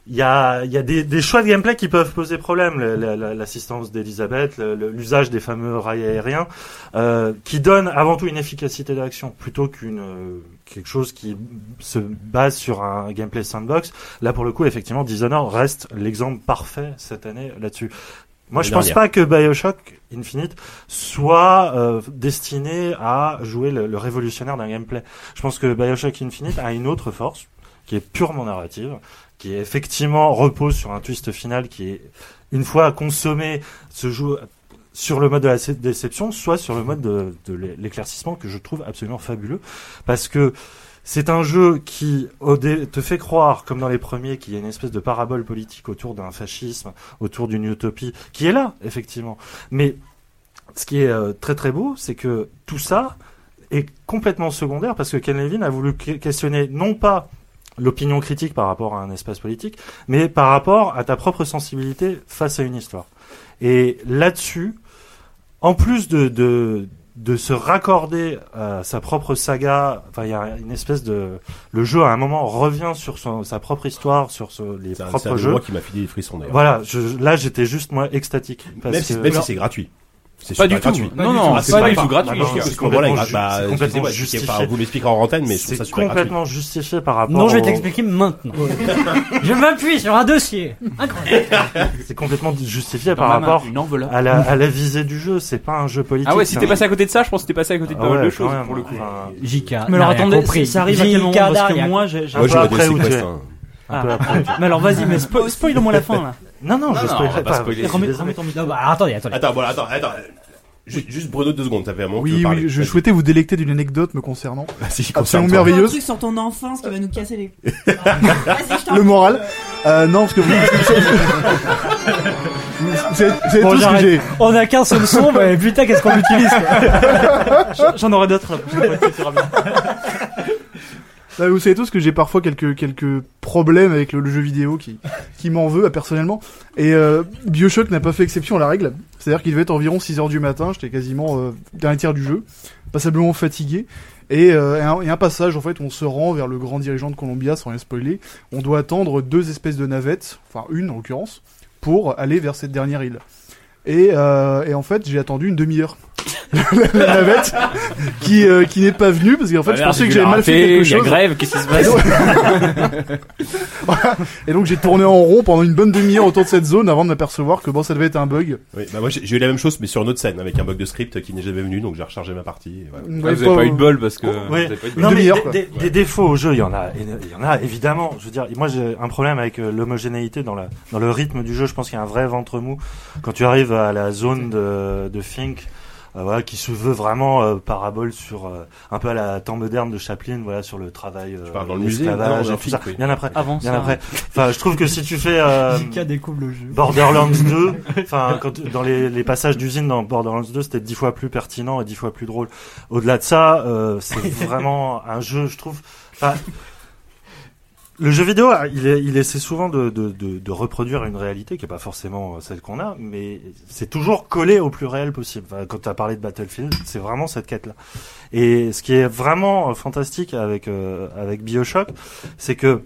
[SPEAKER 8] il y a, il y a des, des choix de gameplay qui peuvent poser problème. Le- la- la- L'assistance d'Elisabeth, le- le- l'usage des fameux rails aériens, euh, qui donne avant tout une efficacité d'action plutôt qu'une euh, quelque chose qui se base sur un gameplay sandbox. Là, pour le coup, effectivement, Dishonored reste l'exemple parfait cette année là-dessus. Moi,
[SPEAKER 1] La
[SPEAKER 8] je pense
[SPEAKER 1] dernière.
[SPEAKER 8] pas que Bioshock Infinite soit euh, destiné à jouer le, le révolutionnaire d'un gameplay. Je pense que Bioshock Infinite a une autre force, qui est purement narrative, qui effectivement repose sur un twist final qui est, une fois consommé, se joue sur le mode de la sé- déception, soit sur le mode de, de l'é- l'éclaircissement, que je trouve absolument fabuleux, parce que c'est un jeu qui au dé- te fait croire, comme dans les premiers, qu'il y a une espèce de parabole politique autour d'un fascisme, autour d'une utopie, qui est là, effectivement. Mais ce qui est euh, très très beau, c'est que tout ça est complètement secondaire, parce que Ken Levin a voulu que- questionner non pas l'opinion critique par rapport à un espace politique, mais par rapport à ta propre sensibilité face à une histoire. Et là-dessus, en plus de, de, de se raccorder à sa propre saga, enfin, il y a une espèce de. Le jeu, à un moment, revient sur son- sa propre histoire, sur ce- les
[SPEAKER 1] C'est un,
[SPEAKER 8] propres
[SPEAKER 1] jeu
[SPEAKER 8] jeux.
[SPEAKER 1] moi qui m'a filé des frissons d'ailleurs.
[SPEAKER 8] Voilà, je- là, j'étais juste, moi, extatique. parce
[SPEAKER 1] Même si,
[SPEAKER 8] que-
[SPEAKER 1] même si c'est gratuit. C'est
[SPEAKER 3] Pas
[SPEAKER 1] super
[SPEAKER 3] du tout.
[SPEAKER 1] gratuit.
[SPEAKER 3] Non, non,
[SPEAKER 1] Ah,
[SPEAKER 3] c'est pas du tout
[SPEAKER 1] Ah
[SPEAKER 3] gratuit.
[SPEAKER 1] non,
[SPEAKER 8] je trouve
[SPEAKER 1] c'est
[SPEAKER 8] que
[SPEAKER 1] complètement
[SPEAKER 8] c'est
[SPEAKER 1] ju- bah,
[SPEAKER 8] complètement
[SPEAKER 1] excusez-moi, je-
[SPEAKER 8] justifié.
[SPEAKER 1] enfin, vous l'expliquerez en antenne, mais je trouve
[SPEAKER 8] c'est
[SPEAKER 1] ça super gratuit.
[SPEAKER 8] complètement justifié par rapport.
[SPEAKER 7] Non, je vais
[SPEAKER 8] au-
[SPEAKER 7] t'expliquer maintenant. Je m'appuie sur un dossier. Incroyable.
[SPEAKER 8] C'est complètement justifié
[SPEAKER 3] Dans
[SPEAKER 8] par
[SPEAKER 3] ma main,
[SPEAKER 8] rapport
[SPEAKER 3] une enveloppe.
[SPEAKER 8] à la, à la visée du jeu. C'est pas un jeu politique.
[SPEAKER 3] Ah ouais, si
[SPEAKER 8] c'est
[SPEAKER 3] t'es
[SPEAKER 8] un-
[SPEAKER 3] passé à côté de ça, je pense que t'es passé à côté de
[SPEAKER 8] Ah
[SPEAKER 3] pas mal
[SPEAKER 8] ouais,
[SPEAKER 3] de
[SPEAKER 8] quand
[SPEAKER 3] choses
[SPEAKER 8] même,
[SPEAKER 3] pour le coup.
[SPEAKER 8] enfin,
[SPEAKER 7] JK.
[SPEAKER 2] Mais alors
[SPEAKER 7] n'a rien
[SPEAKER 2] attendez,
[SPEAKER 7] compris.
[SPEAKER 2] ça- ça arrive à quel moment
[SPEAKER 7] JK
[SPEAKER 2] Parce que
[SPEAKER 7] n'a
[SPEAKER 2] moi, j'ai. j'ai-
[SPEAKER 8] Un
[SPEAKER 1] Moi,
[SPEAKER 8] peu
[SPEAKER 1] je
[SPEAKER 8] après
[SPEAKER 1] connais
[SPEAKER 8] où
[SPEAKER 1] Quest.
[SPEAKER 8] tu es.
[SPEAKER 1] hein.
[SPEAKER 8] un peu après.
[SPEAKER 2] Mais alors vas-y, mais spo- spoil-moi la fin là.
[SPEAKER 8] Non, non, je
[SPEAKER 3] non, on va
[SPEAKER 8] spoilerai
[SPEAKER 3] pas
[SPEAKER 8] pas.
[SPEAKER 3] spoiler.
[SPEAKER 8] Je suis
[SPEAKER 2] Remets,
[SPEAKER 8] désolé.
[SPEAKER 2] remets ton micro.
[SPEAKER 7] Non, bah, attendez, attendez.
[SPEAKER 1] Attends, voilà, attends, attends. Ju- Juste Bruno, deux secondes, ça fait un moment que tu veux
[SPEAKER 4] Oui,
[SPEAKER 1] parler.
[SPEAKER 4] oui, je
[SPEAKER 1] Vas-y.
[SPEAKER 4] souhaitais vous délecter d'une anecdote me concernant.
[SPEAKER 1] Vas-y,
[SPEAKER 4] Absolument
[SPEAKER 1] concentre-toi.
[SPEAKER 4] merveilleuse.
[SPEAKER 11] truc sur ton enfance qui va nous casser les.
[SPEAKER 4] Le moral euh, Non, parce que vous... c'est c'est
[SPEAKER 7] Bon,
[SPEAKER 4] tout ce que
[SPEAKER 7] j'arrête.
[SPEAKER 4] j'ai.
[SPEAKER 7] On a qu'un seul son, mais putain, qu'est-ce qu'on utilise quoi.
[SPEAKER 2] J'en- J'en aurai d'autres la prochaine fois. tu seras bien.
[SPEAKER 4] Là, vous savez tous que j'ai parfois quelques quelques problèmes avec le, le jeu vidéo qui qui m'en veut ah, personnellement et euh, BioShock n'a pas fait exception à la règle. C'est-à-dire qu'il devait être environ 6 heures du matin, j'étais quasiment euh, dernier tiers du jeu, passablement fatigué et euh, et un, et un passage en fait où on se rend vers le grand dirigeant de Columbia sans rien spoiler, on doit attendre deux espèces de navettes, enfin une en l'occurrence, pour aller vers cette dernière île. Et, euh, et en fait, j'ai attendu une demi-heure. la navette qui euh, qui n'est pas venue parce qu'en
[SPEAKER 1] Ah,
[SPEAKER 4] fait, je pensais que j'avais mal fait quelque
[SPEAKER 3] Il y a
[SPEAKER 4] chose.
[SPEAKER 3] grève, qu'est-ce qui se passe
[SPEAKER 4] Et donc j'ai tourné en rond pendant une bonne demi-heure autour de cette zone avant de m'apercevoir que bon ça devait être un bug.
[SPEAKER 1] Oui, bah moi j'ai j'ai eu la même chose mais sur une autre scène avec un bug de script qui n'est jamais venu donc j'ai rechargé ma partie. et voilà.
[SPEAKER 3] Ah,
[SPEAKER 1] Oh,
[SPEAKER 3] Vous avez pas eu de bol parce que. vous
[SPEAKER 8] Ouais.
[SPEAKER 3] avez pas eu de
[SPEAKER 8] Non, mais
[SPEAKER 4] demi-heure,
[SPEAKER 8] des,
[SPEAKER 4] quoi.
[SPEAKER 8] des- des défauts au jeu, il y en a, il y en a évidemment. Je veux dire, moi j'ai un problème avec euh, l'homogénéité dans la dans le rythme du jeu. Je pense qu'il y a un vrai ventre mou quand tu arrives à la zone de de Fink. euh, voilà, qui se veut vraiment euh, parabole sur euh, un peu à la temps moderne de Chaplin, voilà sur le travail, euh,
[SPEAKER 1] Tu parles dans le musée, non,
[SPEAKER 8] l'esclavage,
[SPEAKER 1] dans
[SPEAKER 8] et
[SPEAKER 1] le
[SPEAKER 8] tout
[SPEAKER 1] film,
[SPEAKER 8] ça.
[SPEAKER 1] oui.
[SPEAKER 8] Bien après,
[SPEAKER 2] Avant
[SPEAKER 8] bien
[SPEAKER 2] ça.
[SPEAKER 8] après. Enfin, je trouve que si tu fais euh,
[SPEAKER 7] JK hein. découvre le jeu.
[SPEAKER 8] Borderlands 2, enfin quand dans les, les passages d'usine dans Borderlands 2, c'était dix fois plus pertinent et dix fois plus drôle. Au-delà de ça, euh, c'est vraiment un jeu, je trouve. enfin, le jeu vidéo, ah, il, est- il essaie souvent de, de, de, de reproduire une réalité qui est pas forcément euh, celle qu'on a, mais c'est toujours collé au plus réel possible. Enfin, quand tu as parlé de Battlefield, c'est vraiment cette quête-là. Et ce qui est vraiment euh, fantastique avec euh, avec BioShock, c'est que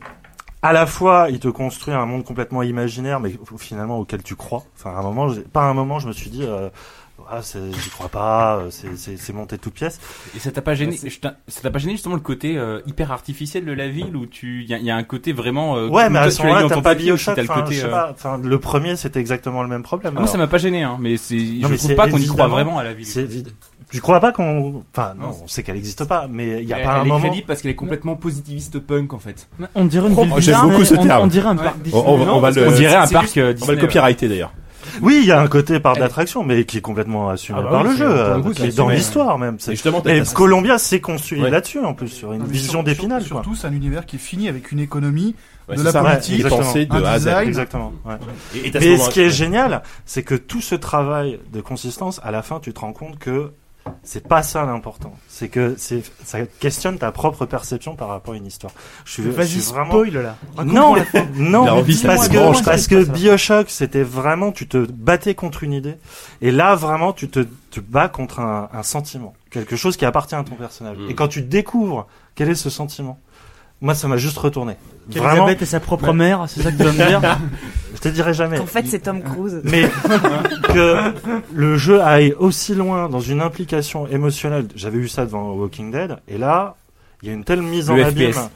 [SPEAKER 8] à la fois, il te construit un monde complètement imaginaire, mais au- finalement auquel tu crois. Enfin, à un moment, j'ai- pas à un moment, je me suis dit, euh, ah, c'est- j'y crois pas, euh, c'est- c'est c'est monté de toutes pièces. Bah,
[SPEAKER 3] Et ça t'a pas gêné je t'in- Ça t'a pas gêné justement le côté euh, hyper artificiel de la ville où tu il y, a- y a un côté vraiment euh,
[SPEAKER 8] Ouais,
[SPEAKER 3] comme
[SPEAKER 8] mais à
[SPEAKER 3] toi,
[SPEAKER 8] ce
[SPEAKER 3] tu l'as eu
[SPEAKER 8] moment-là,
[SPEAKER 3] dans
[SPEAKER 8] t'as
[SPEAKER 3] ton
[SPEAKER 8] pas
[SPEAKER 3] papier aussi,
[SPEAKER 8] BioShock.
[SPEAKER 3] t'as le
[SPEAKER 8] Enfin,
[SPEAKER 3] côté,
[SPEAKER 8] je sais
[SPEAKER 3] euh,
[SPEAKER 8] pas. Enfin, le premier, c'était exactement le même problème.
[SPEAKER 3] ah, moi ça
[SPEAKER 8] Alors,
[SPEAKER 3] m'a pas gêné hein, mais c'est je
[SPEAKER 8] mais
[SPEAKER 3] trouve
[SPEAKER 8] c'est
[SPEAKER 3] pas qu'on y croit
[SPEAKER 8] évidemment-
[SPEAKER 3] vraiment à la ville.
[SPEAKER 8] c'est vide. Tu crois pas qu'on, enfin, non,
[SPEAKER 3] Non.
[SPEAKER 8] on sait qu'elle existe pas, mais il y a
[SPEAKER 5] Elle-
[SPEAKER 8] pas un
[SPEAKER 5] elle est
[SPEAKER 8] moment.
[SPEAKER 5] crédible parce qu'elle est complètement positiviste punk en fait.
[SPEAKER 2] On dirait une
[SPEAKER 1] Oh,
[SPEAKER 2] ville
[SPEAKER 1] j'aime
[SPEAKER 2] bizarre,
[SPEAKER 1] beaucoup
[SPEAKER 2] mais
[SPEAKER 1] ce
[SPEAKER 2] on-
[SPEAKER 1] terme.
[SPEAKER 2] On dirait un
[SPEAKER 5] Ouais.
[SPEAKER 2] parc
[SPEAKER 1] On, on
[SPEAKER 2] Disney.
[SPEAKER 1] va- on
[SPEAKER 5] Non,
[SPEAKER 1] va
[SPEAKER 5] parce
[SPEAKER 1] le
[SPEAKER 3] On dirait un
[SPEAKER 5] c'est
[SPEAKER 3] parc
[SPEAKER 5] juste-
[SPEAKER 3] euh,
[SPEAKER 1] on va
[SPEAKER 3] Disney.
[SPEAKER 1] le copyrighter d'ailleurs.
[SPEAKER 8] Oui, il y a un côté par
[SPEAKER 5] Elle est-
[SPEAKER 8] d'attraction, mais qui est complètement assumé
[SPEAKER 10] Ah bah
[SPEAKER 8] par
[SPEAKER 10] oui,
[SPEAKER 8] le
[SPEAKER 10] c'est-
[SPEAKER 8] jeu,
[SPEAKER 10] pour le
[SPEAKER 8] euh,
[SPEAKER 10] coup,
[SPEAKER 8] qui
[SPEAKER 10] c'est
[SPEAKER 8] est dans
[SPEAKER 10] assumé.
[SPEAKER 8] l'histoire même.
[SPEAKER 1] Et
[SPEAKER 8] c'est-
[SPEAKER 1] justement t'as-
[SPEAKER 8] Et
[SPEAKER 1] t'as-
[SPEAKER 8] Colombia s'est construit
[SPEAKER 1] Ouais.
[SPEAKER 8] là-dessus hein. en plus sur une
[SPEAKER 4] Non, Ah, mais
[SPEAKER 8] vision
[SPEAKER 4] sur-
[SPEAKER 8] des
[SPEAKER 4] sur-
[SPEAKER 8] finales. quoi.
[SPEAKER 4] Surtout, c'est un univers qui est fini avec une économie.
[SPEAKER 1] ouais,
[SPEAKER 4] de
[SPEAKER 1] c'est
[SPEAKER 4] la
[SPEAKER 1] ça,
[SPEAKER 8] politique,
[SPEAKER 1] il est pensé de
[SPEAKER 4] exactement.
[SPEAKER 1] A à Z.
[SPEAKER 4] Un design.
[SPEAKER 8] Exactement. ouais.
[SPEAKER 1] Et, et t'as
[SPEAKER 8] Mais
[SPEAKER 1] moment-
[SPEAKER 8] ce qui est génial, c'est que tout ce travail de consistance, à la fin, tu te rends compte que C'est pas ça l'important. C'est que c'est ça questionne ta propre perception par rapport à une histoire. Je suis, je
[SPEAKER 2] Vas-y,
[SPEAKER 8] suis vraiment
[SPEAKER 2] spoil là.
[SPEAKER 8] non, non,
[SPEAKER 1] Il a envie, ça
[SPEAKER 8] parce
[SPEAKER 1] se
[SPEAKER 8] que
[SPEAKER 1] branche,
[SPEAKER 8] parce que BioShock c'était vraiment tu te battais contre une idée et là vraiment tu te tu bats contre un, un sentiment, quelque chose qui appartient à ton personnage.
[SPEAKER 1] Mm.
[SPEAKER 8] Et quand tu découvres quel est ce sentiment, moi ça m'a juste retourné. Vraiment,
[SPEAKER 2] Elisabeth et sa propre mère, c'est ça que tu vas me dire
[SPEAKER 8] je te dirai jamais.
[SPEAKER 6] En fait, c'est Tom Cruise.
[SPEAKER 8] Mais que le jeu aille aussi loin dans une implication émotionnelle, j'avais eu ça devant Walking Dead, et là, il y a une telle mise en
[SPEAKER 3] Le
[SPEAKER 8] abîme.
[SPEAKER 3] FPS.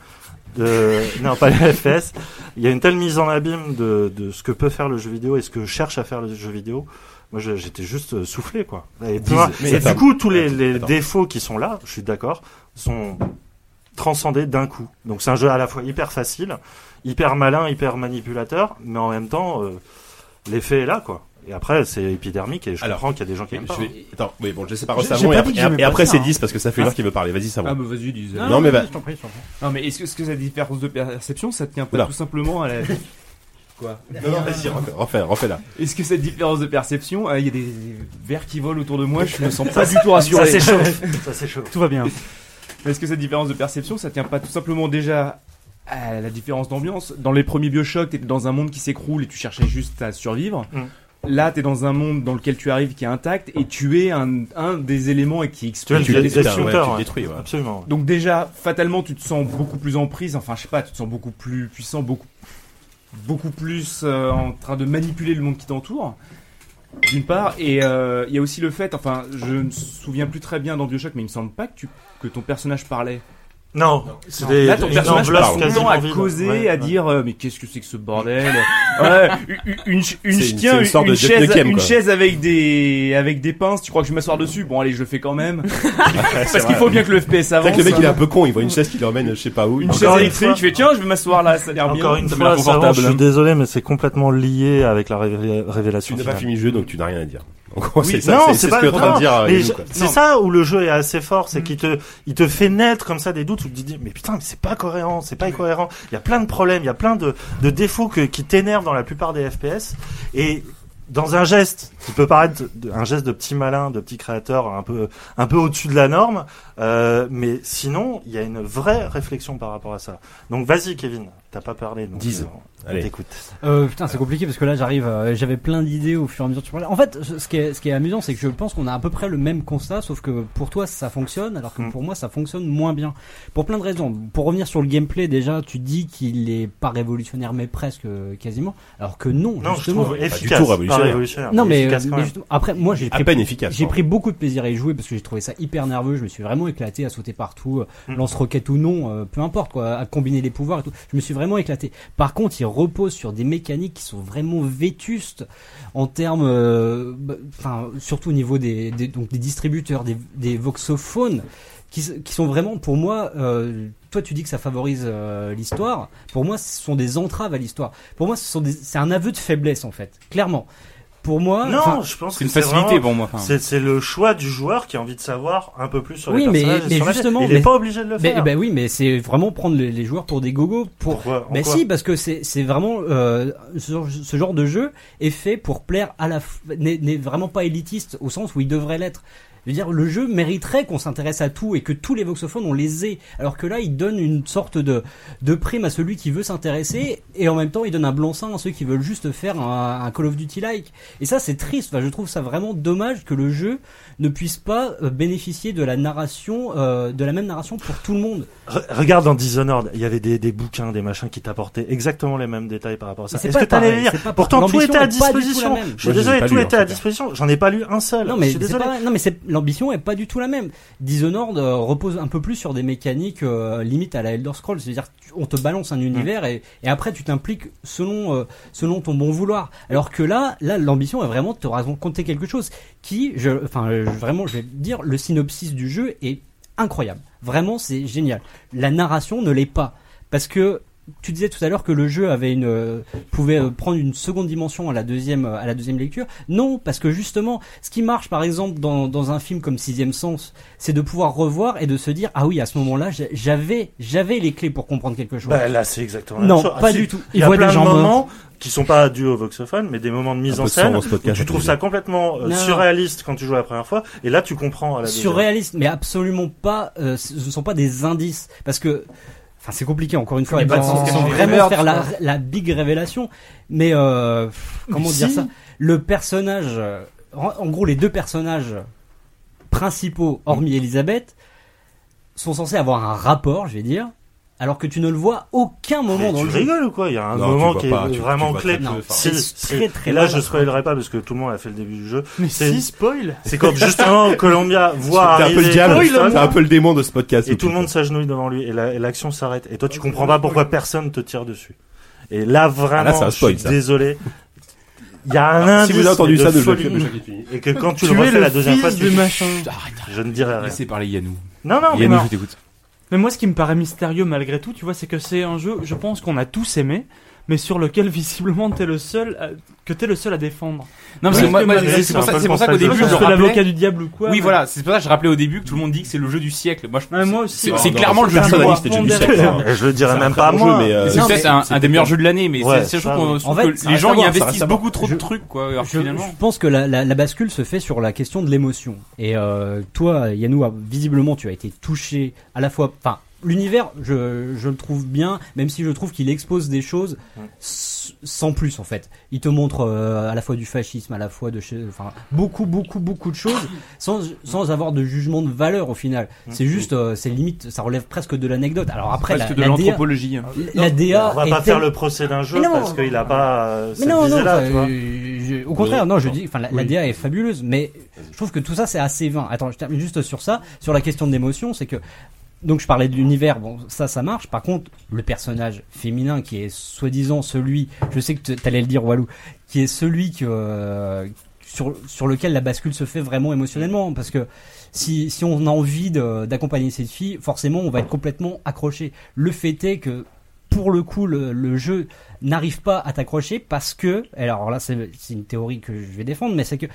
[SPEAKER 8] De... Non, pas le FPS. Il y a une telle mise en abîme de, de ce que peut faire le jeu vidéo et ce que cherche à faire le jeu vidéo. Moi, je- j'étais juste euh, soufflé, quoi. Et, tu vois,
[SPEAKER 1] mais
[SPEAKER 8] et
[SPEAKER 1] attends,
[SPEAKER 8] du coup, tous les, les
[SPEAKER 1] attends.
[SPEAKER 8] défauts qui sont là, je suis d'accord, sont transcendés d'un coup. Donc, c'est un jeu à la fois hyper facile, hyper malin, hyper manipulateur, mais en même temps, euh, l'effet est là, quoi. Et après, c'est épidermique et je
[SPEAKER 1] Alors,
[SPEAKER 8] comprends qu'il y a des gens qui aiment pas. hein.
[SPEAKER 1] Je vais- Attends, oui, bon, je laisse la parole
[SPEAKER 4] J'ai-
[SPEAKER 1] à
[SPEAKER 4] j'ai
[SPEAKER 1] Savon et
[SPEAKER 4] pas dit
[SPEAKER 1] après,
[SPEAKER 4] que j'aimais
[SPEAKER 1] et
[SPEAKER 4] pas
[SPEAKER 1] après
[SPEAKER 4] ça,
[SPEAKER 1] c'est
[SPEAKER 4] hein.
[SPEAKER 1] 10 parce que ça fait une heure qu'il veut parler. Vas-y, Savon.
[SPEAKER 5] Ah bah vas-y, dis.
[SPEAKER 1] Non, mais va-
[SPEAKER 2] je t'en prie, je t'en prie.
[SPEAKER 5] Non, mais est-ce que, est-ce que cette différence de perception, ça tient pas
[SPEAKER 1] Oula.
[SPEAKER 5] tout simplement à la. Quoi
[SPEAKER 1] Non, non, vas-y, refais, refais, refais là.
[SPEAKER 5] Est-ce que cette différence de perception, ah, il y a des, des verres qui volent autour de moi, je me sens pas du tout rassuré.
[SPEAKER 8] s'échauffe. Ça s'échauffe.
[SPEAKER 2] Tout va bien.
[SPEAKER 5] Mais Est-ce que cette différence de perception, ça tient pas tout simplement déjà à la différence d'ambiance Dans les premiers Bioshock, t'étais dans un monde qui s'écroule et tu cherchais juste à survivre.
[SPEAKER 8] Mm.
[SPEAKER 5] Là, t'es dans un monde dans lequel tu arrives qui est intact et tu es un, un des éléments et qui explique.
[SPEAKER 8] Tu
[SPEAKER 1] Tu
[SPEAKER 8] l'as
[SPEAKER 1] le
[SPEAKER 8] dit,
[SPEAKER 1] détruis,
[SPEAKER 8] t'as-
[SPEAKER 1] ouais, tu
[SPEAKER 8] shooter,
[SPEAKER 1] le
[SPEAKER 8] ouais.
[SPEAKER 1] détruis, ouais.
[SPEAKER 8] Absolument.
[SPEAKER 5] Donc déjà, fatalement, tu te sens beaucoup plus en prise. Enfin, je sais pas, tu te sens beaucoup plus puissant, beaucoup, beaucoup plus euh, en train de manipuler le monde qui t'entoure. D'une part, et euh, il y a aussi le fait, enfin, je me souviens plus très bien dans Bioshock, mais il me semble pas que, tu, que ton personnage parlait.
[SPEAKER 8] Non, c'est des
[SPEAKER 5] Là, ton
[SPEAKER 8] une
[SPEAKER 5] personnage
[SPEAKER 8] enveloppe
[SPEAKER 5] passe son temps
[SPEAKER 8] quasiment
[SPEAKER 5] à
[SPEAKER 8] vide.
[SPEAKER 5] causer,
[SPEAKER 8] Ouais,
[SPEAKER 5] à
[SPEAKER 8] ouais.
[SPEAKER 5] dire euh, mais qu'est-ce que c'est que ce bordel Ouais, une- Une, ch- une,
[SPEAKER 1] C'est une-
[SPEAKER 5] tiens,
[SPEAKER 1] c'est une sorte de Jeff
[SPEAKER 5] chaise,
[SPEAKER 1] Nukem,
[SPEAKER 5] une
[SPEAKER 1] quoi.
[SPEAKER 5] chaise avec des avec des pinces. Tu crois que je vais m'asseoir dessus Bon, allez, je le fais quand même. Parce qu'il faut bien que le FPS
[SPEAKER 1] C'est vrai
[SPEAKER 5] avance. hein.
[SPEAKER 1] que le mec il est un peu con, il voit une chaise qui l'emmène je sais pas où.
[SPEAKER 5] Une
[SPEAKER 1] il-
[SPEAKER 5] chaise
[SPEAKER 8] une
[SPEAKER 5] électrique.
[SPEAKER 8] fois.
[SPEAKER 5] Je fais tiens, je vais m'asseoir là. Ça a l'air bien.
[SPEAKER 8] Encore une
[SPEAKER 5] ça me l'air
[SPEAKER 8] fois, ça avance,
[SPEAKER 5] confortable.
[SPEAKER 8] Ah, je suis désolé, mais c'est complètement lié avec la révé-
[SPEAKER 1] Tu
[SPEAKER 8] révélation
[SPEAKER 1] n'as pas
[SPEAKER 8] finale.
[SPEAKER 1] fini le jeu donc tu n'as rien à dire. En gros,
[SPEAKER 8] Oui,
[SPEAKER 1] c'est ça,
[SPEAKER 8] non,
[SPEAKER 1] c'est-
[SPEAKER 8] c'est
[SPEAKER 1] c'est ce
[SPEAKER 8] pas-
[SPEAKER 1] que est en train de dire. euh,
[SPEAKER 8] Mais
[SPEAKER 1] Yannou,
[SPEAKER 8] je-
[SPEAKER 1] quoi.
[SPEAKER 8] c'est ça où le jeu est assez fort, c'est qu'il te, il te fait naître comme ça des doutes où tu te dis, mais putain, mais c'est pas cohérent, c'est pas cohérent. Il y a plein de problèmes, il y a plein de, de défauts que, qui t'énervent dans la plupart des FPS. Et dans un geste qui peut paraître de- un geste de petit malin, de petit créateur, un peu, un peu au-dessus de la norme, euh, mais sinon, il y a une vraie réflexion par rapport à ça. Donc vas-y, Kevin, t'as pas parlé. Donc,
[SPEAKER 1] Dise.
[SPEAKER 8] euh, on
[SPEAKER 1] Allez.
[SPEAKER 8] t'écoute.
[SPEAKER 7] Euh, putain, c'est compliqué parce que là, j'arrive. euh, J'avais plein d'idées au fur et à mesure. que Tu parlais. En fait, ce ce qui est, ce qui est amusant, c'est que je pense qu'on a à peu près le même constat, sauf que pour toi, ça fonctionne, alors que
[SPEAKER 8] Mm.
[SPEAKER 7] pour moi, ça fonctionne moins bien. Pour plein de raisons. Pour revenir sur le gameplay, déjà, tu dis qu'il est pas révolutionnaire, mais presque, euh, quasiment. Alors que non,
[SPEAKER 8] Non, je
[SPEAKER 7] justement.
[SPEAKER 8] trouve
[SPEAKER 1] du
[SPEAKER 8] efficace.
[SPEAKER 1] tout
[SPEAKER 8] pas
[SPEAKER 1] révolutionnaire.
[SPEAKER 8] révolutionnaire,
[SPEAKER 7] non, mais,
[SPEAKER 8] efficace quand
[SPEAKER 7] mais
[SPEAKER 8] même.
[SPEAKER 7] justement, après, moi, j'ai
[SPEAKER 1] à
[SPEAKER 7] pris
[SPEAKER 1] peine efficace.
[SPEAKER 7] J'ai
[SPEAKER 1] hein.
[SPEAKER 7] pris beaucoup de plaisir à y jouer parce que j'ai trouvé ça hyper nerveux. Je me suis vraiment éclaté à sauter partout, euh,
[SPEAKER 8] Mm.
[SPEAKER 7] lance-roquette ou non, euh, peu importe quoi, à combiner les pouvoirs et tout. Je me suis vraiment éclaté. Par contre, il repose sur des mécaniques qui sont vraiment vétustes en termes, euh, bah, enfin surtout au niveau des, des- donc des distributeurs, des, des voxophones qui, s- qui sont vraiment pour moi. euh, toi, tu dis que ça favorise euh, l'histoire. Pour moi, ce sont des entraves à l'histoire. Pour moi, ce sont des- c'est un aveu de faiblesse en fait, clairement. Pour moi, enfin,
[SPEAKER 8] Non, je pense
[SPEAKER 3] C'est
[SPEAKER 8] que
[SPEAKER 3] une facilité
[SPEAKER 8] vraiment-
[SPEAKER 3] pour moi. enfin.
[SPEAKER 8] C'est c'est le choix du joueur qui a envie de savoir un peu plus sur
[SPEAKER 7] Oui,
[SPEAKER 8] les
[SPEAKER 7] mais-
[SPEAKER 8] personnages. et
[SPEAKER 7] mais
[SPEAKER 8] sur la-
[SPEAKER 7] justement,
[SPEAKER 8] il n'est
[SPEAKER 7] mais-
[SPEAKER 8] pas obligé de le
[SPEAKER 7] Ben,
[SPEAKER 8] faire.
[SPEAKER 7] ben oui, mais c'est vraiment prendre les, les joueurs pour des gogos. Pour...
[SPEAKER 8] Pourquoi En
[SPEAKER 7] Ben
[SPEAKER 8] quoi
[SPEAKER 7] si, parce que c'est c'est vraiment euh, ce, ce genre de jeu est fait pour plaire à la f- n'est n'est vraiment pas élitiste au sens où il devrait l'être. Je veux dire, le jeu mériterait qu'on s'intéresse à tout et que tous les voxophones on les ait. Alors que là, il donne une sorte de de prime à celui qui veut s'intéresser et en même temps, il donne un blanc-seing à ceux qui veulent juste faire un, un Call of Duty like. Et ça, c'est triste. Enfin, je trouve ça vraiment dommage que le jeu ne puisse pas euh, bénéficier de la narration, euh, de la même narration pour tout le monde.
[SPEAKER 8] Re- Regarde dans Dishonored, il y avait des, des bouquins, des machins qui t'apportaient exactement les mêmes détails par rapport à ça.
[SPEAKER 7] Mais c'est
[SPEAKER 8] Est-ce
[SPEAKER 7] pas
[SPEAKER 8] que t'allais
[SPEAKER 7] pareil,
[SPEAKER 8] lire
[SPEAKER 7] c'est pas pareil.
[SPEAKER 8] Pourtant, tout
[SPEAKER 7] L'ambition
[SPEAKER 8] était à
[SPEAKER 7] est pas du tout la
[SPEAKER 8] disposition.
[SPEAKER 7] même.
[SPEAKER 8] Je
[SPEAKER 1] Moi,
[SPEAKER 8] suis
[SPEAKER 1] je les ai
[SPEAKER 8] désolé,
[SPEAKER 1] pas
[SPEAKER 8] tout
[SPEAKER 1] lus,
[SPEAKER 8] était
[SPEAKER 1] en
[SPEAKER 8] à
[SPEAKER 1] tout cas.
[SPEAKER 8] disposition. J'en ai pas lu un seul.
[SPEAKER 7] Non mais
[SPEAKER 8] je suis
[SPEAKER 7] c'est
[SPEAKER 8] désolé.
[SPEAKER 7] pas- non mais c'est l'ambition est pas du tout la même. Dishonored euh, repose un peu plus sur des mécaniques euh, limite à la Elder Scrolls, c'est-à-dire tu- on te balance un univers
[SPEAKER 8] Mmh.
[SPEAKER 7] et, et après tu t'impliques selon euh, selon ton bon vouloir. Alors que là là l'ambition est vraiment de te raconter quelque chose qui je enfin euh, vraiment je vais dire le synopsis du jeu est incroyable. Vraiment c'est génial. La narration ne l'est pas parce que tu disais tout à l'heure que le jeu avait une euh, pouvait euh, prendre une seconde dimension à la deuxième euh, à la deuxième lecture. Non, parce que justement, ce qui marche par exemple dans, dans un film comme Sixième Sens, c'est de pouvoir revoir et de se dire ah oui à ce moment-là j'a- j'avais j'avais les clés pour comprendre quelque chose.
[SPEAKER 8] Bah, là, c'est exactement la
[SPEAKER 7] Non,
[SPEAKER 8] même chose. Ah,
[SPEAKER 7] pas
[SPEAKER 8] si,
[SPEAKER 7] du tout.
[SPEAKER 8] Il y
[SPEAKER 7] Il
[SPEAKER 8] a
[SPEAKER 7] voit
[SPEAKER 8] plein
[SPEAKER 7] des
[SPEAKER 8] de
[SPEAKER 7] gens morts.
[SPEAKER 8] moments qui sont pas dus au voxophone, mais des moments de mise
[SPEAKER 1] Un
[SPEAKER 8] en
[SPEAKER 1] peu de sang
[SPEAKER 8] scène.
[SPEAKER 1] dans ce podcast,
[SPEAKER 8] où tu
[SPEAKER 1] ça
[SPEAKER 8] trouves
[SPEAKER 1] fait
[SPEAKER 8] ça complètement euh,
[SPEAKER 7] Non.
[SPEAKER 8] surréaliste quand tu joues la première fois, et là tu comprends à la deuxième.
[SPEAKER 7] surréaliste, mais absolument pas. euh, ce ne sont pas des indices, parce que. Enfin, c'est compliqué, encore une fois,
[SPEAKER 10] Il y a pas de sens
[SPEAKER 7] sans,
[SPEAKER 10] caché.
[SPEAKER 7] sans
[SPEAKER 10] Il y a
[SPEAKER 7] vraiment
[SPEAKER 10] merde,
[SPEAKER 7] faire la,
[SPEAKER 10] quoi.
[SPEAKER 7] la big révélation. Mais euh, pff, comment
[SPEAKER 4] Mais
[SPEAKER 7] dire
[SPEAKER 4] si.
[SPEAKER 7] ça Le personnage, euh, en, en gros, les deux personnages principaux, hormis Elisabeth, sont censés avoir un rapport, je vais dire, alors que tu ne le vois aucun moment
[SPEAKER 8] Mais
[SPEAKER 7] dans
[SPEAKER 8] tu
[SPEAKER 7] le jeu.
[SPEAKER 8] rigoles ou quoi Il y a un
[SPEAKER 1] Non, tu
[SPEAKER 8] moment
[SPEAKER 1] vois
[SPEAKER 8] qui
[SPEAKER 1] pas,
[SPEAKER 8] est
[SPEAKER 1] tu- tu
[SPEAKER 8] vraiment
[SPEAKER 1] vois
[SPEAKER 8] clé.
[SPEAKER 1] très peu,
[SPEAKER 7] Non,
[SPEAKER 1] enfin.
[SPEAKER 7] c'est très, très
[SPEAKER 8] Et là,
[SPEAKER 7] mal.
[SPEAKER 8] je spoilerai pas parce que tout le monde a fait le début du jeu.
[SPEAKER 4] Mais
[SPEAKER 8] C'est-
[SPEAKER 4] si, spoil
[SPEAKER 8] C'est quand justement Columbia voit
[SPEAKER 1] T'es un
[SPEAKER 8] arriver
[SPEAKER 1] peu le diable,
[SPEAKER 8] Wilson,
[SPEAKER 1] t'es un peu le démon de ce podcast.
[SPEAKER 8] et tout le monde s'agenouille devant lui et la- et l'action s'arrête. Et toi, tu comprends pas pourquoi personne te tire dessus. Et là,
[SPEAKER 1] Ah, là,
[SPEAKER 8] vraiment,
[SPEAKER 1] c'est un
[SPEAKER 8] je suis
[SPEAKER 1] spoil, ça. Ah,
[SPEAKER 8] désolé. Il y a un indice
[SPEAKER 1] Si vous avez entendu
[SPEAKER 8] de
[SPEAKER 1] ça, ne jouez
[SPEAKER 8] folie.
[SPEAKER 1] plus.
[SPEAKER 8] Et que quand
[SPEAKER 4] Tu
[SPEAKER 8] tu, le
[SPEAKER 4] es
[SPEAKER 8] refais
[SPEAKER 4] le
[SPEAKER 8] la deuxième
[SPEAKER 4] fils
[SPEAKER 8] fois, tu
[SPEAKER 4] de
[SPEAKER 8] fais,
[SPEAKER 4] machin.
[SPEAKER 8] Chut, arrête, je ne dirai rien.
[SPEAKER 3] Laissez parler Yannou.
[SPEAKER 8] Non, non, mais
[SPEAKER 3] Yannou,
[SPEAKER 8] non.
[SPEAKER 3] je t'écoute.
[SPEAKER 2] Mais moi, ce qui me paraît mystérieux malgré tout, tu vois, c'est que c'est un jeu, je pense qu'on a tous aimé, mais sur lequel visiblement t'es le seul, à- que t'es le seul à défendre.
[SPEAKER 3] Non, parce
[SPEAKER 2] Oui,
[SPEAKER 3] que moi,
[SPEAKER 2] c'est
[SPEAKER 3] moi,
[SPEAKER 2] un peu
[SPEAKER 3] c'est pour ça,
[SPEAKER 8] le
[SPEAKER 3] c'est pour ça qu'au
[SPEAKER 8] constat
[SPEAKER 3] début,
[SPEAKER 8] du
[SPEAKER 2] Je
[SPEAKER 8] jeu.
[SPEAKER 3] je
[SPEAKER 2] suis l'avocat
[SPEAKER 3] rappelais.
[SPEAKER 2] du diable ou quoi
[SPEAKER 3] Oui,
[SPEAKER 2] mais-
[SPEAKER 3] voilà, c'est pour ça que je rappelais au début que tout le monde dit que c'est le jeu du siècle. Moi, je
[SPEAKER 2] Ouais, moi aussi.
[SPEAKER 3] C'est- c'est clairement le jeu du
[SPEAKER 1] Personne
[SPEAKER 3] siècle.
[SPEAKER 1] n'a
[SPEAKER 2] moi.
[SPEAKER 1] dit que c'était le jeu
[SPEAKER 2] Fond
[SPEAKER 1] du siècle.
[SPEAKER 2] derrière.
[SPEAKER 1] hein.
[SPEAKER 8] Je le dirai
[SPEAKER 1] C'est un
[SPEAKER 8] même
[SPEAKER 1] très
[SPEAKER 8] pas à
[SPEAKER 1] bon jeu,
[SPEAKER 8] moi.
[SPEAKER 1] mais, euh,
[SPEAKER 3] C'est
[SPEAKER 7] Non,
[SPEAKER 3] peut-être
[SPEAKER 7] mais-
[SPEAKER 3] un, un des meilleurs jeux de l'année, mais
[SPEAKER 8] Ouais,
[SPEAKER 3] c'est- c'est
[SPEAKER 8] ça,
[SPEAKER 3] surtout qu'on
[SPEAKER 8] oui.
[SPEAKER 3] je
[SPEAKER 7] En
[SPEAKER 3] trouve
[SPEAKER 7] fait,
[SPEAKER 3] que
[SPEAKER 7] ça
[SPEAKER 3] les
[SPEAKER 7] reste
[SPEAKER 3] gens
[SPEAKER 7] à
[SPEAKER 3] y
[SPEAKER 7] voir,
[SPEAKER 3] investissent beaucoup trop de trucs, quoi,
[SPEAKER 5] euh,
[SPEAKER 3] alors
[SPEAKER 7] Je,
[SPEAKER 3] finalement.
[SPEAKER 7] je pense que la, la- la bascule se fait sur la question de l'émotion. Et euh, toi, Yannou, a- visiblement, tu as été touché à la fois. Enfin, l'univers, je, je le trouve bien, même si je trouve qu'il expose des choses s- sans plus, en fait. Il te montre euh, à la fois du fascisme, à la fois de. chez- Enfin, beaucoup, beaucoup, beaucoup de choses, sans, sans avoir de jugement de valeur au final. C'est juste, euh, c'est limite, ça relève presque de l'anecdote. Alors après, la,
[SPEAKER 5] Mmh. Presque de
[SPEAKER 7] la DA.
[SPEAKER 5] l'anthropologie. hein.
[SPEAKER 7] La DA
[SPEAKER 8] On va
[SPEAKER 7] est
[SPEAKER 8] pas
[SPEAKER 7] telle-
[SPEAKER 8] faire le procès d'un jeu
[SPEAKER 7] Mais non.
[SPEAKER 8] parce qu'il a pas euh, cette
[SPEAKER 7] mais non, non,
[SPEAKER 8] visée-là,
[SPEAKER 7] enfin,
[SPEAKER 8] tu vois.
[SPEAKER 7] euh, je- au contraire, non, je dis, enfin, la, la DA est fabuleuse, mais je trouve que tout ça, c'est assez vain. Attends, je termine juste sur ça, sur la question de l'émotion, c'est que, donc je parlais de l'univers, bon, ça, ça marche. Par contre, le personnage féminin qui est soi-disant celui, je sais que t- t'allais le dire, Walou, qui est celui que, euh, sur, sur lequel la bascule se fait vraiment émotionnellement, parce que si, si on a envie de- d'accompagner cette fille, forcément, on va être complètement accroché. Le fait est que, pour le coup, le, le jeu n'arrive pas à t'accrocher parce que, alors là, c'est c'est une théorie que je vais défendre, mais c'est que,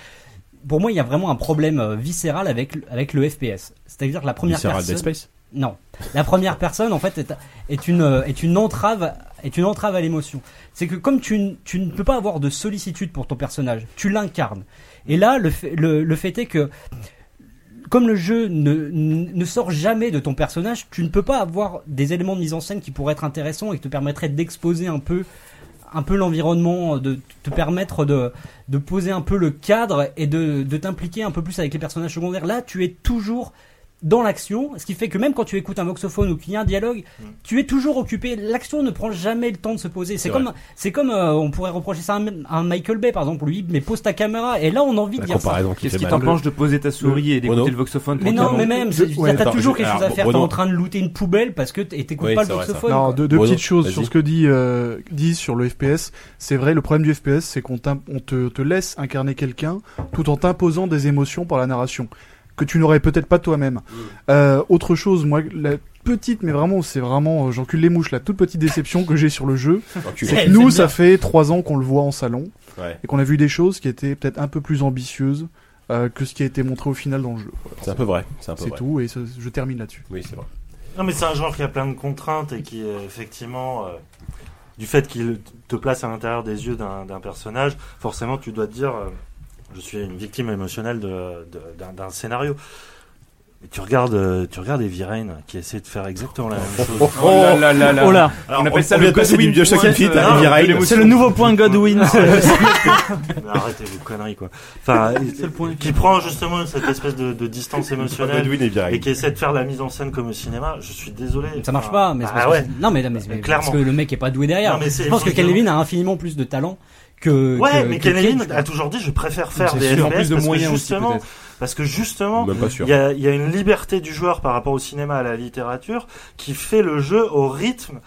[SPEAKER 7] pour moi, il y a vraiment un problème euh, viscéral avec, le- avec le FPS. C'est-à-dire que la première
[SPEAKER 1] Visceral Dead
[SPEAKER 7] personne.
[SPEAKER 1] Space.
[SPEAKER 7] Non. La première personne, en fait, est, est une, euh, est une entrave, est une entrave à l'émotion. C'est que comme tu, n- tu ne peux pas avoir de sollicitude pour ton personnage, tu l'incarnes. Et là, le fait, le, le fait est que, comme le jeu ne, ne sort jamais de ton personnage, tu ne peux pas avoir des éléments de mise en scène qui pourraient être intéressants et qui te permettraient d'exposer un peu un peu l'environnement, de te permettre de, de poser un peu le cadre et de, de t'impliquer un peu plus avec les personnages secondaires. Là, tu es toujours dans l'action, ce qui fait que même quand tu écoutes un voxophone ou qu'il y a un dialogue,
[SPEAKER 1] Mm.
[SPEAKER 7] tu es toujours occupé. L'action ne prend jamais le temps de se poser. C'est
[SPEAKER 1] C'est
[SPEAKER 7] comme, c'est comme euh, on pourrait reprocher ça à un, à un Michael Bay par exemple, lui, mais pose ta caméra. Et là, on a envie de
[SPEAKER 1] La
[SPEAKER 7] dire ça.
[SPEAKER 1] comparaison qui
[SPEAKER 5] Qu'est-ce
[SPEAKER 1] fait
[SPEAKER 5] qui
[SPEAKER 1] mal.
[SPEAKER 5] t'empêche de poser ta souris et d'écouter
[SPEAKER 1] Bruno
[SPEAKER 5] le voxophone
[SPEAKER 7] Mais non,
[SPEAKER 5] tranquillement
[SPEAKER 7] mais même, c'est-
[SPEAKER 1] ouais,
[SPEAKER 7] t'as
[SPEAKER 1] attends,
[SPEAKER 7] toujours
[SPEAKER 1] je-
[SPEAKER 7] quelque chose
[SPEAKER 1] alors,
[SPEAKER 7] à faire. T'es
[SPEAKER 1] Bruno-
[SPEAKER 7] en train de looter une poubelle parce que t- et t'écoutes
[SPEAKER 1] Oui,
[SPEAKER 7] pas le
[SPEAKER 1] c'est vrai, ça.
[SPEAKER 7] voxophone.
[SPEAKER 4] Non,
[SPEAKER 7] quoi.
[SPEAKER 4] deux, deux
[SPEAKER 1] Bruno,
[SPEAKER 4] petites choses
[SPEAKER 1] vas-y.
[SPEAKER 4] sur ce que dit, euh, dit sur le FPS. C'est vrai, le problème du FPS, c'est qu'on t'im- on te, te laisse incarner quelqu'un tout en t'imposant des émotions par la narration que tu n'aurais peut-être pas toi-même.
[SPEAKER 1] Mm.
[SPEAKER 4] Euh, autre chose, moi, la petite, mais vraiment, c'est vraiment, euh, j'encule les mouches, la toute petite déception que j'ai sur le jeu,
[SPEAKER 1] Enculé.
[SPEAKER 7] Eh,
[SPEAKER 4] c'est
[SPEAKER 7] c'est
[SPEAKER 4] que nous,
[SPEAKER 7] bien.
[SPEAKER 4] ça fait trois ans qu'on le voit en salon
[SPEAKER 1] Ouais.
[SPEAKER 4] et qu'on a vu des choses qui étaient peut-être un peu plus ambitieuses euh, que ce qui a été montré au final dans le jeu. Voilà.
[SPEAKER 1] C'est un peu vrai. C'est un peu
[SPEAKER 4] C'est
[SPEAKER 1] vrai.
[SPEAKER 4] tout et ça- je termine là-dessus.
[SPEAKER 1] Oui, c'est vrai.
[SPEAKER 8] Non, mais c'est un genre qui a plein de contraintes et qui, euh, effectivement, euh, du fait qu'il te place à l'intérieur des yeux d'un d'un personnage, forcément, tu dois te dire euh, Je suis une victime émotionnelle de- de- d'un d'un scénario. Mais tu regardes, euh, tu regardes Heavy Rain qui essaie de faire exactement la même chose.
[SPEAKER 3] Oh là là là là.
[SPEAKER 2] Oh là,
[SPEAKER 8] Alors,
[SPEAKER 3] On appelle ça
[SPEAKER 1] on
[SPEAKER 3] le
[SPEAKER 1] vient de passer
[SPEAKER 3] Godwin
[SPEAKER 1] du Bioshock
[SPEAKER 3] Point,
[SPEAKER 1] Infinite à
[SPEAKER 3] euh,
[SPEAKER 8] Heavy
[SPEAKER 3] de
[SPEAKER 1] Rain.
[SPEAKER 3] l'émotion.
[SPEAKER 2] c'est le nouveau
[SPEAKER 8] Ah,
[SPEAKER 2] point Godwin.
[SPEAKER 8] Mais arrêtez vos conneries, quoi. Enfin, qui prend justement cette espèce de, de distance émotionnelle
[SPEAKER 1] Godwin et Virein.
[SPEAKER 8] et qui essaie de faire la mise en scène comme au cinéma. Je suis désolé.
[SPEAKER 7] Ça marche
[SPEAKER 8] Enfin,
[SPEAKER 7] pas, mais c'est parce
[SPEAKER 8] ah
[SPEAKER 7] que-
[SPEAKER 8] ouais.
[SPEAKER 7] non, mais, mais- mais-
[SPEAKER 8] Clairement.
[SPEAKER 7] parce que le mec est pas doué derrière.
[SPEAKER 8] Non, mais c'est-
[SPEAKER 7] je pense que Kelvin a infiniment plus de talent que.
[SPEAKER 8] Ouais,
[SPEAKER 7] que-
[SPEAKER 8] mais
[SPEAKER 7] que
[SPEAKER 8] Kenelin
[SPEAKER 7] Cage, quoi.
[SPEAKER 8] a toujours dit je préfère faire
[SPEAKER 3] C'est
[SPEAKER 8] des
[SPEAKER 3] sûr, en
[SPEAKER 8] FPS
[SPEAKER 3] plus de
[SPEAKER 8] parce, que
[SPEAKER 3] moyens aussi,
[SPEAKER 8] justement,
[SPEAKER 3] peut-être.
[SPEAKER 8] parce que justement,
[SPEAKER 1] Même pas sûr.
[SPEAKER 8] il y a, il y a une liberté du joueur par rapport au cinéma, à la littérature, qui fait le jeu au rythme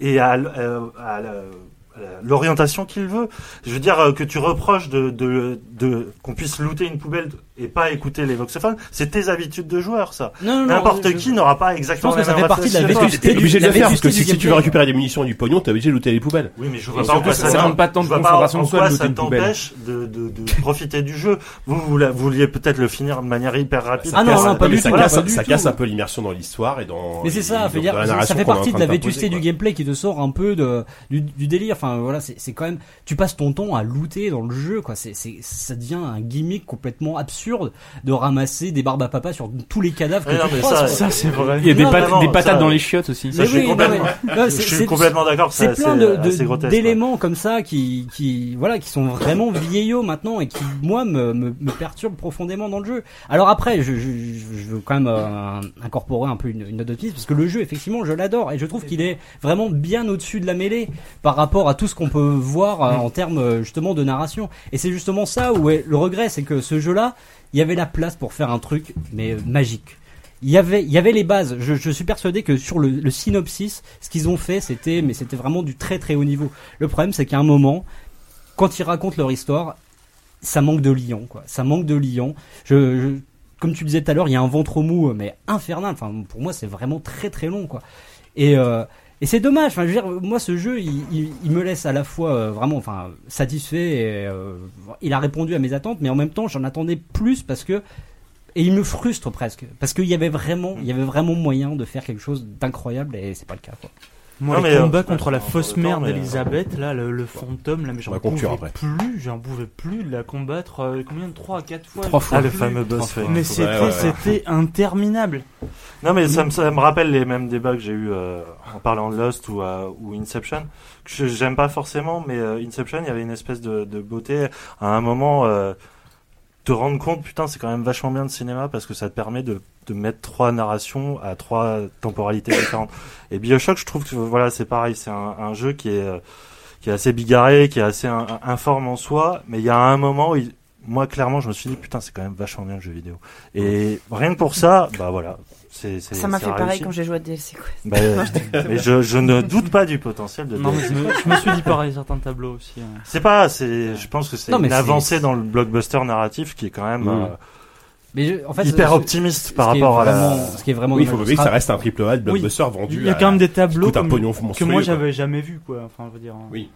[SPEAKER 8] et à, l- euh, à la- à la- l'orientation qu'il veut. Je veux dire euh, que tu reproches de, de, de qu'on puisse looter une poubelle et pas écouter les voxophones. C'est tes habitudes de joueur, ça.
[SPEAKER 7] Non, non, non,
[SPEAKER 8] N'importe
[SPEAKER 7] je-
[SPEAKER 8] qui n'aura pas
[SPEAKER 7] Je pense
[SPEAKER 8] exactement
[SPEAKER 7] que
[SPEAKER 8] la
[SPEAKER 7] ça
[SPEAKER 8] même
[SPEAKER 7] fait partie de la
[SPEAKER 8] réflexion.
[SPEAKER 7] vétusté
[SPEAKER 1] T'es
[SPEAKER 7] du-
[SPEAKER 1] obligé de
[SPEAKER 7] la
[SPEAKER 1] le faire parce
[SPEAKER 7] vétusté
[SPEAKER 1] que
[SPEAKER 7] du
[SPEAKER 1] si, si tu veux
[SPEAKER 7] gameplay.
[SPEAKER 1] récupérer des munitions et du pognon, t'es obligé de looter les poubelles.
[SPEAKER 8] Oui, mais je
[SPEAKER 5] Et
[SPEAKER 8] vois pas en
[SPEAKER 5] surtout,
[SPEAKER 8] quoi
[SPEAKER 5] ça
[SPEAKER 8] ça
[SPEAKER 5] demande pas tant de
[SPEAKER 8] je vois
[SPEAKER 5] concentration
[SPEAKER 8] en
[SPEAKER 5] de soi
[SPEAKER 8] quoi
[SPEAKER 5] de
[SPEAKER 8] ça
[SPEAKER 5] looter une poubelle.
[SPEAKER 8] t'empêche de, de, de profiter du jeu. Vous, vous, la- vous vouliez peut-être le finir de manière hyper rapide.
[SPEAKER 7] Ah non,
[SPEAKER 1] Casse-
[SPEAKER 7] non, pas
[SPEAKER 1] mais
[SPEAKER 7] du
[SPEAKER 1] ça
[SPEAKER 7] tout,
[SPEAKER 1] casse-
[SPEAKER 7] pas du
[SPEAKER 1] ça
[SPEAKER 7] tout.
[SPEAKER 1] casse un peu l'immersion dans l'histoire et dans.
[SPEAKER 7] Mais c'est
[SPEAKER 1] et
[SPEAKER 7] ça,
[SPEAKER 1] dans
[SPEAKER 7] fait dire,
[SPEAKER 1] la
[SPEAKER 7] ça- ça
[SPEAKER 1] narration
[SPEAKER 7] fait
[SPEAKER 1] qu'on est en
[SPEAKER 7] partie de
[SPEAKER 1] train
[SPEAKER 7] la
[SPEAKER 1] t'imposer,
[SPEAKER 7] vétusté
[SPEAKER 1] quoi.
[SPEAKER 7] du gameplay qui te sort un peu de, du, du délire. Enfin voilà, c'est c'est quand même, tu passes ton temps à looter dans le jeu, quoi. C'est, c'est, ça devient un gimmick complètement absurde de ramasser des barbes à papa sur tous les cadavres que
[SPEAKER 8] Ouais, non,
[SPEAKER 7] tu
[SPEAKER 8] mais
[SPEAKER 7] croises,
[SPEAKER 8] ça,
[SPEAKER 7] quoi.
[SPEAKER 8] ça,
[SPEAKER 7] c'est vrai.
[SPEAKER 3] Il y a des,
[SPEAKER 8] Non,
[SPEAKER 3] pat-
[SPEAKER 8] non,
[SPEAKER 3] des
[SPEAKER 8] ça-
[SPEAKER 3] patates dans les chiottes aussi.
[SPEAKER 8] Ça, je suis complètement- Je suis complètement d'accord.
[SPEAKER 7] C'est
[SPEAKER 8] ça,
[SPEAKER 7] plein de-
[SPEAKER 8] assez
[SPEAKER 7] de-
[SPEAKER 8] grotesque,
[SPEAKER 7] d'éléments comme ça qui, qui, voilà, qui sont vraiment vieillots maintenant et qui, moi, me, me, me perturbent profondément dans le jeu. Alors après, je, je, je je veux quand même euh, incorporer un peu une, une note d'optimisme parce que le jeu, effectivement, je l'adore et je trouve qu'il est vraiment bien au-dessus de la mêlée par rapport à tout ce qu'on peut voir euh, en termes euh, justement de narration. Et c'est justement ça où est le regret, c'est que ce jeu-là, il y avait la place pour faire un truc mais euh, magique. Il y avait, il y avait les bases. Je, je suis persuadé que sur le, le synopsis, ce qu'ils ont fait, c'était, mais c'était vraiment du très très haut niveau. Le problème, c'est qu'à un moment, quand ils racontent leur histoire, ça manque de liant, quoi. Ça manque de liant. Je, je- comme tu disais tout à l'heure, il y a un ventre mou, mais infernal. Enfin, pour moi, c'est vraiment très très long, quoi. Et euh, et c'est dommage. Enfin, je veux dire, moi, ce jeu, il, il- il me laisse à la fois euh, vraiment, enfin, satisfait. Et, euh, il a répondu à mes attentes, mais en même temps, j'en attendais plus parce que et il me frustre presque parce qu'il y avait vraiment, il y avait vraiment moyen de faire quelque chose d'incroyable et c'est pas le cas. Quoi.
[SPEAKER 8] Non,
[SPEAKER 10] Moi,
[SPEAKER 8] mais,
[SPEAKER 10] les
[SPEAKER 8] euh,
[SPEAKER 10] combats
[SPEAKER 8] je
[SPEAKER 10] contre la
[SPEAKER 8] comprends,
[SPEAKER 10] fausse
[SPEAKER 8] mais- euh,
[SPEAKER 10] mère d'Elisabeth, là, le, le fantôme, là, mais j'en
[SPEAKER 1] va
[SPEAKER 10] pouvais
[SPEAKER 1] conclure après.
[SPEAKER 10] plus, j'en pouvais plus de la combattre, euh, combien de 3 à 4 fois
[SPEAKER 3] Trois
[SPEAKER 10] j'en pouvais
[SPEAKER 3] fois.
[SPEAKER 8] Ah, le
[SPEAKER 10] plus.
[SPEAKER 8] fameux boss
[SPEAKER 3] Transforme.
[SPEAKER 8] fight.
[SPEAKER 10] Mais c'était
[SPEAKER 1] ouais, ouais.
[SPEAKER 10] c'était interminable.
[SPEAKER 8] Non, mais
[SPEAKER 7] Mm.
[SPEAKER 8] ça me, ça me rappelle les mêmes débats que j'ai eu euh, en parlant de Lost ou, euh, ou Inception, que je- j'aime pas forcément, mais euh, Inception, il y avait une espèce de, de beauté. À un moment, euh, te rendre compte, putain, c'est quand même vachement bien de cinéma parce que ça te permet de, de mettre trois narrations à trois temporalités différentes. Et Bioshock, je trouve que voilà, c'est pareil, c'est un, un jeu qui est, euh, qui est assez bigarré, qui est assez in- informe en soi, mais il y a un moment où il- moi, clairement, je me suis dit, putain, c'est quand même vachement bien le jeu vidéo. Et rien que pour ça, bah voilà. c'est c'est-
[SPEAKER 6] Ça m'a
[SPEAKER 8] c'est
[SPEAKER 6] fait pareil
[SPEAKER 8] réussi.
[SPEAKER 6] quand j'ai joué à DLC Quest.
[SPEAKER 8] Bah, euh, mais je, je ne doute pas du potentiel de
[SPEAKER 10] Non, mais je
[SPEAKER 8] DLC.
[SPEAKER 10] me, je me suis dit pareil, certains tableaux aussi. hein.
[SPEAKER 8] C'est pas, c'est, je pense que c'est
[SPEAKER 7] Non, mais
[SPEAKER 8] une
[SPEAKER 7] c'est-
[SPEAKER 8] avancée dans le blockbuster narratif qui est quand même
[SPEAKER 3] Mm.
[SPEAKER 8] euh,
[SPEAKER 7] Mais je- en fait,
[SPEAKER 8] hyper
[SPEAKER 7] ce-
[SPEAKER 8] optimiste par
[SPEAKER 7] ce qui est
[SPEAKER 8] rapport à la.
[SPEAKER 7] vraiment- ce qui est vraiment
[SPEAKER 1] Oui, il faut
[SPEAKER 7] dommage.
[SPEAKER 1] oublier que
[SPEAKER 7] Ce
[SPEAKER 1] ça
[SPEAKER 7] sera-
[SPEAKER 1] reste un triple A de blockbuster vendu.
[SPEAKER 10] Il y a
[SPEAKER 1] à-
[SPEAKER 10] quand même des tableaux
[SPEAKER 1] coûte un
[SPEAKER 10] comme-
[SPEAKER 1] pognon
[SPEAKER 10] que
[SPEAKER 1] monstrueux,
[SPEAKER 10] moi
[SPEAKER 1] quoi.
[SPEAKER 10] j'avais jamais vu, quoi. Enfin, je veux dire. hein.
[SPEAKER 1] Oui.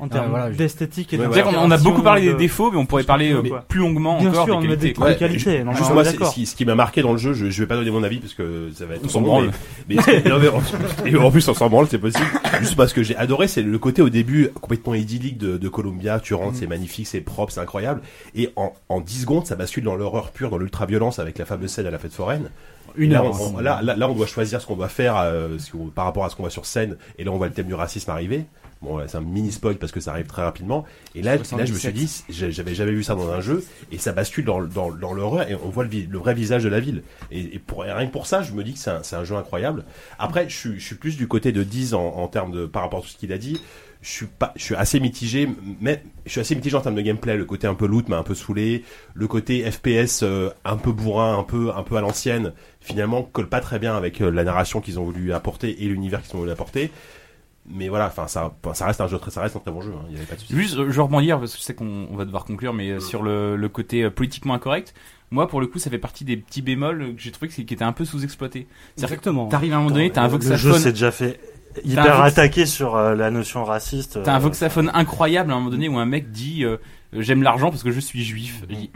[SPEAKER 10] En
[SPEAKER 7] Ah,
[SPEAKER 10] termes
[SPEAKER 7] voilà, je-
[SPEAKER 10] d'esthétique et
[SPEAKER 1] Ouais,
[SPEAKER 10] de.
[SPEAKER 1] ouais.
[SPEAKER 3] C'est-à-dire qu'on- on a beaucoup parlé des
[SPEAKER 10] de-
[SPEAKER 3] défauts, mais on pourrait parler euh,
[SPEAKER 10] Bien sûr,
[SPEAKER 3] plus longuement
[SPEAKER 10] Bien
[SPEAKER 3] encore
[SPEAKER 10] sûr,
[SPEAKER 3] des
[SPEAKER 10] on a des
[SPEAKER 3] qualités.
[SPEAKER 10] trucs
[SPEAKER 3] quoi.
[SPEAKER 10] de
[SPEAKER 1] Ouais,
[SPEAKER 10] qualité. Non,
[SPEAKER 1] Juste
[SPEAKER 10] mais
[SPEAKER 1] moi, c'est- ce
[SPEAKER 10] d'accord.
[SPEAKER 1] qui, ce qui m'a marqué dans le jeu, je, je vais pas donner mon avis parce que ça va être
[SPEAKER 3] On
[SPEAKER 1] trop
[SPEAKER 3] s'en
[SPEAKER 1] long,
[SPEAKER 3] branle.
[SPEAKER 1] Mais, mais ce qui- non, mais en- et en plus, on s'en branle, c'est possible. Juste parce que j'ai adoré, c'est le côté au début complètement idyllique de, de Columbia. Tu rentres, c'est magnifique, c'est propre, c'est incroyable. Et en, en 10 secondes, ça bascule dans l'horreur pure, dans l'ultra-violence avec la fameuse scène à la fête foraine.
[SPEAKER 7] Une
[SPEAKER 1] là,
[SPEAKER 7] heure.
[SPEAKER 1] on- on- là, là, là, on doit choisir ce qu'on doit faire euh, ce qu'on- par rapport à ce qu'on voit sur scène. Et là, on voit le thème du racisme arriver. Bon, là, c'est un mini spoil parce que ça arrive très rapidement. Et là, là je me suis dit, j'ai- j'avais jamais vu ça dans un jeu. Et ça bascule dans, dans, dans l'horreur et on voit le, vi- le vrai visage de la ville. Et, et pour, rien que pour ça, je me dis que c'est un, c'est un jeu incroyable. Après, je, suis- je suis plus du côté de 10 en, en termes de par rapport à tout ce qu'il a dit. Je suis pas, je suis assez mitigé, mais je suis assez mitigé en termes de gameplay. Le côté un peu loot m'a un peu saoulé. Le côté FPS euh, un peu bourrin, un peu, un peu à l'ancienne finalement colle pas très bien avec euh, la narration qu'ils ont voulu apporter et l'univers qu'ils ont voulu apporter. Mais voilà, enfin ça, enfin, ça reste un jeu très, ça reste un très bon jeu. hein, Il y avait pas de souci.
[SPEAKER 3] Juste, euh, je vais rebondir parce que je sais qu'on on va devoir conclure, mais euh, sur le, le côté euh, politiquement incorrect, moi pour le coup, ça fait partie des petits bémols euh, que j'ai trouvé que c'est- qui étaient un peu sous-exploités. C'est-à-dire que
[SPEAKER 7] Exactement.
[SPEAKER 3] T'arrives à un moment donné, t'as un
[SPEAKER 8] le jeu s'est
[SPEAKER 3] voxaphone,
[SPEAKER 8] déjà fait
[SPEAKER 3] un
[SPEAKER 8] hyper
[SPEAKER 3] vox-
[SPEAKER 8] attaqué sur euh, la notion raciste.
[SPEAKER 3] t'as un
[SPEAKER 8] euh,
[SPEAKER 3] voxaphone incroyable à un moment donné où un mec dit euh, euh, j'aime l'argent parce que je suis juif. Il- il-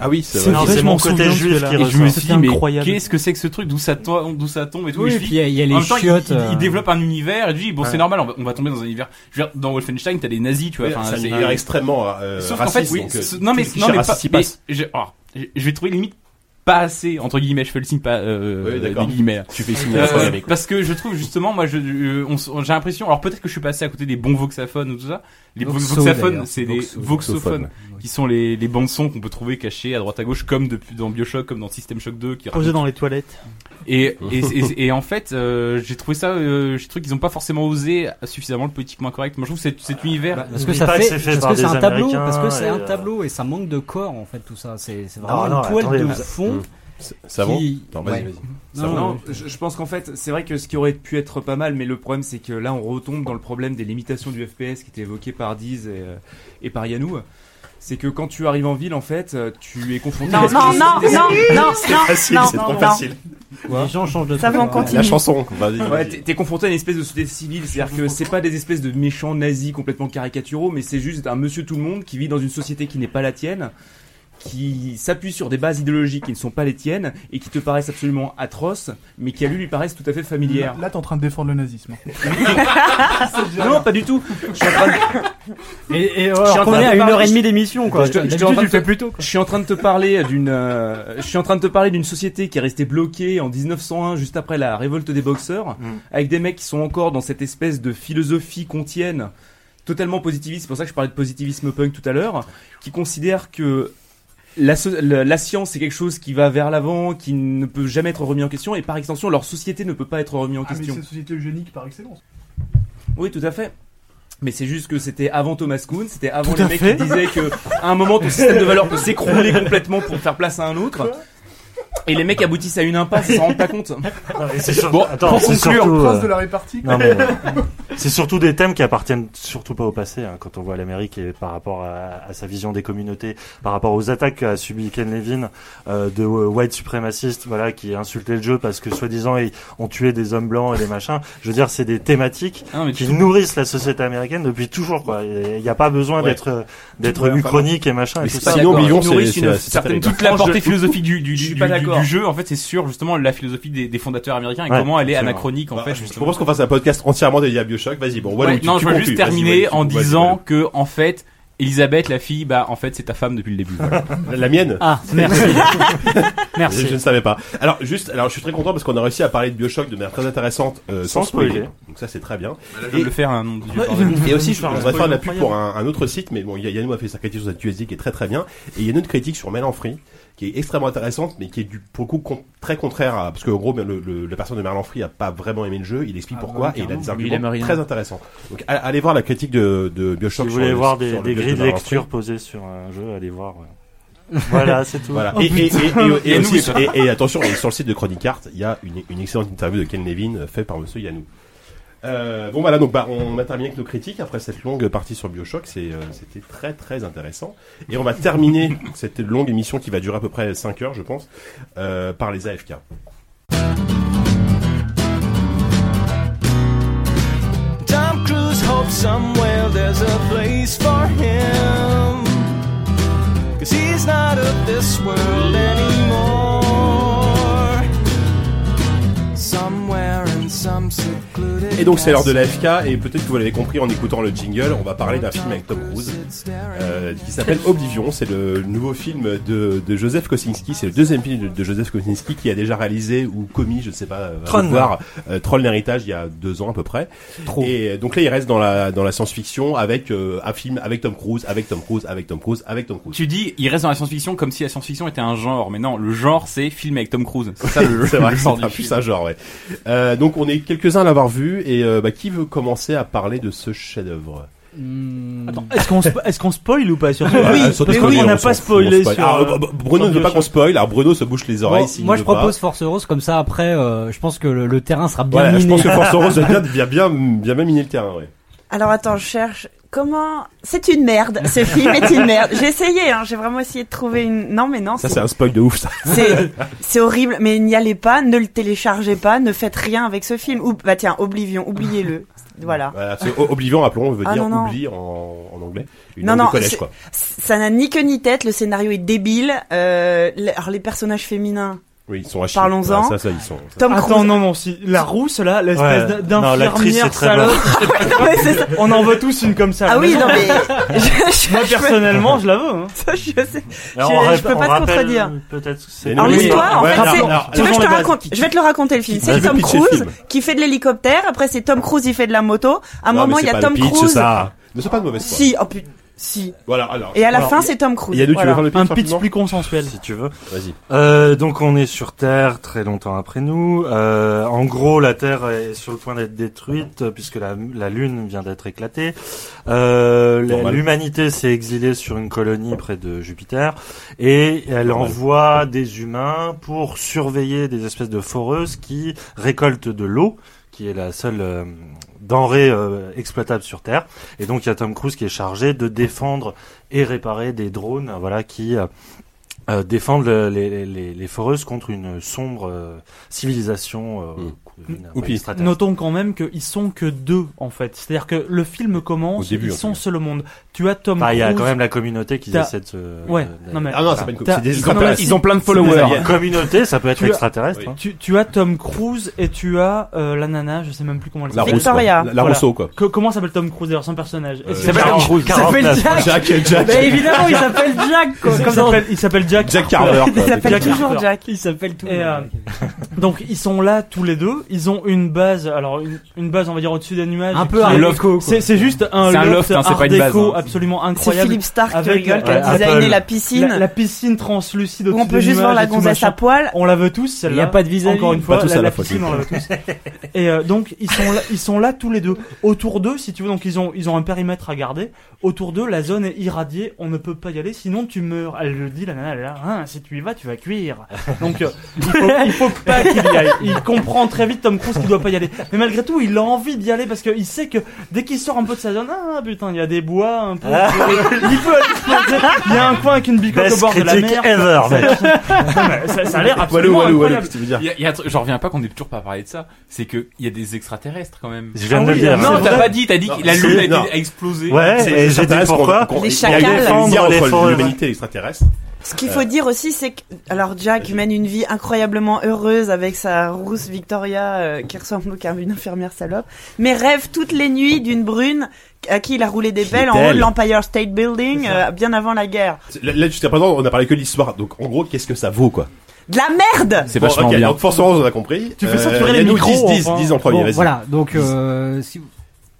[SPEAKER 1] Ah oui,
[SPEAKER 10] c'est
[SPEAKER 8] Non,
[SPEAKER 10] vrai,
[SPEAKER 8] c'est
[SPEAKER 10] je
[SPEAKER 8] mon
[SPEAKER 10] m'en
[SPEAKER 8] côté
[SPEAKER 10] souviens de
[SPEAKER 8] juif
[SPEAKER 10] celui-là.
[SPEAKER 8] qui
[SPEAKER 3] Et je me
[SPEAKER 8] ressort.
[SPEAKER 3] suis dit
[SPEAKER 10] C'était
[SPEAKER 3] mais
[SPEAKER 10] incroyable.
[SPEAKER 3] qu'est-ce que c'est que ce truc D'où ça, to- d'où ça tombe et tout. Et
[SPEAKER 7] Oui,
[SPEAKER 3] je
[SPEAKER 7] et
[SPEAKER 3] dis,
[SPEAKER 7] puis il y a- il y a
[SPEAKER 3] en
[SPEAKER 7] les
[SPEAKER 3] même temps, il-
[SPEAKER 7] chiottes.
[SPEAKER 3] il, il
[SPEAKER 7] euh,
[SPEAKER 3] développe un univers et je dis bon
[SPEAKER 8] Ouais.
[SPEAKER 3] c'est normal, on va, on va tomber dans un univers. Je veux dire, dans Wolfenstein, t'as des nazis, tu vois.
[SPEAKER 1] Ouais,
[SPEAKER 3] enfin,
[SPEAKER 1] c'est un
[SPEAKER 3] c'est-
[SPEAKER 1] univers extrêmement euh,
[SPEAKER 3] Sauf qu'en fait,
[SPEAKER 1] raciste.
[SPEAKER 3] oui,
[SPEAKER 1] donc, euh,
[SPEAKER 3] ce- non mais
[SPEAKER 1] tous les
[SPEAKER 3] non
[SPEAKER 1] clichés
[SPEAKER 3] mais, pas,
[SPEAKER 1] racistes y
[SPEAKER 3] mais
[SPEAKER 1] passent.
[SPEAKER 3] je, alors, je- je vais trouver limite pas assez entre guillemets, je fais le signe pas
[SPEAKER 1] Oui,
[SPEAKER 3] euh,
[SPEAKER 1] d'accord.
[SPEAKER 3] des guillemets. là.
[SPEAKER 1] Tu fais signe à
[SPEAKER 3] Euh,
[SPEAKER 1] la fois, les mecs.
[SPEAKER 3] parce que je trouve justement, moi, je, je- on s- on- j'ai l'impression. Alors peut-être que je suis passé à côté des bons voxaphones ou tout ça. Les vo-
[SPEAKER 7] Voxo,
[SPEAKER 3] voxaphones,
[SPEAKER 7] d'ailleurs.
[SPEAKER 3] c'est des
[SPEAKER 7] Voxo.
[SPEAKER 3] voxophones qui sont les, les bandes sons qu'on peut trouver cachées à droite à gauche, comme depuis dans Bioshock, comme dans System Shock 2, qui
[SPEAKER 2] Posé dans les toilettes.
[SPEAKER 3] et, et, et, et en fait, euh, j'ai trouvé ça, euh, j'ai trouvé qu'ils ont pas forcément osé suffisamment le politiquement correct. Moi, je trouve que cet- cet univers,
[SPEAKER 7] Bah, Parce que
[SPEAKER 8] N'oublie
[SPEAKER 7] ça
[SPEAKER 8] pas que
[SPEAKER 7] fait,
[SPEAKER 8] c'est fait
[SPEAKER 7] parce
[SPEAKER 8] par
[SPEAKER 7] que c'est
[SPEAKER 8] des
[SPEAKER 7] un tableau,
[SPEAKER 8] Américains
[SPEAKER 7] parce que c'est
[SPEAKER 8] et,
[SPEAKER 7] un
[SPEAKER 8] euh,
[SPEAKER 7] tableau et ça manque de corps en fait tout ça. C'est c'est
[SPEAKER 8] Non,
[SPEAKER 7] vraiment
[SPEAKER 8] non,
[SPEAKER 7] une toile
[SPEAKER 8] attendez, hum.
[SPEAKER 7] de
[SPEAKER 8] vous-
[SPEAKER 7] fond.
[SPEAKER 1] Ah, hmm. Ça- Ça va
[SPEAKER 7] qui-
[SPEAKER 1] Non, vas-y,
[SPEAKER 7] Ouais.
[SPEAKER 1] vas-y.
[SPEAKER 7] Non,
[SPEAKER 1] Ça va,
[SPEAKER 7] non,
[SPEAKER 1] ouais.
[SPEAKER 5] Non, je, je pense qu'en fait, c'est vrai que ce qui aurait pu être pas mal, mais le problème c'est que là on retombe dans le problème des limitations du FPS qui était évoqué par Diz et, euh, et par Yanou. c'est que quand tu arrives en ville, en fait, euh, tu es confronté
[SPEAKER 6] Non,
[SPEAKER 5] à
[SPEAKER 6] non, non, non, non,
[SPEAKER 1] C'est
[SPEAKER 6] non,
[SPEAKER 1] facile,
[SPEAKER 6] non,
[SPEAKER 1] c'est trop
[SPEAKER 6] non.
[SPEAKER 1] facile.
[SPEAKER 7] Les gens changent de
[SPEAKER 6] Ça va, on
[SPEAKER 7] truc.
[SPEAKER 6] continue.
[SPEAKER 1] La chanson, vas-y.
[SPEAKER 5] Ouais, t'es t'es confronté à une espèce de société civile, c'est-à-dire que c'est pas des espèces de méchants nazis complètement caricaturaux, mais c'est juste un monsieur tout le monde qui vit dans une société qui n'est pas la tienne, qui s'appuie sur des bases idéologiques qui ne sont pas les tiennes et qui te paraissent absolument atroces, mais qui à lui lui paraissent tout à fait familières.
[SPEAKER 4] Là, t'es en train de défendre le nazisme.
[SPEAKER 5] Non, pas du tout. Je suis en train de,
[SPEAKER 7] Et, et
[SPEAKER 5] Je suis en
[SPEAKER 7] alors qu'on
[SPEAKER 5] train
[SPEAKER 7] est à
[SPEAKER 5] de
[SPEAKER 7] une heure
[SPEAKER 5] parler-
[SPEAKER 7] et demie d'émission, quoi.
[SPEAKER 5] Je te- je te
[SPEAKER 7] D'habitude,
[SPEAKER 5] rends
[SPEAKER 7] tu le
[SPEAKER 5] pas-
[SPEAKER 7] fais plus tôt, quoi.
[SPEAKER 5] je suis en train de te parler d'une, euh, je suis en train de te parler d'une société qui est restée bloquée en 1901, juste après la révolte des boxeurs,
[SPEAKER 8] Mm.
[SPEAKER 5] avec des mecs qui sont encore dans cette espèce de philosophie contienne totalement positiviste. C'est pour ça que je parlais de positivisme punk tout à l'heure, qui considère que la, so- la- la science c'est quelque chose qui va vers l'avant, qui ne peut jamais être remis en question, et par extension leur société ne peut pas être remis en
[SPEAKER 4] Ah, mais
[SPEAKER 5] question.
[SPEAKER 4] c'est société eugénique par excellence.
[SPEAKER 5] Oui, tout à fait. Mais c'est juste que c'était avant Thomas Kuhn, c'était avant
[SPEAKER 4] Tout
[SPEAKER 5] les
[SPEAKER 4] à
[SPEAKER 5] mecs
[SPEAKER 4] fait.
[SPEAKER 5] qui disaient que à un moment ton système de valeurs peut s'écrouler complètement pour faire place à un autre. Et les mecs aboutissent à une impasse, ils s'en rendent pas compte.
[SPEAKER 8] Non, mais c'est sur-
[SPEAKER 3] Bon,
[SPEAKER 8] attends,
[SPEAKER 3] pour
[SPEAKER 8] c'est
[SPEAKER 3] conclure,
[SPEAKER 8] surtout,
[SPEAKER 4] Prince
[SPEAKER 8] euh,
[SPEAKER 4] de la répartie.
[SPEAKER 8] non, mais, euh, c'est surtout des thèmes qui appartiennent surtout pas au passé. hein, quand on voit l'Amérique et par rapport à, à sa vision des communautés, par rapport aux attaques qu'a subi Ken Levin euh, de euh, white suprémacistes, voilà, qui insultaient le jeu parce que soi-disant ils ont tué des hommes blancs et des machins. Je veux dire, c'est des thématiques
[SPEAKER 3] Ah, mais tu-
[SPEAKER 8] qui nourrissent la société américaine depuis toujours. quoi. Il n'y a pas besoin
[SPEAKER 1] Ouais.
[SPEAKER 8] d'être euh, d'être
[SPEAKER 1] Ouais, enfin,
[SPEAKER 8] uchronique et machin. Et tout ça.
[SPEAKER 1] sinon, Billon, c'est- c'est- c'est- c'est-
[SPEAKER 5] certaine
[SPEAKER 1] c'est-
[SPEAKER 3] toute la
[SPEAKER 5] frange
[SPEAKER 3] portée
[SPEAKER 5] de-
[SPEAKER 3] philosophique du, du,
[SPEAKER 5] Je suis
[SPEAKER 3] du-
[SPEAKER 5] pas
[SPEAKER 3] du-
[SPEAKER 5] d'accord.
[SPEAKER 3] du jeu, en fait, c'est sur justement la philosophie des, des fondateurs américains et
[SPEAKER 8] Ouais,
[SPEAKER 3] comment elle est
[SPEAKER 8] absolument.
[SPEAKER 3] anachronique, en
[SPEAKER 1] Bah,
[SPEAKER 3] fait.
[SPEAKER 1] je
[SPEAKER 3] justement.
[SPEAKER 1] propose qu'on fasse un podcast entièrement dédié à Bioshock. Vas-y, bon, Walou,
[SPEAKER 3] Ouais,
[SPEAKER 1] tu-
[SPEAKER 3] non,
[SPEAKER 1] tu
[SPEAKER 3] je veux
[SPEAKER 1] conclus.
[SPEAKER 3] juste
[SPEAKER 1] Vas-y,
[SPEAKER 3] terminer
[SPEAKER 1] Walou,
[SPEAKER 3] en
[SPEAKER 1] tu- vas-y,
[SPEAKER 3] disant que, en fait, Elisabeth, la fille, bah, en fait, c'est ta femme depuis le début. voilà.
[SPEAKER 1] Walou. La mienne
[SPEAKER 7] Ah, merci.
[SPEAKER 1] Je, je
[SPEAKER 7] merci.
[SPEAKER 1] ne savais pas. Ah. Alors juste, alors je suis très content parce qu'on a réussi à parler de Bioshock de manière très intéressante euh, sans,
[SPEAKER 8] Sans
[SPEAKER 1] spoiler.
[SPEAKER 8] spoiler.
[SPEAKER 1] Donc ça c'est très bien.
[SPEAKER 3] Bah Je vais le faire un nom de Dieu, pardon.
[SPEAKER 1] Et aussi, je
[SPEAKER 8] faire un
[SPEAKER 1] voudrais faire de
[SPEAKER 8] spoiler
[SPEAKER 1] la pub pour un, un autre site, mais bon, Y- Yannou a fait sa critique sur cette USD qui est très très bien. Et il y a une autre critique sur Merlin Free qui est extrêmement intéressante, mais qui est du, pour le coup con- très contraire à parce que en gros, le, le- la personne de Merlin Free a pas vraiment aimé le jeu. Il explique
[SPEAKER 4] Ah,
[SPEAKER 1] pourquoi
[SPEAKER 4] bah,
[SPEAKER 1] et il a
[SPEAKER 4] carrément.
[SPEAKER 1] des
[SPEAKER 3] Lui, il aime
[SPEAKER 1] arguments
[SPEAKER 3] rien.
[SPEAKER 1] très intéressants. Donc a- allez voir la critique de, de Bioshock.
[SPEAKER 8] Si vous
[SPEAKER 1] sur
[SPEAKER 8] voulez
[SPEAKER 1] le-
[SPEAKER 8] voir des,
[SPEAKER 1] sur le
[SPEAKER 8] des
[SPEAKER 1] blog de
[SPEAKER 8] grilles de
[SPEAKER 1] Merlin Free.
[SPEAKER 8] lecture posées sur un jeu, allez voir. ouais. voilà, c'est tout.
[SPEAKER 1] Voilà. Et, et, et, et, et aussi- et- et attention, et sur le site de Chronic Art, il y a une, une excellente interview de Ken Levin euh, faite par Monsieur Yannou. Euh, bon voilà donc bah, on a terminé avec nos critiques après cette longue partie sur Bioshock c'est, euh, c'était très très intéressant et on va terminer cette longue émission qui va durer à peu près 5 heures je pense euh, par les AFK
[SPEAKER 12] Tom Cruise hopes somewhere there's a place for him. Cause he's not of this world anymore. Somewhere in some secluded
[SPEAKER 1] et donc c'est l'heure de l'AFK et peut-être que vous l'avez compris en écoutant le jingle on va parler d'un film avec Tom Cruise euh, qui s'appelle Oblivion. C'est le nouveau film de, de Joseph Kosinski. C'est le deuxième film de, de Joseph Kosinski qui a déjà réalisé ou commis, je ne sais pas, euh, à
[SPEAKER 8] Tron.
[SPEAKER 1] voir, euh, Troll l'héritage il y a deux ans à peu près.
[SPEAKER 7] Trop.
[SPEAKER 1] Et euh, donc là, il reste dans la dans la science-fiction avec euh, un film avec Tom Cruise, avec Tom Cruise, avec Tom Cruise, avec Tom Cruise.
[SPEAKER 3] Tu dis, il reste dans la science-fiction comme si la science-fiction était un genre, mais non, le genre c'est film avec Tom Cruise. C'est ça le,
[SPEAKER 1] c'est vrai,
[SPEAKER 3] le
[SPEAKER 1] c'est
[SPEAKER 3] genre du
[SPEAKER 1] un
[SPEAKER 3] film.
[SPEAKER 1] plus un genre, ouais. Euh, donc on est quelques-uns à l'avoir vu et euh, bah, qui veut commencer à parler de ce chef-d'œuvre
[SPEAKER 2] Attends, est-ce qu'on spo- est-ce qu'on spoil ou pas sur ce film
[SPEAKER 1] Ah,
[SPEAKER 2] Parce
[SPEAKER 1] spoil,
[SPEAKER 2] qu'on n'a
[SPEAKER 1] s'en
[SPEAKER 2] pas
[SPEAKER 1] fout, on
[SPEAKER 2] spoilé
[SPEAKER 1] spoil.
[SPEAKER 2] sur.
[SPEAKER 1] Ah,
[SPEAKER 2] euh,
[SPEAKER 1] bah, Bruno ne veut pas qu'on spoil. Alors Bruno se bouche les oreilles.
[SPEAKER 7] Bon,
[SPEAKER 1] s'il
[SPEAKER 7] moi,
[SPEAKER 1] ne
[SPEAKER 7] je
[SPEAKER 1] veut pas.
[SPEAKER 7] propose Force Rose, comme ça après, euh, je pense que le, le terrain sera bien
[SPEAKER 1] Voilà, je
[SPEAKER 7] miné.
[SPEAKER 1] pense que Force Rose a bien, bien, bien, bien même miné le terrain, ouais.
[SPEAKER 6] Alors attends, je cherche. Comment C'est une merde. Ce film est une merde. J'ai essayé, hein, j'ai vraiment essayé de trouver une. Non, mais non,
[SPEAKER 1] Ça,
[SPEAKER 6] c'est-
[SPEAKER 1] c'est un spoil de ouf, ça.
[SPEAKER 6] c'est c'est horrible. Mais n'y allez pas, ne le téléchargez pas, ne faites rien avec ce film. Ou bah tiens, Oblivion, oubliez-le. Voilà.
[SPEAKER 1] Voilà, parce que O- Oblivion, rappelons, veut
[SPEAKER 6] Ah,
[SPEAKER 1] dire
[SPEAKER 6] non, non.
[SPEAKER 1] oubli en, en anglais. Une
[SPEAKER 6] Non,
[SPEAKER 1] langue de
[SPEAKER 6] non,
[SPEAKER 1] collège,
[SPEAKER 6] c'est-
[SPEAKER 1] quoi.
[SPEAKER 6] Ça n'a ni queue ni tête. Le scénario est débile. Euh, les- alors les personnages féminins.
[SPEAKER 1] Oui, ils sont à chier.
[SPEAKER 6] Parlons-en.
[SPEAKER 1] Ah, ça, ça, ils sont. ça.
[SPEAKER 6] Tom
[SPEAKER 2] Attends,
[SPEAKER 6] Cruise.
[SPEAKER 2] non, non, si. La rousse, là, l'espèce
[SPEAKER 8] Ouais. Non, l'actrice, c'est
[SPEAKER 2] d'infirmière
[SPEAKER 8] très
[SPEAKER 2] salope.
[SPEAKER 6] Non, mais c'est ça.
[SPEAKER 2] On en veut tous une comme ça.
[SPEAKER 6] Ah
[SPEAKER 2] mais
[SPEAKER 6] oui, non
[SPEAKER 2] non.
[SPEAKER 6] mais je, je-
[SPEAKER 2] Moi,
[SPEAKER 6] je-
[SPEAKER 2] personnellement, je la veux. hein.
[SPEAKER 6] je sais.
[SPEAKER 8] Alors,
[SPEAKER 6] Je-
[SPEAKER 8] on
[SPEAKER 6] je
[SPEAKER 8] rap-
[SPEAKER 6] peux pas
[SPEAKER 8] on
[SPEAKER 6] te
[SPEAKER 8] rappelle
[SPEAKER 6] contredire.
[SPEAKER 8] Peut-être que c'est-
[SPEAKER 6] Alors
[SPEAKER 1] Oui, oui.
[SPEAKER 6] l'histoire, en
[SPEAKER 1] Ouais,
[SPEAKER 6] fait,
[SPEAKER 1] alors,
[SPEAKER 6] c'est.
[SPEAKER 1] alors,
[SPEAKER 6] Tu veux que je te
[SPEAKER 1] faisons les
[SPEAKER 6] raconte Je vais te le raconter le film.
[SPEAKER 1] Vas-y,
[SPEAKER 6] C'est Tom
[SPEAKER 1] pitcher le
[SPEAKER 6] Cruise
[SPEAKER 1] film.
[SPEAKER 6] qui fait de l'hélicoptère. Après, c'est Tom Cruise, il fait de la moto. À un
[SPEAKER 1] Non,
[SPEAKER 6] moment,
[SPEAKER 1] mais
[SPEAKER 6] il y
[SPEAKER 1] c'est
[SPEAKER 6] a
[SPEAKER 1] pas
[SPEAKER 6] Tom
[SPEAKER 1] le pitch,
[SPEAKER 6] Cruise.
[SPEAKER 1] ça. Ne sois pas de mauvaise foi.
[SPEAKER 6] Si, oh putain, si.
[SPEAKER 1] Voilà, alors.
[SPEAKER 6] Et à la
[SPEAKER 1] alors,
[SPEAKER 6] fin, c'est Tom Cruise.
[SPEAKER 1] Il y a deux, tu veux
[SPEAKER 6] Voilà.
[SPEAKER 1] faire le pitch
[SPEAKER 2] Un pitch
[SPEAKER 1] rapidement
[SPEAKER 2] plus consensuel.
[SPEAKER 8] Si tu veux.
[SPEAKER 1] Vas-y.
[SPEAKER 8] Euh, donc on est sur Terre très longtemps après nous. Euh, en gros, la Terre est sur le point d'être détruite euh, puisque la, la Lune vient d'être éclatée. Euh, la-
[SPEAKER 1] Normal.
[SPEAKER 8] L'humanité s'est exilée sur une colonie près de Jupiter et elle envoie des humains pour surveiller des espèces de foreuses qui récoltent de l'eau, qui est la seule euh, denrées euh, exploitables sur Terre. Et donc il y a Tom Cruise qui est chargé de défendre et réparer des drones, voilà, qui euh, euh, défendent le- les, les, les foreuses contre une sombre euh, civilisation. Euh, extraterrestre.
[SPEAKER 2] Notons quand même qu'ils sont que deux en fait. C'est-à-dire que le film commence,
[SPEAKER 8] Au début,
[SPEAKER 2] ils
[SPEAKER 8] en
[SPEAKER 2] sont seul au monde. Tu as Tom
[SPEAKER 8] Enfin,
[SPEAKER 2] Cruise.
[SPEAKER 8] il y a quand même la communauté qu'ils
[SPEAKER 2] t'as-
[SPEAKER 8] essaient de se-
[SPEAKER 2] Ouais.
[SPEAKER 8] de-
[SPEAKER 2] Non mais
[SPEAKER 8] Ah non, c'est pas une co-
[SPEAKER 2] t'as-
[SPEAKER 8] c'est des
[SPEAKER 2] non, mais
[SPEAKER 8] extraterrestres.
[SPEAKER 2] ils ont
[SPEAKER 8] C'est des aliens. Communauté, ça peut être
[SPEAKER 2] Tu as-
[SPEAKER 8] extraterrestre, hein.
[SPEAKER 2] Tu, tu as Tom Cruise et tu as euh, la nana, je sais même plus comment elle
[SPEAKER 1] La
[SPEAKER 2] s'appelle.
[SPEAKER 1] rousse, quoi. Victoria. La- la Rousseau, quoi.
[SPEAKER 2] Que- comment s'appelle Tom Cruise d'ailleurs son personnage Est-ce
[SPEAKER 1] Euh,
[SPEAKER 2] que-
[SPEAKER 1] s'appelle Tom Cruise.
[SPEAKER 2] Il s'appelle
[SPEAKER 1] 49.
[SPEAKER 2] Jack.
[SPEAKER 1] Jack, Jack.
[SPEAKER 2] Mais évidemment, il s'appelle Jack. quoi.
[SPEAKER 1] Il
[SPEAKER 2] Comme
[SPEAKER 1] s'appelle-
[SPEAKER 2] s'appelle- il s'appelle Jack.
[SPEAKER 1] Jack Carver, quoi.
[SPEAKER 2] Il s'appelle
[SPEAKER 1] Jack
[SPEAKER 2] toujours
[SPEAKER 1] Carver.
[SPEAKER 2] Jack.
[SPEAKER 7] Il s'appelle tout.
[SPEAKER 2] Et, euh, donc ils sont là tous les deux. Ils ont une base, alors une, une base on va dire au-dessus des nuages.
[SPEAKER 7] Un peu
[SPEAKER 2] qui
[SPEAKER 7] art
[SPEAKER 2] est-
[SPEAKER 7] déco, quoi.
[SPEAKER 2] C'est c'est juste un
[SPEAKER 7] C'est un
[SPEAKER 2] loft,
[SPEAKER 7] loft, hein, c'est
[SPEAKER 2] art
[SPEAKER 7] pas une base,
[SPEAKER 2] déco
[SPEAKER 7] hein.
[SPEAKER 2] absolument
[SPEAKER 7] C'est
[SPEAKER 2] incroyable.
[SPEAKER 6] Philippe Stark, tu
[SPEAKER 2] Avec,
[SPEAKER 6] rigoles, qui
[SPEAKER 2] euh,
[SPEAKER 6] a designé la piscine.
[SPEAKER 2] La, la piscine translucide
[SPEAKER 6] Où on
[SPEAKER 2] au-dessus
[SPEAKER 6] peut
[SPEAKER 2] des
[SPEAKER 6] juste voir
[SPEAKER 2] nuages
[SPEAKER 6] la
[SPEAKER 2] et tout,
[SPEAKER 6] gonzesse
[SPEAKER 2] machin.
[SPEAKER 6] à poil.
[SPEAKER 2] On la veut tous celle-là.
[SPEAKER 6] Il y a pas de vis-à-vis.
[SPEAKER 2] Encore une
[SPEAKER 6] Pas
[SPEAKER 2] fois,
[SPEAKER 6] tous
[SPEAKER 2] la,
[SPEAKER 6] à la
[SPEAKER 2] la
[SPEAKER 6] fois,
[SPEAKER 2] piscine
[SPEAKER 6] Philippe.
[SPEAKER 2] on la veut tous. Et euh, donc ils sont là, ils sont là tous les deux. Autour d'eux, si tu veux, donc ils ont ils ont un périmètre à garder. Autour d'eux, la zone est irradiée. On ne peut pas y aller, sinon tu meurs. Elle le dit, la nana elle est là. Hein, si tu y vas, tu vas cuire. Donc euh, il, faut, il faut pas qu'il y aille. Il comprend très vite Tom Cruise qu'il doit pas y aller. Mais malgré tout, il a envie d'y aller parce qu'il sait que dès qu'il sort un peu de sa zone, ah putain, il y a des bois, un peu. il peut aller se planter. Il y a un coin avec une bicoque au
[SPEAKER 3] Ah. Best
[SPEAKER 2] bord de la
[SPEAKER 3] critique
[SPEAKER 2] mer.
[SPEAKER 3] ever, mec.
[SPEAKER 2] Non, mais ça, ça a l'air absolument
[SPEAKER 3] Walou, walou, walou,
[SPEAKER 2] incroyable.
[SPEAKER 3] qu'est-ce que tu veux dire Il y a- il y a un truc- J'en reviens pas qu'on ait toujours pas parlé de ça. C'est qu'il y a des extraterrestres quand même.
[SPEAKER 8] Je viens
[SPEAKER 2] Ah
[SPEAKER 8] de le dire.
[SPEAKER 3] Non,
[SPEAKER 8] C'est
[SPEAKER 3] t'as
[SPEAKER 8] vrai.
[SPEAKER 3] pas dit. T'as dit que la
[SPEAKER 8] Non,
[SPEAKER 3] lune a,
[SPEAKER 8] c'est-
[SPEAKER 3] été-
[SPEAKER 8] non.
[SPEAKER 3] a explosé.
[SPEAKER 8] Ouais,
[SPEAKER 3] C'est-
[SPEAKER 8] et
[SPEAKER 3] ça
[SPEAKER 8] j'ai dit
[SPEAKER 3] t'intéresse
[SPEAKER 8] pourquoi
[SPEAKER 3] qu'on- qu'on-
[SPEAKER 6] Les
[SPEAKER 3] il y a eu
[SPEAKER 6] chacals.
[SPEAKER 1] Il
[SPEAKER 3] une
[SPEAKER 1] y
[SPEAKER 3] lumière
[SPEAKER 1] a
[SPEAKER 3] entre
[SPEAKER 1] entre
[SPEAKER 3] le-
[SPEAKER 1] l'humanité et l'extraterrestre.
[SPEAKER 6] Ce qu'il
[SPEAKER 1] Euh.
[SPEAKER 6] faut dire aussi, c'est que alors Jack mène une vie incroyablement heureuse avec sa rousse Victoria euh, qui ressemble qu'à une infirmière salope, mais rêve toutes les nuits d'une brune à qui il a roulé des pelles en haut
[SPEAKER 1] est-elle
[SPEAKER 6] de l'Empire State Building euh, bien avant la guerre.
[SPEAKER 1] Là, là, jusqu'à présent, on a parlé que de l'histoire. Donc, en gros, qu'est-ce que ça vaut, quoi
[SPEAKER 6] De la merde
[SPEAKER 1] Bon, ok, Donc, forcément, on a compris.
[SPEAKER 7] Tu fais
[SPEAKER 1] Euh,
[SPEAKER 7] saturer les
[SPEAKER 1] Yannou,
[SPEAKER 7] micros,
[SPEAKER 1] 10, 10,
[SPEAKER 7] enfin.
[SPEAKER 1] 10 en premier,
[SPEAKER 7] Bon,
[SPEAKER 1] vas-y.
[SPEAKER 7] Voilà, donc euh, si vous-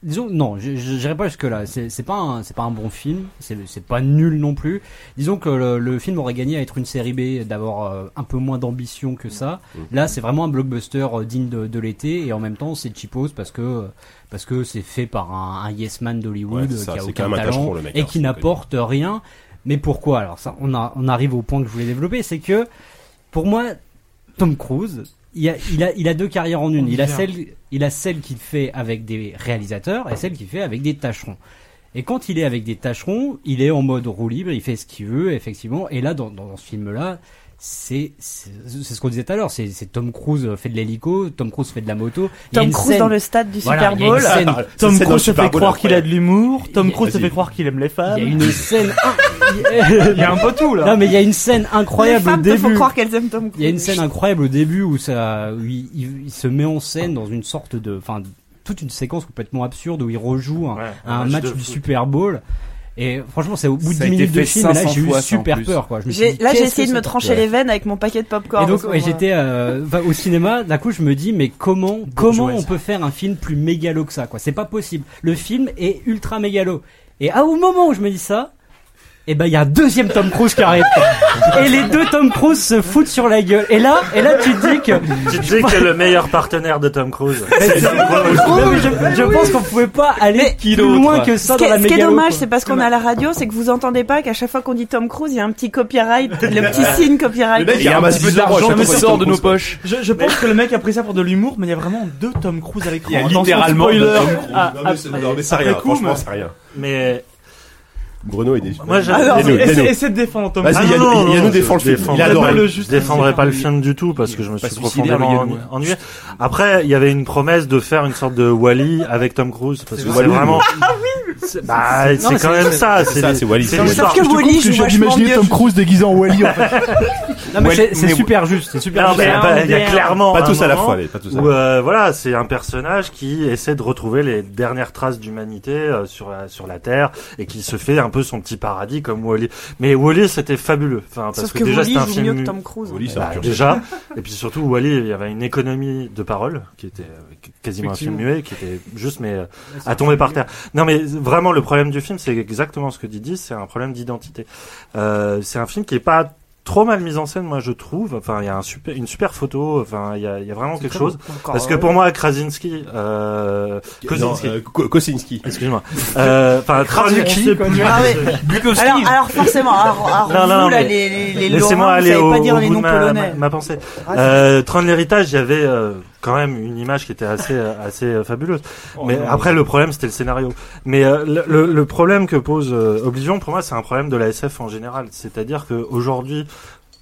[SPEAKER 7] disons non, je- je- j'irai pas jusque là. C'est c'est pas un c'est pas un bon film, c'est c'est pas nul non plus. Disons que le, le film aurait gagné à être une série B, d'avoir euh, un peu moins d'ambition que ça.
[SPEAKER 1] Mm.
[SPEAKER 7] Là, c'est vraiment un blockbuster euh, digne de, de l'été et en même temps, c'est cheapos parce que parce que c'est fait par un, un yes man d'Hollywood euh,
[SPEAKER 1] Ouais, c'est ça,
[SPEAKER 7] qui a
[SPEAKER 1] c'est
[SPEAKER 7] aucun
[SPEAKER 1] quand même un
[SPEAKER 7] talent
[SPEAKER 1] tâcheron, le mec,
[SPEAKER 7] et
[SPEAKER 1] hein,
[SPEAKER 7] qui n'apporte rien. Mais pourquoi Alors ça, on, a- on arrive au point que je voulais développer, c'est que pour moi, Tom Cruise, il a, il a, il a deux carrières en une. Il a
[SPEAKER 10] Bien.
[SPEAKER 7] celle, il a celle qu'il fait avec des réalisateurs et celle qu'il fait avec des tâcherons. Et quand il est avec des tâcherons, il est en mode roue libre, il fait ce qu'il veut, effectivement. Et là, dans, dans, dans ce film-là, c'est c'est c'est ce qu'on disait tout à l'heure. C'est c'est Tom Cruise fait de l'hélico, Tom Cruise fait de la moto. Il y a
[SPEAKER 6] Tom
[SPEAKER 7] une
[SPEAKER 6] Cruise
[SPEAKER 7] scène-
[SPEAKER 6] dans le stade du
[SPEAKER 7] Voilà,
[SPEAKER 6] Super
[SPEAKER 7] il y a Ah, une
[SPEAKER 6] Bowl.
[SPEAKER 7] scène-
[SPEAKER 2] Tom Cruise se fait croire qu'il a de l'humour. Tom
[SPEAKER 7] Il-
[SPEAKER 2] Cruise se
[SPEAKER 7] vas-y.
[SPEAKER 2] fait croire qu'il aime les femmes.
[SPEAKER 7] Il y a une scène.
[SPEAKER 2] Il y a un peu tout là.
[SPEAKER 7] Non, mais il y a une scène incroyable
[SPEAKER 6] Les
[SPEAKER 7] au
[SPEAKER 6] femmes te font
[SPEAKER 7] début.
[SPEAKER 6] croire qu'elles aiment Tom
[SPEAKER 7] Il y a une
[SPEAKER 6] Cruise.
[SPEAKER 7] scène incroyable au début où ça, où il, il- il se met en scène dans une sorte de, enfin, toute une séquence complètement absurde où il rejoue un, un
[SPEAKER 8] un match
[SPEAKER 7] match,
[SPEAKER 8] de
[SPEAKER 7] du
[SPEAKER 8] foot.
[SPEAKER 7] Super Bowl. Et franchement, c'est au bout de
[SPEAKER 3] Ça
[SPEAKER 7] 10
[SPEAKER 3] a été
[SPEAKER 7] minutes de
[SPEAKER 3] fait
[SPEAKER 7] film, et là
[SPEAKER 3] 500
[SPEAKER 7] j'ai eu
[SPEAKER 3] fois, ça, en
[SPEAKER 7] super
[SPEAKER 3] plus.
[SPEAKER 7] peur, quoi. Je me suis
[SPEAKER 6] J'ai-
[SPEAKER 7] dit,
[SPEAKER 6] Là, j'ai
[SPEAKER 7] qu'est-ce
[SPEAKER 6] essayé
[SPEAKER 7] que
[SPEAKER 6] de me
[SPEAKER 7] c'est que
[SPEAKER 6] trancher
[SPEAKER 7] ça
[SPEAKER 6] les veines avec mon paquet de popcorn.
[SPEAKER 7] et
[SPEAKER 6] à
[SPEAKER 7] donc,
[SPEAKER 6] ce
[SPEAKER 7] ouais,
[SPEAKER 6] moment-là.
[SPEAKER 7] j'étais euh, enfin, au cinéma. D'un coup, je me dis, mais comment, comment on peut faire un film plus mégalo que ça, quoi C'est pas possible. Le film est ultra mégalo. Et à au moment où je me dis ça, et ben il y a un deuxième Tom Cruise qui arrive. quoi. et les deux Tom Cruise se foutent sur la gueule. Et là, et là, tu te dis que
[SPEAKER 8] Tu dis que le meilleur partenaire de Tom Cruise.
[SPEAKER 7] c'est Tom Non, mais je, je pense qu'on pouvait pas aller plus loin que ça
[SPEAKER 6] ce qui
[SPEAKER 7] dans
[SPEAKER 6] est,
[SPEAKER 7] la
[SPEAKER 6] ce qui est
[SPEAKER 7] mégalo,
[SPEAKER 6] dommage,
[SPEAKER 7] quoi.
[SPEAKER 6] c'est parce qu'on a la radio, c'est que vous entendez pas qu'à chaque fois qu'on dit Tom Cruise, il y a un petit copyright, le petit signe copyright.
[SPEAKER 1] Le mec, il ramasse 10 euros à chaque fois qu'il
[SPEAKER 5] sort
[SPEAKER 1] tombe
[SPEAKER 5] de nos
[SPEAKER 1] sur-
[SPEAKER 5] poches.
[SPEAKER 2] Je, je pense que le mec a pris ça pour de l'humour, mais il y a vraiment deux Tom Cruise à l'écran.
[SPEAKER 1] Il y a
[SPEAKER 2] Attention,
[SPEAKER 1] littéralement deux
[SPEAKER 2] spoiler.
[SPEAKER 1] Tom Cruise.
[SPEAKER 2] Ah,
[SPEAKER 1] Non, mais c'est-
[SPEAKER 2] après-
[SPEAKER 1] non, mais c'est rien,
[SPEAKER 2] après coup,
[SPEAKER 1] franchement,
[SPEAKER 2] mais-
[SPEAKER 1] c'est rien.
[SPEAKER 8] Mais euh,
[SPEAKER 1] Bruno est déçu.
[SPEAKER 8] Moi, j'ai-
[SPEAKER 2] Alors,
[SPEAKER 1] Yannou,
[SPEAKER 2] essaie-
[SPEAKER 1] Yannou.
[SPEAKER 2] essaie de défendre Tom
[SPEAKER 1] Vas-y,
[SPEAKER 2] Cruise.
[SPEAKER 1] Yannou,
[SPEAKER 8] non, non, non,
[SPEAKER 1] Yannou
[SPEAKER 8] non,
[SPEAKER 1] défend
[SPEAKER 8] je
[SPEAKER 1] le film.
[SPEAKER 8] défends-
[SPEAKER 1] Il adore
[SPEAKER 8] je
[SPEAKER 1] le
[SPEAKER 8] Je défendrai pas le film du tout parce que je me
[SPEAKER 3] pas
[SPEAKER 8] suis
[SPEAKER 3] suicidaire,
[SPEAKER 8] profondément
[SPEAKER 3] le Yannou,
[SPEAKER 8] ennu-
[SPEAKER 3] hein.
[SPEAKER 8] ennuyé. Après, il y avait une promesse de faire une sorte de Wally avec Tom Cruise parce que c'est
[SPEAKER 1] vrai.
[SPEAKER 8] vraiment.
[SPEAKER 6] Ah oui
[SPEAKER 8] C'est- Bah,
[SPEAKER 6] Non, mais
[SPEAKER 8] c'est quand
[SPEAKER 6] c'est-
[SPEAKER 8] même ça.
[SPEAKER 1] c'est ça, c'est Wall-E, c'est
[SPEAKER 8] C'est
[SPEAKER 1] Wall-E.
[SPEAKER 8] l'histoire.
[SPEAKER 6] Sauf que Wally,
[SPEAKER 4] J'ai
[SPEAKER 6] je vois
[SPEAKER 4] imaginé Tom Cruise déguisé en Wally en fait.
[SPEAKER 7] Non, mais c'est-
[SPEAKER 8] Ouais,
[SPEAKER 7] c'est
[SPEAKER 8] mais-
[SPEAKER 7] super juste, c'est super
[SPEAKER 8] Non,
[SPEAKER 7] juste.
[SPEAKER 8] mais, bah, il y a clairement
[SPEAKER 1] Pas
[SPEAKER 8] un
[SPEAKER 1] tous à la
[SPEAKER 8] moment
[SPEAKER 1] fois, allez, pas tous à la
[SPEAKER 8] où, euh, voilà, c'est un personnage qui essaie de retrouver les dernières traces d'humanité euh, sur la, sur la terre et qui se fait un peu son petit paradis comme Wally. Mais Wally, c'était fabuleux. Enfin, parce
[SPEAKER 6] Sauf
[SPEAKER 8] que,
[SPEAKER 6] que
[SPEAKER 8] déjà
[SPEAKER 6] Wally
[SPEAKER 8] c'était un
[SPEAKER 6] joue
[SPEAKER 8] film
[SPEAKER 6] mieux que Tom Cruise. hein.
[SPEAKER 1] Wall-E, ça
[SPEAKER 8] bah,
[SPEAKER 1] va durer.
[SPEAKER 8] déjà, et puis surtout Wally, il y avait une économie de parole qui était euh, qu- quasiment un film
[SPEAKER 10] Effectivement.
[SPEAKER 8] muet, qui était juste mais euh, à tomber par terre. Non mais vraiment le problème du film, c'est exactement ce que Didi, c'est un problème d'identité. Euh, c'est un film qui est pas trop mal mis en scène, moi je trouve. Enfin, il y a un super, une super photo. Enfin, il y a, il y a vraiment quelque chose. Parce que pour moi, Krasinski, euh,
[SPEAKER 1] Non,
[SPEAKER 8] Kosinski,
[SPEAKER 1] euh, Ko- Kosinski.
[SPEAKER 8] excuse-moi, Euh, enfin Krasinski.
[SPEAKER 6] Ah ouais. Alors, alors forcément, alors, alors
[SPEAKER 8] Non, non,
[SPEAKER 6] vous,
[SPEAKER 8] non,
[SPEAKER 6] là,
[SPEAKER 8] mais-
[SPEAKER 6] les, les, les Lorrains,
[SPEAKER 8] Laissez-moi
[SPEAKER 6] vous
[SPEAKER 8] aller
[SPEAKER 6] savez
[SPEAKER 8] au,
[SPEAKER 6] pas
[SPEAKER 8] au
[SPEAKER 6] dire les
[SPEAKER 8] bout de
[SPEAKER 6] noms
[SPEAKER 8] ma,
[SPEAKER 6] polonais.
[SPEAKER 8] ma, ma pensée.
[SPEAKER 6] Ah,
[SPEAKER 8] Euh, Train de l'héritage, il y avait euh, quand même une image qui était assez euh, assez euh, fabuleuse. Mais après le problème c'était le scénario. Mais euh, le, le- le problème que pose euh, Oblivion pour moi c'est un problème de la SF en général, c'est-à-dire que aujourd'hui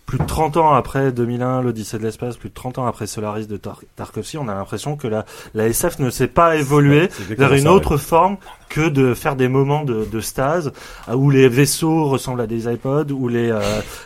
[SPEAKER 8] plus de 30 ans après 2001, l'Odyssée de l'espace, plus de 30 ans après Solaris de Tar- Tarkovsky, on a l'impression que la, la SF ne s'est pas évoluée
[SPEAKER 1] c'est exactement
[SPEAKER 8] vers une
[SPEAKER 1] ça,
[SPEAKER 8] autre
[SPEAKER 1] ouais.
[SPEAKER 8] forme que de faire des moments de, de stase euh, où les vaisseaux ressemblent à des iPods, où les euh,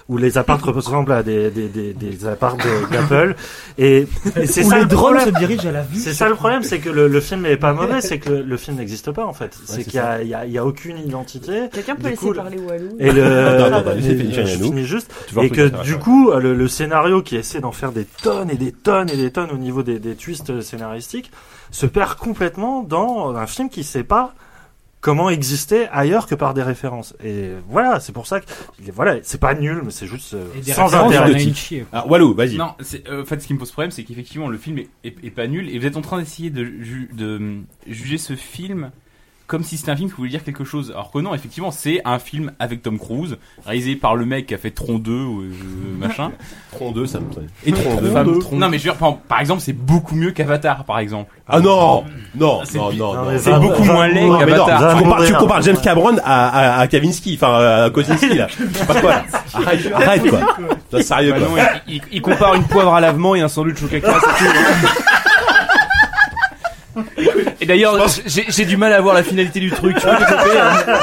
[SPEAKER 8] où les apparts ressemblent à des des des, des apparts de- d'Apple et, et c'est
[SPEAKER 7] Où
[SPEAKER 8] ça
[SPEAKER 7] les
[SPEAKER 8] le
[SPEAKER 7] drones
[SPEAKER 8] problème.
[SPEAKER 7] se dirigent à la vue.
[SPEAKER 8] C'est ça le problème, c'est que le, le film n'est pas mauvais, c'est que le, le film n'existe pas en fait. c'est
[SPEAKER 7] c'est
[SPEAKER 8] qu'il y a, il y a il y a aucune identité.
[SPEAKER 6] Quelqu'un peut
[SPEAKER 8] Du
[SPEAKER 6] laisser
[SPEAKER 8] coup,
[SPEAKER 6] parler Walou
[SPEAKER 8] et le
[SPEAKER 1] Attends, attends, attends, laissez
[SPEAKER 8] et-
[SPEAKER 1] Felicia
[SPEAKER 8] je
[SPEAKER 1] Yannou.
[SPEAKER 8] finis juste
[SPEAKER 1] Tu vois un
[SPEAKER 8] et
[SPEAKER 1] truc
[SPEAKER 8] que
[SPEAKER 1] intéressant.
[SPEAKER 8] du coup le, le scénario qui essaie d'en faire des tonnes et des tonnes et des tonnes au niveau des, des twists scénaristiques se perd complètement dans un film qui sait pas comment exister ailleurs que par des références et voilà c'est pour ça que voilà c'est pas nul mais c'est juste euh,
[SPEAKER 7] Et des
[SPEAKER 8] sans
[SPEAKER 7] références,
[SPEAKER 8] intérêt
[SPEAKER 7] on a une chier.
[SPEAKER 1] Ah, Walou, vas-y.
[SPEAKER 3] Non, c'est, euh, en fait, ce qui me pose problème, c'est qu'effectivement, le film est, est- est pas nul, et vous êtes en train d'essayer de, ju- de hum, juger ce film comme si c'était un film qui voulait dire quelque chose. Alors que non, effectivement, c'est un film avec Tom Cruise, réalisé par le mec qui a fait Tron 2 ou euh, machin.
[SPEAKER 1] Tron 2, ça me plaît.
[SPEAKER 3] Et Tron
[SPEAKER 1] Tron
[SPEAKER 3] 2.
[SPEAKER 1] 2.
[SPEAKER 3] Non, mais je veux dire, par, par exemple, c'est beaucoup mieux qu'Avatar, par exemple.
[SPEAKER 1] Ah non Non,
[SPEAKER 3] C'est
[SPEAKER 1] non,
[SPEAKER 3] bi-
[SPEAKER 1] non,
[SPEAKER 8] Non,
[SPEAKER 1] non. Ah,
[SPEAKER 8] mais
[SPEAKER 3] C'est
[SPEAKER 8] va-
[SPEAKER 3] beaucoup
[SPEAKER 8] va-
[SPEAKER 3] moins laid
[SPEAKER 1] Mais non,
[SPEAKER 8] Non,
[SPEAKER 3] qu'Avatar.
[SPEAKER 8] Avatar.
[SPEAKER 1] tu compares, tu
[SPEAKER 8] Avatar.
[SPEAKER 1] compares James Cameron à, à, à Kavinsky, enfin à Kosinski là. Je sais pas quoi. Arrête, arrête quoi. Non, sérieux
[SPEAKER 5] Bah
[SPEAKER 1] quoi.
[SPEAKER 5] non, il, il- il compare une poivre à lavement et un sandwich au caca, c'est tout. hein.
[SPEAKER 3] Et d'ailleurs,
[SPEAKER 5] J'ai j'ai du mal à voir la finalité du truc. tu vois.
[SPEAKER 1] hein.
[SPEAKER 8] hein.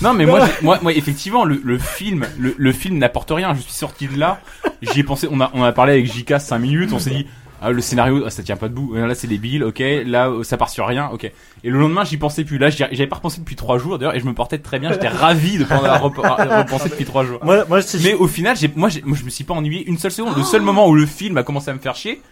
[SPEAKER 3] Non mais moi, j'ai- moi, moi effectivement le, le film le, le film n'apporte rien. Je suis sorti de là, j'y ai pensé. On a on a parlé avec JK 5 minutes. On s'est dit ah, le scénario ah, ça tient pas debout. Là c'est débile. Ok. Là euh, ça part sur rien. Ok. Et le lendemain j'y pensais plus. Là j'y- j'avais pas repensé depuis trois jours d'ailleurs et je me portais très bien. J'étais ravi de prendre à rep- à repenser depuis trois jours.
[SPEAKER 8] moi moi si je-
[SPEAKER 3] Mais au final j'ai moi, j'ai- moi je me suis pas ennuyé une seule seconde. Le seul moment où le film a commencé à me faire chier.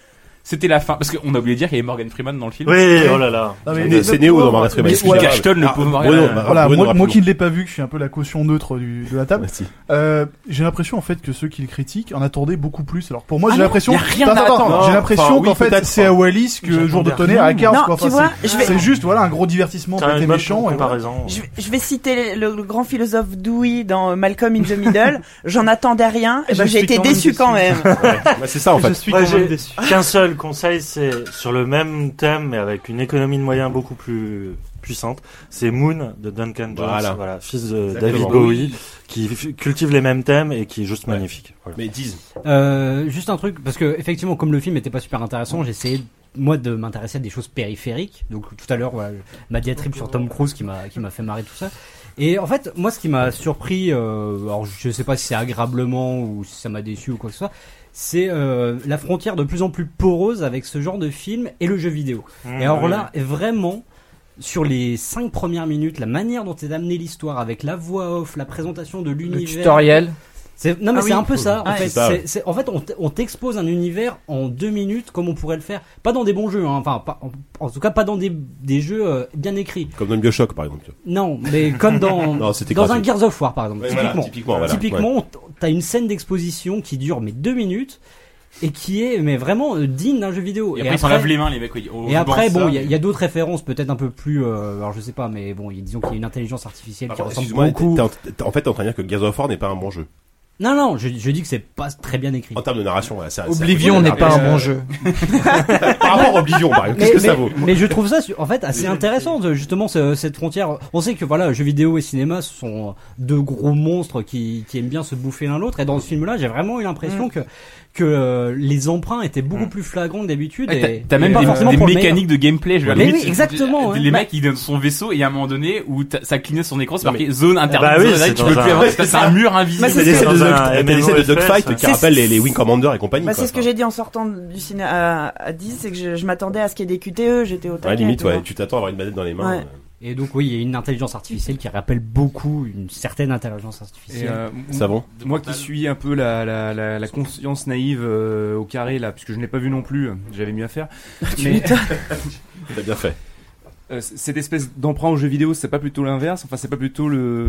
[SPEAKER 3] C'était la fin, parce qu'on a oublié de dire qu'il y avait Morgan Freeman dans le film.
[SPEAKER 8] oui oh là là
[SPEAKER 1] C'est- C'est Néo dans Marvel
[SPEAKER 3] Mais
[SPEAKER 1] Freeman.
[SPEAKER 3] qui cachetonne le pauvre Morgan.
[SPEAKER 1] Bruno, bah,
[SPEAKER 4] Voilà,
[SPEAKER 1] Bruno,
[SPEAKER 4] moi, moi
[SPEAKER 1] rappelons.
[SPEAKER 4] qui ne l'ai pas vu, que je suis un peu la caution neutre du- de la table,
[SPEAKER 1] Merci.
[SPEAKER 4] euh, j'ai l'impression en fait que ceux qui le critiquent en attendaient beaucoup plus. Alors pour moi,
[SPEAKER 6] Ah
[SPEAKER 4] j'ai
[SPEAKER 6] non,
[SPEAKER 4] l'impression,
[SPEAKER 6] y a rien
[SPEAKER 4] Attends,
[SPEAKER 6] à
[SPEAKER 4] attends,
[SPEAKER 6] attendre.
[SPEAKER 4] j'ai
[SPEAKER 1] Enfin,
[SPEAKER 4] l'impression
[SPEAKER 1] oui,
[SPEAKER 4] qu'en fait
[SPEAKER 1] peut-être,
[SPEAKER 4] c'est à Wallis que
[SPEAKER 10] J'attendais
[SPEAKER 4] Jour de
[SPEAKER 10] rien.
[SPEAKER 4] tonnerre à Cars.
[SPEAKER 6] Non,
[SPEAKER 4] quoi.
[SPEAKER 6] tu
[SPEAKER 4] Enfin,
[SPEAKER 6] vois,
[SPEAKER 4] c'est-
[SPEAKER 6] je vais-
[SPEAKER 4] c'est juste voilà un gros divertissement,
[SPEAKER 8] T'as
[SPEAKER 4] t'es
[SPEAKER 8] une bonne
[SPEAKER 4] méchant. et voilà.
[SPEAKER 8] comparaison
[SPEAKER 6] Je, je vais citer le, le grand philosophe Dewey dans euh, Malcolm in the Middle. J'en attendais rien. Et
[SPEAKER 2] Je
[SPEAKER 6] ben, j'ai
[SPEAKER 2] suis
[SPEAKER 6] été
[SPEAKER 2] quand même
[SPEAKER 6] déçu quand même.
[SPEAKER 2] déçu.
[SPEAKER 1] Bah, c'est ça en
[SPEAKER 2] Je
[SPEAKER 1] fait.
[SPEAKER 2] suis
[SPEAKER 8] Ouais,
[SPEAKER 2] quand même
[SPEAKER 8] j'ai-
[SPEAKER 2] déçu.
[SPEAKER 8] Qu'un seul conseil, c'est sur le même thème, mais avec une économie de moyens beaucoup plus puissante, c'est Moon de Duncan Jones,
[SPEAKER 1] Voilà.
[SPEAKER 8] voilà. fils de
[SPEAKER 1] Exactement.
[SPEAKER 8] David Bowie, qui f- cultive les mêmes thèmes et qui est juste magnifique. Voilà.
[SPEAKER 1] Mais disent.
[SPEAKER 7] Euh, juste un truc, parce que effectivement, comme le film n'était pas super intéressant, j'ai essayé moi de m'intéresser à des choses périphériques. Donc tout à l'heure, voilà, ma diatribe sur Tom Cruise qui m'a qui m'a fait marrer tout ça. Et en fait, moi, ce qui m'a surpris, euh, alors je sais pas si c'est agréablement ou si ça m'a déçu ou quoi que ce soit, c'est euh, la frontière de plus en plus poreuse avec ce genre de film et le jeu vidéo.
[SPEAKER 10] Mmh,
[SPEAKER 7] Et alors là, vraiment, sur les cinq premières minutes, la manière dont est amenée l'histoire, avec la voix off, la présentation de
[SPEAKER 10] Le
[SPEAKER 7] l'univers,
[SPEAKER 10] tutoriel.
[SPEAKER 7] c'est- Non mais
[SPEAKER 6] Ah
[SPEAKER 7] c'est
[SPEAKER 6] oui.
[SPEAKER 7] un peu ça. En
[SPEAKER 6] Ouais.
[SPEAKER 7] fait,
[SPEAKER 1] C'est ça,
[SPEAKER 7] C'est-
[SPEAKER 1] ouais.
[SPEAKER 7] c'est- en fait, on t- on t'expose un univers en deux minutes comme on pourrait le faire, pas dans des bons jeux, hein, enfin, pas- en, en tout cas pas dans des, des jeux euh, bien écrits.
[SPEAKER 1] Comme dans Bioshock par exemple.
[SPEAKER 7] Non, mais comme dans
[SPEAKER 1] Non, c'était
[SPEAKER 7] dans un
[SPEAKER 1] gratuit. Ah,
[SPEAKER 7] Gears of War par exemple.
[SPEAKER 1] Ouais,
[SPEAKER 7] typiquement,
[SPEAKER 1] voilà, typiquement, voilà.
[SPEAKER 7] Typiquement, t- t'as une scène d'exposition qui dure mais deux minutes et qui est mais vraiment euh, digne d'un jeu vidéo.
[SPEAKER 3] Et après, ils s'en
[SPEAKER 7] après-
[SPEAKER 3] lavent les mains, les mecs. oui, au-
[SPEAKER 7] et
[SPEAKER 3] au
[SPEAKER 7] après,
[SPEAKER 3] banc,
[SPEAKER 7] bon,
[SPEAKER 3] ça,
[SPEAKER 7] il y a-
[SPEAKER 3] mais-
[SPEAKER 7] il y a, d'autres références peut-être un peu plus, euh, alors je sais pas, mais bon, disons qu'il y a une intelligence artificielle qui
[SPEAKER 1] Alors,
[SPEAKER 7] ressemble
[SPEAKER 1] Excuse-moi,
[SPEAKER 7] beaucoup.
[SPEAKER 1] t'es- t'es- t'es- en fait, t'es en train de dire que Gears of War n'est pas un bon jeu.
[SPEAKER 7] Non, non, je, je dis que c'est pas très bien écrit.
[SPEAKER 1] En termes de narration, ouais, ça.
[SPEAKER 10] Oblivion n'est pas un bon jeu.
[SPEAKER 1] jeu. Par rapport à Oblivion, par exemple, qu'est-ce que ça vaut
[SPEAKER 7] mais je trouve ça su- en fait assez intéressant de- justement ce- cette frontière. On sait que voilà, jeux vidéo et cinéma ce sont deux gros monstres qui, qui aiment bien se bouffer l'un l'autre. Et dans ce film-là, j'ai vraiment eu
[SPEAKER 1] Mm.
[SPEAKER 7] l'impression que que euh, les emprunts étaient beaucoup plus flagrants que
[SPEAKER 1] Ah,
[SPEAKER 7] d'habitude.
[SPEAKER 3] Ouais,
[SPEAKER 7] et
[SPEAKER 3] t'as- T'as même
[SPEAKER 7] pas
[SPEAKER 3] des,
[SPEAKER 7] forcément
[SPEAKER 3] des
[SPEAKER 7] pour le
[SPEAKER 3] mécaniques de gameplay. Je veux dire,
[SPEAKER 7] Mais
[SPEAKER 3] limite,
[SPEAKER 7] oui,
[SPEAKER 3] c'est-
[SPEAKER 7] exactement,
[SPEAKER 3] Les
[SPEAKER 7] ouais. Bah
[SPEAKER 3] mecs, ils donnent son vaisseau et à un moment donné où t'as- ça cligne sur son écran, c'est marqué zone interdite.
[SPEAKER 8] Bah oui,
[SPEAKER 3] zone interdite,
[SPEAKER 8] c'est
[SPEAKER 3] tu
[SPEAKER 8] dans
[SPEAKER 3] peux
[SPEAKER 8] un-
[SPEAKER 3] plus avancer.
[SPEAKER 8] c'est
[SPEAKER 3] C'est un mur invisible.
[SPEAKER 6] Bah,
[SPEAKER 1] T'as
[SPEAKER 6] c'est
[SPEAKER 1] des
[SPEAKER 6] ce
[SPEAKER 1] scènes
[SPEAKER 6] que-
[SPEAKER 1] de,
[SPEAKER 8] Dans un
[SPEAKER 1] Duck- t'as des scènes de
[SPEAKER 8] MMORPG,
[SPEAKER 1] Dogfight
[SPEAKER 8] ça.
[SPEAKER 1] qui rappellent les, les Wing Commander et compagnie.
[SPEAKER 6] Bah,
[SPEAKER 1] quoi.
[SPEAKER 6] c'est ce que j'ai dit en sortant du ciné à, à 10, c'est que je, je m'attendais à ce qu'il y ait des QTE, j'étais au taquet.
[SPEAKER 1] Ouais, limite,
[SPEAKER 6] tu vois.
[SPEAKER 1] ouais, tu t'attends à avoir une manette dans les mains.
[SPEAKER 6] Ouais.
[SPEAKER 7] Et donc oui, il y a une intelligence artificielle qui rappelle beaucoup une certaine intelligence
[SPEAKER 5] Et,
[SPEAKER 7] artificielle.
[SPEAKER 5] euh,
[SPEAKER 1] euh, Ça bon
[SPEAKER 5] Moi qui suis un peu la, la, la, la conscience naïve euh, au carré là, puisque je ne l'ai pas vu non plus, euh, j'avais mieux à faire. Mais
[SPEAKER 1] T'as bien fait.
[SPEAKER 5] euh, c- cette espèce d'emprunt au jeu vidéo, c'est pas plutôt l'inverse Enfin, c'est pas plutôt le.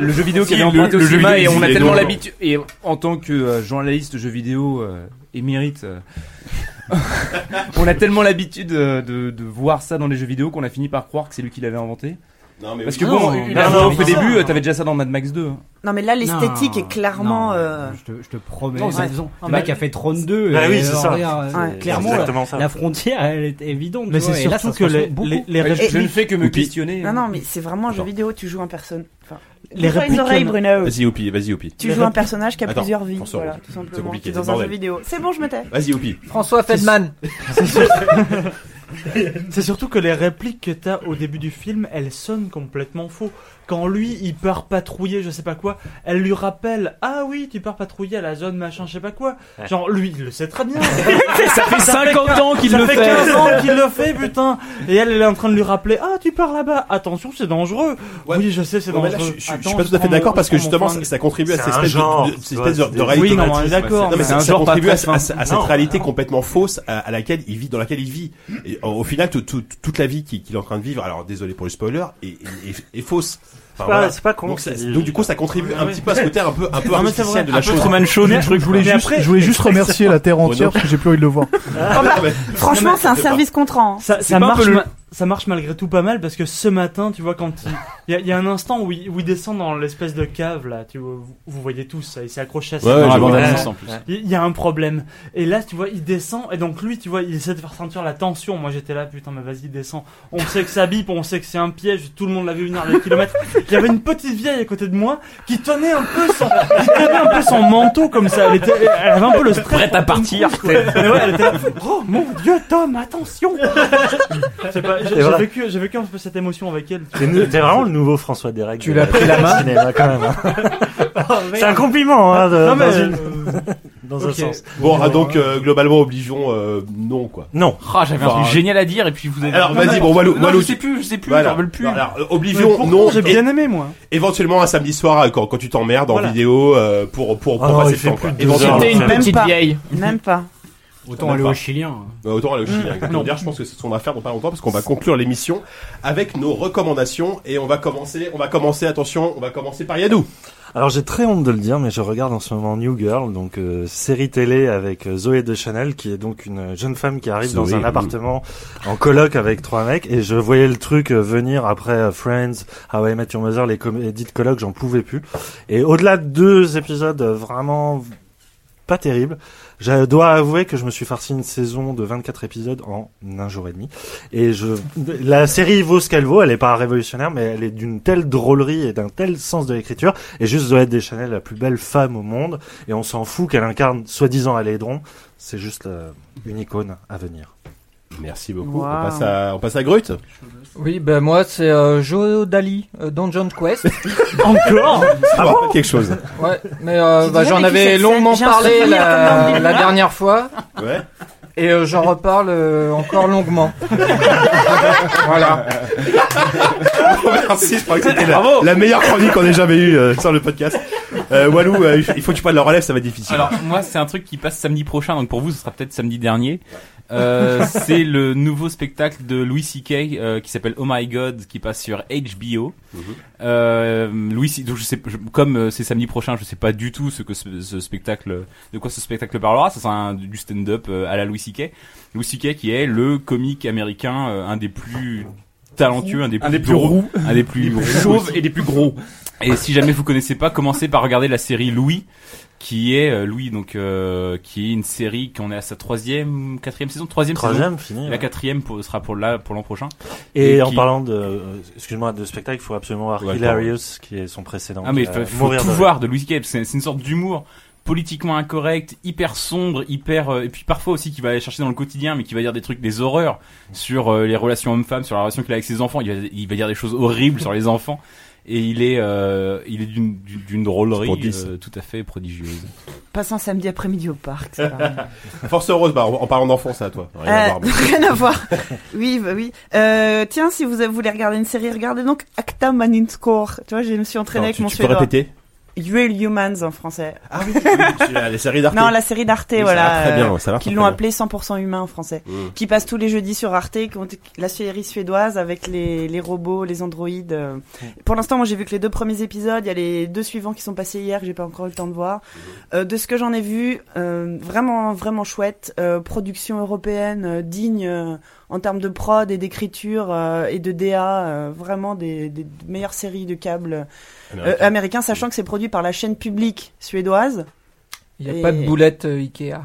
[SPEAKER 5] le jeu vidéo qui
[SPEAKER 3] si,
[SPEAKER 5] avait
[SPEAKER 3] le-
[SPEAKER 5] emprunté au
[SPEAKER 3] le jeu
[SPEAKER 5] cinéma et
[SPEAKER 3] vidéo,
[SPEAKER 5] on a
[SPEAKER 3] il est
[SPEAKER 5] tellement
[SPEAKER 3] dans-
[SPEAKER 5] l'habitude. Et en tant que euh, journaliste jeu vidéo euh, émérite, euh, on a tellement l'habitude euh, de, de voir ça dans les jeux vidéo qu'on a fini par croire que c'est lui qui l'avait inventé.
[SPEAKER 1] Non, mais
[SPEAKER 5] Parce
[SPEAKER 1] oui.
[SPEAKER 5] que
[SPEAKER 1] Non,
[SPEAKER 5] bon,
[SPEAKER 1] non, non,
[SPEAKER 5] la Rogue
[SPEAKER 1] non,
[SPEAKER 5] au
[SPEAKER 1] non,
[SPEAKER 5] début,
[SPEAKER 1] non.
[SPEAKER 5] euh, t'avais déjà ça dans Mad Max 2.
[SPEAKER 6] Non, mais là, l'esthétique
[SPEAKER 7] Non,
[SPEAKER 6] est clairement.
[SPEAKER 7] non,
[SPEAKER 6] euh,
[SPEAKER 7] Je te, je te promets,
[SPEAKER 6] Non,
[SPEAKER 7] ça
[SPEAKER 6] ouais.
[SPEAKER 7] faisons-
[SPEAKER 6] Ah,
[SPEAKER 7] le
[SPEAKER 6] bah,
[SPEAKER 7] mec a fait 32.
[SPEAKER 8] Bah
[SPEAKER 7] et
[SPEAKER 8] oui, c'est
[SPEAKER 7] alors,
[SPEAKER 8] ça.
[SPEAKER 7] regarde,
[SPEAKER 8] Ouais.
[SPEAKER 7] euh, Clairement,
[SPEAKER 8] Exactement
[SPEAKER 7] la,
[SPEAKER 8] ça.
[SPEAKER 7] la frontière, elle est évidente.
[SPEAKER 2] Mais
[SPEAKER 7] tu vois,
[SPEAKER 2] c'est
[SPEAKER 7] et là, ça
[SPEAKER 2] surtout
[SPEAKER 7] se
[SPEAKER 2] que
[SPEAKER 7] ressent
[SPEAKER 2] les-
[SPEAKER 7] beaucoup.
[SPEAKER 2] les- les
[SPEAKER 5] Ouais, je- Je ne fais que me
[SPEAKER 1] Oupi.
[SPEAKER 5] questionner.
[SPEAKER 6] Non,
[SPEAKER 5] hein.
[SPEAKER 6] non, mais c'est vraiment un jeu
[SPEAKER 1] Attends.
[SPEAKER 6] vidéo, tu joues un personnage. Enfin,
[SPEAKER 2] Les
[SPEAKER 6] les les
[SPEAKER 2] répliques,
[SPEAKER 6] oreilles,
[SPEAKER 7] euh,
[SPEAKER 2] il y en a-
[SPEAKER 6] Bruno.
[SPEAKER 1] Vas-y, Oupi, vas-y, Oupi.
[SPEAKER 6] Tu
[SPEAKER 2] Les
[SPEAKER 6] joues un
[SPEAKER 2] répliques-
[SPEAKER 6] personnage qui a
[SPEAKER 1] Attends,
[SPEAKER 6] plusieurs vies.
[SPEAKER 1] François,
[SPEAKER 6] Voilà,
[SPEAKER 1] c'est
[SPEAKER 6] tout simplement.
[SPEAKER 1] compliqué,
[SPEAKER 6] T'es
[SPEAKER 1] c'est
[SPEAKER 6] dans un jeu
[SPEAKER 1] bordel.
[SPEAKER 6] vidéo. C'est bon, je me tais.
[SPEAKER 1] Vas-y, Oupi.
[SPEAKER 13] François Feldman.
[SPEAKER 2] C'est surtout que les répliques que t'as au début du film, elles sonnent complètement faux. Quand lui, il part patrouiller, je sais pas quoi, elle lui rappelle Ah oui, tu pars patrouiller à la zone machin, je sais pas quoi. Genre, lui, il le sait très bien.
[SPEAKER 3] Ça fait 50 ans qu'il
[SPEAKER 2] Ça
[SPEAKER 3] le
[SPEAKER 2] fait
[SPEAKER 3] fait.
[SPEAKER 2] 15 ans qu'il le fait, putain. Et elle, elle est en train de lui rappeler Ah, tu pars là-bas, attention, c'est dangereux.
[SPEAKER 1] Ouais.
[SPEAKER 2] Oui, je sais, c'est
[SPEAKER 1] Non, mais
[SPEAKER 2] dangereux.
[SPEAKER 1] là, je, je- je
[SPEAKER 2] Attends,
[SPEAKER 1] suis pas tout à
[SPEAKER 2] prends
[SPEAKER 1] fait
[SPEAKER 2] mon-
[SPEAKER 1] d'accord parce que
[SPEAKER 2] je prends mon
[SPEAKER 1] justement, ça,
[SPEAKER 2] flingue.
[SPEAKER 1] ça contribue à
[SPEAKER 8] C'est
[SPEAKER 1] cette
[SPEAKER 8] un
[SPEAKER 1] espèce de-
[SPEAKER 8] genre,
[SPEAKER 1] de, cette
[SPEAKER 8] tu vois,
[SPEAKER 1] espèce de,
[SPEAKER 8] c'est
[SPEAKER 1] de
[SPEAKER 8] des-
[SPEAKER 1] réalité.
[SPEAKER 2] Oui, non, on est
[SPEAKER 3] automatisme,
[SPEAKER 2] d'accord.
[SPEAKER 3] ouais,
[SPEAKER 1] Non, mais
[SPEAKER 2] mais
[SPEAKER 3] c'est
[SPEAKER 1] ça,
[SPEAKER 3] un
[SPEAKER 1] ça
[SPEAKER 3] genre
[SPEAKER 1] contribue à,
[SPEAKER 3] pas très
[SPEAKER 1] à-
[SPEAKER 3] fin.
[SPEAKER 1] à cette
[SPEAKER 8] Non.
[SPEAKER 1] réalité complètement fausse à, à laquelle il vit, dans laquelle il vit. Et au, au final, tout- tout- toute la vie qu'il qu'il est en train de vivre, alors désolé pour le spoiler, est, est- est- est fausse. Enfin,
[SPEAKER 8] pas-
[SPEAKER 1] voilà.
[SPEAKER 8] c'est pas con,
[SPEAKER 1] Donc,
[SPEAKER 8] c'est
[SPEAKER 1] ça-
[SPEAKER 8] dit.
[SPEAKER 1] donc, du coup, ça contribue un petit peu à ce côté un peu, un peu
[SPEAKER 2] Non, mais c'est vrai.
[SPEAKER 1] artificiel de la
[SPEAKER 2] Un peu
[SPEAKER 1] chose.
[SPEAKER 3] Truman Show du
[SPEAKER 2] Mais-
[SPEAKER 3] truc.
[SPEAKER 4] Je voulais,
[SPEAKER 2] Mais
[SPEAKER 4] juste,
[SPEAKER 2] après-
[SPEAKER 4] je voulais juste remercier la Terre
[SPEAKER 1] Bruno.
[SPEAKER 4] entière parce que j'ai plus envie de le voir.
[SPEAKER 1] Non, mais-
[SPEAKER 6] Ah, bah, Franchement,
[SPEAKER 2] mais-
[SPEAKER 6] c'est un service contrant. hein.
[SPEAKER 2] ça,
[SPEAKER 3] C'est
[SPEAKER 2] ça
[SPEAKER 3] pas un
[SPEAKER 2] marche
[SPEAKER 3] peu le-
[SPEAKER 2] ma- ça marche malgré tout pas mal parce que ce matin, tu vois, quand il il y, a- il y a un instant où il, où il descend dans l'espèce de cave là, tu vois, vous, vous voyez tous, ça, il s'est accroché à ça.
[SPEAKER 1] Ouais, ouais,
[SPEAKER 3] Dans la
[SPEAKER 1] je vois.
[SPEAKER 3] bande-annonce, en plus.
[SPEAKER 2] Il il y a un problème. Et là, tu vois, il descend. Et donc, lui, tu vois, il essaie de faire sentir la tension. Moi, j'étais là, putain, mais vas-y, descend. On sait que ça bip, on sait que c'est un piège. Tout le monde l'a vu venir des kilomètres. Il y avait une petite vieille à côté de moi qui tenait un peu son, qui tenait un peu son manteau comme ça. Elle, était, elle avait un peu le stress.
[SPEAKER 3] Prête à partir.
[SPEAKER 2] Ouais, ouais, elle était là, Oh mon dieu, Tom, attention! Je sais pas, j'ai- j'ai
[SPEAKER 8] voilà.
[SPEAKER 2] vécu, j'ai vécu un peu cette émotion avec elle.
[SPEAKER 8] T'es nou- t'es vraiment le nouveau François Derek.
[SPEAKER 10] Tu
[SPEAKER 8] de
[SPEAKER 10] l'as pris la main
[SPEAKER 8] cinéma, quand même. hein. C'est un compliment, hein, de-
[SPEAKER 2] Oh, Non, mais,
[SPEAKER 8] dans, une-
[SPEAKER 2] euh,
[SPEAKER 8] dans
[SPEAKER 2] ok.
[SPEAKER 8] un sens.
[SPEAKER 1] Bon, ah, donc, euh, globalement, obligeons, euh, non, quoi.
[SPEAKER 8] Non.
[SPEAKER 3] Ah, j'avais un
[SPEAKER 1] Enfin,
[SPEAKER 3] truc génial à dire et puis vous avez.
[SPEAKER 1] hein. Alors,
[SPEAKER 3] Non,
[SPEAKER 1] vas-y,
[SPEAKER 3] mais-
[SPEAKER 1] bon, Walou,
[SPEAKER 3] Non,
[SPEAKER 1] Walou,
[SPEAKER 3] Je sais
[SPEAKER 1] tu-
[SPEAKER 3] plus, je sais plus,
[SPEAKER 1] Voilà.
[SPEAKER 3] j'en veux plus.
[SPEAKER 1] Alors, euh,
[SPEAKER 2] Mais
[SPEAKER 1] oblivion,
[SPEAKER 2] pourtant,
[SPEAKER 1] non.
[SPEAKER 2] j'ai
[SPEAKER 1] et-
[SPEAKER 2] bien aimé, moi.
[SPEAKER 1] éventuellement un samedi soir euh, quand, quand tu t'emmerdes en
[SPEAKER 2] Voilà.
[SPEAKER 1] vidéo euh, pour pour, pour
[SPEAKER 8] Ah non,
[SPEAKER 1] passer
[SPEAKER 8] il
[SPEAKER 1] le
[SPEAKER 8] fait
[SPEAKER 1] temps
[SPEAKER 8] plus
[SPEAKER 1] quoi.
[SPEAKER 8] de deux heures.
[SPEAKER 1] Éventuellement.
[SPEAKER 3] C'était une
[SPEAKER 6] Même
[SPEAKER 3] petite
[SPEAKER 6] pas.
[SPEAKER 3] vieille.
[SPEAKER 6] Même pas.
[SPEAKER 7] Autant aller
[SPEAKER 1] Même
[SPEAKER 7] au hein.
[SPEAKER 1] pas.
[SPEAKER 7] Chilien.
[SPEAKER 1] Bah, autant aller au
[SPEAKER 8] Mmh.
[SPEAKER 1] Chili. exactement. D'ailleurs, je pense que c'est ce qu'on va faire dans pas longtemps parce qu'on va conclure l'émission avec nos recommandations et on va commencer on va commencer attention, on va commencer par Yadou.
[SPEAKER 8] Alors j'ai très honte de le dire, mais je regarde en ce moment New Girl, donc euh, série télé avec euh, Zoé de Chanel, qui est donc une euh, jeune femme qui arrive dans
[SPEAKER 1] Zoé,
[SPEAKER 8] un
[SPEAKER 1] oui.
[SPEAKER 8] appartement en coloc avec trois mecs, et je voyais le truc euh, venir après euh, Friends, How I Met Your Mother, les comédies de coloc, j'en pouvais plus. Et au-delà de deux épisodes euh, vraiment v- pas terribles, je dois avouer que je me suis farci une saison de 24 épisodes en un jour et demi. Et je, la série vaut ce qu'elle vaut, elle est pas révolutionnaire, mais elle est d'une telle drôlerie et d'un tel sens de l'écriture. Et juste Zoé Deschanel, est la plus belle femme au monde, et on s'en fout qu'elle incarne soi-disant Alédron. C'est juste euh, une icône à venir.
[SPEAKER 1] Merci beaucoup.
[SPEAKER 6] Wow.
[SPEAKER 1] On passe à on passe à Grut.
[SPEAKER 13] Oui, ben moi c'est euh, Joe Dali, euh, Dungeon Quest.
[SPEAKER 2] Encore?
[SPEAKER 1] Ça me
[SPEAKER 7] Ah
[SPEAKER 1] rappelle quelque chose.
[SPEAKER 13] Ouais, mais euh,
[SPEAKER 6] J'ai
[SPEAKER 13] bah,
[SPEAKER 6] déjà
[SPEAKER 13] j'en
[SPEAKER 6] vécu
[SPEAKER 13] avais
[SPEAKER 6] cette
[SPEAKER 13] longuement
[SPEAKER 6] scène. J'ai un
[SPEAKER 13] parlé
[SPEAKER 6] souvenir comme dans
[SPEAKER 13] la,
[SPEAKER 6] le
[SPEAKER 13] la dernière fois
[SPEAKER 1] Ouais.
[SPEAKER 13] et euh, j'en reparle euh, encore longuement. voilà.
[SPEAKER 1] Oh, Merci, je crois que c'était la, la meilleure chronique qu'on ait jamais eue euh, sur le podcast. Euh, Walou, euh, il faut- il faut que tu prennes le relève, ça va être difficile.
[SPEAKER 3] Alors moi c'est un truc qui passe samedi prochain donc pour vous ce sera peut-être samedi dernier. Euh, c'est le nouveau spectacle de Louis C.K. euh, qui s'appelle Oh My God qui passe sur HBO. Euh, Louis, C- donc je sais, je- comme euh, c'est samedi prochain, je sais pas du tout ce que ce, ce spectacle, de quoi ce spectacle parlera. Ça sera un- du stand-up euh, à la Louis C.K. Louis C.K. qui est le comique américain, euh, un des plus talentueux, un des plus, drôles, un des plus, chauves et des plus gros. Et si jamais vous connaissez pas, commencez par regarder la série Louis, qui est euh, Louis donc euh, qui est une série qu'on est à sa troisième, quatrième saison, troisième, saison.
[SPEAKER 8] Troisième, fini.
[SPEAKER 3] La
[SPEAKER 8] ouais.
[SPEAKER 3] quatrième pour- sera pour là pour l'an prochain.
[SPEAKER 8] Et,
[SPEAKER 3] et
[SPEAKER 8] en
[SPEAKER 3] qui-
[SPEAKER 8] parlant de, euh, excuse-moi, de spectacle, il faut absolument voir
[SPEAKER 1] Ouais,
[SPEAKER 8] Hilarious, qui est son précédent.
[SPEAKER 3] Ah mais
[SPEAKER 8] qui
[SPEAKER 3] faut,
[SPEAKER 8] va
[SPEAKER 3] faut
[SPEAKER 8] euh, mourir
[SPEAKER 3] tout
[SPEAKER 8] de rire.
[SPEAKER 3] voir de Louis C.K. C'est c'est une sorte d'humour politiquement incorrect, hyper sombre, hyper euh, et puis parfois aussi qui va aller chercher dans le quotidien, mais qui va dire des trucs, des horreurs sur euh, les relations hommes-femmes, sur la relation qu'il a avec ses enfants. Il va, il va dire des choses horribles sur les enfants. Et il est, euh, il est d'une- d'une d'une
[SPEAKER 1] Pour
[SPEAKER 3] drôlerie
[SPEAKER 1] dix.
[SPEAKER 3] euh, tout à fait prodigieuse.
[SPEAKER 6] Passe un samedi après-midi au parc. ça va.
[SPEAKER 1] Force heureuse, bah, en en parlant d'enfant, ça à toi. Rien à
[SPEAKER 6] Euh,
[SPEAKER 1] voir, mais-
[SPEAKER 6] rien à voir. Oui, bah oui. Euh, tiens, si vous voulez regarder une série, regardez donc Acta Manin Score. Tu vois, je me suis entraînée
[SPEAKER 1] Non,
[SPEAKER 6] avec
[SPEAKER 1] tu,
[SPEAKER 6] mon
[SPEAKER 1] tu peux
[SPEAKER 6] suédois.
[SPEAKER 1] répéter
[SPEAKER 6] Real Humans en français.
[SPEAKER 1] Ah oui, oui, la- la série d'Arte.
[SPEAKER 6] Non, la série d'Arte,
[SPEAKER 1] Oui, ça
[SPEAKER 6] voilà.
[SPEAKER 1] va très bien,
[SPEAKER 6] euh,
[SPEAKER 1] ça va
[SPEAKER 6] Qu'ils
[SPEAKER 1] très
[SPEAKER 6] l'ont
[SPEAKER 1] bien.
[SPEAKER 6] appelé 100% humain en français.
[SPEAKER 1] Mm.
[SPEAKER 6] Qui passe tous les jeudis sur Arte, qui ont- la série suédoise avec les, les robots, les androïdes. euh. Pour l'instant, moi j'ai vu que les deux premiers épisodes, il y a les deux suivants qui sont passés hier, que j'ai pas encore eu le temps de voir. Euh, de ce que j'en ai vu, euh, vraiment, vraiment chouette. Euh, production européenne, euh, digne euh, en termes de prod et d'écriture euh, et de DA. euh, vraiment des, des meilleures séries de câbles euh,
[SPEAKER 13] Américain.
[SPEAKER 6] américains, sachant que c'est produit par la chaîne publique suédoise.
[SPEAKER 13] Il n'y a
[SPEAKER 6] Et-
[SPEAKER 13] pas de boulette euh, Ikea.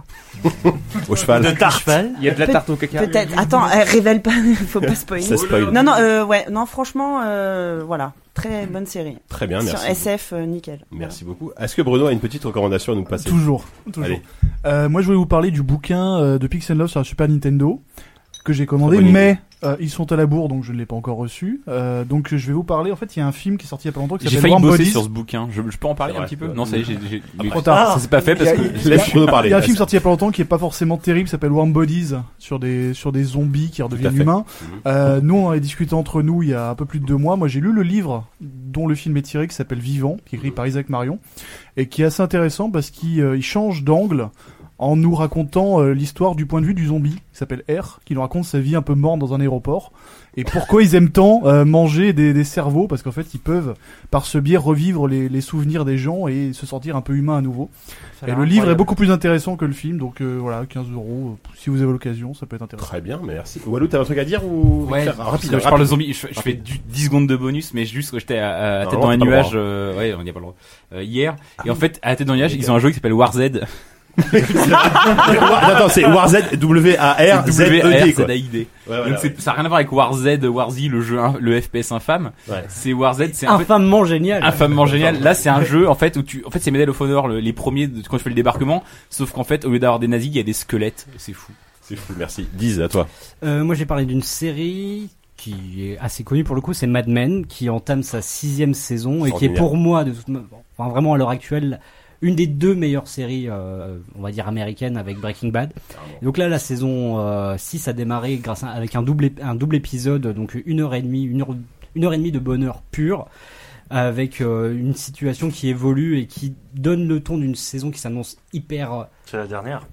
[SPEAKER 1] Au cheval.
[SPEAKER 13] De tarte. Cheval.
[SPEAKER 5] Il y a de la
[SPEAKER 6] Peut-
[SPEAKER 5] tarte au caca.
[SPEAKER 6] Peut-être. Attends, euh, révèle pas, faut pas spoiler.
[SPEAKER 1] Ça spoil.
[SPEAKER 6] Non, non, euh, ouais, non, franchement, euh, voilà, très bonne série.
[SPEAKER 1] Très bien,
[SPEAKER 6] Sur
[SPEAKER 1] merci.
[SPEAKER 6] SF, euh, nickel.
[SPEAKER 1] Merci beaucoup. Est-ce que Bruno a une petite recommandation à nous passer
[SPEAKER 4] Toujours. toujours.
[SPEAKER 1] Allez.
[SPEAKER 4] Euh, moi, je voulais vous parler du bouquin euh, de Pixel Love sur la Super Nintendo que j'ai commandé,
[SPEAKER 1] Très bonne
[SPEAKER 4] mais euh, ils sont à la bourre, donc je ne l'ai pas encore reçu. Euh, donc, je vais vous parler. En fait, il y a un film qui est sorti il y a pas longtemps qui
[SPEAKER 3] J'ai
[SPEAKER 4] s'appelle
[SPEAKER 3] failli
[SPEAKER 4] Warm
[SPEAKER 3] bosser
[SPEAKER 4] Bodies.
[SPEAKER 3] sur ce bouquin. Je, je peux en parler un petit peu Non, ça y est, j'ai- j'ai.
[SPEAKER 4] Ah,
[SPEAKER 3] mais-
[SPEAKER 4] trop tard.
[SPEAKER 3] Ça s'est pas fait parce
[SPEAKER 4] Il y a-
[SPEAKER 3] que.
[SPEAKER 4] il y a- Il y a un film
[SPEAKER 3] Vas-y.
[SPEAKER 4] sorti il y a pas longtemps qui est pas forcément terrible, s'appelle Warm Bodies, sur des, sur des zombies qui redeviennent
[SPEAKER 1] fait.
[SPEAKER 4] humains.
[SPEAKER 1] Mhm.
[SPEAKER 4] Euh, nous, on en a discuté entre nous il y a un peu plus de deux mois. Moi, j'ai lu le livre dont le film est tiré, qui s'appelle Vivant, qui est
[SPEAKER 1] Mhm.
[SPEAKER 4] écrit par Isaac Marion, et qui est assez intéressant parce qu'il euh, il change d'angle en nous racontant euh, l'histoire du point de vue du zombie, qui s'appelle R, qui nous raconte sa vie un peu morte dans un aéroport, et pourquoi ils aiment tant euh, manger des, des cerveaux, parce qu'en fait, ils peuvent, par ce biais, revivre les, les souvenirs des gens et se sentir un peu humain à nouveau.
[SPEAKER 1] Ça a
[SPEAKER 4] Et
[SPEAKER 1] l'air
[SPEAKER 4] le livre est
[SPEAKER 1] incroyable.
[SPEAKER 4] beaucoup plus intéressant que le film, donc euh, voilà, 15 euros, euh, si vous avez l'occasion, ça peut être intéressant.
[SPEAKER 1] Très bien, merci. Walou, t'as un truc à dire ou
[SPEAKER 3] Ouais,
[SPEAKER 1] Rapide,
[SPEAKER 3] parce que
[SPEAKER 1] rapide.
[SPEAKER 3] je parle de zombies, je, je fais du 10 secondes de bonus, mais juste que j'étais à, à
[SPEAKER 1] Non,
[SPEAKER 3] tête
[SPEAKER 1] on
[SPEAKER 3] dans
[SPEAKER 1] n'a
[SPEAKER 3] un
[SPEAKER 1] pas le
[SPEAKER 3] nuage,
[SPEAKER 1] droit. Ah
[SPEAKER 3] euh, ouais, on n'y a pas le droit, euh, hier. et en
[SPEAKER 1] oui.
[SPEAKER 3] fait, à tête dans un nuage, ils ont un jeu qui s'appelle War Z.
[SPEAKER 1] War- Attends, c'est War Z,
[SPEAKER 3] E
[SPEAKER 1] W-A-R-Z-E-D, E quoi.
[SPEAKER 3] D.
[SPEAKER 1] Ouais, voilà,
[SPEAKER 3] Donc c'est- ça n'a rien à voir avec War Z, War Z, le jeu, in- le FPS infâme. C'est War Z, c'est un peu-
[SPEAKER 7] Infamement génial.
[SPEAKER 3] Infamement génial. Là, c'est un jeu en fait où tu, en fait, c'est Medal of Honor, le- les premiers de- quand je fais le débarquement. Sauf qu'en fait, au lieu d'avoir des nazis, il y a des squelettes. C'est fou.
[SPEAKER 1] C'est fou. Merci. Dise à toi.
[SPEAKER 7] Euh, moi, j'ai parlé d'une série qui est assez connue pour le coup, c'est Mad Men, qui entame sa sixième saison et qui est
[SPEAKER 14] Extraordinaire.
[SPEAKER 7] pour moi, de toute ma- enfin, vraiment à l'heure actuelle, une des deux meilleures séries, euh, on va dire américaines, avec Breaking Bad. Et donc là, la saison euh, 6 a démarré grâce à, avec un double, ép- un double épisode, donc une heure et demie, une heure, une heure et demie de bonheur pur avec euh, une situation qui évolue et qui donne le ton d'une saison qui s'annonce
[SPEAKER 3] euh,
[SPEAKER 7] hyper
[SPEAKER 8] C'est la dernière.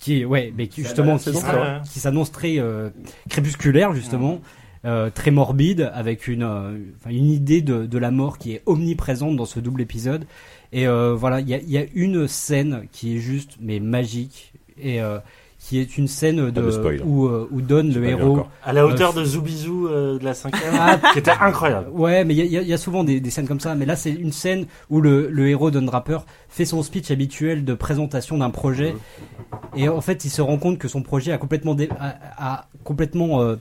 [SPEAKER 7] qui est ouais mais qui
[SPEAKER 8] C'est
[SPEAKER 7] justement
[SPEAKER 8] la
[SPEAKER 7] qui,
[SPEAKER 8] saison,
[SPEAKER 7] s'a-
[SPEAKER 8] ouais.
[SPEAKER 7] qui s'annonce très euh, crépusculaire justement euh, très morbide avec une euh, enfin, une idée de, de la mort qui est omniprésente dans ce double épisode et euh, voilà il y a, il y a une scène qui est juste mais magique et euh, qui est une scène
[SPEAKER 8] Pas
[SPEAKER 7] de,
[SPEAKER 8] de spoil.
[SPEAKER 7] où euh, où Don le
[SPEAKER 8] pas vu
[SPEAKER 7] héros
[SPEAKER 8] encore. À la hauteur
[SPEAKER 7] euh,
[SPEAKER 8] de Zoubizou euh, de la cinquième,
[SPEAKER 7] ah,
[SPEAKER 8] qui était incroyable.
[SPEAKER 7] Ouais, mais il y a- il y, a- il y a souvent des, des scènes comme ça. Mais là, c'est une scène où le, le héros Don Draper fait son speech habituel de présentation d'un projet. Et en fait, il se rend compte que son projet a complètement. dé- a, a complètement euh,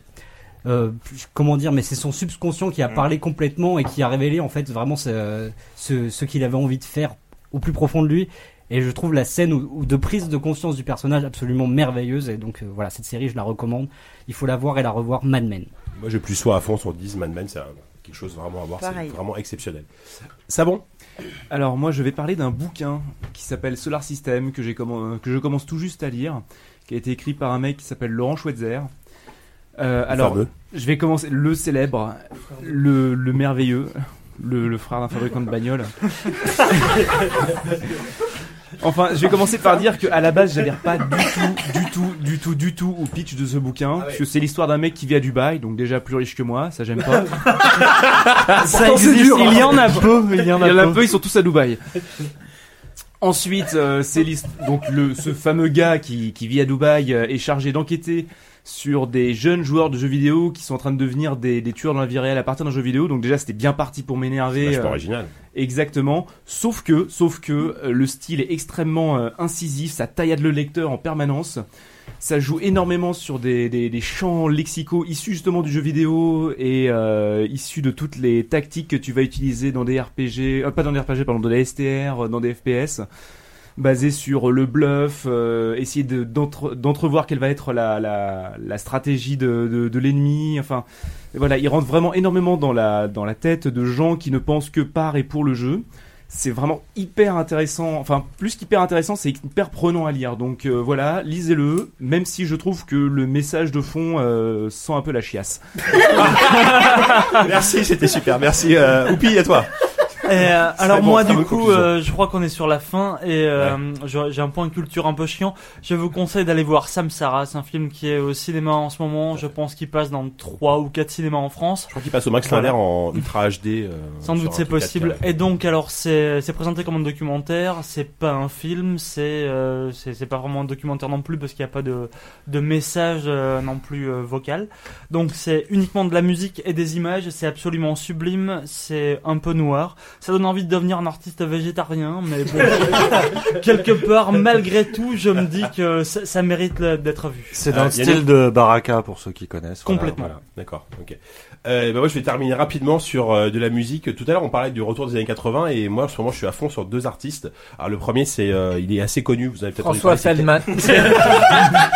[SPEAKER 7] euh, comment dire, mais c'est son subconscient
[SPEAKER 13] Mm.
[SPEAKER 7] qui a parlé complètement et qui a révélé en fait vraiment ce, ce, ce qu'il avait envie de faire au plus profond de lui. Et je trouve la scène où- où de prise de conscience du personnage absolument merveilleuse. Et donc euh, voilà, cette série, je la recommande. Il faut la voir et la revoir, Mad Men.
[SPEAKER 1] Moi, j'ai plus soit à fond sur 10, Mad Men, c'est un- quelque chose vraiment à voir. C'est
[SPEAKER 5] Pareil.
[SPEAKER 1] vraiment exceptionnel. Ça bon
[SPEAKER 5] Alors moi je vais parler d'un bouquin qui s'appelle Solar System que j'ai commen- que je commence tout juste à lire, qui a été écrit par un mec qui s'appelle Laurent Schweitzer. Euh,
[SPEAKER 1] Le
[SPEAKER 5] alors
[SPEAKER 1] fameux.
[SPEAKER 5] je vais commencer le célèbre, le, le merveilleux, le, le frère d'un fabricant de bagnoles. Enfin, je vais commencer par dire qu'à la base, j'adhère pas du tout, du tout, du tout, du tout au pitch de ce bouquin,
[SPEAKER 10] Ah
[SPEAKER 5] parce que c'est l'histoire d'un mec qui vit à Dubaï, donc déjà plus riche que moi, ça j'aime pas.
[SPEAKER 10] Ça existe, il y en a peu, il y en a peu.
[SPEAKER 5] ils sont tous à Dubaï. Ensuite, euh, c'est l'hist- donc le, ce fameux gars qui, qui vit à Dubaï euh, est chargé d'enquêter sur des jeunes joueurs de jeux vidéo qui sont en train de devenir des, des tueurs dans la vie réelle à partir d'un jeu vidéo. Donc déjà, c'était bien parti pour m'énerver. euh,
[SPEAKER 1] C'est vachement original.
[SPEAKER 5] Exactement. Sauf que, sauf que euh, le style est extrêmement euh, incisif, ça taillade le lecteur en permanence. Ça joue énormément sur des, des- des champs lexicaux issus justement du jeu vidéo et euh, issus de toutes les tactiques que tu vas utiliser dans des RPG, euh, pas dans des RPG, pardon, dans des STR, euh, dans des FPS, basés sur le bluff, euh, essayer de- d'entre- d'entrevoir quelle va être la, la- la stratégie de, de- de l'ennemi. Enfin, et voilà, il rentre vraiment énormément dans la, dans la tête de gens qui ne pensent que par et pour le jeu. C'est vraiment hyper intéressant, enfin plus qu'hyper intéressant, c'est hyper prenant à lire. Donc euh, voilà, lisez-le, même si je trouve que le message de fond euh, sent un peu la chiasse.
[SPEAKER 1] Merci, c'était super. Merci. Euh, Oupi, à toi.
[SPEAKER 2] Et, euh,
[SPEAKER 10] C'est
[SPEAKER 2] alors
[SPEAKER 10] bon,
[SPEAKER 2] moi
[SPEAKER 10] ça
[SPEAKER 2] du
[SPEAKER 10] me
[SPEAKER 2] coup,
[SPEAKER 10] coupe, ça.
[SPEAKER 2] euh, je crois qu'on est sur la fin et euh, je- j'ai un point culture un peu chiant. Je vous conseille d'aller voir Samsara, c'est un film qui est au cinéma en ce moment. Je pense qu'il passe dans trois ou quatre cinémas en France. Je
[SPEAKER 1] crois qu'il passe au Max Linder en Ultra HD. euh,
[SPEAKER 2] Sans
[SPEAKER 1] sur
[SPEAKER 2] doute
[SPEAKER 1] un
[SPEAKER 2] c'est
[SPEAKER 1] truc 4K.
[SPEAKER 2] possible. Et donc alors c'est c'est présenté comme un documentaire, c'est pas un film, c'est euh, c'est c'est pas vraiment un documentaire non plus parce qu'il n'y a pas de de message euh, non plus euh, vocal. Donc c'est uniquement de la musique et des images, c'est absolument sublime, c'est un peu noir. Ça donne envie de devenir un artiste végétarien, mais bon, quelque part malgré tout, je me dis que ça, ça mérite euh, d'être vu.
[SPEAKER 8] C'est dans le style de Baraka pour ceux qui connaissent. voilà,
[SPEAKER 1] Complètement.
[SPEAKER 8] voilà.
[SPEAKER 1] D'accord. Ok. Euh, bah moi, je vais terminer rapidement sur euh, de la musique. Tout à l'heure, on parlait du retour des années 80 et moi, en ce moment, je suis à fond sur deux artistes. Alors, le premier, c'est, euh, il est assez connu. Vous avez peut-être entendu
[SPEAKER 13] François
[SPEAKER 1] parler,
[SPEAKER 13] Feldman.
[SPEAKER 1] c'est-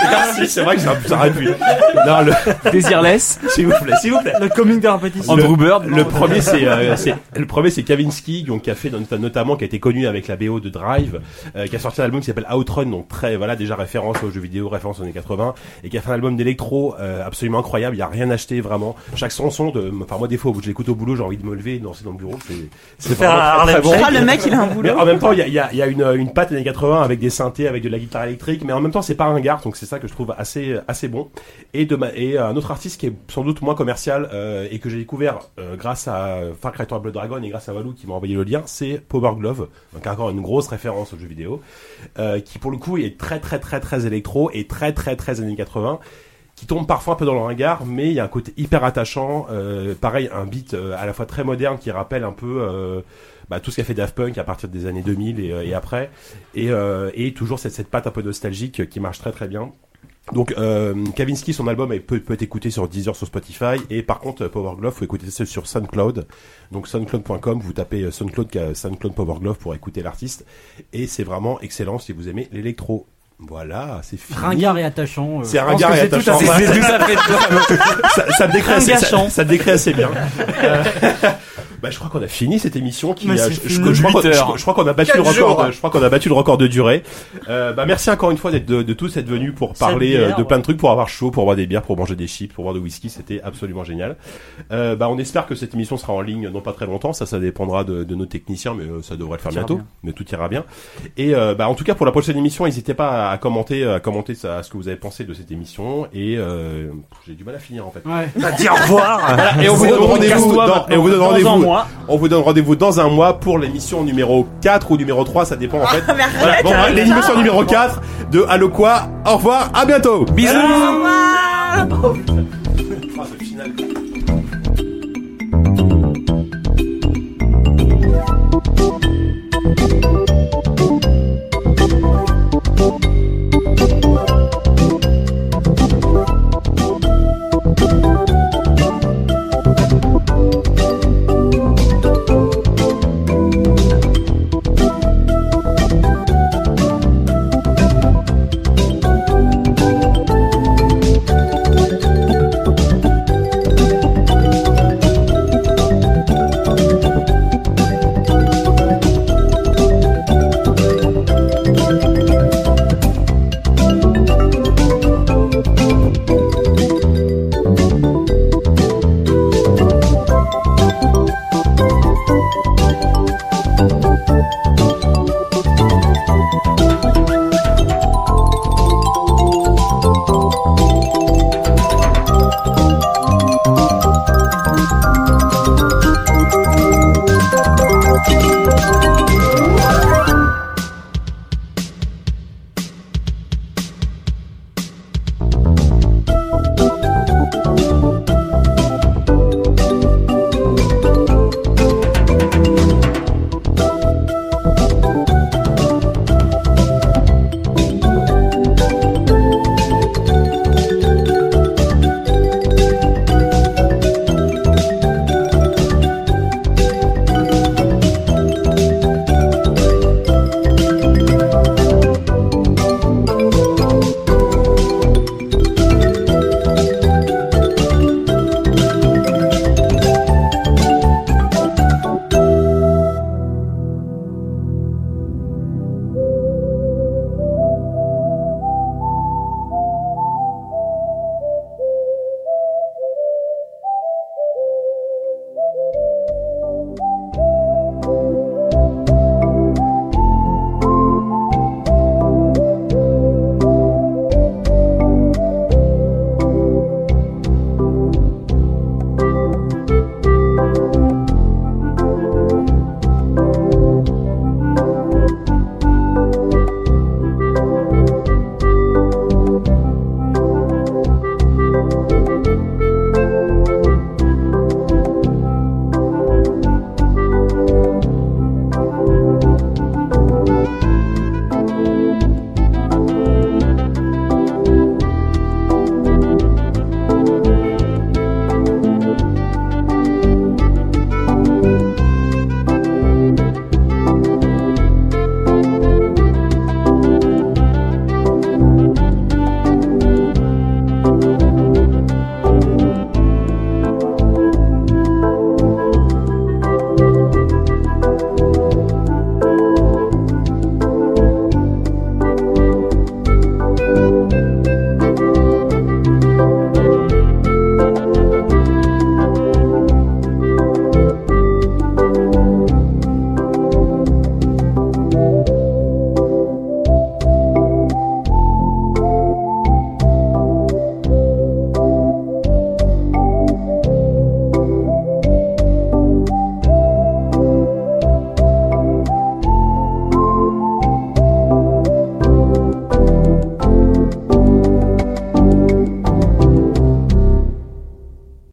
[SPEAKER 1] Merci. C'est vrai que c'est un ça aurait pu. Non, le
[SPEAKER 3] Désirless.
[SPEAKER 1] S'il vous plaît, s'il vous plaît.
[SPEAKER 2] Le coming de répétition.
[SPEAKER 1] Le- Le premier, c'est euh, c'est- le premier, c'est Kavinsky, donc qui a fait not- notamment, qui a été connu avec la BO de Drive, euh, qui a sorti un album qui s'appelle Outrun, donc très voilà déjà référence aux jeux vidéo, référence aux années 80, et qui a fait un album d'électro euh, absolument incroyable. Il y a rien acheté vraiment. Chaque chanson, de, enfin moi des fois, au bout de l'écoute au boulot, j'ai envie de me lever, et de danser dans le bureau. C'est- C'est
[SPEAKER 13] Faire
[SPEAKER 1] vraiment
[SPEAKER 13] un
[SPEAKER 1] très, très
[SPEAKER 13] Harlem
[SPEAKER 1] bon.
[SPEAKER 13] Shake. Ah, le mec, il a un boulot.
[SPEAKER 1] Mais en même temps, il y a, il y a- il y a une, une patte années 80 avec des synthés, avec de la guitare électrique, mais en même temps, c'est pas un gars, donc c'est ça que je trouve assez, assez bon. Et, de ma- et euh, un autre artiste qui est sans doute moins commercial euh, et que j'ai découvert euh, grâce à Far Cry 3 Blood Dragon et grâce à Valou qui m'a envoyé le lien, c'est Power Glove, donc encore une grosse référence aux jeux vidéo, euh, qui pour le coup est très très très très électro et très très très années 80 qui tombe parfois un peu dans le ringard, mais il y a un côté hyper attachant. euh, pareil, un beat euh, à la fois très moderne qui rappelle un peu euh, bah, tout ce qu'a fait Daft Punk à partir des années 2000 et, euh, et après, et, euh, et toujours cette, cette patte un peu nostalgique euh, qui marche très très bien. Donc euh, Kavinsky, son album est- peut, peut être écouté sur Deezer, sur Spotify, et par contre euh, Power Glove, faut écouter ça sur SoundCloud. Donc soundcloud.com, vous tapez euh, SoundCloud, euh, SoundCloud Power Glove pour écouter l'artiste, et c'est vraiment excellent si vous aimez l'électro. Voilà, c'est fini.
[SPEAKER 7] Ringard et attachant, euh,
[SPEAKER 1] c'est
[SPEAKER 7] je pense
[SPEAKER 1] ringard
[SPEAKER 7] que
[SPEAKER 1] et
[SPEAKER 7] c'est tout
[SPEAKER 1] attachant.
[SPEAKER 7] à fait-
[SPEAKER 1] Voilà.
[SPEAKER 7] c'est tout à fait toi.
[SPEAKER 1] ça, ça me décrit assez,
[SPEAKER 7] Ringachant.
[SPEAKER 1] ça, ça me décrit assez bien. Euh, bah, je crois qu'on a fini cette émission qui
[SPEAKER 3] Mais
[SPEAKER 1] a,
[SPEAKER 3] c'est
[SPEAKER 1] je, je-
[SPEAKER 3] fini.
[SPEAKER 1] je crois qu'on-
[SPEAKER 3] Huit heures.
[SPEAKER 1] je- je crois qu'on a battu
[SPEAKER 3] Quatre
[SPEAKER 1] le record
[SPEAKER 3] jours.
[SPEAKER 1] de, je crois qu'on a battu le record de durée. Euh, bah, merci encore une fois d'être de, de tous être venus pour parler euh,
[SPEAKER 3] bière,
[SPEAKER 1] de
[SPEAKER 3] ouais.
[SPEAKER 1] plein de trucs, pour avoir chaud, pour boire des bières, pour manger des chips, pour boire du whisky, c'était absolument génial. Euh, bah, on espère que cette émission sera en ligne non pas très longtemps, ça ça dépendra de, de nos techniciens mais euh, ça devrait le faire
[SPEAKER 3] Tout ira
[SPEAKER 1] bientôt
[SPEAKER 3] bien.
[SPEAKER 1] mais tout ira bien. Et euh, bah, en tout cas pour la prochaine émission, n'hésitez pas à commenter, à commenter ça, ce que vous avez pensé de cette émission. Et euh, j'ai du mal à finir en fait.
[SPEAKER 3] Ouais.
[SPEAKER 1] On
[SPEAKER 3] Bah, dis au revoir.
[SPEAKER 1] et on vous donne
[SPEAKER 3] Donc,
[SPEAKER 1] rendez-vous
[SPEAKER 3] casse-toi
[SPEAKER 1] dans,
[SPEAKER 3] maintenant.
[SPEAKER 1] et on vous donne
[SPEAKER 3] Dans un
[SPEAKER 1] rendez-vous-
[SPEAKER 3] mois.
[SPEAKER 1] On vous donne rendez-vous dans un mois pour l'émission numéro 4 ou numéro 3, ça dépend en fait.
[SPEAKER 3] Ah, mais arrête, hein,
[SPEAKER 1] Voilà, bon, hein,
[SPEAKER 3] arrête.
[SPEAKER 1] l'émission numéro 4 de Allo quoi. Au revoir, à bientôt.
[SPEAKER 9] Ah,
[SPEAKER 1] Bisous.
[SPEAKER 7] Ah,